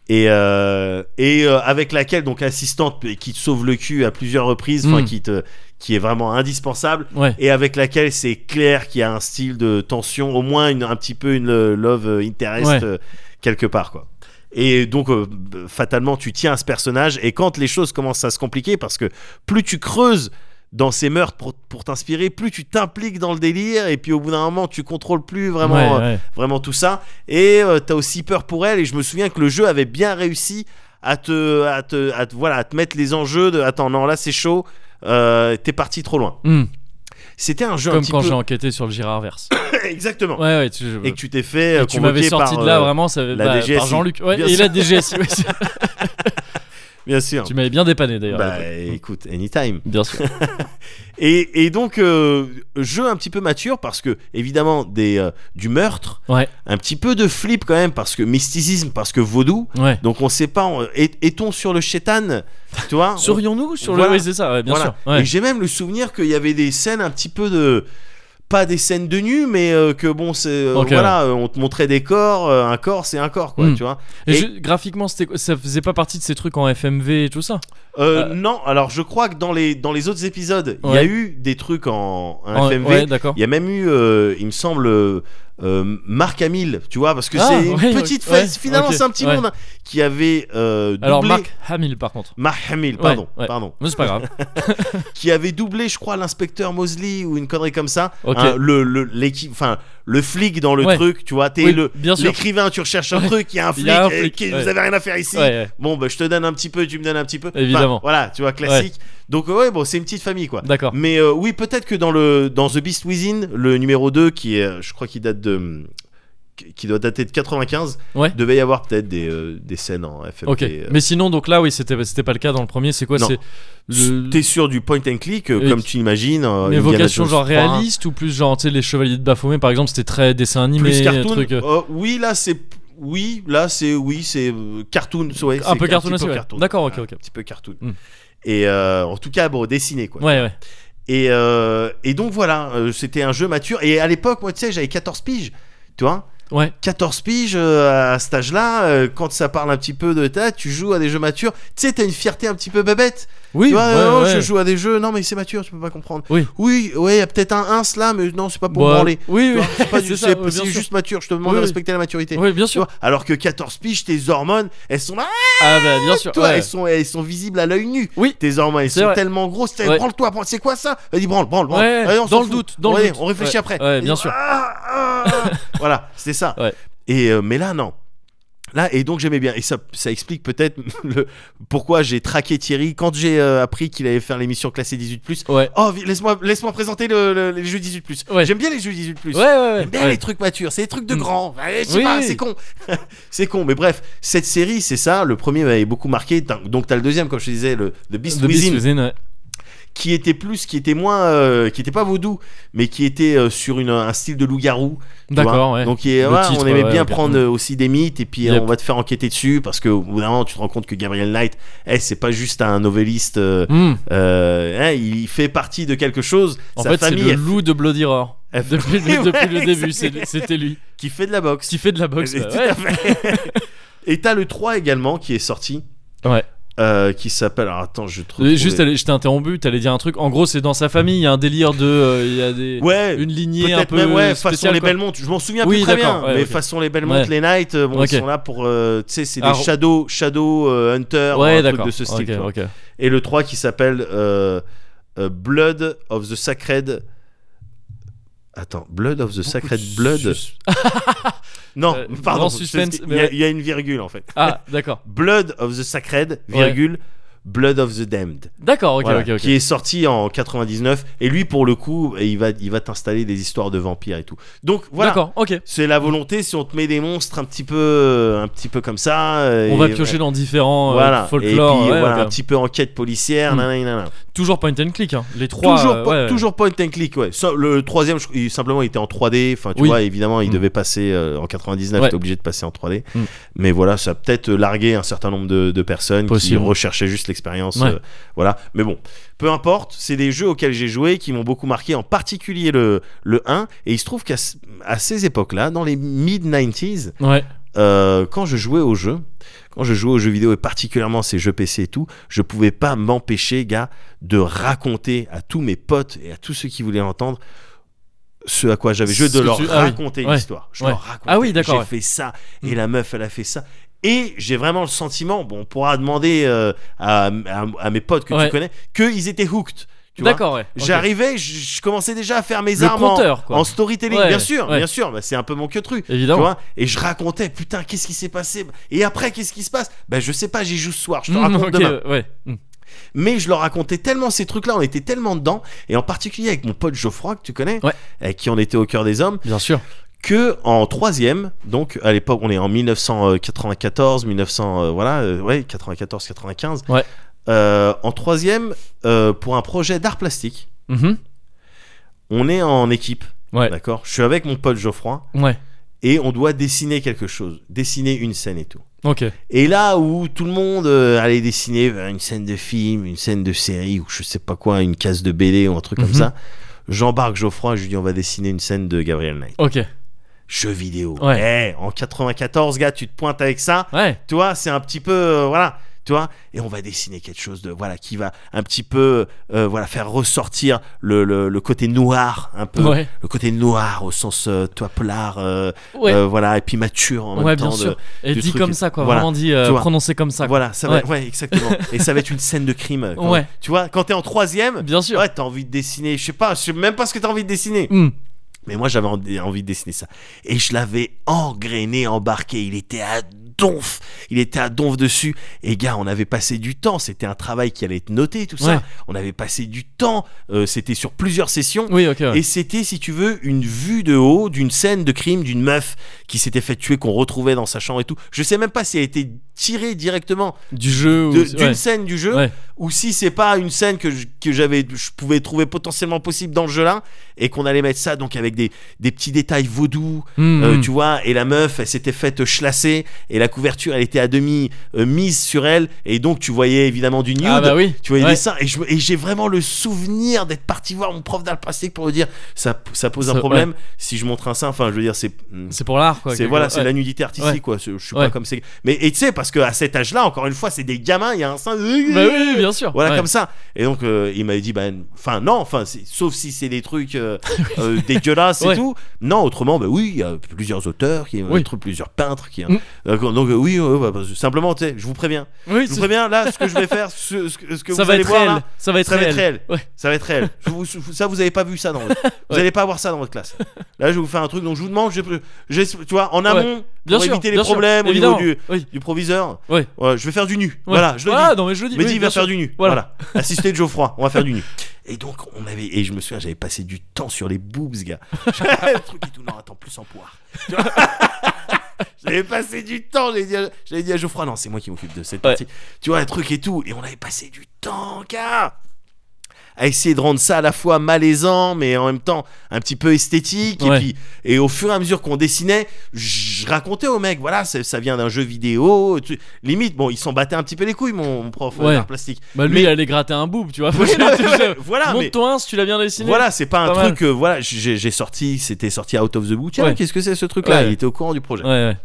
Speaker 2: Et, euh, et euh, avec laquelle, donc assistante mais qui te sauve le cul à plusieurs reprises, enfin,
Speaker 1: Mm.
Speaker 2: qui, te, qui est vraiment indispensable,
Speaker 1: Ouais.
Speaker 2: et avec laquelle c'est clair qu'il y a un style de tension, au moins une, un petit peu une euh, love interest
Speaker 1: Ouais.
Speaker 2: euh, quelque part, quoi. Et donc, euh, b- fatalement, tu tiens à ce personnage. Et quand les choses commencent à se compliquer, parce que plus tu creuses dans ces meurtres pour, pour t'inspirer, plus tu t'impliques dans le délire. Et puis, au bout d'un moment, tu contrôles plus vraiment,
Speaker 1: Ouais,
Speaker 2: euh,
Speaker 1: ouais.
Speaker 2: vraiment tout ça. Et euh, t'as aussi peur pour elle. Et je me souviens que le jeu avait bien réussi à te, à te, à te- voilà, à te mettre les enjeux de attends, non, là, c'est chaud. euh, T'es parti trop loin.
Speaker 1: Hmm.
Speaker 2: C'était un jeu un
Speaker 1: Comme
Speaker 2: petit
Speaker 1: quand
Speaker 2: peu.
Speaker 1: j'ai enquêté sur le Girardverse.
Speaker 2: Exactement.
Speaker 1: ouais, ouais. Tu,
Speaker 2: Et que tu t'es fait
Speaker 1: et
Speaker 2: euh,
Speaker 1: tu m'avais
Speaker 2: convoquer
Speaker 1: sorti
Speaker 2: par,
Speaker 1: de là
Speaker 2: euh,
Speaker 1: vraiment ça,
Speaker 2: la
Speaker 1: bah, par
Speaker 2: DGSI.
Speaker 1: Jean-Luc. Ouais,
Speaker 2: Bien
Speaker 1: et
Speaker 2: sûr.
Speaker 1: la DGSI. ouais, c'est-
Speaker 2: Bien sûr.
Speaker 1: tu euh, m'avais bien dépanné d'ailleurs. à
Speaker 2: Bah
Speaker 1: l'époque.
Speaker 2: écoute, anytime.
Speaker 1: Bien sûr.
Speaker 2: Et, et donc, euh, jeu un petit peu mature parce que, évidemment, des, euh, du meurtre,
Speaker 1: Ouais.
Speaker 2: un petit peu de flip quand même, parce que mysticisme, parce que vaudou.
Speaker 1: Ouais.
Speaker 2: Donc on sait pas, on- est- est-on sur le chétan Tu vois on-
Speaker 1: Serions-nous sur
Speaker 2: Voilà.
Speaker 1: le. Oui, c'est ça. ouais, bien
Speaker 2: Voilà.
Speaker 1: sûr. Ouais.
Speaker 2: Et j'ai même le souvenir qu'il y avait des scènes un petit peu de pas des scènes de nu mais euh, que bon c'est euh,
Speaker 1: Ok,
Speaker 2: voilà euh, on te montrait des corps euh, un corps c'est un corps quoi
Speaker 1: Mm.
Speaker 2: tu vois
Speaker 1: Et
Speaker 2: et-
Speaker 1: je- graphiquement, c'était quoi ça faisait pas partie de ces trucs en FMV et tout ça.
Speaker 2: Euh,
Speaker 1: Euh,
Speaker 2: non alors je crois que dans les dans les autres épisodes il y a
Speaker 1: Ouais.
Speaker 2: eu des trucs en, en
Speaker 1: En-
Speaker 2: FMV
Speaker 1: Ouais, d'accord.
Speaker 2: Il y a même eu, euh, il me semble, euh, euh, Marc Hamill, tu vois, parce que
Speaker 1: Ah,
Speaker 2: c'est une
Speaker 1: ouais,
Speaker 2: petite
Speaker 1: ouais,
Speaker 2: phase. Finalement,
Speaker 1: ok,
Speaker 2: c'est un petit
Speaker 1: ouais.
Speaker 2: monde hein, qui avait euh, doublé.
Speaker 1: Alors, Mark Hamill, par contre.
Speaker 2: Mark Hamill, pardon,
Speaker 1: ouais.
Speaker 2: pardon,
Speaker 1: Mais c'est pas grave.
Speaker 2: qui avait doublé, je crois, l'inspecteur Mosley ou une connerie comme ça.
Speaker 1: Ok.
Speaker 2: Hein, le, le, l'équipe- enfin, le flic dans le
Speaker 1: Ouais.
Speaker 2: truc, tu vois, t'es
Speaker 1: Oui,
Speaker 2: le,
Speaker 1: bien sûr.
Speaker 2: l'écrivain, tu recherches un
Speaker 1: Ouais.
Speaker 2: truc, il y a un
Speaker 1: Il
Speaker 2: flic,
Speaker 1: y a un
Speaker 2: euh,
Speaker 1: flic,
Speaker 2: qui-
Speaker 1: ouais.
Speaker 2: vous avez rien à faire ici.
Speaker 1: Ouais, ouais.
Speaker 2: Bon, bah, je te donne un petit peu, tu me donnes un petit peu. Enfin,
Speaker 1: Évidemment.
Speaker 2: voilà, tu vois, classique. Donc, euh, ouais, bon, c'est une petite famille, quoi.
Speaker 1: D'accord.
Speaker 2: Mais euh, oui, peut-être que dans le dans The Beast Within, le numéro 2 qui est je crois qu'il date de qui doit dater de 95,
Speaker 1: Ouais.
Speaker 2: devait y avoir peut-être des, euh, des scènes en FMP.
Speaker 1: Ok.
Speaker 2: euh.
Speaker 1: Mais sinon, donc là, oui, c'était c'était pas le cas dans le premier. C'est quoi
Speaker 2: Non.
Speaker 1: C'est le-
Speaker 2: T'es sûr du point and click euh,
Speaker 1: Et
Speaker 2: comme
Speaker 1: qui-
Speaker 2: tu imagines euh,
Speaker 1: une
Speaker 2: Indiana
Speaker 1: évocation
Speaker 2: Jones
Speaker 1: genre
Speaker 2: 3,
Speaker 1: réaliste ou plus genre tu sais les chevaliers de Baphomet par exemple c'était très dessin animé
Speaker 2: plus cartoon.
Speaker 1: truc euh,
Speaker 2: Euh, oui, là c'est oui, là c'est oui, c'est euh, cartoon, ouais, c'est
Speaker 1: un peu cartoon
Speaker 2: petit
Speaker 1: aussi
Speaker 2: peu
Speaker 1: ouais.
Speaker 2: cartoon.
Speaker 1: d'accord ok
Speaker 2: Un
Speaker 1: ok
Speaker 2: petit peu cartoon.
Speaker 1: Mm.
Speaker 2: Et euh, en tout cas, bon, dessiné quoi.
Speaker 1: ouais ouais
Speaker 2: Et, euh, et donc voilà, euh, c'était un jeu mature. Et à l'époque, moi, tu sais, j'avais 14 piges, tu vois.
Speaker 1: ouais
Speaker 2: 14 piges euh, à cet âge-là, euh, quand ça parle un petit peu de ta, tu joues à des jeux matures. Tu sais, t'as une fierté un petit peu babette.
Speaker 1: oui
Speaker 2: tu vois,
Speaker 1: ouais,
Speaker 2: euh, oh,
Speaker 1: ouais.
Speaker 2: je joue à des jeux, non mais c'est mature, tu peux pas comprendre.
Speaker 1: Oui.
Speaker 2: oui, ouais, il y a peut-être un 1 là, mais non, c'est pas pour
Speaker 1: Bah,
Speaker 2: branler.
Speaker 1: oui
Speaker 2: Tu
Speaker 1: oui
Speaker 2: vois, C'est pas du-
Speaker 1: ça,
Speaker 2: c'est-
Speaker 1: ouais,
Speaker 2: c'est
Speaker 1: bien sûr.
Speaker 2: juste mature, je te demande
Speaker 1: Oui,
Speaker 2: de
Speaker 1: oui.
Speaker 2: respecter la maturité.
Speaker 1: oui bien
Speaker 2: Tu
Speaker 1: sûr
Speaker 2: vois, alors que 14 piges, tes hormones, elles sont là,
Speaker 1: ah bah bien sûr
Speaker 2: toi,
Speaker 1: ouais.
Speaker 2: elles, sont, elles sont visibles à l'œil nu.
Speaker 1: Oui.
Speaker 2: Tes hormones, elles
Speaker 1: C'est
Speaker 2: sont
Speaker 1: vrai.
Speaker 2: tellement grosses. t'as-
Speaker 1: Ouais.
Speaker 2: Branle-toi, branle- c'est quoi ça Vas-y, branle, branle, branle.
Speaker 1: Ouais,
Speaker 2: Allez, on s'en
Speaker 1: dans le
Speaker 2: fout.
Speaker 1: doute, dans le
Speaker 2: Allez,
Speaker 1: doute.
Speaker 2: On réfléchit
Speaker 1: Ouais.
Speaker 2: après.
Speaker 1: Ouais,
Speaker 2: Et
Speaker 1: bien
Speaker 2: dis-
Speaker 1: sûr.
Speaker 2: Ah, ah, ah. voilà, c'est ça.
Speaker 1: Ouais.
Speaker 2: Et euh, mais là, non. Là, et donc j'aimais bien. Et ça, ça explique peut-être le- pourquoi j'ai traqué Thierry quand j'ai euh, appris qu'il allait faire l'émission classée 18.
Speaker 1: ouais
Speaker 2: Oh, vi- laisse-moi laisse présenter le- le- les jeux 18.
Speaker 1: Ouais.
Speaker 2: J'aime bien les jeux 18.
Speaker 1: ouais ouais ouais,
Speaker 2: J'aime bien
Speaker 1: ouais.
Speaker 2: les trucs matures, c'est des trucs de
Speaker 1: Mm.
Speaker 2: grands. Ouais, je sais
Speaker 1: Oui,
Speaker 2: pas,
Speaker 1: oui.
Speaker 2: c'est con. c'est con, mais bref, cette série, c'est ça. Le premier m'avait beaucoup marqué. T'as- Donc, t'as le deuxième, comme je te disais, le The Beast
Speaker 1: The Beast
Speaker 2: Within,
Speaker 1: Within, ouais.
Speaker 2: qui était plus, qui était moins, euh, qui était pas vaudou, mais qui était euh, sur une, un style de loup-garou. tu
Speaker 1: d'accord
Speaker 2: vois.
Speaker 1: ouais
Speaker 2: Donc, il est-
Speaker 1: Le
Speaker 2: voilà,
Speaker 1: titre,
Speaker 2: on aimait
Speaker 1: ouais,
Speaker 2: bien
Speaker 1: ok.
Speaker 2: prendre euh, aussi des mythes, et puis euh,
Speaker 1: Yep.
Speaker 2: on va te faire enquêter dessus, parce que au bout d'un moment, tu te rends compte que Gabriel Knight, eh, c'est pas juste un novelliste. euh,
Speaker 1: Hmm.
Speaker 2: euh, hein, il fait partie de quelque chose.
Speaker 1: en
Speaker 2: Sa
Speaker 1: fait c'est
Speaker 2: famille
Speaker 1: le
Speaker 2: elle-
Speaker 1: loup de Bloody Roar
Speaker 2: elle-
Speaker 1: depuis le,
Speaker 2: Ouais,
Speaker 1: depuis le début
Speaker 2: exactement.
Speaker 1: c'est- c'était lui
Speaker 2: qui fait de la boxe.
Speaker 1: qui fait de la boxe
Speaker 2: Et
Speaker 1: bah,
Speaker 2: tout
Speaker 1: ouais.
Speaker 2: à fait. Et t'as le 3 également qui est sorti.
Speaker 1: Ouais.
Speaker 2: Euh, qui s'appelle. Alors attends, je trouve.
Speaker 1: Euh, juste allez, je t'ai interrompu t'allais dire un truc en gros c'est dans sa famille il y a un délire de euh, il y a des
Speaker 2: Ouais.
Speaker 1: une lignée un
Speaker 2: Peut-être
Speaker 1: peu
Speaker 2: même, ouais, façon
Speaker 1: spéciale,
Speaker 2: les
Speaker 1: quoi.
Speaker 2: Belmont, je m'en souviens
Speaker 1: Oui,
Speaker 2: plus très
Speaker 1: d'accord,
Speaker 2: bien,
Speaker 1: ouais,
Speaker 2: mais
Speaker 1: ok.
Speaker 2: façon les Belmont,
Speaker 1: Ouais.
Speaker 2: les Knights, euh, bon,
Speaker 1: Ok.
Speaker 2: ils sont là pour, euh, tu sais, c'est des
Speaker 1: Ah,
Speaker 2: Shadow, Shadow euh, Hunter,
Speaker 1: ouais,
Speaker 2: un truc
Speaker 1: d'accord.
Speaker 2: de ce style.
Speaker 1: Ok,
Speaker 2: tu vois.
Speaker 1: ok.
Speaker 2: Et le 3 qui s'appelle euh, euh, Blood of the Sacred. Attends, Blood of the Sacred
Speaker 1: de
Speaker 2: Blood.
Speaker 1: sus-
Speaker 2: Non,
Speaker 1: Euh,
Speaker 2: pardon,
Speaker 1: grand
Speaker 2: c'est ce
Speaker 1: suspense,
Speaker 2: qui- il
Speaker 1: mais Ah.
Speaker 2: y a-
Speaker 1: ouais.
Speaker 2: il y a une virgule en fait.
Speaker 1: Ah, d'accord.
Speaker 2: Blood of the Sacred, virgule, Blood of the Damned,
Speaker 1: D'accord, ok,
Speaker 2: voilà,
Speaker 1: ok, ok.
Speaker 2: qui est sorti en 99. Et lui, pour le coup, il va, il va t'installer des histoires de vampires et tout. Donc voilà.
Speaker 1: D'accord, ok.
Speaker 2: C'est la volonté, si on te met des monstres un petit peu, un petit peu comme ça. euh,
Speaker 1: On va
Speaker 2: et-
Speaker 1: piocher dans différents euh,
Speaker 2: voilà.
Speaker 1: folklore,
Speaker 2: et puis
Speaker 1: ouais,
Speaker 2: voilà,
Speaker 1: ok.
Speaker 2: un petit peu enquête policière,
Speaker 1: Hmm.
Speaker 2: nanana, nanana.
Speaker 1: Toujours point and click, hein. les trois.
Speaker 2: toujours,
Speaker 1: euh,
Speaker 2: po-
Speaker 1: ouais.
Speaker 2: toujours point and click, ouais. Ça, le, le troisième, je- il- simplement, il était en 3D. Enfin, tu
Speaker 1: Oui.
Speaker 2: vois, évidemment, il
Speaker 1: Hmm.
Speaker 2: devait passer euh, en 99,
Speaker 1: Ouais.
Speaker 2: t'es obligé de passer en 3D.
Speaker 1: Hmm.
Speaker 2: Mais voilà, ça a peut-être euh, largué un certain nombre de, de personnes
Speaker 1: Possible.
Speaker 2: qui recherchaient juste l'expérience.
Speaker 1: Ouais.
Speaker 2: euh, voilà. Mais bon, peu importe, c'est des jeux auxquels j'ai joué qui m'ont beaucoup marqué, en particulier le, le 1. Et il se trouve qu'à ce- à ces époques-là, dans les mid-90s,
Speaker 1: Ouais.
Speaker 2: euh, quand je jouais aux jeux, quand je jouais aux jeux vidéo et particulièrement ces jeux PC et tout, je pouvais pas m'empêcher, gars, de raconter à tous mes potes et à tous ceux qui voulaient l'entendre ce à quoi j'avais joué,
Speaker 1: Ce
Speaker 2: de
Speaker 1: que
Speaker 2: leur
Speaker 1: tu- ah oui,
Speaker 2: raconter
Speaker 1: ouais,
Speaker 2: l'histoire. Je
Speaker 1: ouais.
Speaker 2: leur racontais.
Speaker 1: Ah oui, d'accord,
Speaker 2: J'ai
Speaker 1: ouais.
Speaker 2: fait ça
Speaker 1: Mm.
Speaker 2: et la meuf, elle a fait ça. Et j'ai vraiment le sentiment, bon, on pourra demander euh, à, à- à mes potes que
Speaker 1: Ouais.
Speaker 2: tu connais, qu'ils étaient hooked. tu vois.
Speaker 1: D'accord, ouais. ok.
Speaker 2: J'arrivais, je, je commençais déjà à faire mes
Speaker 1: Le
Speaker 2: armes en-
Speaker 1: compteur, quoi.
Speaker 2: en, storytelling,
Speaker 1: Ouais,
Speaker 2: bien sûr,
Speaker 1: ouais.
Speaker 2: bien sûr, bah, c'est un peu mon que truc. Tu
Speaker 1: Évidemment.
Speaker 2: vois et je racontais, putain, qu'est-ce qui s'est passé Et après, qu'est-ce qui se passe Ben, je sais pas, j'y joue ce soir, je te
Speaker 1: Mm,
Speaker 2: raconte
Speaker 1: ok,
Speaker 2: demain.
Speaker 1: ouais. Mm.
Speaker 2: Mais je leur racontais tellement ces trucs-là, on était tellement dedans, et en particulier avec mon pote Geoffroy, que tu connais,
Speaker 1: Ouais.
Speaker 2: avec qui on était au cœur des hommes,
Speaker 1: Bien sûr.
Speaker 2: que en troisième, donc à l'époque, on est en 1994, 1900, euh, voilà, euh, ouais, 94, 95.
Speaker 1: Ouais.
Speaker 2: Euh, en troisième, euh, pour un projet d'art plastique,
Speaker 1: Mhm.
Speaker 2: on est en équipe,
Speaker 1: Ouais.
Speaker 2: d'accord Je suis avec mon pote Geoffroy,
Speaker 1: Ouais.
Speaker 2: et on doit dessiner quelque chose, dessiner une scène et tout.
Speaker 1: Ok.
Speaker 2: Et là où tout le monde euh, allait dessiner euh, une scène de film, une scène de série, ou je sais pas quoi, une case de BD ou un truc
Speaker 1: Mhm.
Speaker 2: comme ça, j'embarque Geoffroy, je lui dis on va dessiner une scène de Gabriel Knight.
Speaker 1: Ok.
Speaker 2: Jeu vidéo.
Speaker 1: Ouais.
Speaker 2: Eh, en 94, gars, tu te pointes avec ça,
Speaker 1: Ouais.
Speaker 2: tu vois, c'est un petit peu. euh, voilà. Tu vois, et on va dessiner quelque chose de voilà qui va un petit peu euh, voilà faire ressortir le, le, le côté noir un peu
Speaker 1: Ouais.
Speaker 2: le côté noir au sens euh, toi polar euh,
Speaker 1: Ouais.
Speaker 2: euh, voilà et puis mature en
Speaker 1: ouais,
Speaker 2: même
Speaker 1: bien
Speaker 2: temps de-
Speaker 1: sûr. Et
Speaker 2: du
Speaker 1: dit
Speaker 2: truc
Speaker 1: comme
Speaker 2: et-
Speaker 1: ça, quoi.
Speaker 2: voilà.
Speaker 1: Vraiment dit, euh,
Speaker 2: Tu vois.
Speaker 1: prononcé comme ça. quoi.
Speaker 2: Voilà, ça
Speaker 1: Ouais.
Speaker 2: va, ouais, exactement. Et ça va être une scène de crime. euh, quand-
Speaker 1: Ouais.
Speaker 2: Tu vois, quand t'es en troisième,
Speaker 1: Bien sûr.
Speaker 2: ouais, t'as envie de dessiner. Je sais pas, je sais même pas ce que t'as envie de dessiner.
Speaker 1: Mm.
Speaker 2: Mais moi, j'avais en- envie de dessiner ça. Et je l'avais engrainé, embarqué. Il était à donf. Il était à donf dessus. Et gars, on avait passé du temps. C'était un travail qui allait être noté, tout
Speaker 1: Ouais.
Speaker 2: ça. On avait passé du temps. euh, c'était sur plusieurs sessions.
Speaker 1: Oui, ok. ouais.
Speaker 2: Et c'était, si tu veux, une vue de haut d'une scène de crime d'une meuf qui s'était fait tuer, qu'on retrouvait dans sa chambre et tout. Je sais même pas si elle a été tirée directement
Speaker 1: Du jeu ou.
Speaker 2: de- d'une
Speaker 1: ouais.
Speaker 2: scène du jeu
Speaker 1: Ouais.
Speaker 2: ou si c'est pas une scène que je- que j'avais je pouvais trouver potentiellement possible dans le jeu là et qu'on allait mettre ça donc avec des, des petits détails vaudous
Speaker 1: Mm,
Speaker 2: euh,
Speaker 1: mm.
Speaker 2: tu vois et la meuf elle s'était faite chlasser et la couverture elle était à demi euh, mise sur elle et donc tu voyais évidemment du nude
Speaker 1: Ah, bah oui.
Speaker 2: tu voyais
Speaker 1: Ouais.
Speaker 2: des seins et je me- et j'ai vraiment le souvenir d'être parti voir mon prof d'art plastique pour lui dire ça ça pose un
Speaker 1: Ça-
Speaker 2: problème si je montre un sein enfin je veux dire c'est hmm,
Speaker 1: C'est pour l'art, quoi.
Speaker 2: c'est
Speaker 1: quelque
Speaker 2: voilà,
Speaker 1: part.
Speaker 2: c'est la nudité artistique
Speaker 1: Ouais.
Speaker 2: quoi. C'est- Je suis
Speaker 1: Ouais.
Speaker 2: pas comme c'est. Mais et tu sais parce que à cet âge-là, encore une fois, c'est des gamins, il y a un sein.
Speaker 1: Ouais. Bah oui, oui, bien sûr.
Speaker 2: Voilà
Speaker 1: Ouais.
Speaker 2: comme ça. Et donc euh, il m'avait dit bah enfin non, enfin c'est- sauf si c'est des trucs euh, euh, dégueulasses
Speaker 1: Ouais.
Speaker 2: et tout. Non, autrement bah oui, il y a plusieurs auteurs qui
Speaker 1: Oui.
Speaker 2: tru- plusieurs peintres qui
Speaker 1: Mm.
Speaker 2: D'accord, donc euh, oui, ouais, ouais, bah, simplement tu sais, je vous préviens.
Speaker 1: Oui,
Speaker 2: Je vous
Speaker 1: c'est-
Speaker 2: préviens là ce que je vais faire ce, ce que- ce que
Speaker 1: ça
Speaker 2: vous
Speaker 1: va
Speaker 2: allez
Speaker 1: être
Speaker 2: voir
Speaker 1: réel.
Speaker 2: là,
Speaker 1: Ça va être
Speaker 2: ça va être
Speaker 1: réel.
Speaker 2: réel.
Speaker 1: Ouais.
Speaker 2: Ça va être réel. Je vous- ça, vous avez pas vu ça dans votre... Vous
Speaker 1: Ouais.
Speaker 2: allez pas avoir ça dans votre classe. Là, je vais vous faire un truc dont je vous demande, je, je- tu vois, en amont,
Speaker 1: Bien
Speaker 2: pour
Speaker 1: sûr.
Speaker 2: éviter les
Speaker 1: bien sûr,
Speaker 2: problèmes au
Speaker 1: Évidemment.
Speaker 2: niveau du,
Speaker 1: Oui.
Speaker 2: du proviseur.
Speaker 1: Ouais.
Speaker 2: Ouais, je vais faire du nu. Voilà, je le
Speaker 1: Ah,
Speaker 2: dis.
Speaker 1: non, mais je le dis.
Speaker 2: Mais
Speaker 1: oui,
Speaker 2: dis,
Speaker 1: bien
Speaker 2: va faire
Speaker 1: sûr.
Speaker 2: du nu.
Speaker 1: Voilà.
Speaker 2: Voilà. Assisté de Geoffroy, on va faire du nu. Et donc, on avait. Et je me souviens, j'avais passé du temps sur les boobs, gars. Le truc et tout. Non, attends, plus en poire. Tu vois J'avais passé du temps, j'avais dit, à- j'avais dit à Geoffroy, non, c'est moi qui m'occupe de cette
Speaker 1: Ouais.
Speaker 2: partie. Tu vois, un truc et tout. Et on avait passé du temps, gars, à essayer de rendre ça à la fois malaisant, mais en même temps un petit peu esthétique.
Speaker 1: Ouais.
Speaker 2: Et puis, et au fur et à mesure qu'on dessinait, je racontais au mec, voilà, ça, ça vient d'un jeu vidéo. tu- Limite, bon, ils s'en battaient un petit peu les couilles, mon, mon prof
Speaker 1: Ouais.
Speaker 2: d'art plastique.
Speaker 1: Bah lui,
Speaker 2: Mais-
Speaker 1: il allait gratter un boob, tu vois.
Speaker 2: Oui, non, mais
Speaker 1: Déjà,
Speaker 2: ouais, voilà, mais-
Speaker 1: Monte-toi un si tu l'as bien dessiné.
Speaker 2: Voilà, c'est pas un
Speaker 1: Pas mal.
Speaker 2: truc. euh, voilà, j'ai j'ai sorti, c'était sorti out of the book. Tiens,
Speaker 1: Ouais.
Speaker 2: qu'est-ce que c'est ce truc-là
Speaker 1: Ouais.
Speaker 2: Il était au courant du projet.
Speaker 1: Ouais, ouais.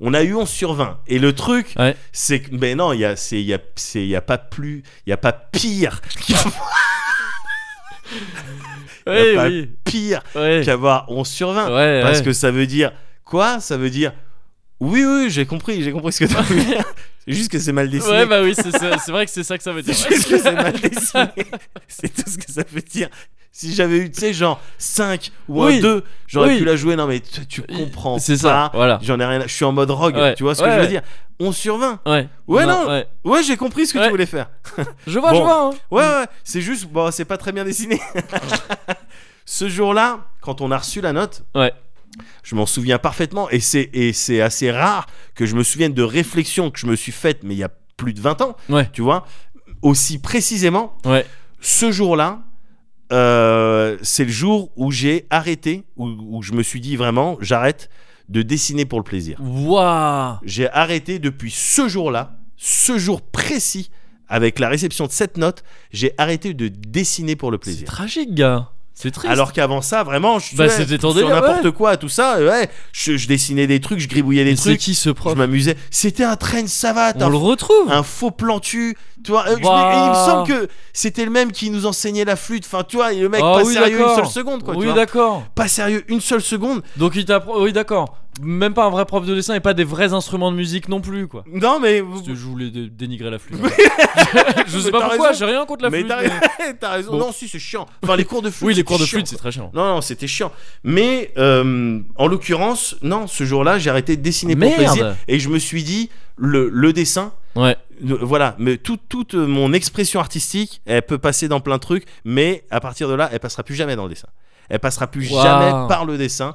Speaker 2: On a eu 11 sur 20. Et le truc,
Speaker 1: Ouais.
Speaker 2: c'est que. Mais non, il y a, c'est- il y, a, c'est- il y a pas plus. Il y a pas pire. Il y a
Speaker 1: Ouais,
Speaker 2: pas
Speaker 1: oui.
Speaker 2: pire
Speaker 1: Ouais.
Speaker 2: qu'avoir 11 sur 20.
Speaker 1: Ouais,
Speaker 2: Parce
Speaker 1: ouais.
Speaker 2: que ça veut dire. Quoi Ça veut dire. Oui, oui, j'ai compris, j'ai compris ce que t'as voulu dire. C'est juste que c'est mal dessiné.
Speaker 1: Ouais, bah oui, c'est ça- c'est vrai que c'est ça que ça veut dire.
Speaker 2: C'est juste que c'est mal dessiné. C'est tout ce que ça veut dire. Si j'avais eu, tu sais, genre 5 ou un
Speaker 1: Oui.
Speaker 2: 2, j'aurais
Speaker 1: Oui.
Speaker 2: pu la jouer. Non, mais tu, tu comprends.
Speaker 1: C'est ça,
Speaker 2: pas.
Speaker 1: voilà.
Speaker 2: J'en ai rien. à- Je suis en mode rogue.
Speaker 1: Ouais.
Speaker 2: Tu vois ce que
Speaker 1: Ouais,
Speaker 2: je veux
Speaker 1: ouais.
Speaker 2: dire 11 sur 20.
Speaker 1: Ouais.
Speaker 2: Ouais,
Speaker 1: Non,
Speaker 2: non.
Speaker 1: ouais.
Speaker 2: Ouais, j'ai compris ce que tu
Speaker 1: Ouais.
Speaker 2: voulais faire.
Speaker 1: Je vois,
Speaker 2: Bon.
Speaker 1: je vois. hein.
Speaker 2: Ouais, ouais. C'est juste, bon, c'est pas très bien dessiné. ce jour-là, quand on a reçu la note.
Speaker 1: Ouais.
Speaker 2: Je m'en souviens parfaitement et c'est et c'est assez rare que je me souvienne de réflexions que je me suis faites mais il y a plus de 20 ans,
Speaker 1: Ouais.
Speaker 2: tu vois, aussi précisément
Speaker 1: Ouais.
Speaker 2: ce jour-là, euh, c'est le jour où j'ai arrêté, où, où je me suis dit vraiment, j'arrête de dessiner pour le plaisir.
Speaker 1: Waouh.
Speaker 2: J'ai arrêté depuis ce jour-là, ce jour précis, avec la réception de cette note, j'ai arrêté de dessiner pour le
Speaker 1: C'est
Speaker 2: plaisir.
Speaker 1: tragique, gars. C'est triste.
Speaker 2: Alors qu'avant ça, vraiment, je
Speaker 1: Bah,
Speaker 2: ouais,
Speaker 1: c'était ton
Speaker 2: sur
Speaker 1: délire,
Speaker 2: n'importe
Speaker 1: ouais.
Speaker 2: quoi, tout ça, ouais, je, je dessinais des trucs, je gribouillais des
Speaker 1: Et c'est
Speaker 2: trucs,
Speaker 1: qui ce
Speaker 2: je
Speaker 1: prof
Speaker 2: m'amusais. C'était un train de savate,
Speaker 1: On
Speaker 2: un
Speaker 1: le retrouve.
Speaker 2: un faux plan tu vois euh, je-
Speaker 1: Waouh.
Speaker 2: et il me semble que c'était le même qui nous enseignait la flûte enfin tu vois et le mec
Speaker 1: Ah
Speaker 2: pas
Speaker 1: oui,
Speaker 2: sérieux une
Speaker 1: d'accord.
Speaker 2: seule seconde quoi tu
Speaker 1: oui,
Speaker 2: vois.
Speaker 1: d'accord.
Speaker 2: pas sérieux une seule seconde
Speaker 1: Donc il t'apprend. Oui, d'accord. Même pas un vrai prof de dessin et pas des vrais instruments de musique non plus, quoi.
Speaker 2: non mais
Speaker 1: Je voulais dé- dénigrer la flûte.
Speaker 2: Mais-
Speaker 1: je
Speaker 2: Mais
Speaker 1: sais pas
Speaker 2: t'as
Speaker 1: pourquoi,
Speaker 2: raison.
Speaker 1: j'ai rien contre la
Speaker 2: mais
Speaker 1: flûte.
Speaker 2: t'as
Speaker 1: mais-
Speaker 2: t'as raison
Speaker 1: Bon.
Speaker 2: non si c'est chiant enfin les cours de flûte
Speaker 1: Oui, les
Speaker 2: c'était
Speaker 1: cours de
Speaker 2: chiant,
Speaker 1: flûte, c'est très chiant.
Speaker 2: quoi. non non c'était chiant mais euh, en l'occurrence non ce jour-là j'ai arrêté de dessiner pour
Speaker 1: Merde.
Speaker 2: plaisir et je me suis dit le, le dessin
Speaker 1: Ouais.
Speaker 2: euh, voilà, mais tout- toute mon expression artistique, elle peut passer dans plein de trucs, mais à partir de là, elle passera plus jamais dans le dessin. Elle passera plus
Speaker 1: Waouh.
Speaker 2: jamais par le dessin.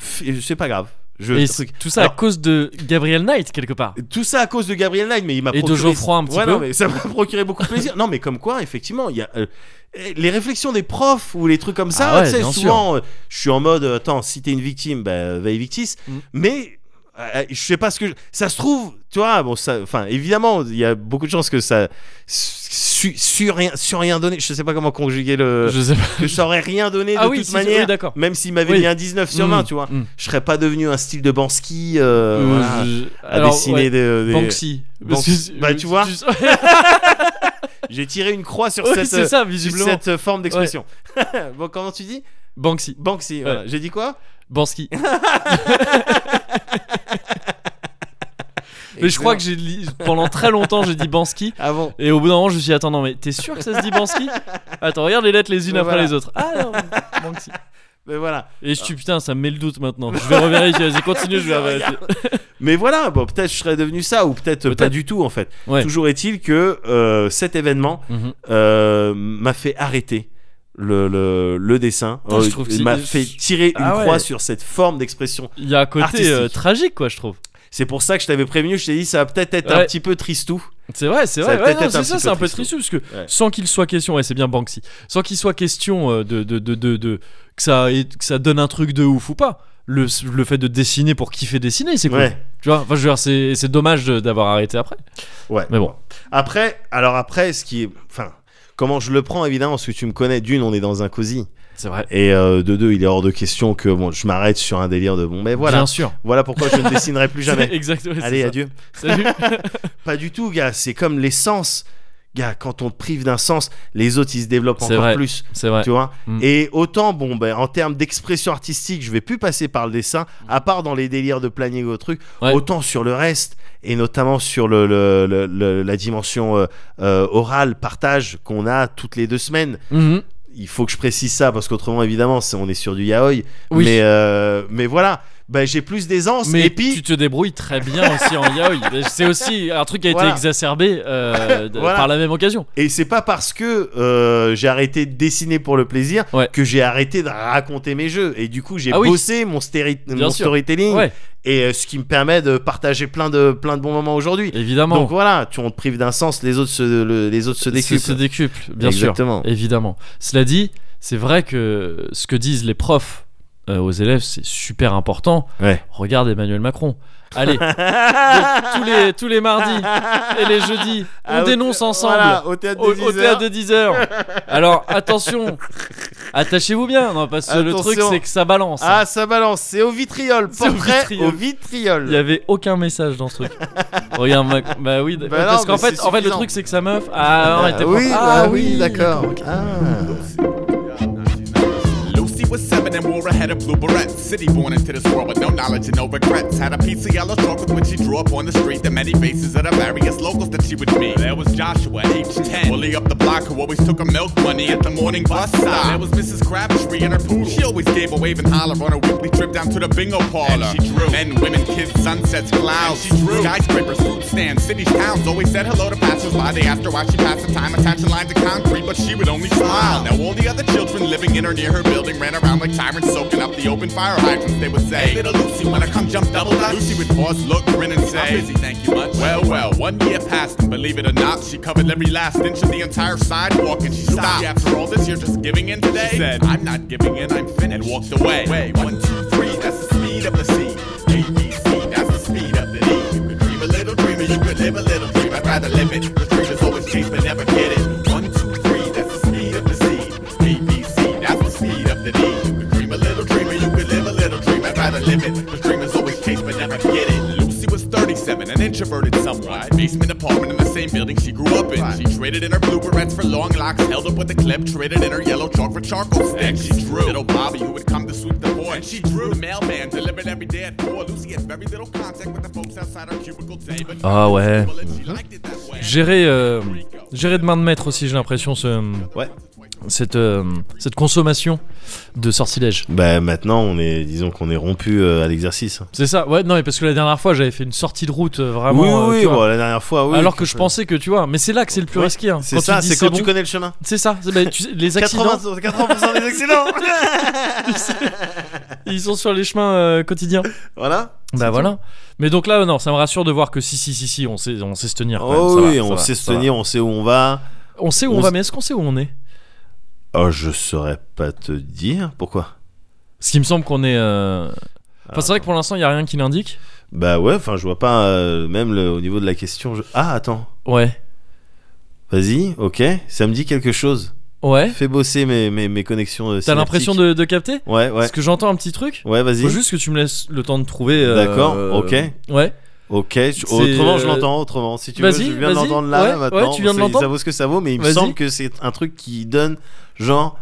Speaker 2: F- et C'est pas grave. Je,
Speaker 1: Et
Speaker 2: truc-
Speaker 1: c'est- tout ça
Speaker 2: Alors,
Speaker 1: à cause de Gabriel Knight, quelque part.
Speaker 2: tout ça à cause de Gabriel Knight, mais il m'a
Speaker 1: Et de
Speaker 2: procuré-
Speaker 1: Geoffroy un petit
Speaker 2: Ouais,
Speaker 1: peu.
Speaker 2: non, mais ça m'a procuré beaucoup de plaisir. non, mais comme quoi, effectivement, il y a euh, les réflexions des profs ou les trucs comme ça.
Speaker 1: Ah ouais,
Speaker 2: tu sais,
Speaker 1: bien
Speaker 2: souvent, euh, je suis en mode, euh, attends, si t'es une victime, bah, va victis.
Speaker 1: Mm.
Speaker 2: Mais euh, je sais pas ce que je- ça se trouve, tu vois. Bon, ça, enfin, évidemment, il y a beaucoup de chances que ça su, su rien, sur rien donné. Je sais pas comment conjuguer le.
Speaker 1: Je sais pas.
Speaker 2: Que ça aurait rien donné
Speaker 1: Ah
Speaker 2: de
Speaker 1: oui,
Speaker 2: toute
Speaker 1: si, si,
Speaker 2: manière.
Speaker 1: oui, d'accord.
Speaker 2: même s'il m'avait
Speaker 1: Oui.
Speaker 2: mis un 19 sur 20,
Speaker 1: Mm,
Speaker 2: tu vois,
Speaker 1: mm.
Speaker 2: je serais pas devenu un style de Bansky euh,
Speaker 1: Euh,
Speaker 2: voilà,
Speaker 1: je-
Speaker 2: à
Speaker 1: alors,
Speaker 2: dessiner
Speaker 1: ouais,
Speaker 2: des, des-
Speaker 1: Banksy. Parce
Speaker 2: Banksy.
Speaker 1: que-
Speaker 2: Bah, tu vois,
Speaker 1: Ouais,
Speaker 2: J'ai tiré une croix sur
Speaker 1: ouais,
Speaker 2: cette,
Speaker 1: c'est ça,
Speaker 2: sur
Speaker 1: visiblement.
Speaker 2: cette, euh, forme d'expression. bon, comment tu dis
Speaker 1: Banksy.
Speaker 2: Banksy, voilà. J'ai dit quoi
Speaker 1: Bansky. Mais je crois que j'ai li- pendant très longtemps j'ai dit Bansky
Speaker 2: Ah bon
Speaker 1: et au bout d'un moment je me suis dit attends non mais t'es sûr que ça se dit Bansky Attends regarde les lettres les unes
Speaker 2: Mais
Speaker 1: après
Speaker 2: voilà.
Speaker 1: les autres. Ah non, Banksy.
Speaker 2: Mais voilà.
Speaker 1: Et je suis putain ça me met le doute maintenant. Je vais revérifier. Vas-y continue je vais revérifier.
Speaker 2: Mais voilà, bon, peut-être je serais devenu ça ou peut-être pas
Speaker 1: Peut-être.
Speaker 2: du tout en fait.
Speaker 1: Ouais.
Speaker 2: Toujours est-il que euh, cet événement
Speaker 1: Mhm.
Speaker 2: euh, m'a fait arrêter. Le, le, le dessin Euh,
Speaker 1: Putain, Ah, je trouve que
Speaker 2: il
Speaker 1: c'est-
Speaker 2: m'a fait tirer une
Speaker 1: Ah ouais.
Speaker 2: croix sur cette forme d'expression.
Speaker 1: Il y a un côté euh,
Speaker 2: Artistique.
Speaker 1: tragique quoi je trouve.
Speaker 2: C'est pour ça que je t'avais prévenu, je t'ai dit ça va peut-être être un
Speaker 1: Ouais.
Speaker 2: petit peu tristou.
Speaker 1: C'est vrai, c'est
Speaker 2: Ça
Speaker 1: vrai.
Speaker 2: va
Speaker 1: Ouais,
Speaker 2: peut-être
Speaker 1: non,
Speaker 2: être un
Speaker 1: c'est ça,
Speaker 2: petit
Speaker 1: c'est
Speaker 2: peu
Speaker 1: un peu triste
Speaker 2: tristoun.
Speaker 1: parce que
Speaker 2: Ouais.
Speaker 1: sans qu'il soit question, ouais, c'est bien Banksy, sans qu'il soit question euh, de, de, de, de- de- que, ça, ait- que ça donne un truc de ouf ou pas, le, le fait de dessiner pour kiffer dessiner, c'est cool.
Speaker 2: Ouais.
Speaker 1: Tu vois, enfin, je veux dire, c'est c'est dommage de- d'avoir arrêté après.
Speaker 2: Ouais.
Speaker 1: Mais bon,
Speaker 2: Après, alors après, ce qui est, enfin, comment je le prends évidemment, parce que tu me connais. D'une, on est dans un cosy,
Speaker 1: c'est vrai.
Speaker 2: et euh, de deux, il est hors de question que bon, je m'arrête sur un délire de bon, mais voilà,
Speaker 1: Bien sûr.
Speaker 2: voilà pourquoi je ne dessinerai plus
Speaker 1: C'est
Speaker 2: jamais.
Speaker 1: Exact, ouais, c'est
Speaker 2: Allez,
Speaker 1: ça.
Speaker 2: adieu.
Speaker 1: Salut.
Speaker 2: Pas du tout, gars. C'est comme les sens, gars. Quand on te prive d'un sens, les autres ils se développent
Speaker 1: C'est
Speaker 2: encore
Speaker 1: vrai.
Speaker 2: plus.
Speaker 1: c'est vrai.
Speaker 2: Tu vois
Speaker 1: Mm.
Speaker 2: Et autant, bon, ben, en termes d'expression artistique, je vais plus passer par le dessin, à part dans les délires de planning ou truc,
Speaker 1: Mm. Ouais.
Speaker 2: autant sur le reste, et notamment sur le, le- le- le- la dimension euh, euh, orale, partage qu'on a toutes les deux semaines.
Speaker 1: Mhm.
Speaker 2: Il faut que je précise ça, parce qu'autrement, évidemment, c'est- on est sur du yaoi.
Speaker 1: Oui.
Speaker 2: Mais, euh, mais voilà, ben, j'ai plus d'aisance.
Speaker 1: Mais
Speaker 2: et puis,
Speaker 1: tu te débrouilles très bien aussi en yaoi. C'est aussi un truc qui a été
Speaker 2: Voilà.
Speaker 1: exacerbé euh, de-
Speaker 2: Voilà.
Speaker 1: par la même occasion.
Speaker 2: Et c'est pas parce que euh, j'ai arrêté de dessiner pour le plaisir
Speaker 1: Ouais.
Speaker 2: que j'ai arrêté de raconter mes jeux. Et du coup, j'ai
Speaker 1: Ah oui.
Speaker 2: bossé mon, stéri-
Speaker 1: Bien
Speaker 2: mon
Speaker 1: sûr.
Speaker 2: storytelling
Speaker 1: Ouais,
Speaker 2: et euh, ce qui me permet de partager plein de, plein de bons moments aujourd'hui.
Speaker 1: évidemment.
Speaker 2: Donc voilà, tu on te prive d'un sens, les autres se, le- les autres se décuplent.
Speaker 1: Se, se décuple, bien
Speaker 2: Exactement.
Speaker 1: sûr. Évidemment. Cela dit, c'est vrai que ce que disent les profs euh, aux élèves, c'est super important.
Speaker 2: Ouais.
Speaker 1: Regarde Emmanuel Macron. Allez, donc, tous, les, tous les mardis et les jeudis, on
Speaker 2: Ah, au-
Speaker 1: dénonce ensemble
Speaker 2: Voilà, au théâtre
Speaker 1: au,
Speaker 2: des
Speaker 1: au
Speaker 2: Isères.
Speaker 1: théâtre de 10 heures. Alors attention, attachez-vous bien, non, parce que le truc
Speaker 2: Attention.
Speaker 1: c'est que ça balance. hein.
Speaker 2: Ah, ça balance, c'est au vitriol,
Speaker 1: C'est au
Speaker 2: portrait
Speaker 1: vitriol.
Speaker 2: au
Speaker 1: Il y
Speaker 2: vitriol.
Speaker 1: avait aucun message dans ce truc. Regarde, Mac- bah oui,
Speaker 2: Bah
Speaker 1: parce
Speaker 2: non,
Speaker 1: qu'en
Speaker 2: mais
Speaker 1: fait,
Speaker 2: c'est
Speaker 1: en fait, le
Speaker 2: suffisant. bah
Speaker 1: truc c'est que sa meuf. Ah, non, elle était
Speaker 2: oui,
Speaker 1: pas-
Speaker 2: ah,
Speaker 1: Ah
Speaker 2: oui, d'accord. Ah.
Speaker 7: Lucy was seven and wore a head of blue barrette. City born into this world with no knowledge and no regrets. Had a piece of yellow chalk with which she drew upon the street the many faces of the various locals that she would meet. There was Joshua, age 10, bully up the block who always took her milk money at the morning bus stop. There was Mrs. Crabtree and her poodle. She always gave a wave and holler on her weekly trip down to the bingo parlor. And she drew men, women, kids, sunsets, clouds. And she drew skyscrapers, food stands, cities, towns. Always said hello to passersby. They asked her why she passed the time attaching lines of concrete, but she would only smile. Now all the other children living in or near her building ran around like tyrants, soaking up the open fire hydrants. They would say, "Hey, little Lucy, wanna come jump double dutch?" Lucy would pause, look, grin, and say, "I'm busy, thank you much." Well, well, one year passed, and believe it or not, she covered every last inch of the entire sidewalk, and she stopped. After all this, you're just giving in today? She said, "I'm not giving in. I'm finished." And walked away. Way one, two, three. That's the speed of the sea. A, B, C. That's the speed of the D. You could dream a little dreamer. You could live a little dream. I'd rather live it. The dream is always cheap, but never get it. One, two, three. That's the speed of the sea. A, B, C. That's the speed of the D. You could dream a little dreamer. You could live a little dream. I'd rather live it. The dream is always cheap, but never get it. Lucy was 37, an introverted somewhat. Basement apartment in the same building she grew up in. She traded in her blue berets for long locks, held up with a clip, traded in her yellow chalk for charcoal sticks. She drew little Bobby who would come to sweep the board. And she drew the mailman delivered every day at four. Lucy had very little contact with the folks outside her cubicle day, but
Speaker 1: Ah ouais.
Speaker 7: she liked it that way.
Speaker 1: Gérer, euh, gérer de main de maître aussi, j'ai l'impression, ce,
Speaker 2: Ouais.
Speaker 1: cette, euh, cette consommation de sortilèges.
Speaker 2: Bah maintenant, on est, disons qu'on est rompu euh, à l'exercice.
Speaker 1: C'est ça, ouais, non, mais parce que la dernière fois, j'avais fait une sortie de route euh,
Speaker 2: Oui,
Speaker 1: vraiment.
Speaker 2: oui,
Speaker 1: euh,
Speaker 2: oui,
Speaker 1: tu vois.
Speaker 2: bon, la dernière fois, oui.
Speaker 1: Alors que je pensais que tu vois, mais c'est là que c'est le plus
Speaker 2: Ouais,
Speaker 1: risqué. hein.
Speaker 2: C'est
Speaker 1: Quand
Speaker 2: ça,
Speaker 1: tu dis
Speaker 2: c'est quand
Speaker 1: bon,
Speaker 2: tu connais le chemin.
Speaker 1: C'est ça, c'est- bah, tu sais, les accidents,
Speaker 2: 80%, 80% des accidents
Speaker 1: ils sont sur les chemins euh, quotidiens.
Speaker 2: Voilà.
Speaker 1: Bah voilà. Mais donc là, non, ça me rassure de voir que si, si, si, si, on sait, on sait se tenir. quand
Speaker 2: Oh
Speaker 1: même, ça
Speaker 2: oui,
Speaker 1: va, ça
Speaker 2: on
Speaker 1: va,
Speaker 2: sait se
Speaker 1: ça va.
Speaker 2: tenir, on sait où on va.
Speaker 1: On sait où on,
Speaker 2: On
Speaker 1: va,
Speaker 2: s-
Speaker 1: mais est-ce qu'on sait où on est
Speaker 2: Oh, je saurais pas te dire. Pourquoi
Speaker 1: Ce qui me semble qu'on est. euh, Enfin, c'est vrai que pour l'instant, il y a rien qui l'indique.
Speaker 2: Bah ouais, enfin, je vois pas, euh, même le- au niveau de la question. je- Ah, attends.
Speaker 1: Ouais.
Speaker 2: Vas-y, ok. Ça me dit quelque chose.
Speaker 1: Ouais.
Speaker 2: Fais bosser mes, mes, mes connexions. euh,
Speaker 1: T'as l'impression
Speaker 2: synaptiques.
Speaker 1: de, de capter
Speaker 2: Ouais, ouais.
Speaker 1: Parce que j'entends un petit truc.
Speaker 2: Ouais, vas-y.
Speaker 1: Faut juste que tu me laisses le temps de trouver. euh,
Speaker 2: D'accord, ok.
Speaker 1: Ouais.
Speaker 2: Ok, je- autrement je
Speaker 1: euh,
Speaker 2: l'entends, autrement. Si tu veux, je
Speaker 1: vas-y,
Speaker 2: viens
Speaker 1: vas-y.
Speaker 2: de l'entendre là,
Speaker 1: Ouais,
Speaker 2: là, maintenant.
Speaker 1: ouais, tu viens de
Speaker 2: Ça-
Speaker 1: l'entendre.
Speaker 2: Ça vaut ce que ça vaut, mais il me
Speaker 1: Vas-y.
Speaker 2: semble que c'est un truc qui donne genre.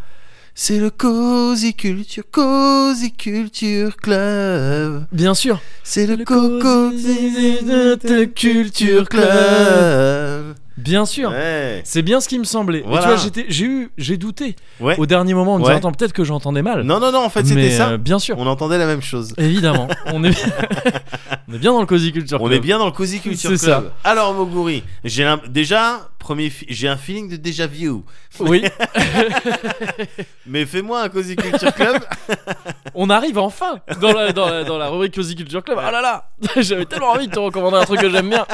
Speaker 2: C'est le Cozy Culture, Cozy Culture Club.
Speaker 1: Bien sûr.
Speaker 2: C'est le,
Speaker 1: Le
Speaker 2: Coco
Speaker 1: Cozy
Speaker 2: Culture Club.
Speaker 1: Bien sûr.
Speaker 2: Ouais.
Speaker 1: C'est bien ce qui me semblait. Et
Speaker 2: Voilà.
Speaker 1: tu vois, j'étais- j'ai eu, j'ai douté
Speaker 2: Ouais.
Speaker 1: au dernier moment en me disant
Speaker 2: Ouais.
Speaker 1: attends peut-être que j'entendais mal.
Speaker 2: Non, non, non, en fait c'était
Speaker 1: mais
Speaker 2: ça.
Speaker 1: euh, bien sûr.
Speaker 2: On entendait la même chose.
Speaker 1: Évidemment. on est, on est bien dans le cozy culture.
Speaker 2: On
Speaker 1: Club.
Speaker 2: est bien dans le Cozy Culture
Speaker 1: C'est ça.
Speaker 2: Club. Alors Moguri, j'ai un- déjà premier, fi- j'ai un feeling de déjà vu.
Speaker 1: Oui.
Speaker 2: Mais fais-moi un Cozy Culture Club.
Speaker 1: on arrive enfin dans la, dans la, dans la rubrique Cozy Culture Club. Ah là là, j'avais tellement envie de te recommander un truc que j'aime bien.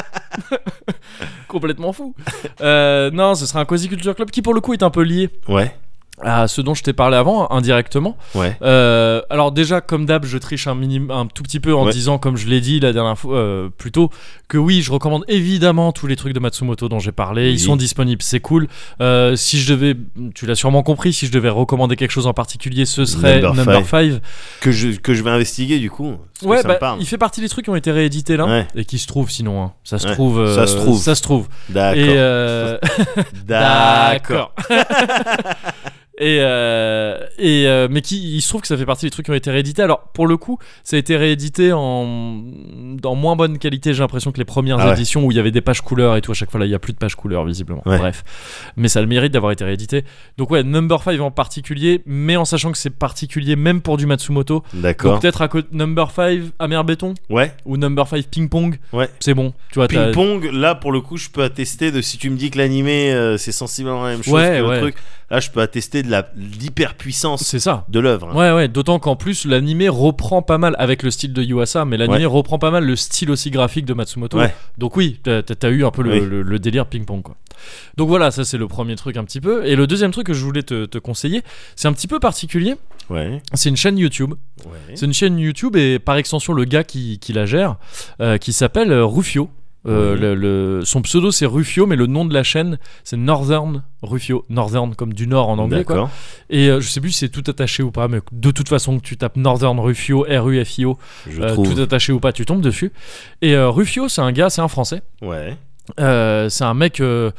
Speaker 1: Complètement fou. Euh, non, ce sera un Cozy Culture Club qui pour le coup est un peu lié
Speaker 2: Ouais,
Speaker 1: à ce dont je t'ai parlé avant, indirectement.
Speaker 2: ouais.
Speaker 1: Euh, alors déjà, comme d'hab, je triche un, minim- un tout petit peu en
Speaker 2: Ouais.
Speaker 1: disant, comme je l'ai dit la dernière fois, euh, plus tôt, que oui, je recommande évidemment tous les trucs de Matsumoto dont j'ai parlé.
Speaker 2: Oui.
Speaker 1: Ils sont disponibles, c'est cool. Euh, si je devais, tu l'as sûrement compris, si je devais recommander quelque chose en particulier, ce serait
Speaker 2: Number
Speaker 1: Number
Speaker 2: Five.
Speaker 1: 5.
Speaker 2: que je, que je vais investiguer du coup. parce que
Speaker 1: Ouais,
Speaker 2: ça
Speaker 1: bah,
Speaker 2: me parle.
Speaker 1: il fait partie des trucs qui ont été réédités là
Speaker 2: Ouais.
Speaker 1: et qui se trouvent sinon. hein. Ça se
Speaker 2: Ouais,
Speaker 1: trouve. euh,
Speaker 2: ça se trouve.
Speaker 1: Ça se trouve.
Speaker 2: D'accord.
Speaker 1: Et euh,
Speaker 2: D'accord.
Speaker 1: et euh, et euh, mais qui, il se trouve que ça fait partie des trucs qui ont été réédités. Alors pour le coup, ça a été réédité en dans moins bonne qualité. J'ai l'impression que les premières
Speaker 2: Ah ouais.
Speaker 1: éditions où il y avait des pages couleurs et tout à chaque fois là, il y a plus de pages couleurs visiblement.
Speaker 2: Ouais.
Speaker 1: Bref, mais ça a le mérite d'avoir été réédité. Donc ouais, Number 5 en particulier, mais en sachant que c'est particulier même pour du Matsumoto.
Speaker 2: D'accord.
Speaker 1: Donc peut-être à côté Number 5 Amer Béton
Speaker 2: Ouais.
Speaker 1: ou Number 5 Ping Pong.
Speaker 2: Ouais.
Speaker 1: C'est bon. Tu vois, t'as-
Speaker 2: Ping pong, là pour le coup, je peux attester de si tu me dis que l'animé euh, c'est sensiblement la même chose
Speaker 1: Ouais,
Speaker 2: que
Speaker 1: ouais.
Speaker 2: le truc. Là, je peux attester de la l'hyper puissance
Speaker 1: C'est ça.
Speaker 2: de l'œuvre. hein.
Speaker 1: Ouais, ouais, d'autant qu'en plus l'animé reprend pas mal avec le style de Yuasa, mais l'animé
Speaker 2: Ouais.
Speaker 1: reprend pas mal le style aussi graphique de Matsumoto.
Speaker 2: Ouais.
Speaker 1: Donc oui, t'as t'as- t'as eu un peu le,
Speaker 2: Oui.
Speaker 1: le- le délire ping-pong quoi. Donc voilà, ça c'est le premier truc un petit peu. Et le deuxième truc que je voulais te, te conseiller, c'est un petit peu particulier.
Speaker 2: Ouais.
Speaker 1: C'est une chaîne YouTube.
Speaker 2: ouais.
Speaker 1: C'est une chaîne YouTube et par extension le gars qui, qui la gère, euh, qui s'appelle euh, Rufio. Euh,
Speaker 2: Oui.
Speaker 1: le- le- son pseudo c'est Rufio, mais le nom de la chaîne c'est Northern Rufio. Northern comme du nord en anglais quoi.
Speaker 2: D'accord.
Speaker 1: Et euh, je sais plus si c'est tout attaché ou pas, mais de toute façon, que tu tapes Northern Rufio, R-U-F-I-O,
Speaker 2: Je
Speaker 1: euh,
Speaker 2: trouve.
Speaker 1: tout attaché ou pas, tu tombes dessus. Et euh, Rufio, c'est un gars, c'est un français.
Speaker 2: Ouais.
Speaker 1: Euh, c'est un mec. euh,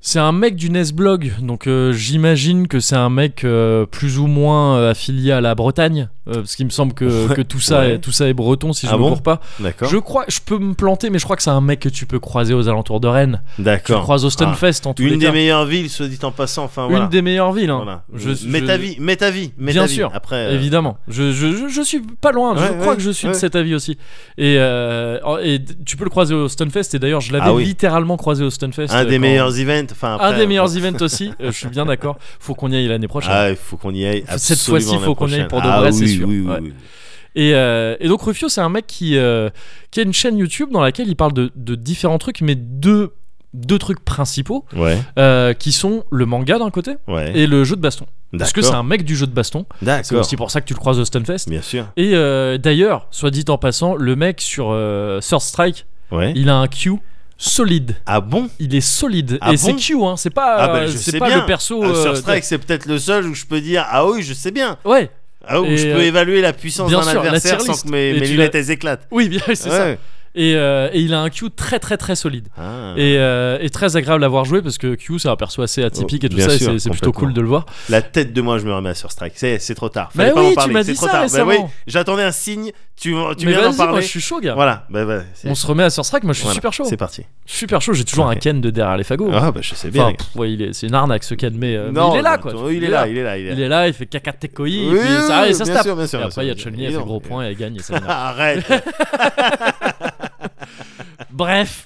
Speaker 1: C'est un mec du Nesblog, donc euh, j'imagine que c'est un mec euh, plus ou moins euh, affilié à la Bretagne, euh, parce qu'il me semble que, que tout, ça
Speaker 2: Ouais.
Speaker 1: est, tout ça est breton si je
Speaker 2: Ah
Speaker 1: ne
Speaker 2: bon
Speaker 1: me gourre pas.
Speaker 2: D'accord.
Speaker 1: Je crois, je peux me planter, mais je crois que c'est un mec que tu peux croiser aux alentours de Rennes. Tu
Speaker 2: D'accord. Ah.
Speaker 1: croises au Stunfest en tout
Speaker 2: Une des
Speaker 1: cas.
Speaker 2: meilleures villes, soit dit en passant. Enfin, voilà.
Speaker 1: Une des meilleures villes. hein.
Speaker 2: Voilà.
Speaker 1: Je-
Speaker 2: mets
Speaker 1: je-
Speaker 2: ta vie, mets ta vie, mets
Speaker 1: Bien
Speaker 2: ta vie.
Speaker 1: sûr,
Speaker 2: Après, euh,
Speaker 1: Évidemment, je, je, je, je suis pas loin, je
Speaker 2: Ouais,
Speaker 1: crois
Speaker 2: ouais,
Speaker 1: que je suis
Speaker 2: ouais.
Speaker 1: de cet avis aussi. Et, euh, et d- tu peux le croiser au Stunfest, et d'ailleurs je l'avais
Speaker 2: Ah oui.
Speaker 1: littéralement croisé au Stunfest.
Speaker 2: un
Speaker 1: euh,
Speaker 2: des
Speaker 1: quand-
Speaker 2: meilleurs events. Enfin,
Speaker 1: Un
Speaker 2: après,
Speaker 1: des
Speaker 2: euh,
Speaker 1: meilleurs events aussi, euh, je suis bien d'accord. Faut qu'on y aille l'année prochaine.
Speaker 2: Ah, il faut qu'on y aille.
Speaker 1: Cette
Speaker 2: absolument
Speaker 1: fois-ci,
Speaker 2: l'année
Speaker 1: faut qu'on y aille
Speaker 2: prochaine.
Speaker 1: pour de
Speaker 2: Ah
Speaker 1: vrai, c'est
Speaker 2: oui,
Speaker 1: sûr.
Speaker 2: oui, oui,
Speaker 1: Ouais.
Speaker 2: oui.
Speaker 1: Et, euh, et donc Rufio, c'est un mec qui, euh, qui a une chaîne YouTube dans laquelle il parle de, de différents trucs, mais deux, deux trucs principaux,
Speaker 2: Ouais,
Speaker 1: euh, qui sont le manga d'un côté
Speaker 2: ouais.
Speaker 1: et le jeu de baston. Parce que c'est
Speaker 2: D'accord.
Speaker 1: un mec du jeu de baston, c'est
Speaker 2: D'accord.
Speaker 1: aussi pour ça que tu le croises au Stunfest.
Speaker 2: Bien sûr.
Speaker 1: Et euh, d'ailleurs, soit dit en passant, le mec sur euh, Third Strike,
Speaker 2: Ouais.
Speaker 1: il a un Q solide.
Speaker 2: Ah bon
Speaker 1: Il est solide.
Speaker 2: Ah
Speaker 1: et c'est
Speaker 2: bon
Speaker 1: Q, hein, c'est pas,
Speaker 2: Ah bah,
Speaker 1: euh,
Speaker 2: je
Speaker 1: c'est
Speaker 2: sais
Speaker 1: pas
Speaker 2: bien.
Speaker 1: le perso.
Speaker 2: Euh,
Speaker 1: euh,
Speaker 2: Sur Strike, c'est peut-être le seul où je peux dire Ah oui, je sais bien.
Speaker 1: Ouais,
Speaker 2: Ah oui,
Speaker 1: Et,
Speaker 2: où je peux
Speaker 1: euh,
Speaker 2: évaluer la puissance
Speaker 1: bien
Speaker 2: d'un
Speaker 1: sûr, la
Speaker 2: adversaire
Speaker 1: tier
Speaker 2: sans
Speaker 1: list.
Speaker 2: que mes,
Speaker 1: Et
Speaker 2: mes
Speaker 1: tu
Speaker 2: lunettes elles éclatent.
Speaker 1: oui, bien, c'est ça.
Speaker 2: Ouais.
Speaker 1: Et, euh, et il a un Q très très très solide.
Speaker 2: Ah.
Speaker 1: Et, euh, et très agréable à voir jouer parce que Q c'est un perso assez atypique et tout
Speaker 2: Oh, Bien
Speaker 1: ça et
Speaker 2: sûr,
Speaker 1: c'est- c'est plutôt
Speaker 2: complètement.
Speaker 1: cool de le voir.
Speaker 2: La tête de moi, je me remets à sur Strike. C'est c'est trop tard.
Speaker 1: Bah
Speaker 2: Fallait pas
Speaker 1: oui,
Speaker 2: m'en
Speaker 1: tu
Speaker 2: parler.
Speaker 1: m'as
Speaker 2: c'est
Speaker 1: dit
Speaker 2: trop
Speaker 1: ça
Speaker 2: tard. Bah oui,
Speaker 1: récemment.
Speaker 2: j'attendais un signe. Tu, tu
Speaker 1: Mais
Speaker 2: viens d'en
Speaker 1: vas-y, moi
Speaker 2: parler.
Speaker 1: je suis chaud gars.
Speaker 2: Voilà. Bah, bah, c'est-
Speaker 1: On se remet à Sur Strike, moi je suis
Speaker 2: voilà,
Speaker 1: super chaud.
Speaker 2: C'est parti.
Speaker 1: Je suis super chaud, j'ai toujours un
Speaker 2: Ok.
Speaker 1: Ken de derrière les fagots.
Speaker 2: Ah bah je sais bien.
Speaker 1: Enfin,
Speaker 2: les gars.
Speaker 1: pff, ouais, il est- c'est une arnaque ce Ken, mais, euh, mais il est là quoi.
Speaker 2: Il est là, il est là, il est
Speaker 1: Il
Speaker 2: là.
Speaker 1: est là, il fait caca de tekoi, et
Speaker 2: Oui,
Speaker 1: puis ça,
Speaker 2: oui,
Speaker 1: et ça se
Speaker 2: bien
Speaker 1: tape.
Speaker 2: sûr, bien sûr,
Speaker 1: et
Speaker 2: bien sûr,
Speaker 1: après, il y a
Speaker 2: bien
Speaker 1: Chun-Li,
Speaker 2: sûr.
Speaker 1: elle fait
Speaker 2: Évidemment.
Speaker 1: gros point et elle gagne. et ça m'énerve.
Speaker 2: Arrête.
Speaker 1: Bref.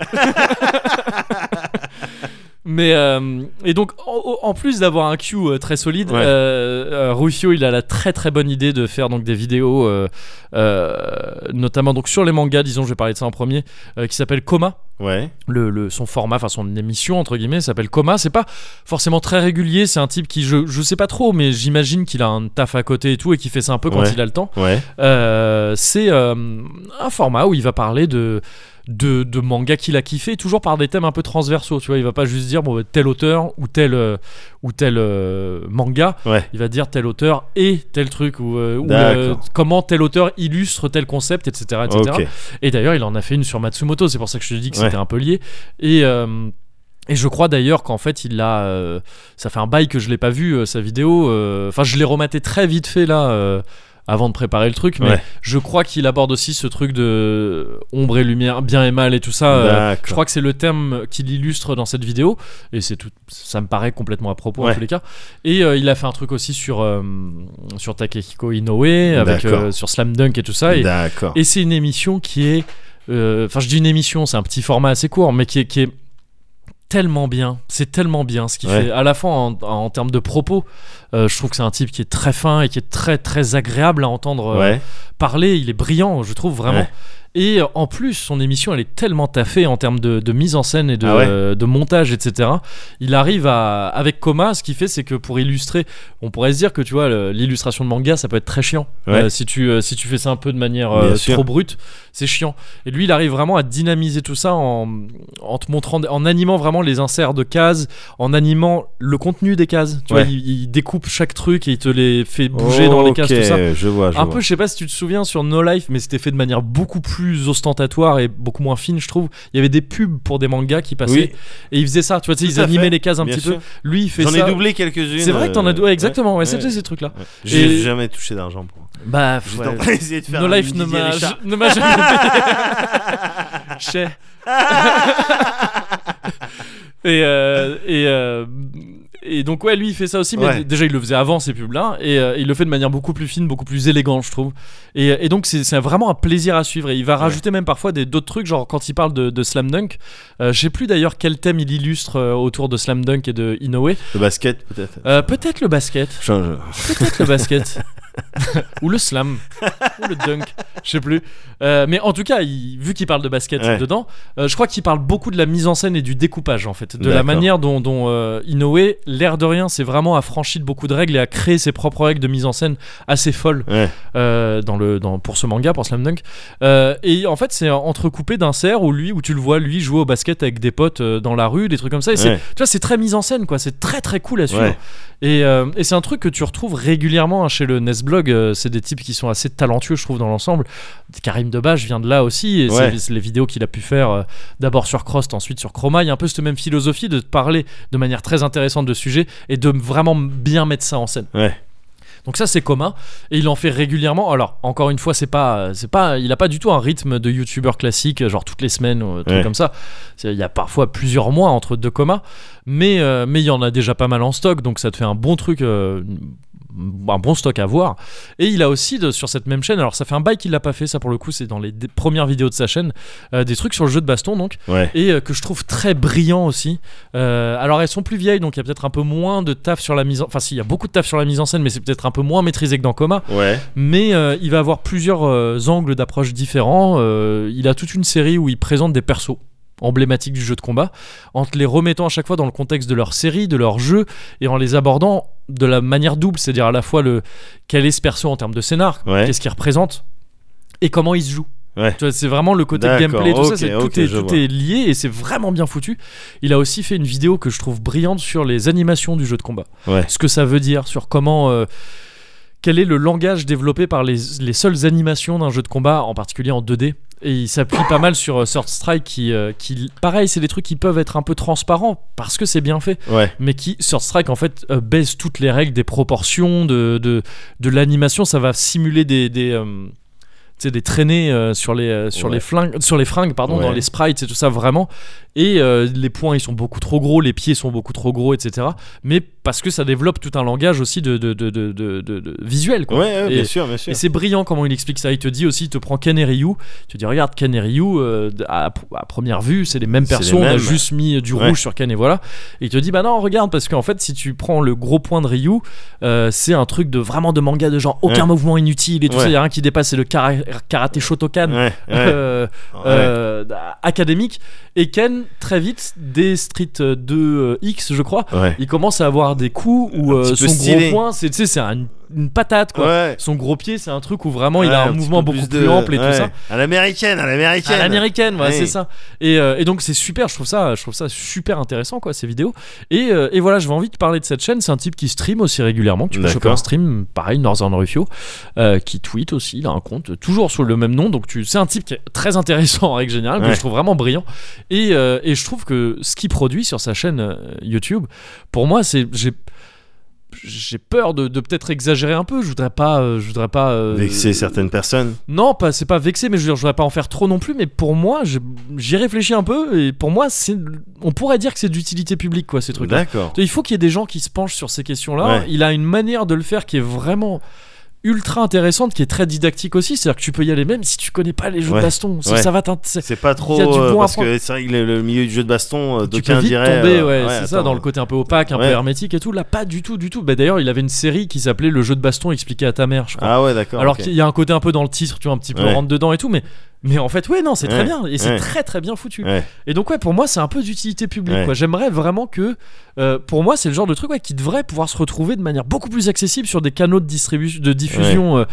Speaker 1: Mais euh, et donc en, en plus d'avoir un Q euh, très solide,
Speaker 2: Ouais.
Speaker 1: euh, euh, Rufio il a la très très bonne idée de faire donc des vidéos, euh, euh, notamment donc sur les mangas, disons je vais parler de ça en premier, euh, qui s'appelle Coma.
Speaker 2: Ouais.
Speaker 1: Le, le- son format, enfin son émission entre guillemets s'appelle Coma. C'est pas forcément très régulier. C'est un type qui je je sais pas trop, mais j'imagine qu'il a un taf à côté et tout et qui fait ça un peu quand
Speaker 2: Ouais.
Speaker 1: il a le temps.
Speaker 2: Ouais.
Speaker 1: Euh, c'est euh, un format où il va parler de de, de manga qu'il a kiffé toujours par des thèmes un peu transversaux tu vois il va pas juste dire bon bah, tel auteur ou tel euh, ou tel euh, manga
Speaker 2: Ouais.
Speaker 1: il va dire tel auteur et tel truc ou, euh, ou,
Speaker 2: D'accord.
Speaker 1: euh, comment tel auteur illustre tel concept etc etc
Speaker 2: Ok.
Speaker 1: et d'ailleurs il en a fait une sur Matsumoto c'est pour ça que je te dis que
Speaker 2: Ouais.
Speaker 1: c'était un peu lié et euh, et je crois d'ailleurs qu'en fait il a euh, ça fait un bail que je l'ai pas vu euh, sa vidéo euh, enfin je l'ai rematé très vite fait là euh, avant de préparer le truc mais
Speaker 2: Ouais.
Speaker 1: je crois qu'il aborde aussi ce truc de ombre et lumière bien et mal et tout ça euh,
Speaker 2: D'accord.
Speaker 1: je crois que c'est le thème qu'il illustre dans cette vidéo et c'est tout ça me paraît complètement à propos en
Speaker 2: Ouais.
Speaker 1: tous les cas et euh, il a fait un truc aussi sur euh, sur Takehiko Inoue avec
Speaker 2: D'accord.
Speaker 1: euh, sur Slam Dunk et tout ça et,
Speaker 2: D'accord.
Speaker 1: et c'est une émission qui est. euh, Enfin, je dis une émission, c'est un petit format assez court, mais qui est, qui est tellement bien. C'est tellement bien ce qu'il
Speaker 2: Ouais.
Speaker 1: fait. À la fois en, en termes de propos, euh, je trouve que c'est un type qui est très fin et qui est très très agréable à entendre euh,
Speaker 2: Ouais.
Speaker 1: parler. Il est brillant, je trouve vraiment.
Speaker 2: Ouais.
Speaker 1: Et euh, en plus, son émission, elle est tellement taffée en termes de, de mise en scène et de,
Speaker 2: Ah ouais
Speaker 1: euh, de montage, etc. Il arrive à. Avec Coma, ce qu'il fait, c'est que pour illustrer, on pourrait se dire que tu vois, le- l'illustration de manga, ça peut être très chiant.
Speaker 2: Ouais.
Speaker 1: Euh, si, tu, euh, si tu fais ça un peu de manière euh,
Speaker 2: Bien sûr.
Speaker 1: trop brute, c'est chiant. Et lui, il arrive vraiment à dynamiser tout ça en, en te montrant, en animant vraiment les inserts de cases, en animant le contenu des cases. Tu
Speaker 2: Ouais.
Speaker 1: vois, il, il découpe chaque truc et il te les fait bouger dans les cases,
Speaker 2: Ok,
Speaker 1: tout ça
Speaker 2: Je vois. Je
Speaker 1: un
Speaker 2: vois.
Speaker 1: peu, je sais pas si tu te souviens sur No Life, mais c'était fait de manière beaucoup plus ostentatoire et beaucoup moins fine, je trouve. Il y avait des pubs pour des mangas qui passaient
Speaker 2: Oui.
Speaker 1: et ils faisaient ça. Tu vois, tu sais,
Speaker 2: Tout
Speaker 1: ils
Speaker 2: à
Speaker 1: animaient
Speaker 2: fait,
Speaker 1: les cases un
Speaker 2: bien
Speaker 1: petit
Speaker 2: sûr.
Speaker 1: peu. Lui, il fait
Speaker 2: J'en
Speaker 1: ça.
Speaker 2: ai doublé quelques-unes.
Speaker 1: C'est vrai que t'en as
Speaker 2: euh,
Speaker 1: doublé, ouais, exactement. Ouais, c'était
Speaker 2: ouais.
Speaker 1: ces trucs-là.
Speaker 2: ouais. J'ai
Speaker 1: Et-
Speaker 2: jamais touché d'argent pour.
Speaker 1: Bah,
Speaker 2: J'ai
Speaker 1: ouais.
Speaker 2: tant pas essayé de faire.
Speaker 1: No
Speaker 2: un
Speaker 1: Life ne
Speaker 2: Didier
Speaker 1: m'a
Speaker 2: Richard.
Speaker 1: ne m'a jamais Chez. et, euh, et, euh, et donc ouais lui il fait ça aussi mais
Speaker 2: Ouais.
Speaker 1: d- déjà il le faisait avant ces pubs là et euh, il le fait de manière beaucoup plus fine beaucoup plus élégante je trouve et, et donc c'est c'est vraiment un plaisir à suivre et il va rajouter même parfois des- d'autres trucs genre quand il parle de, de Slam Dunk euh, je sais plus d'ailleurs quel thème il illustre euh, autour de Slam Dunk et de Inoue
Speaker 2: Le basket peut-être.
Speaker 1: Euh, peut-être le basket
Speaker 2: Change.
Speaker 1: Peut-être le basket. ou le slam. ou le dunk. Je sais plus. Euh, mais en tout cas, il- vu qu'il parle de basket
Speaker 2: Ouais.
Speaker 1: dedans, euh, je crois qu'il parle beaucoup de la mise en scène et du découpage, en fait. De la
Speaker 2: D'accord.
Speaker 1: manière dont, dont euh, Inoue, l'air de rien, s'est vraiment affranchi de beaucoup de règles et a créé ses propres règles de mise en scène assez folles
Speaker 2: Ouais.
Speaker 1: euh, dans le, dans, pour ce manga, pour Slam Dunk. Euh, et en fait, c'est entrecoupé d'un cerf où, lui, où tu le vois, lui, jouer au basket avec des potes euh, dans la rue, des trucs comme ça. Et c'est-
Speaker 2: Ouais.
Speaker 1: tu vois, c'est très mise en scène, quoi. C'est très, très cool à suivre.
Speaker 2: Ouais.
Speaker 1: Et, euh, et c'est un truc que tu retrouves régulièrement hein, chez le Nesblog. euh, c'est des types qui sont assez talentueux, je trouve, dans l'ensemble. Karim Debache vient de là aussi. Et
Speaker 2: Ouais.
Speaker 1: c'est- c'est les vidéos qu'il a pu faire euh, d'abord sur Crost, ensuite sur Chroma. Il y a un peu cette même philosophie de parler de manière très intéressante de sujets et de vraiment bien mettre ça en scène.
Speaker 2: Ouais.
Speaker 1: Donc ça c'est commun et il en fait régulièrement. Alors encore une fois c'est pas euh, c'est pas il a pas du tout un rythme de youtubeur classique euh, genre toutes les semaines ou euh, truc
Speaker 2: Ouais.
Speaker 1: comme ça. C'est- Il y a parfois plusieurs mois entre deux comas mais euh, mais il y en a déjà pas mal en stock donc ça te fait un bon truc euh, un bon stock à voir et il a aussi de- sur cette même chaîne alors ça fait un bail qu'il l'a pas fait ça pour le coup c'est dans les dé- premières vidéos de sa chaîne euh, des trucs sur le jeu de baston donc
Speaker 2: Ouais.
Speaker 1: et euh, que je trouve très brillant aussi. Euh, alors elles sont plus vieilles, donc il y a peut-être un peu moins de taf sur la mise en... Enfin si, il y a beaucoup de taf sur la mise en scène, mais c'est peut-être un peu moins maîtrisé que dans Coma.
Speaker 2: Ouais.
Speaker 1: Mais euh, il va avoir plusieurs euh, angles d'approche différents. Euh, il a toute une série où il présente des persos emblématiques du jeu de combat, en te les remettant à chaque fois dans le contexte de leur série, de leur jeu, et en les abordant de la manière double, c'est-à-dire à la fois le quel est ce perso en termes de scénar,
Speaker 2: Ouais.
Speaker 1: qu'est-ce qu'il représente, et comment il se joue.
Speaker 2: Ouais.
Speaker 1: Tu vois, C'est vraiment le côté
Speaker 2: D'accord,
Speaker 1: gameplay, et tout ça,
Speaker 2: ok,
Speaker 1: c'est- tout,
Speaker 2: ok,
Speaker 1: est,
Speaker 2: je
Speaker 1: tout
Speaker 2: vois.
Speaker 1: est lié et c'est vraiment bien foutu. Il a aussi fait une vidéo que je trouve brillante sur les animations du jeu de combat.
Speaker 2: Ouais.
Speaker 1: Ce que ça veut dire, sur comment. euh, quel est le langage développé par les, les seules animations d'un jeu de combat, en particulier en 2D et il s'appuie pas mal sur euh, Third Strike qui, euh, qui pareil c'est des trucs qui peuvent être un peu transparents parce que c'est bien fait
Speaker 2: Ouais.
Speaker 1: mais qui sur Strike en fait euh, baisse toutes les règles des proportions de de, de l'animation ça va simuler des des euh, tu sais, des traînées euh, sur les euh, sur
Speaker 2: Ouais.
Speaker 1: les flingues sur les fringues pardon
Speaker 2: Ouais.
Speaker 1: dans les sprites et tout ça vraiment et euh, les points ils sont beaucoup trop gros les pieds sont beaucoup trop gros etc mais parce que ça développe tout un langage aussi de de, de, de, de- de- de- visuel
Speaker 2: Ouais,
Speaker 1: quoi
Speaker 2: ouais,
Speaker 1: Et-
Speaker 2: bien sûr, bien sûr.
Speaker 1: et c'est brillant comment il explique ça. Il te dit aussi, il te prend Ken et Ryu. Tu dis, regarde, Ken et Ryu, euh, d- à, à première vue, c'est les mêmes
Speaker 2: C'est les
Speaker 1: personnes. On a
Speaker 2: mêmes.
Speaker 1: juste mis du
Speaker 2: Ouais.
Speaker 1: rouge sur Ken et voilà. Et il te dit, bah non, regarde, parce qu'en fait, si tu prends le gros point de Ryu, euh, c'est un truc de vraiment de manga de genre aucun
Speaker 2: Ouais.
Speaker 1: mouvement inutile et tout
Speaker 2: Ouais.
Speaker 1: ça. Il y a rien qui dépasse, c'est le kara- karaté Shotokan.
Speaker 2: Ouais, ouais,
Speaker 1: euh,
Speaker 2: ouais.
Speaker 1: euh, académique et Ken très vite des Street 2 euh, X je crois
Speaker 2: Ouais.
Speaker 1: il commence à avoir des coups où
Speaker 2: Un
Speaker 1: euh,
Speaker 2: petit
Speaker 1: son
Speaker 2: peu stylé.
Speaker 1: gros point c'est tu sais, c'est un- une patate quoi
Speaker 2: Ouais.
Speaker 1: son gros pied, c'est un truc où vraiment il
Speaker 2: Ouais,
Speaker 1: a un,
Speaker 2: petit
Speaker 1: mouvement
Speaker 2: peu
Speaker 1: beaucoup plus,
Speaker 2: de-
Speaker 1: ample et
Speaker 2: ouais.
Speaker 1: tout ça.
Speaker 2: À l'américaine, à l'américaine.
Speaker 1: À l'américaine, voilà,
Speaker 2: Ouais.
Speaker 1: c'est ça. Et, euh, et donc c'est super, je trouve ça, je trouve ça super intéressant quoi ces vidéos. Et, euh, et voilà, je vais envie de parler de cette chaîne. C'est un type qui stream aussi régulièrement. Tu peux
Speaker 2: D'accord.
Speaker 1: choper un stream, pareil Northern Rufio, euh, qui tweet aussi. Il a un compte euh, toujours sous le même nom. Donc tu, c'est un type qui est très intéressant en règle générale, que
Speaker 2: Ouais.
Speaker 1: je trouve vraiment brillant. Et, euh, et je trouve que ce qu'il produit sur sa chaîne euh, YouTube, pour moi, c'est j'ai j'ai peur de, de peut-être exagérer un peu. Je voudrais pas, euh, je voudrais pas euh,
Speaker 2: Vexer certaines personnes.
Speaker 1: non, pas, c'est pas vexé, mais je veux dire, je voudrais pas en faire trop non plus. Mais pour moi, je- j'y réfléchis un peu, et pour moi, c'est, on pourrait dire que c'est d'utilité publique, quoi, ces trucs-là.
Speaker 2: D'accord.
Speaker 1: Il faut qu'il y ait des gens qui se penchent sur ces questions-là.
Speaker 2: Ouais.
Speaker 1: Il a une manière de le faire qui est vraiment ultra intéressante, qui est très didactique aussi. C'est-à-dire que tu peux y aller même si tu connais pas les jeux
Speaker 2: Ouais.
Speaker 1: de baston. Ça,
Speaker 2: Ouais.
Speaker 1: ça va t'intéresser.
Speaker 2: C'est pas trop
Speaker 1: Il y a du
Speaker 2: euh,
Speaker 1: bon à
Speaker 2: parce
Speaker 1: prendre.
Speaker 2: que c'est vrai que le, le milieu du jeu de baston, euh,
Speaker 1: Tu peux
Speaker 2: d'aucuns
Speaker 1: vite
Speaker 2: diraient.
Speaker 1: tomber,
Speaker 2: euh,
Speaker 1: ouais, c'est ça,
Speaker 2: attends.
Speaker 1: dans le côté un peu opaque, un
Speaker 2: Ouais.
Speaker 1: peu hermétique et tout. Là, pas du tout, du tout. Bah, d'ailleurs, il avait une série qui s'appelait Le jeu de baston expliqué à ta mère, je crois.
Speaker 2: Ah ouais, d'accord.
Speaker 1: Alors
Speaker 2: ok.
Speaker 1: qu'il y a un côté un peu dans le titre, tu vois, un petit peu
Speaker 2: Ouais.
Speaker 1: rentre dedans et tout, mais, mais en fait, ouais, non, c'est très
Speaker 2: Ouais.
Speaker 1: bien, et c'est
Speaker 2: Ouais.
Speaker 1: très très bien foutu.
Speaker 2: Ouais.
Speaker 1: Et donc, ouais, pour moi, c'est un peu d'utilité publique,
Speaker 2: Ouais.
Speaker 1: quoi. J'aimerais vraiment que, euh, pour moi, c'est le genre de truc ouais, qui devrait pouvoir se retrouver de manière beaucoup plus accessible sur des canaux de, distribution, de diffusion. euh,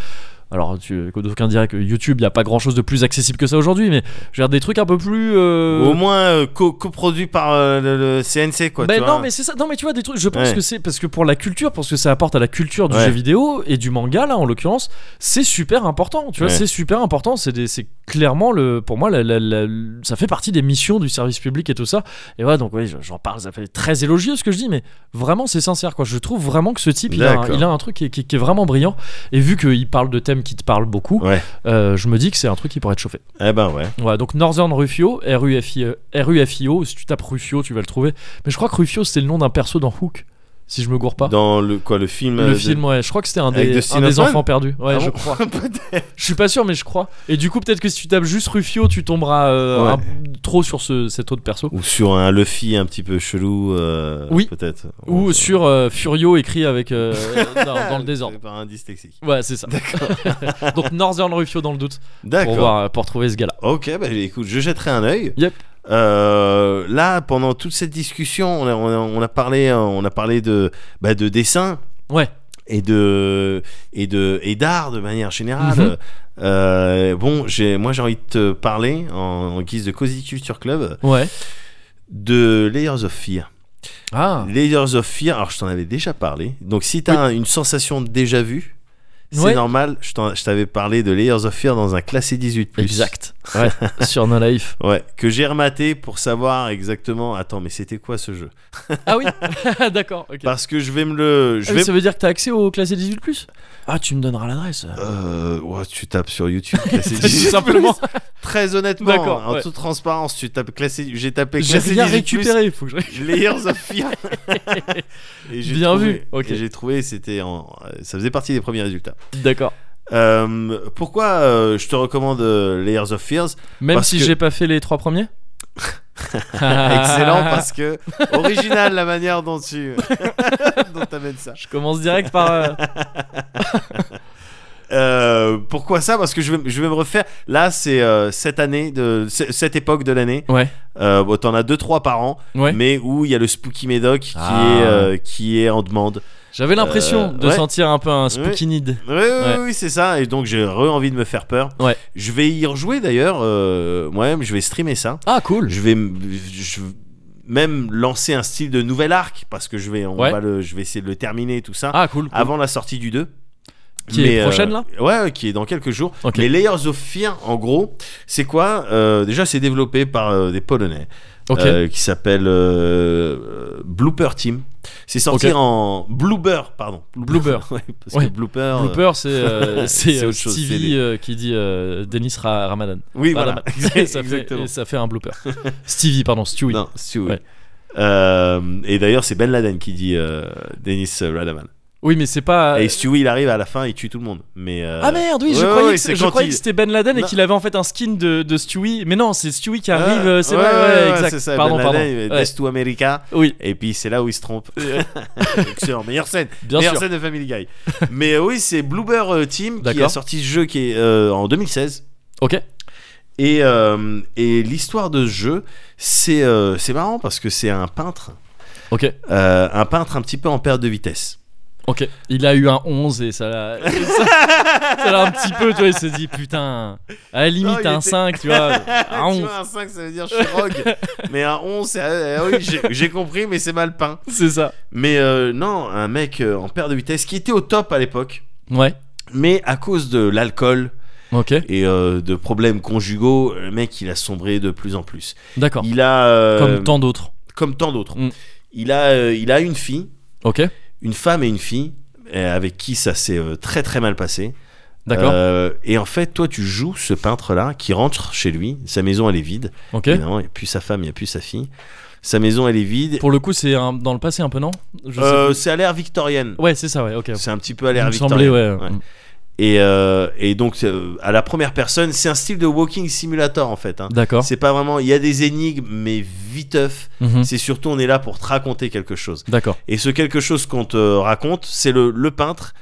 Speaker 1: alors, tu, aucun dirait que YouTube, il n'y a pas grand chose de plus accessible que ça aujourd'hui, mais je veux dire, des trucs un peu plus. euh,
Speaker 2: Au moins euh, co- coproduit par euh, le, le CNC, quoi.
Speaker 1: ben
Speaker 2: tu
Speaker 1: non
Speaker 2: vois.
Speaker 1: mais c'est ça non mais tu vois des trucs je pense
Speaker 2: Ouais.
Speaker 1: que c'est parce que pour la culture parce que ça apporte à la culture du
Speaker 2: Ouais.
Speaker 1: jeu vidéo et du manga là en l'occurrence c'est super important tu vois
Speaker 2: Ouais.
Speaker 1: c'est super important c'est des- c'est clairement le pour moi la- la- la- ça fait partie des missions du service public et tout ça et voilà donc oui j'en parle ça fait très élogieux ce que je dis mais vraiment c'est sincère quoi je trouve vraiment que ce type il a, un-
Speaker 2: D'accord.
Speaker 1: il a un truc qui est, qui est- qui est vraiment brillant et vu qu'il parle de thèmes qui te parlent beaucoup
Speaker 2: Ouais.
Speaker 1: euh, je me dis que c'est un truc qui pourrait te chauffer
Speaker 2: Eh ben ouais.
Speaker 1: voilà, donc Northern Rufio, R-U-F-I-E, R-U-F-I-O, si tu tapes Rufio, tu vas le trouver. Mais je crois que Rufio, c'était le nom d'un perso dans Hook, si je me gourre pas.
Speaker 2: Dans le quoi, le film.
Speaker 1: le
Speaker 2: euh, de-
Speaker 1: film, ouais, je crois que c'était un
Speaker 2: Avec
Speaker 1: des,
Speaker 2: Dustin
Speaker 1: un des
Speaker 2: Hoffman
Speaker 1: enfants perdus. Ouais,
Speaker 2: Ah
Speaker 1: je
Speaker 2: bon
Speaker 1: crois. Je suis pas sûr, mais je crois. Et du coup, peut-être que si tu tapes juste Rufio, tu tomberas euh,
Speaker 2: Ouais.
Speaker 1: un- trop sur ce, cet autre perso.
Speaker 2: Ou sur un Luffy un petit peu chelou. euh,
Speaker 1: Oui.
Speaker 2: Peut-être.
Speaker 1: Ou
Speaker 2: Ouais,
Speaker 1: sur euh, Furio écrit avec euh, dans, dans le désordre.
Speaker 2: Par un dyslexique.
Speaker 1: Ouais, c'est ça. donc Northern Rufio dans le doute pour,
Speaker 2: D'accord.
Speaker 1: voir, euh, pour retrouver ce gars-là.
Speaker 2: Ok, bah écoute, je jetterai un œil.
Speaker 1: Yep.
Speaker 2: Euh, là, pendant toute cette discussion, on a, on a- on a parlé, euh, on a parlé de, bah, de dessin
Speaker 1: Ouais.
Speaker 2: et de et de et d'art de manière générale.
Speaker 1: Mhm.
Speaker 2: Euh, bon, j'ai, moi j'ai envie de te parler en, en guise de Cozy Culture Club
Speaker 1: Ouais.
Speaker 2: de Layers of Fear.
Speaker 1: Ah,
Speaker 2: Layers of Fear, alors je t'en avais déjà parlé. Donc si t'as un- une sensation de déjà vu, c'est
Speaker 1: Ouais.
Speaker 2: normal. Je t'en- je t'avais parlé de Layers of Fear dans un classé 18+.
Speaker 1: exact. Ouais, sur No Life.
Speaker 2: Ouais, que j'ai rematé pour savoir exactement. Attends, mais c'était quoi ce jeu
Speaker 1: Ah oui, d'accord. ok.
Speaker 2: Parce que je vais me le. Je
Speaker 1: Ah oui,
Speaker 2: vais...
Speaker 1: Ça veut dire que t'as accès au classé 18 plus Ah, tu me donneras l'adresse.
Speaker 2: Euh, ouais, tu tapes sur YouTube. classé
Speaker 1: Tout
Speaker 2: 18+.
Speaker 1: simplement,
Speaker 2: Très honnêtement,
Speaker 1: D'accord,
Speaker 2: en
Speaker 1: ouais.
Speaker 2: toute transparence, tu tapes classé. J'ai tapé
Speaker 1: j'ai
Speaker 2: classé
Speaker 1: rien
Speaker 2: 18+,
Speaker 1: récupéré. Faut que je...
Speaker 2: Layers of Fear. Et j'ai
Speaker 1: Bien
Speaker 2: trouvé-
Speaker 1: vu, ok.
Speaker 2: et J'ai trouvé, c'était en... ça faisait partie des premiers résultats.
Speaker 1: D'accord.
Speaker 2: Euh, pourquoi euh, je te recommande euh, Layers of Fears
Speaker 1: Même
Speaker 2: Parce
Speaker 1: si
Speaker 2: que-
Speaker 1: j'ai pas fait les trois premiers
Speaker 2: Excellent parce que original la manière dont tu dont t'amènes ça.
Speaker 1: Je commence direct par. euh,
Speaker 2: Euh, pourquoi ça Parce que je vais, je vais me refaire. Là, c'est euh, cette année de c- cette époque de l'année.
Speaker 1: Ouais.
Speaker 2: Euh, bon, t'en as deux trois par an,
Speaker 1: Ouais.
Speaker 2: mais où il y a le Spooky Médoc qui
Speaker 1: Ah.
Speaker 2: est euh, qui est en demande.
Speaker 1: J'avais l'impression de
Speaker 2: ouais.
Speaker 1: sentir un peu un spooky need.
Speaker 2: Oui, oui,
Speaker 1: Ouais.
Speaker 2: oui, c'est ça. Et donc j'ai re envie de me faire peur.
Speaker 1: Ouais.
Speaker 2: Je vais y rejouer d'ailleurs. euh, Moi-même, je vais streamer ça.
Speaker 1: Ah, cool.
Speaker 2: je vais m- je- même lancer un style de nouvel arc parce que je vais on
Speaker 1: Ouais.
Speaker 2: va le, je vais essayer de le terminer tout ça
Speaker 1: Ah, cool. cool.
Speaker 2: avant la sortie du 2
Speaker 1: Qui est prochaine, là
Speaker 2: ouais, ouais, qui est dans quelques jours
Speaker 1: Ok.
Speaker 2: mais Layers of Fear en gros c'est quoi Euh, déjà c'est développé par euh, des polonais
Speaker 1: Ok.
Speaker 2: euh, qui s'appellent euh, euh, Blooper Team c'est sorti
Speaker 1: Ok.
Speaker 2: en Bloober pardon
Speaker 1: Bloober.
Speaker 2: ouais, parce
Speaker 1: Ouais.
Speaker 2: que Blooper euh,
Speaker 1: Blooper, c'est euh, c'est,
Speaker 2: c'est
Speaker 1: euh,
Speaker 2: autre chose,
Speaker 1: Stevie
Speaker 2: c'est les-
Speaker 1: euh, qui dit euh, Denis Ra- Ramadan.
Speaker 2: oui voilà
Speaker 1: Ramadan. Et ça fait,
Speaker 2: exactement
Speaker 1: et ça fait un blooper. Stevie, pardon, Stewie.
Speaker 2: Non, Stewie.
Speaker 1: Ouais.
Speaker 2: Euh, et d'ailleurs, c'est Ben Laden qui dit euh, Dennis Radaman.
Speaker 1: Oui, mais c'est pas.
Speaker 2: Et Stewie, il arrive à la fin, il tue tout le monde. Mais euh,
Speaker 1: euh, Ah merde, oui, je
Speaker 2: ouais,
Speaker 1: croyais,
Speaker 2: ouais,
Speaker 1: que,
Speaker 2: c'est
Speaker 1: je
Speaker 2: quand
Speaker 1: croyais
Speaker 2: il-
Speaker 1: que c'était Ben Laden et
Speaker 2: Non.
Speaker 1: qu'il avait en fait un skin de, de Stewie. Mais non, c'est Stewie qui
Speaker 2: Ah,
Speaker 1: arrive, euh, c'est
Speaker 2: ouais,
Speaker 1: vrai,
Speaker 2: ouais, ouais,
Speaker 1: exact.
Speaker 2: c'est ça,
Speaker 1: pardon,
Speaker 2: ben
Speaker 1: pardon.
Speaker 2: Laden, il fait
Speaker 1: Ouais.
Speaker 2: Death to America.
Speaker 1: Oui,
Speaker 2: Et puis c'est là où il se trompe. Excellent, meilleure scène.
Speaker 1: bien
Speaker 2: meilleure
Speaker 1: sûr.
Speaker 2: scène de Family Guy. Mais euh, oui, c'est Bloober euh, Team qui
Speaker 1: D'accord.
Speaker 2: a sorti ce jeu qui est euh, en 2016.
Speaker 1: Ok.
Speaker 2: Et, euh, et l'histoire de ce jeu, c'est euh, c'est marrant parce que c'est un peintre.
Speaker 1: Ok,
Speaker 2: euh, un peintre un petit peu en perte de vitesse.
Speaker 1: ok. Il a eu un 11 et ça l'a. et ça- ça l'a un petit peu, tu vois. Il s'est dit, putain, à la limite,
Speaker 2: il
Speaker 1: un
Speaker 2: était-
Speaker 1: 5, tu vois. Un
Speaker 2: Ah, tu
Speaker 1: 11.
Speaker 2: vois, un 5, ça veut dire je suis rogue. mais un 11, c'est- ah oui, j'ai- j'ai compris, mais c'est mal peint.
Speaker 1: C'est ça.
Speaker 2: Mais euh, non, un mec euh, en perte de vitesse qui était au top à l'époque,
Speaker 1: Ouais,
Speaker 2: mais à cause de l'alcool
Speaker 1: ok,
Speaker 2: et euh, de problèmes conjugaux, le mec, il a sombré de plus en plus.
Speaker 1: d'accord.
Speaker 2: Il a. euh,
Speaker 1: Comme tant d'autres.
Speaker 2: comme tant d'autres.
Speaker 1: Mm.
Speaker 2: Il, a, euh, il a une fille,
Speaker 1: Ok,
Speaker 2: une femme et une fille, euh, avec qui ça s'est euh, très très mal passé.
Speaker 1: d'accord.
Speaker 2: Euh, et en fait, toi, tu joues ce peintre-là qui rentre chez lui, sa maison, elle est vide.
Speaker 1: ok.
Speaker 2: Évidemment, il n'y a plus sa femme, il n'y a plus sa fille. Sa maison, elle est vide.
Speaker 1: Pour le coup, c'est un- dans le passé un peu, non Je sais
Speaker 2: Euh, c'est à l'ère victorienne.
Speaker 1: plus. Ouais, c'est ça, ouais, ok.
Speaker 2: C'est un petit peu à
Speaker 1: Il
Speaker 2: l'ère
Speaker 1: me semblait,
Speaker 2: victorienne.
Speaker 1: ouais.
Speaker 2: Ouais.
Speaker 1: Mm.
Speaker 2: Et, euh, et donc, euh, à la première personne, c'est un style de walking simulator en fait. hein.
Speaker 1: D'accord.
Speaker 2: C'est pas vraiment. Il y a des énigmes, mais viteuf.
Speaker 1: Mhm.
Speaker 2: C'est surtout, on est là pour te raconter quelque chose.
Speaker 1: D'accord.
Speaker 2: Et ce quelque chose qu'on te raconte, c'est le, le peintre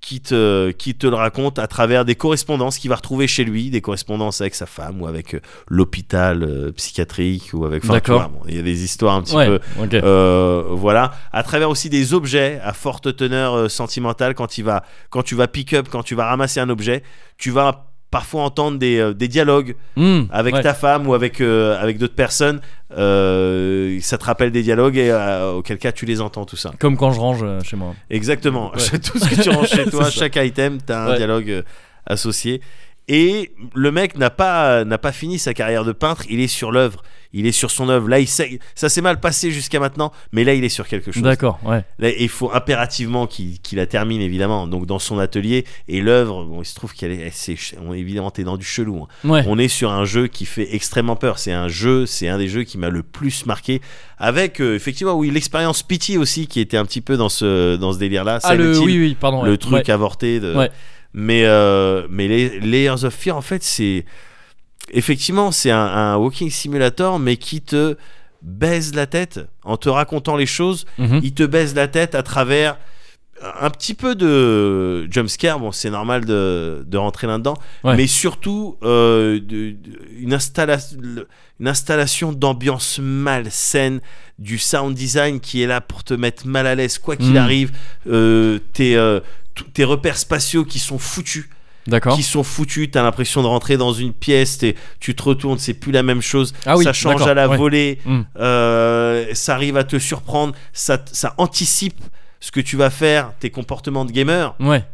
Speaker 2: qui te, qui te le raconte à travers des correspondances qu'il va retrouver chez lui, des correspondances avec sa femme ou avec euh, l'hôpital euh, psychiatrique ou avec. enfin, tu
Speaker 1: D'accord.
Speaker 2: vois, bon, Il y a des histoires un petit
Speaker 1: Ouais,
Speaker 2: peu.
Speaker 1: ok.
Speaker 2: euh, voilà, à travers aussi des objets à forte teneur euh, sentimentale. Quand, il va, quand tu vas pick up, quand tu vas ramasser un objet, tu vas parfois entendre des, euh, des dialogues
Speaker 1: Mm,
Speaker 2: avec
Speaker 1: ouais.
Speaker 2: ta femme ou avec, euh, avec d'autres personnes. euh, ça te rappelle des dialogues et euh, auquel cas tu les entends, tout ça.
Speaker 1: Comme quand je range euh, chez moi.
Speaker 2: Exactement.
Speaker 1: Ouais.
Speaker 2: Tout ce que tu ranges chez toi,
Speaker 1: C'est ça.
Speaker 2: chaque item, t'as un
Speaker 1: Ouais.
Speaker 2: dialogue euh, associé. Et le mec n'a pas, n'a pas fini sa carrière de peintre, il est sur l'œuvre. Il est sur son œuvre. Là, il sait, ça s'est mal passé jusqu'à maintenant, mais là, il est sur quelque chose.
Speaker 1: D'accord, ouais.
Speaker 2: Là, il faut impérativement qu'il qu'il la termine, évidemment. Donc, dans son atelier, et l'œuvre, bon, il se trouve qu'elle est. elle, c'est ch- on- évidemment, t'es dans du chelou. hein.
Speaker 1: Ouais.
Speaker 2: On est sur un jeu qui fait extrêmement peur. C'est un jeu, c'est un des jeux qui m'a le plus marqué. Avec, euh, effectivement, oui, l'expérience Pity aussi, qui était un petit peu dans ce, dans ce délire-là.
Speaker 1: Ah,
Speaker 2: Silent
Speaker 1: le,
Speaker 2: Hill,
Speaker 1: oui, oui, pardon.
Speaker 2: le
Speaker 1: ouais.
Speaker 2: truc
Speaker 1: Ouais.
Speaker 2: avorté. De...
Speaker 1: Ouais.
Speaker 2: Mais, euh, mais les Layers of Fear, en fait, c'est. Effectivement, c'est un, un walking simulator, mais qui te baise la tête en te racontant les choses.
Speaker 1: Mhm.
Speaker 2: Il te baise la tête à travers un petit peu de jumpscare. Bon, c'est normal de, de rentrer là-dedans.
Speaker 1: Ouais.
Speaker 2: Mais surtout, euh, de- de- une, installa- le- une installation d'ambiance malsaine, du sound design qui est là pour te mettre mal à l'aise, quoi qu'il
Speaker 1: Mm.
Speaker 2: arrive. euh, tes, euh, tous tes repères spatiaux qui sont foutus.
Speaker 1: D'accord.
Speaker 2: qui sont foutus. T'as l'impression de rentrer dans une pièce, t'es- tu te retournes, c'est plus la même chose.
Speaker 1: Ah oui,
Speaker 2: ça change
Speaker 1: d'accord,
Speaker 2: à la
Speaker 1: ouais.
Speaker 2: volée.
Speaker 1: Mm.
Speaker 2: euh, ça arrive à te surprendre. Ça, ça anticipe ce que tu vas faire, tes comportements de gamer
Speaker 1: Ouais.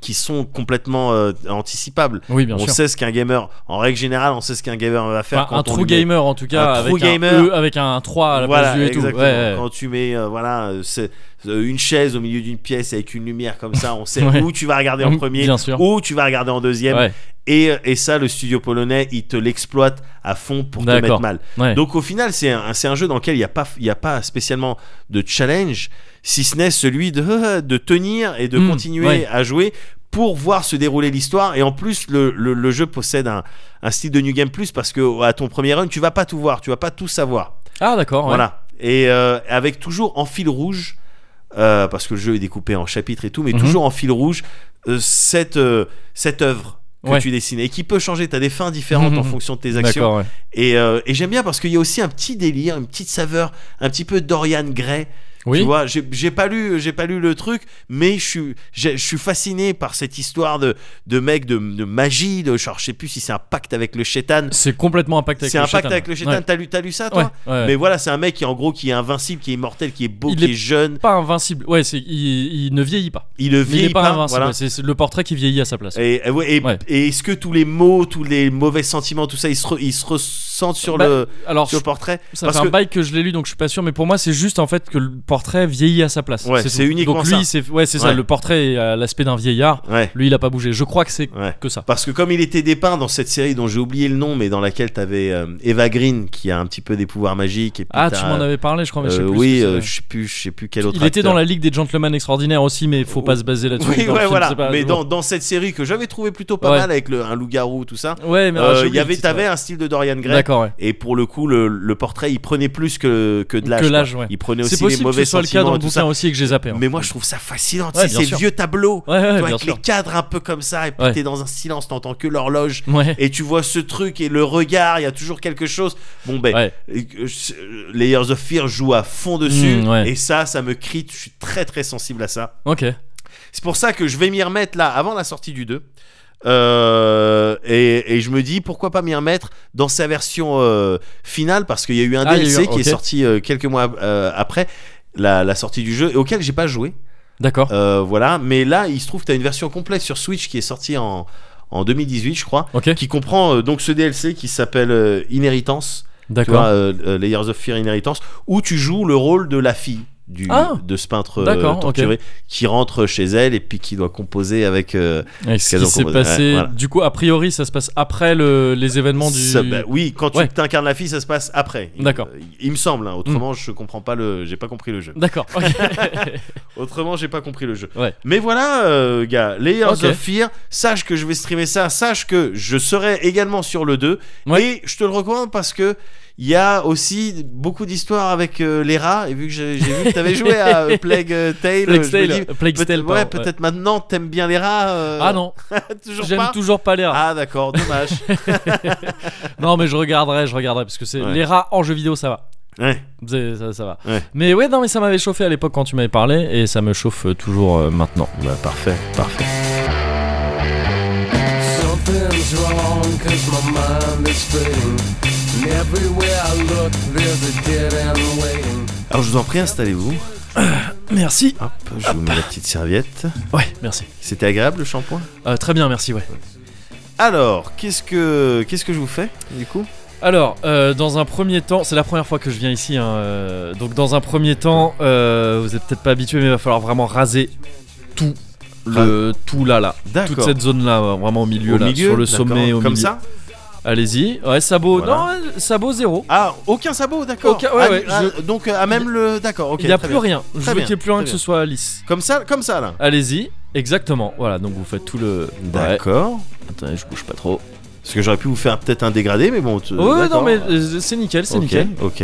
Speaker 2: qui sont complètement euh, anticipables.
Speaker 1: Oui, bien
Speaker 2: on
Speaker 1: sûr.
Speaker 2: sait ce qu'un gamer, en règle générale, on sait ce qu'un gamer va faire.
Speaker 1: Enfin,
Speaker 2: quand
Speaker 1: un
Speaker 2: on
Speaker 1: true
Speaker 2: lui met-
Speaker 1: gamer en tout cas
Speaker 2: Un
Speaker 1: avec,
Speaker 2: true
Speaker 1: un
Speaker 2: gamer.
Speaker 1: E, avec un 3 à la
Speaker 2: voilà,
Speaker 1: place du E et tout. Ouais,
Speaker 2: exactement.
Speaker 1: ouais.
Speaker 2: Quand tu mets euh, voilà, euh, c'est- euh, une chaise au milieu d'une pièce avec une lumière comme ça, on sait
Speaker 1: Ouais.
Speaker 2: où tu vas regarder en
Speaker 1: Mm,
Speaker 2: premier,
Speaker 1: bien sûr.
Speaker 2: où tu vas regarder en deuxième.
Speaker 1: Ouais,
Speaker 2: Et, et ça, le studio polonais, il te l'exploite à fond pour te
Speaker 1: D'accord.
Speaker 2: mettre mal.
Speaker 1: ouais.
Speaker 2: Donc au final, c'est un, c'est un jeu dans lequel il n'y a, pas- il y a pas spécialement de challenge, si ce n'est celui de, de tenir et de
Speaker 1: Mm,
Speaker 2: continuer
Speaker 1: ouais.
Speaker 2: à jouer pour voir se dérouler l'histoire. Et en plus, le, le- le jeu possède un, un style de New Game Plus parce que à ton premier run, tu vas pas tout voir, tu vas pas tout savoir.
Speaker 1: ah d'accord. ouais.
Speaker 2: Voilà. Et euh, avec toujours en fil rouge, euh, parce que le jeu est découpé en chapitres et tout, mais
Speaker 1: Mhm.
Speaker 2: toujours en fil rouge, euh, cette, euh, cette œuvre que
Speaker 1: Ouais.
Speaker 2: tu dessines et qui peut changer. Tu as des fins différentes
Speaker 1: Mhm.
Speaker 2: en fonction de tes actions.
Speaker 1: D'accord. ouais.
Speaker 2: Et, euh, et j'aime bien parce qu'il y a aussi un petit délire, une petite saveur, un petit peu Dorian Gray.
Speaker 1: Oui.
Speaker 2: Tu vois, j'ai j'ai pas lu, j'ai pas lu le truc, mais je suis, j'ai- je suis fasciné par cette histoire de, de mec de, de magie, de genre, je sais plus si c'est un pacte avec le chétan.
Speaker 1: C'est complètement un pacte avec
Speaker 2: C'est
Speaker 1: le
Speaker 2: un pacte
Speaker 1: Shaitan.
Speaker 2: avec le chétan.
Speaker 1: Ouais.
Speaker 2: T'as lu, t'as lu ça, toi
Speaker 1: Ouais, ouais.
Speaker 2: mais voilà, c'est un mec qui en gros qui est invincible, qui est immortel, qui est beau,
Speaker 1: Il
Speaker 2: qui
Speaker 1: est-
Speaker 2: est jeune.
Speaker 1: pas invincible. Ouais, c'est il, il ne vieillit pas.
Speaker 2: Il ne
Speaker 1: Mais il
Speaker 2: vieillit
Speaker 1: est pas,
Speaker 2: pas.
Speaker 1: invincible.
Speaker 2: voilà.
Speaker 1: C'est c'est le portrait qui vieillit à sa place.
Speaker 2: Et, et ouais, et-
Speaker 1: Ouais.
Speaker 2: et est-ce que tous les mots, tous les mauvais sentiments, tout ça, ils se, re- ils se ressentent sur
Speaker 1: Bah,
Speaker 2: le
Speaker 1: Alors
Speaker 2: sur
Speaker 1: je-
Speaker 2: le portrait
Speaker 1: ça
Speaker 2: Parce
Speaker 1: fait
Speaker 2: que
Speaker 1: un bail que je l'ai lu donc je suis pas sûr mais pour moi c'est juste en fait que le portrait vieillit à sa place.
Speaker 2: Ouais, c'est
Speaker 1: tout.
Speaker 2: uniquement
Speaker 1: Donc lui
Speaker 2: ça.
Speaker 1: c'est ouais c'est ça
Speaker 2: Ouais.
Speaker 1: le portrait a l'aspect d'un vieillard.
Speaker 2: ouais,
Speaker 1: Lui il a pas bougé. Je crois que c'est
Speaker 2: ouais.
Speaker 1: que ça.
Speaker 2: Parce que comme il était dépeint dans cette série dont j'ai oublié le nom, mais dans laquelle t'avais avais Eva Green qui a un petit peu des pouvoirs magiques. Et puis
Speaker 1: Ah tu
Speaker 2: t'as,
Speaker 1: m'en avais parlé je crois mais je sais
Speaker 2: euh,
Speaker 1: plus.
Speaker 2: oui,
Speaker 1: ce que
Speaker 2: euh,
Speaker 1: c'est.
Speaker 2: je sais plus, je sais plus quel autre.
Speaker 1: il était dans
Speaker 2: acteur.
Speaker 1: la ligue des gentlemen extraordinaires aussi mais faut pas se baser là-dessus.
Speaker 2: Oui,
Speaker 1: Dans le
Speaker 2: ouais,
Speaker 1: film,
Speaker 2: voilà.
Speaker 1: c'est pas-
Speaker 2: Mais dans, dans cette série que j'avais trouvé plutôt pas
Speaker 1: Ouais.
Speaker 2: mal avec le, un loup-garou, tout ça,
Speaker 1: Ouais mais ah,
Speaker 2: euh,
Speaker 1: j'ai
Speaker 2: il y
Speaker 1: oublié le
Speaker 2: avait,
Speaker 1: titre,
Speaker 2: t'avais
Speaker 1: ouais.
Speaker 2: un style de Dorian Gray.
Speaker 1: D'accord ouais.
Speaker 2: Et pour le coup, le, le portrait, il prenait plus que, que de l'âge.
Speaker 1: Que
Speaker 2: quoi.
Speaker 1: l'âge, ouais.
Speaker 2: Il prenait aussi
Speaker 1: C'est
Speaker 2: les
Speaker 1: possible que
Speaker 2: mauvais
Speaker 1: ce soit le cas
Speaker 2: sentiments
Speaker 1: dans
Speaker 2: et
Speaker 1: le
Speaker 2: tout ça.
Speaker 1: bouquin aussi et que j'ai zappé. hein.
Speaker 2: Mais moi, je trouve ça fascinant.
Speaker 1: Ouais,
Speaker 2: tu sais,
Speaker 1: bien
Speaker 2: ces
Speaker 1: sûr.
Speaker 2: vieux tableaux,
Speaker 1: Ouais
Speaker 2: tu
Speaker 1: ouais
Speaker 2: vois,
Speaker 1: bien
Speaker 2: avec
Speaker 1: sûr.
Speaker 2: les cadres un peu comme ça, et puis
Speaker 1: Ouais.
Speaker 2: t'es dans un silence, t'entends que l'horloge.
Speaker 1: Ouais.
Speaker 2: Et tu vois ce truc et le regard, il y a toujours quelque chose. Bon, ben,
Speaker 1: Ouais.
Speaker 2: euh, je- euh, Layers of Fear joue à fond dessus.
Speaker 1: Mm, ouais.
Speaker 2: Et ça, ça me crie. Je suis très, très sensible à ça.
Speaker 1: Ok.
Speaker 2: C'est pour ça que je vais m'y remettre là avant la sortie du 2. Euh, et, et je me dis pourquoi pas m'y remettre dans sa version euh, finale parce qu'il y a eu un
Speaker 1: Ah, il y a
Speaker 2: DLC
Speaker 1: eu un-
Speaker 2: qui
Speaker 1: ok.
Speaker 2: est sorti euh, quelques mois euh, après la, la sortie du jeu et auquel j'ai pas joué.
Speaker 1: D'accord.
Speaker 2: Euh, voilà, mais là il se trouve que tu as une version complète sur Switch qui est sortie en, en 2018, je crois,
Speaker 1: Ok.
Speaker 2: qui comprend euh, donc ce DLC qui s'appelle euh, Inheritance, tu vois,
Speaker 1: D'accord.
Speaker 2: euh, euh, Layers of Fear Inheritance, où tu joues le rôle de la fille du,
Speaker 1: Ah.
Speaker 2: de ce peintre euh,
Speaker 1: D'accord, ok.
Speaker 2: torturé qui rentre chez elle et puis qui doit composer avec. euh,
Speaker 1: Ouais, ce
Speaker 2: qu'elles
Speaker 1: qui
Speaker 2: ont
Speaker 1: s'est
Speaker 2: composé.
Speaker 1: passé.
Speaker 2: Ouais, voilà.
Speaker 1: Du coup, a priori, ça se passe après le- les événements du.
Speaker 2: ça- bah oui, quand tu
Speaker 1: Ouais.
Speaker 2: t'incarnes la fille, ça se passe après. Il-
Speaker 1: D'accord. Hmm.
Speaker 2: euh, Il, me semble, hein, autrement je comprends pas le. J'ai pas compris le jeu.
Speaker 1: D'accord. ok.
Speaker 2: Autrement, j'ai pas compris le jeu.
Speaker 1: Ouais.
Speaker 2: Mais voilà, euh, gars, Layers
Speaker 1: Ok.
Speaker 2: of Fear, sache que je vais streamer ça, sache que je serai également sur le 2.
Speaker 1: Ouais.
Speaker 2: Et je te le recommande parce que il y a aussi beaucoup d'histoires avec euh, les rats. Et vu que j'ai j'ai vu que t'avais joué à euh, Plague euh, Tale,
Speaker 1: Plague
Speaker 2: je me dis,
Speaker 1: Tale. Plague
Speaker 2: peut-être-
Speaker 1: Tale,
Speaker 2: ouais,
Speaker 1: pardon, ouais.
Speaker 2: peut-être maintenant t'aimes bien les rats. euh,
Speaker 1: Ah non,
Speaker 2: toujours
Speaker 1: j'aime
Speaker 2: pas.
Speaker 1: toujours pas les rats.
Speaker 2: Ah d'accord, dommage.
Speaker 1: Non, mais je regarderai, je regarderai parce que c'est
Speaker 2: Ah. Ouais.
Speaker 1: les rats en jeu vidéo, ça va.
Speaker 2: ouais.
Speaker 1: C'est- Ça, ça va.
Speaker 2: Ouais.
Speaker 1: Mais ouais, non, mais ça m'avait chauffé à l'époque quand tu m'avais parlé et ça me chauffe euh, toujours euh, maintenant.
Speaker 2: Bah, parfait, parfait.
Speaker 8: Something's wrong cause my mind is fading And everywhere I look there's a dead end waiting
Speaker 2: Alors je vous en prie, installez-vous.
Speaker 1: Merci.
Speaker 2: Hop, je vous mets la petite serviette.
Speaker 1: Ouais, merci.
Speaker 2: C'était agréable le shampoing
Speaker 1: Euh, très bien, merci, ouais.
Speaker 2: Alors, qu'est-ce que qu'est-ce que je vous fais du coup
Speaker 1: Alors, euh, dans un premier temps, c'est la première fois que je viens ici, hein, euh, donc dans un premier temps, euh, vous êtes peut-être pas habitué, mais il va falloir vraiment raser tout. Le tout là là, toute
Speaker 2: Ah. D'accord.
Speaker 1: cette zone là, vraiment au milieu
Speaker 2: Au
Speaker 1: là,
Speaker 2: milieu,
Speaker 1: sur le
Speaker 2: d'accord.
Speaker 1: sommet, au
Speaker 2: Comme
Speaker 1: milieu.
Speaker 2: ça
Speaker 1: Allez-y. Ouais, sabot.
Speaker 2: Voilà.
Speaker 1: Non, sabot zéro.
Speaker 2: Ah, aucun sabot, d'accord.
Speaker 1: Aucun- ouais,
Speaker 2: Ah,
Speaker 1: ouais,
Speaker 2: ah,
Speaker 1: je-
Speaker 2: Donc euh, à même le, d'accord, ok.
Speaker 1: il n'y a
Speaker 2: très
Speaker 1: plus
Speaker 2: bien.
Speaker 1: rien. Je
Speaker 2: Très
Speaker 1: veux
Speaker 2: bien,
Speaker 1: qu'il n'y ait plus rien
Speaker 2: très
Speaker 1: que
Speaker 2: bien.
Speaker 1: ce soit lisse.
Speaker 2: Comme ça, comme ça là.
Speaker 1: Allez-y. Exactement. Voilà, donc vous faites tout le. Ouais.
Speaker 2: D'accord.
Speaker 1: Attendez, je bouge pas trop.
Speaker 2: Parce que j'aurais pu vous faire peut-être un dégradé, mais bon. tu-
Speaker 1: ouais, non,
Speaker 2: d'accord.
Speaker 1: mais euh, c'est nickel, c'est
Speaker 2: Ok,
Speaker 1: nickel.
Speaker 2: Ok.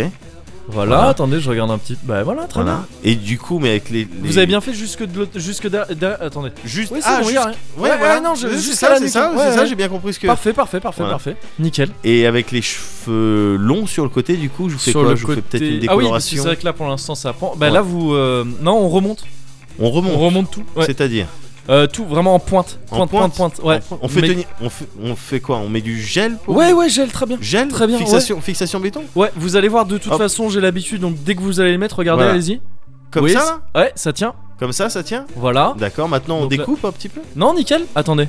Speaker 1: Voilà,
Speaker 2: Voilà.
Speaker 1: attendez, je regarde un petit. Bah voilà, très
Speaker 2: Voilà.
Speaker 1: bien.
Speaker 2: Et du coup, mais avec les.
Speaker 1: Vous avez bien fait jusque de l'autre- jusque derrière. derrière- Attendez.
Speaker 2: Juste.
Speaker 1: Oui, c'est
Speaker 2: ah,
Speaker 1: bon, il y
Speaker 2: juste-
Speaker 1: a rien.
Speaker 2: Ouais,
Speaker 1: Ouais,
Speaker 2: voilà.
Speaker 1: ouais, non, je-
Speaker 2: C'est
Speaker 1: jusqu'à
Speaker 2: ça,
Speaker 1: la
Speaker 2: c'est
Speaker 1: nuque.
Speaker 2: ça,
Speaker 1: Ouais,
Speaker 2: c'est ça.
Speaker 1: ouais.
Speaker 2: J'ai bien compris ce que.
Speaker 1: Parfait, parfait, parfait,
Speaker 2: Voilà.
Speaker 1: parfait. Nickel.
Speaker 2: Et avec les cheveux longs sur le côté, du coup, je vous fais
Speaker 1: Sur
Speaker 2: quoi
Speaker 1: le
Speaker 2: Je vous
Speaker 1: côté.
Speaker 2: fais peut-être une
Speaker 1: ah oui, parce que
Speaker 2: décoloration.
Speaker 1: c'est vrai que là pour l'instant ça pend. Bah
Speaker 2: Ouais.
Speaker 1: là vous. euh, Non, on remonte.
Speaker 2: On remonte.
Speaker 1: On remonte tout. Ouais.
Speaker 2: C'est-à-dire
Speaker 1: Euh, tout vraiment en pointe.
Speaker 2: En
Speaker 1: Pointe, pointe,
Speaker 2: pointe
Speaker 1: pointe. Ouais.
Speaker 2: On fait
Speaker 1: Mais-
Speaker 2: tenir- on fait, on fait quoi On met du gel pour-
Speaker 1: Ouais, ouais, gel, très bien.
Speaker 2: Gel
Speaker 1: Très bien,
Speaker 2: Fixation, fixation béton
Speaker 1: Ouais, vous allez voir, de toute
Speaker 2: Hop.
Speaker 1: façon, j'ai l'habitude, donc dès que vous allez les mettre, regardez,
Speaker 2: Voilà.
Speaker 1: allez-y.
Speaker 2: Comme
Speaker 1: Oui,
Speaker 2: ça là
Speaker 1: c'est- Ouais, ça tient.
Speaker 2: Comme ça, ça tient
Speaker 1: Voilà.
Speaker 2: D'accord, maintenant on
Speaker 1: Donc là-
Speaker 2: découpe un petit peu
Speaker 1: Non, nickel. Attendez.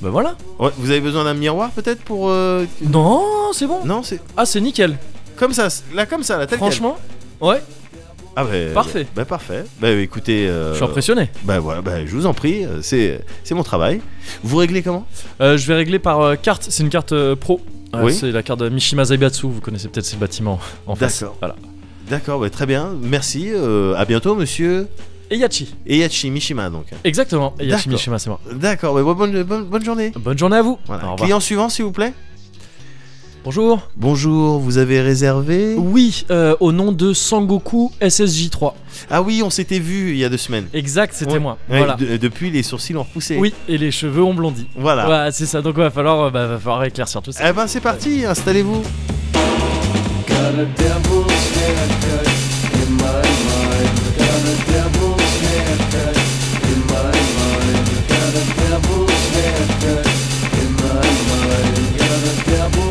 Speaker 1: Bah voilà.
Speaker 2: Ouais, Vous avez besoin d'un miroir peut-être pour... euh,
Speaker 1: Non, c'est bon.
Speaker 2: Non, c'est
Speaker 1: Ah, c'est nickel.
Speaker 2: comme ça, c'est- là comme ça, là, tel quel.
Speaker 1: Franchement, ouais,
Speaker 2: Ah bah,
Speaker 1: Parfait.
Speaker 2: Bah parfait. Bah écoutez, euh,
Speaker 1: je suis impressionné.
Speaker 2: bah voilà, bah, je vous en prie, euh, c'est c'est mon travail. Vous réglez comment
Speaker 1: Euh, je vais régler par euh, carte. C'est une carte euh, pro. Euh,
Speaker 2: Oui.
Speaker 1: C'est la carte de Mishima Zaibatsu. Vous connaissez peut-être ces bâtiments en face.
Speaker 2: D'accord.
Speaker 1: Voilà.
Speaker 2: D'accord, bah, très bien. Merci. euh, à bientôt, monsieur
Speaker 1: Eyachi.
Speaker 2: Eyachi Mishima. Donc.
Speaker 1: Exactement. Eyachi
Speaker 2: D'accord.
Speaker 1: Mishima, c'est moi.
Speaker 2: D'accord. bah, bonne, bonne, bonne journée.
Speaker 1: Bonne journée à vous.
Speaker 2: Voilà.
Speaker 1: Au revoir.
Speaker 2: Client suivant, s'il vous plaît.
Speaker 1: Bonjour.
Speaker 2: Bonjour. Vous avez réservé
Speaker 1: Oui, euh, au nom de Sangoku SSJ3.
Speaker 2: Ah oui, on s'était vu il y a deux semaines.
Speaker 1: Exact, c'était
Speaker 2: Ouais.
Speaker 1: moi.
Speaker 2: Ouais,
Speaker 1: voilà.
Speaker 2: de- depuis, les sourcils ont repoussé.
Speaker 1: Oui, et les cheveux ont blondi.
Speaker 2: Voilà.
Speaker 1: Ouais, c'est ça. Donc, va falloir, euh, bah, va falloir éclaircir tout ça.
Speaker 2: Eh ben, c'est parti. Installez-vous.
Speaker 8: Got a devil's haircut in my mind. Got a devil's haircut in my mind. Got a devil's haircut in my mind. Got a devil's haircut in my mind.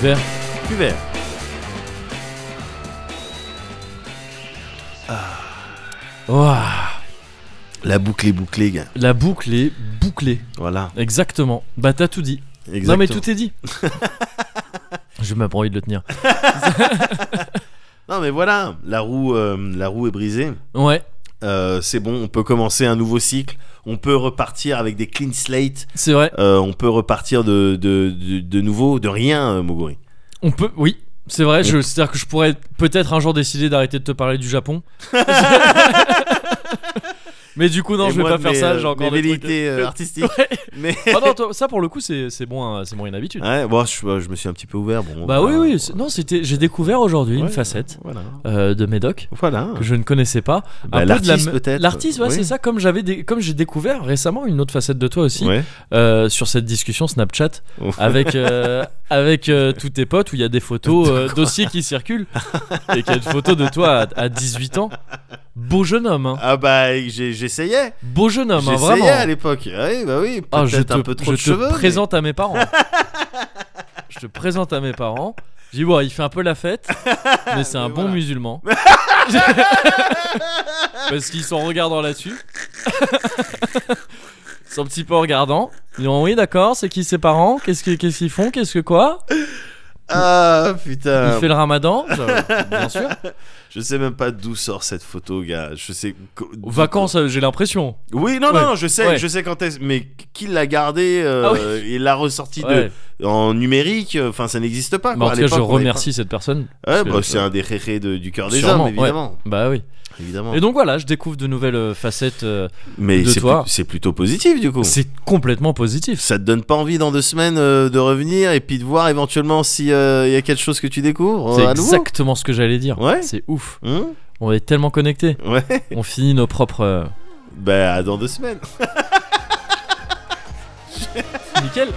Speaker 1: Vert.
Speaker 2: Cuvert.
Speaker 1: Ouah,
Speaker 2: La boucle est bouclée, gars.
Speaker 1: La boucle est bouclée.
Speaker 2: Voilà.
Speaker 1: Exactement. Bah, t'as tout dit.
Speaker 2: Exactement.
Speaker 1: Non, mais tout est dit. J'ai même pas envie de le tenir.
Speaker 2: Non, mais voilà. La roue, euh, la roue est brisée.
Speaker 1: Ouais,
Speaker 2: Euh, c'est bon, on peut commencer un nouveau cycle. On peut repartir avec des clean slate.
Speaker 1: c'est vrai.
Speaker 2: Euh, on peut repartir de, de, de, de nouveau, de rien, euh, Moguri.
Speaker 1: On peut, oui, c'est vrai. je- C'est-à-dire que je pourrais peut-être un jour décider d'arrêter de te parler du Japon. mais du coup, non,
Speaker 2: Et
Speaker 1: je vais
Speaker 2: moi,
Speaker 1: pas faire
Speaker 2: mes,
Speaker 1: ça.
Speaker 2: euh,
Speaker 1: J'ai encore
Speaker 2: mes euh.
Speaker 1: des trucs-
Speaker 2: velléités, euh, artistiques.
Speaker 1: Ouais.
Speaker 2: Mais
Speaker 1: Ah non, toi, ça pour le coup, c'est c'est bon, hein, c'est bon une habitude.
Speaker 2: ouais, bon, je, je me suis un petit peu ouvert. Ah, Bon,
Speaker 1: Bah oui,
Speaker 2: voilà.
Speaker 1: oui. c'est- Non, c'était. J'ai découvert aujourd'hui une
Speaker 2: Ouais.
Speaker 1: facette
Speaker 2: Voilà.
Speaker 1: euh, de Médoc
Speaker 2: Voilà.
Speaker 1: que je ne connaissais pas.
Speaker 2: Bah,
Speaker 1: Un peu de la
Speaker 2: l'artiste,
Speaker 1: me-
Speaker 2: peut-être.
Speaker 1: L'artiste, ouais,
Speaker 2: Oui.
Speaker 1: c'est ça. Comme j'avais, dé- comme j'ai découvert récemment une autre facette de toi aussi
Speaker 2: Ouais.
Speaker 1: euh, sur cette discussion Snapchat. avec euh, avec euh, tous tes potes où il y a des photos euh, dossiers qui circulent et qu'il y a une photo de toi à, à 18 ans beau jeune homme hein.
Speaker 2: Ah bah j'ai- j'essayais.
Speaker 1: beau jeune homme hein,
Speaker 2: j'essayais
Speaker 1: vraiment
Speaker 2: à l'époque. Oui, bah oui. Peut-être
Speaker 1: Ah, je te,
Speaker 2: un peu trop
Speaker 1: je
Speaker 2: de
Speaker 1: te
Speaker 2: cheveux. mais-
Speaker 1: présente à mes parents je te présente à mes parents je dis ouais il fait un peu la fête mais c'est un
Speaker 2: Mais
Speaker 1: bon
Speaker 2: voilà.
Speaker 1: musulman parce qu'ils sont regardants là-dessus Ils sont un petit peu regardants ils disent oui d'accord c'est qui ses parents qu'est-ce que- qu'est-ce qu'ils font qu'est-ce que quoi
Speaker 2: Ah
Speaker 1: Il
Speaker 2: putain.
Speaker 1: fait le ramadan, euh, bien sûr.
Speaker 2: Je sais même pas d'où sort cette photo, gars. Je sais.
Speaker 1: Aux vacances, euh, j'ai l'impression.
Speaker 2: Oui, non,
Speaker 1: Ouais.
Speaker 2: non, je sais,
Speaker 1: Ouais.
Speaker 2: je sais quand est-ce, mais qui l'a gardé euh,
Speaker 1: Ah oui.
Speaker 2: et l'a ressorti
Speaker 1: Ouais.
Speaker 2: de, en numérique, euh, enfin ça n'existe pas.
Speaker 1: Bah,
Speaker 2: Quoi.
Speaker 1: en
Speaker 2: À
Speaker 1: tout cas,
Speaker 2: l'époque,
Speaker 1: je
Speaker 2: on avait
Speaker 1: remercie cette personne.
Speaker 2: pas- Ouais,
Speaker 1: parce
Speaker 2: bah,
Speaker 1: que-
Speaker 2: c'est un des rérés de- du cœur des
Speaker 1: Sûrement,
Speaker 2: hommes,
Speaker 1: ouais.
Speaker 2: évidemment.
Speaker 1: Bah oui.
Speaker 2: évidemment.
Speaker 1: Et donc voilà, je découvre de nouvelles euh, facettes. euh,
Speaker 2: mais
Speaker 1: de
Speaker 2: c'est,
Speaker 1: toi.
Speaker 2: plu- c'est plutôt positif du coup.
Speaker 1: C'est complètement positif.
Speaker 2: Ça te donne pas envie dans deux semaines euh, de revenir et puis de voir éventuellement si euh, il y a quelque chose que tu découvres
Speaker 1: C'est
Speaker 2: euh, à nouveau.
Speaker 1: exactement ce que j'allais dire.
Speaker 2: Ouais.
Speaker 1: C'est ouf.
Speaker 2: Hein
Speaker 1: On est tellement connectés.
Speaker 2: ouais.
Speaker 1: On finit nos propres. euh,
Speaker 2: Bah à dans deux semaines.
Speaker 1: Nickel.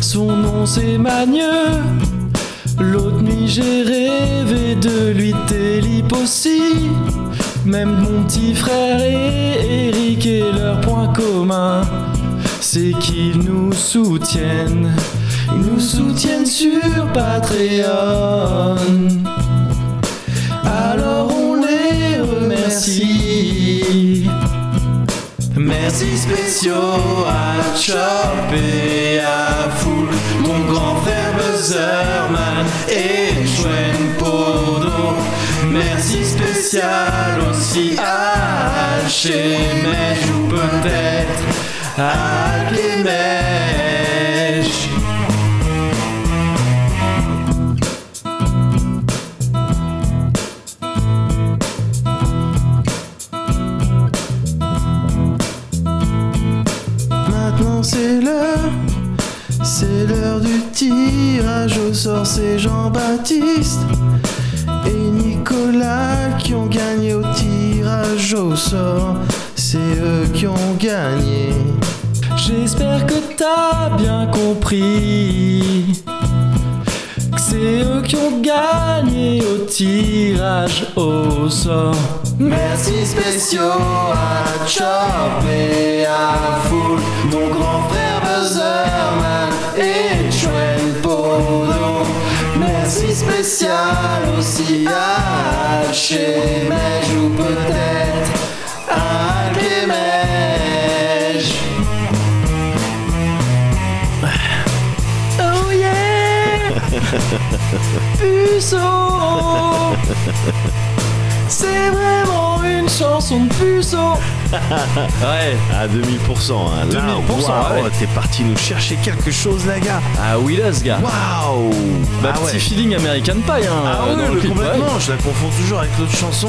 Speaker 1: son nom c'est Magneux. L'autre nuit j'ai rêvé de lui, Télip aussi. Même mon petit frère et Eric et leur point commun, c'est qu'ils nous soutiennent. Ils nous soutiennent sur Patreon. Alors on les remercie. Merci spéciaux à Chop et à Foul, mon grand frère Buzzerman et Chuen Podo. Merci spécial aussi à Alchemèche ou peut-être à Alchemèche. Maintenant c'est l'heure, c'est l'heure du tirage au sort. C'est Jean-Baptiste et Nicolas qui ont gagné au tirage au sort. C'est eux qui ont gagné. J'espère que t'as bien compris que c'est eux qui ont gagné au tirage au sort. Merci spéciaux à Chop et à Foul, mon grand frère Buzzerman et Chuen Podo. Merci spécial aussi à Alchemège ou peut-être à Alchemège. Oh yeah! Puceau! C'est vraiment une chanson de puceau! Ouais!
Speaker 2: À 2000%. Hein. Là,
Speaker 1: 2000%,
Speaker 2: waouh,
Speaker 1: ouais.
Speaker 2: t'es parti nous chercher quelque chose, la gars.
Speaker 1: Ah oui, là, ce gars!
Speaker 2: Waouh
Speaker 1: Bah,
Speaker 2: Ah
Speaker 1: petit
Speaker 2: ouais.
Speaker 1: feeling American Pie, hein!
Speaker 2: Ah ouais,
Speaker 1: dans le
Speaker 2: le
Speaker 1: clip,
Speaker 2: complètement, je la confonds toujours avec l'autre chanson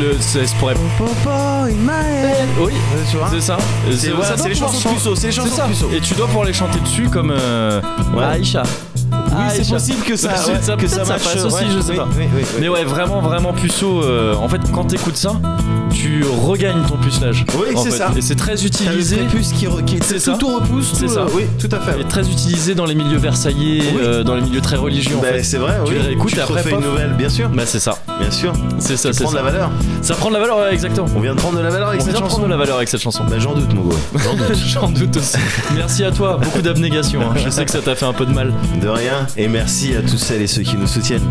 Speaker 1: ouais. Le, c'est, c'est pour-
Speaker 2: Popo, Ismaël.
Speaker 1: Oui,
Speaker 2: Euh, Tu vois
Speaker 1: c'est ça.
Speaker 2: C'est voilà,
Speaker 1: doit
Speaker 2: c'est les
Speaker 1: pouvoir
Speaker 2: chansons
Speaker 1: chan-
Speaker 2: puceaux, hein. c'est les
Speaker 1: C'est
Speaker 2: chansons
Speaker 1: ça.
Speaker 2: puceaux.
Speaker 1: Et tu dois pouvoir les chanter dessus comme euh, Aïcha.
Speaker 2: Oui, c'est
Speaker 1: Aïcha.
Speaker 2: possible que Ah, ça,
Speaker 1: Peut-être ça-
Speaker 2: ouais, que ça
Speaker 1: peut-être ça
Speaker 2: marche
Speaker 1: passe aussi,
Speaker 2: ouais.
Speaker 1: je sais
Speaker 2: Oui,
Speaker 1: pas.
Speaker 2: oui, oui, oui.
Speaker 1: Mais ouais, vraiment, vraiment puceau. euh, en fait, quand t'écoutes ça, tu regagnes ton pucelage.
Speaker 2: Oui,
Speaker 1: en
Speaker 2: c'est
Speaker 1: fait.
Speaker 2: ça.
Speaker 1: Et c'est très
Speaker 2: T'as le
Speaker 1: utilisé.
Speaker 2: prépuce qui, re- qui
Speaker 1: C'est
Speaker 2: tout,
Speaker 1: ça.
Speaker 2: tout repousse,
Speaker 1: C'est
Speaker 2: tout,
Speaker 1: ça.
Speaker 2: euh, oui, tout à fait.
Speaker 1: Et très utilisé dans les milieux versaillais,
Speaker 2: Oui.
Speaker 1: euh, dans les milieux très religieux. en
Speaker 2: Bah,
Speaker 1: fait.
Speaker 2: c'est vrai,
Speaker 1: Tu
Speaker 2: oui.
Speaker 1: le réécoutes
Speaker 2: te
Speaker 1: et après,
Speaker 2: refais une
Speaker 1: pof.
Speaker 2: nouvelle, bien sûr,
Speaker 1: Bah, c'est ça.
Speaker 2: bien sûr.
Speaker 1: C'est ça, c'est
Speaker 2: Prendre
Speaker 1: ça.
Speaker 2: la valeur.
Speaker 1: Ça prend de la valeur, ouais, exactement.
Speaker 2: On vient de prendre de la valeur avec
Speaker 1: On
Speaker 2: cette
Speaker 1: vient de
Speaker 2: chanson.
Speaker 1: prendre de la valeur avec cette chanson.
Speaker 2: Bah, j'en doute, mon gars. J'en doute.
Speaker 1: J'en doute aussi. Merci à toi, beaucoup d'abnégation. hein. Je sais que ça t'a fait un peu de mal.
Speaker 2: De rien. Et merci à toutes celles et ceux qui nous soutiennent.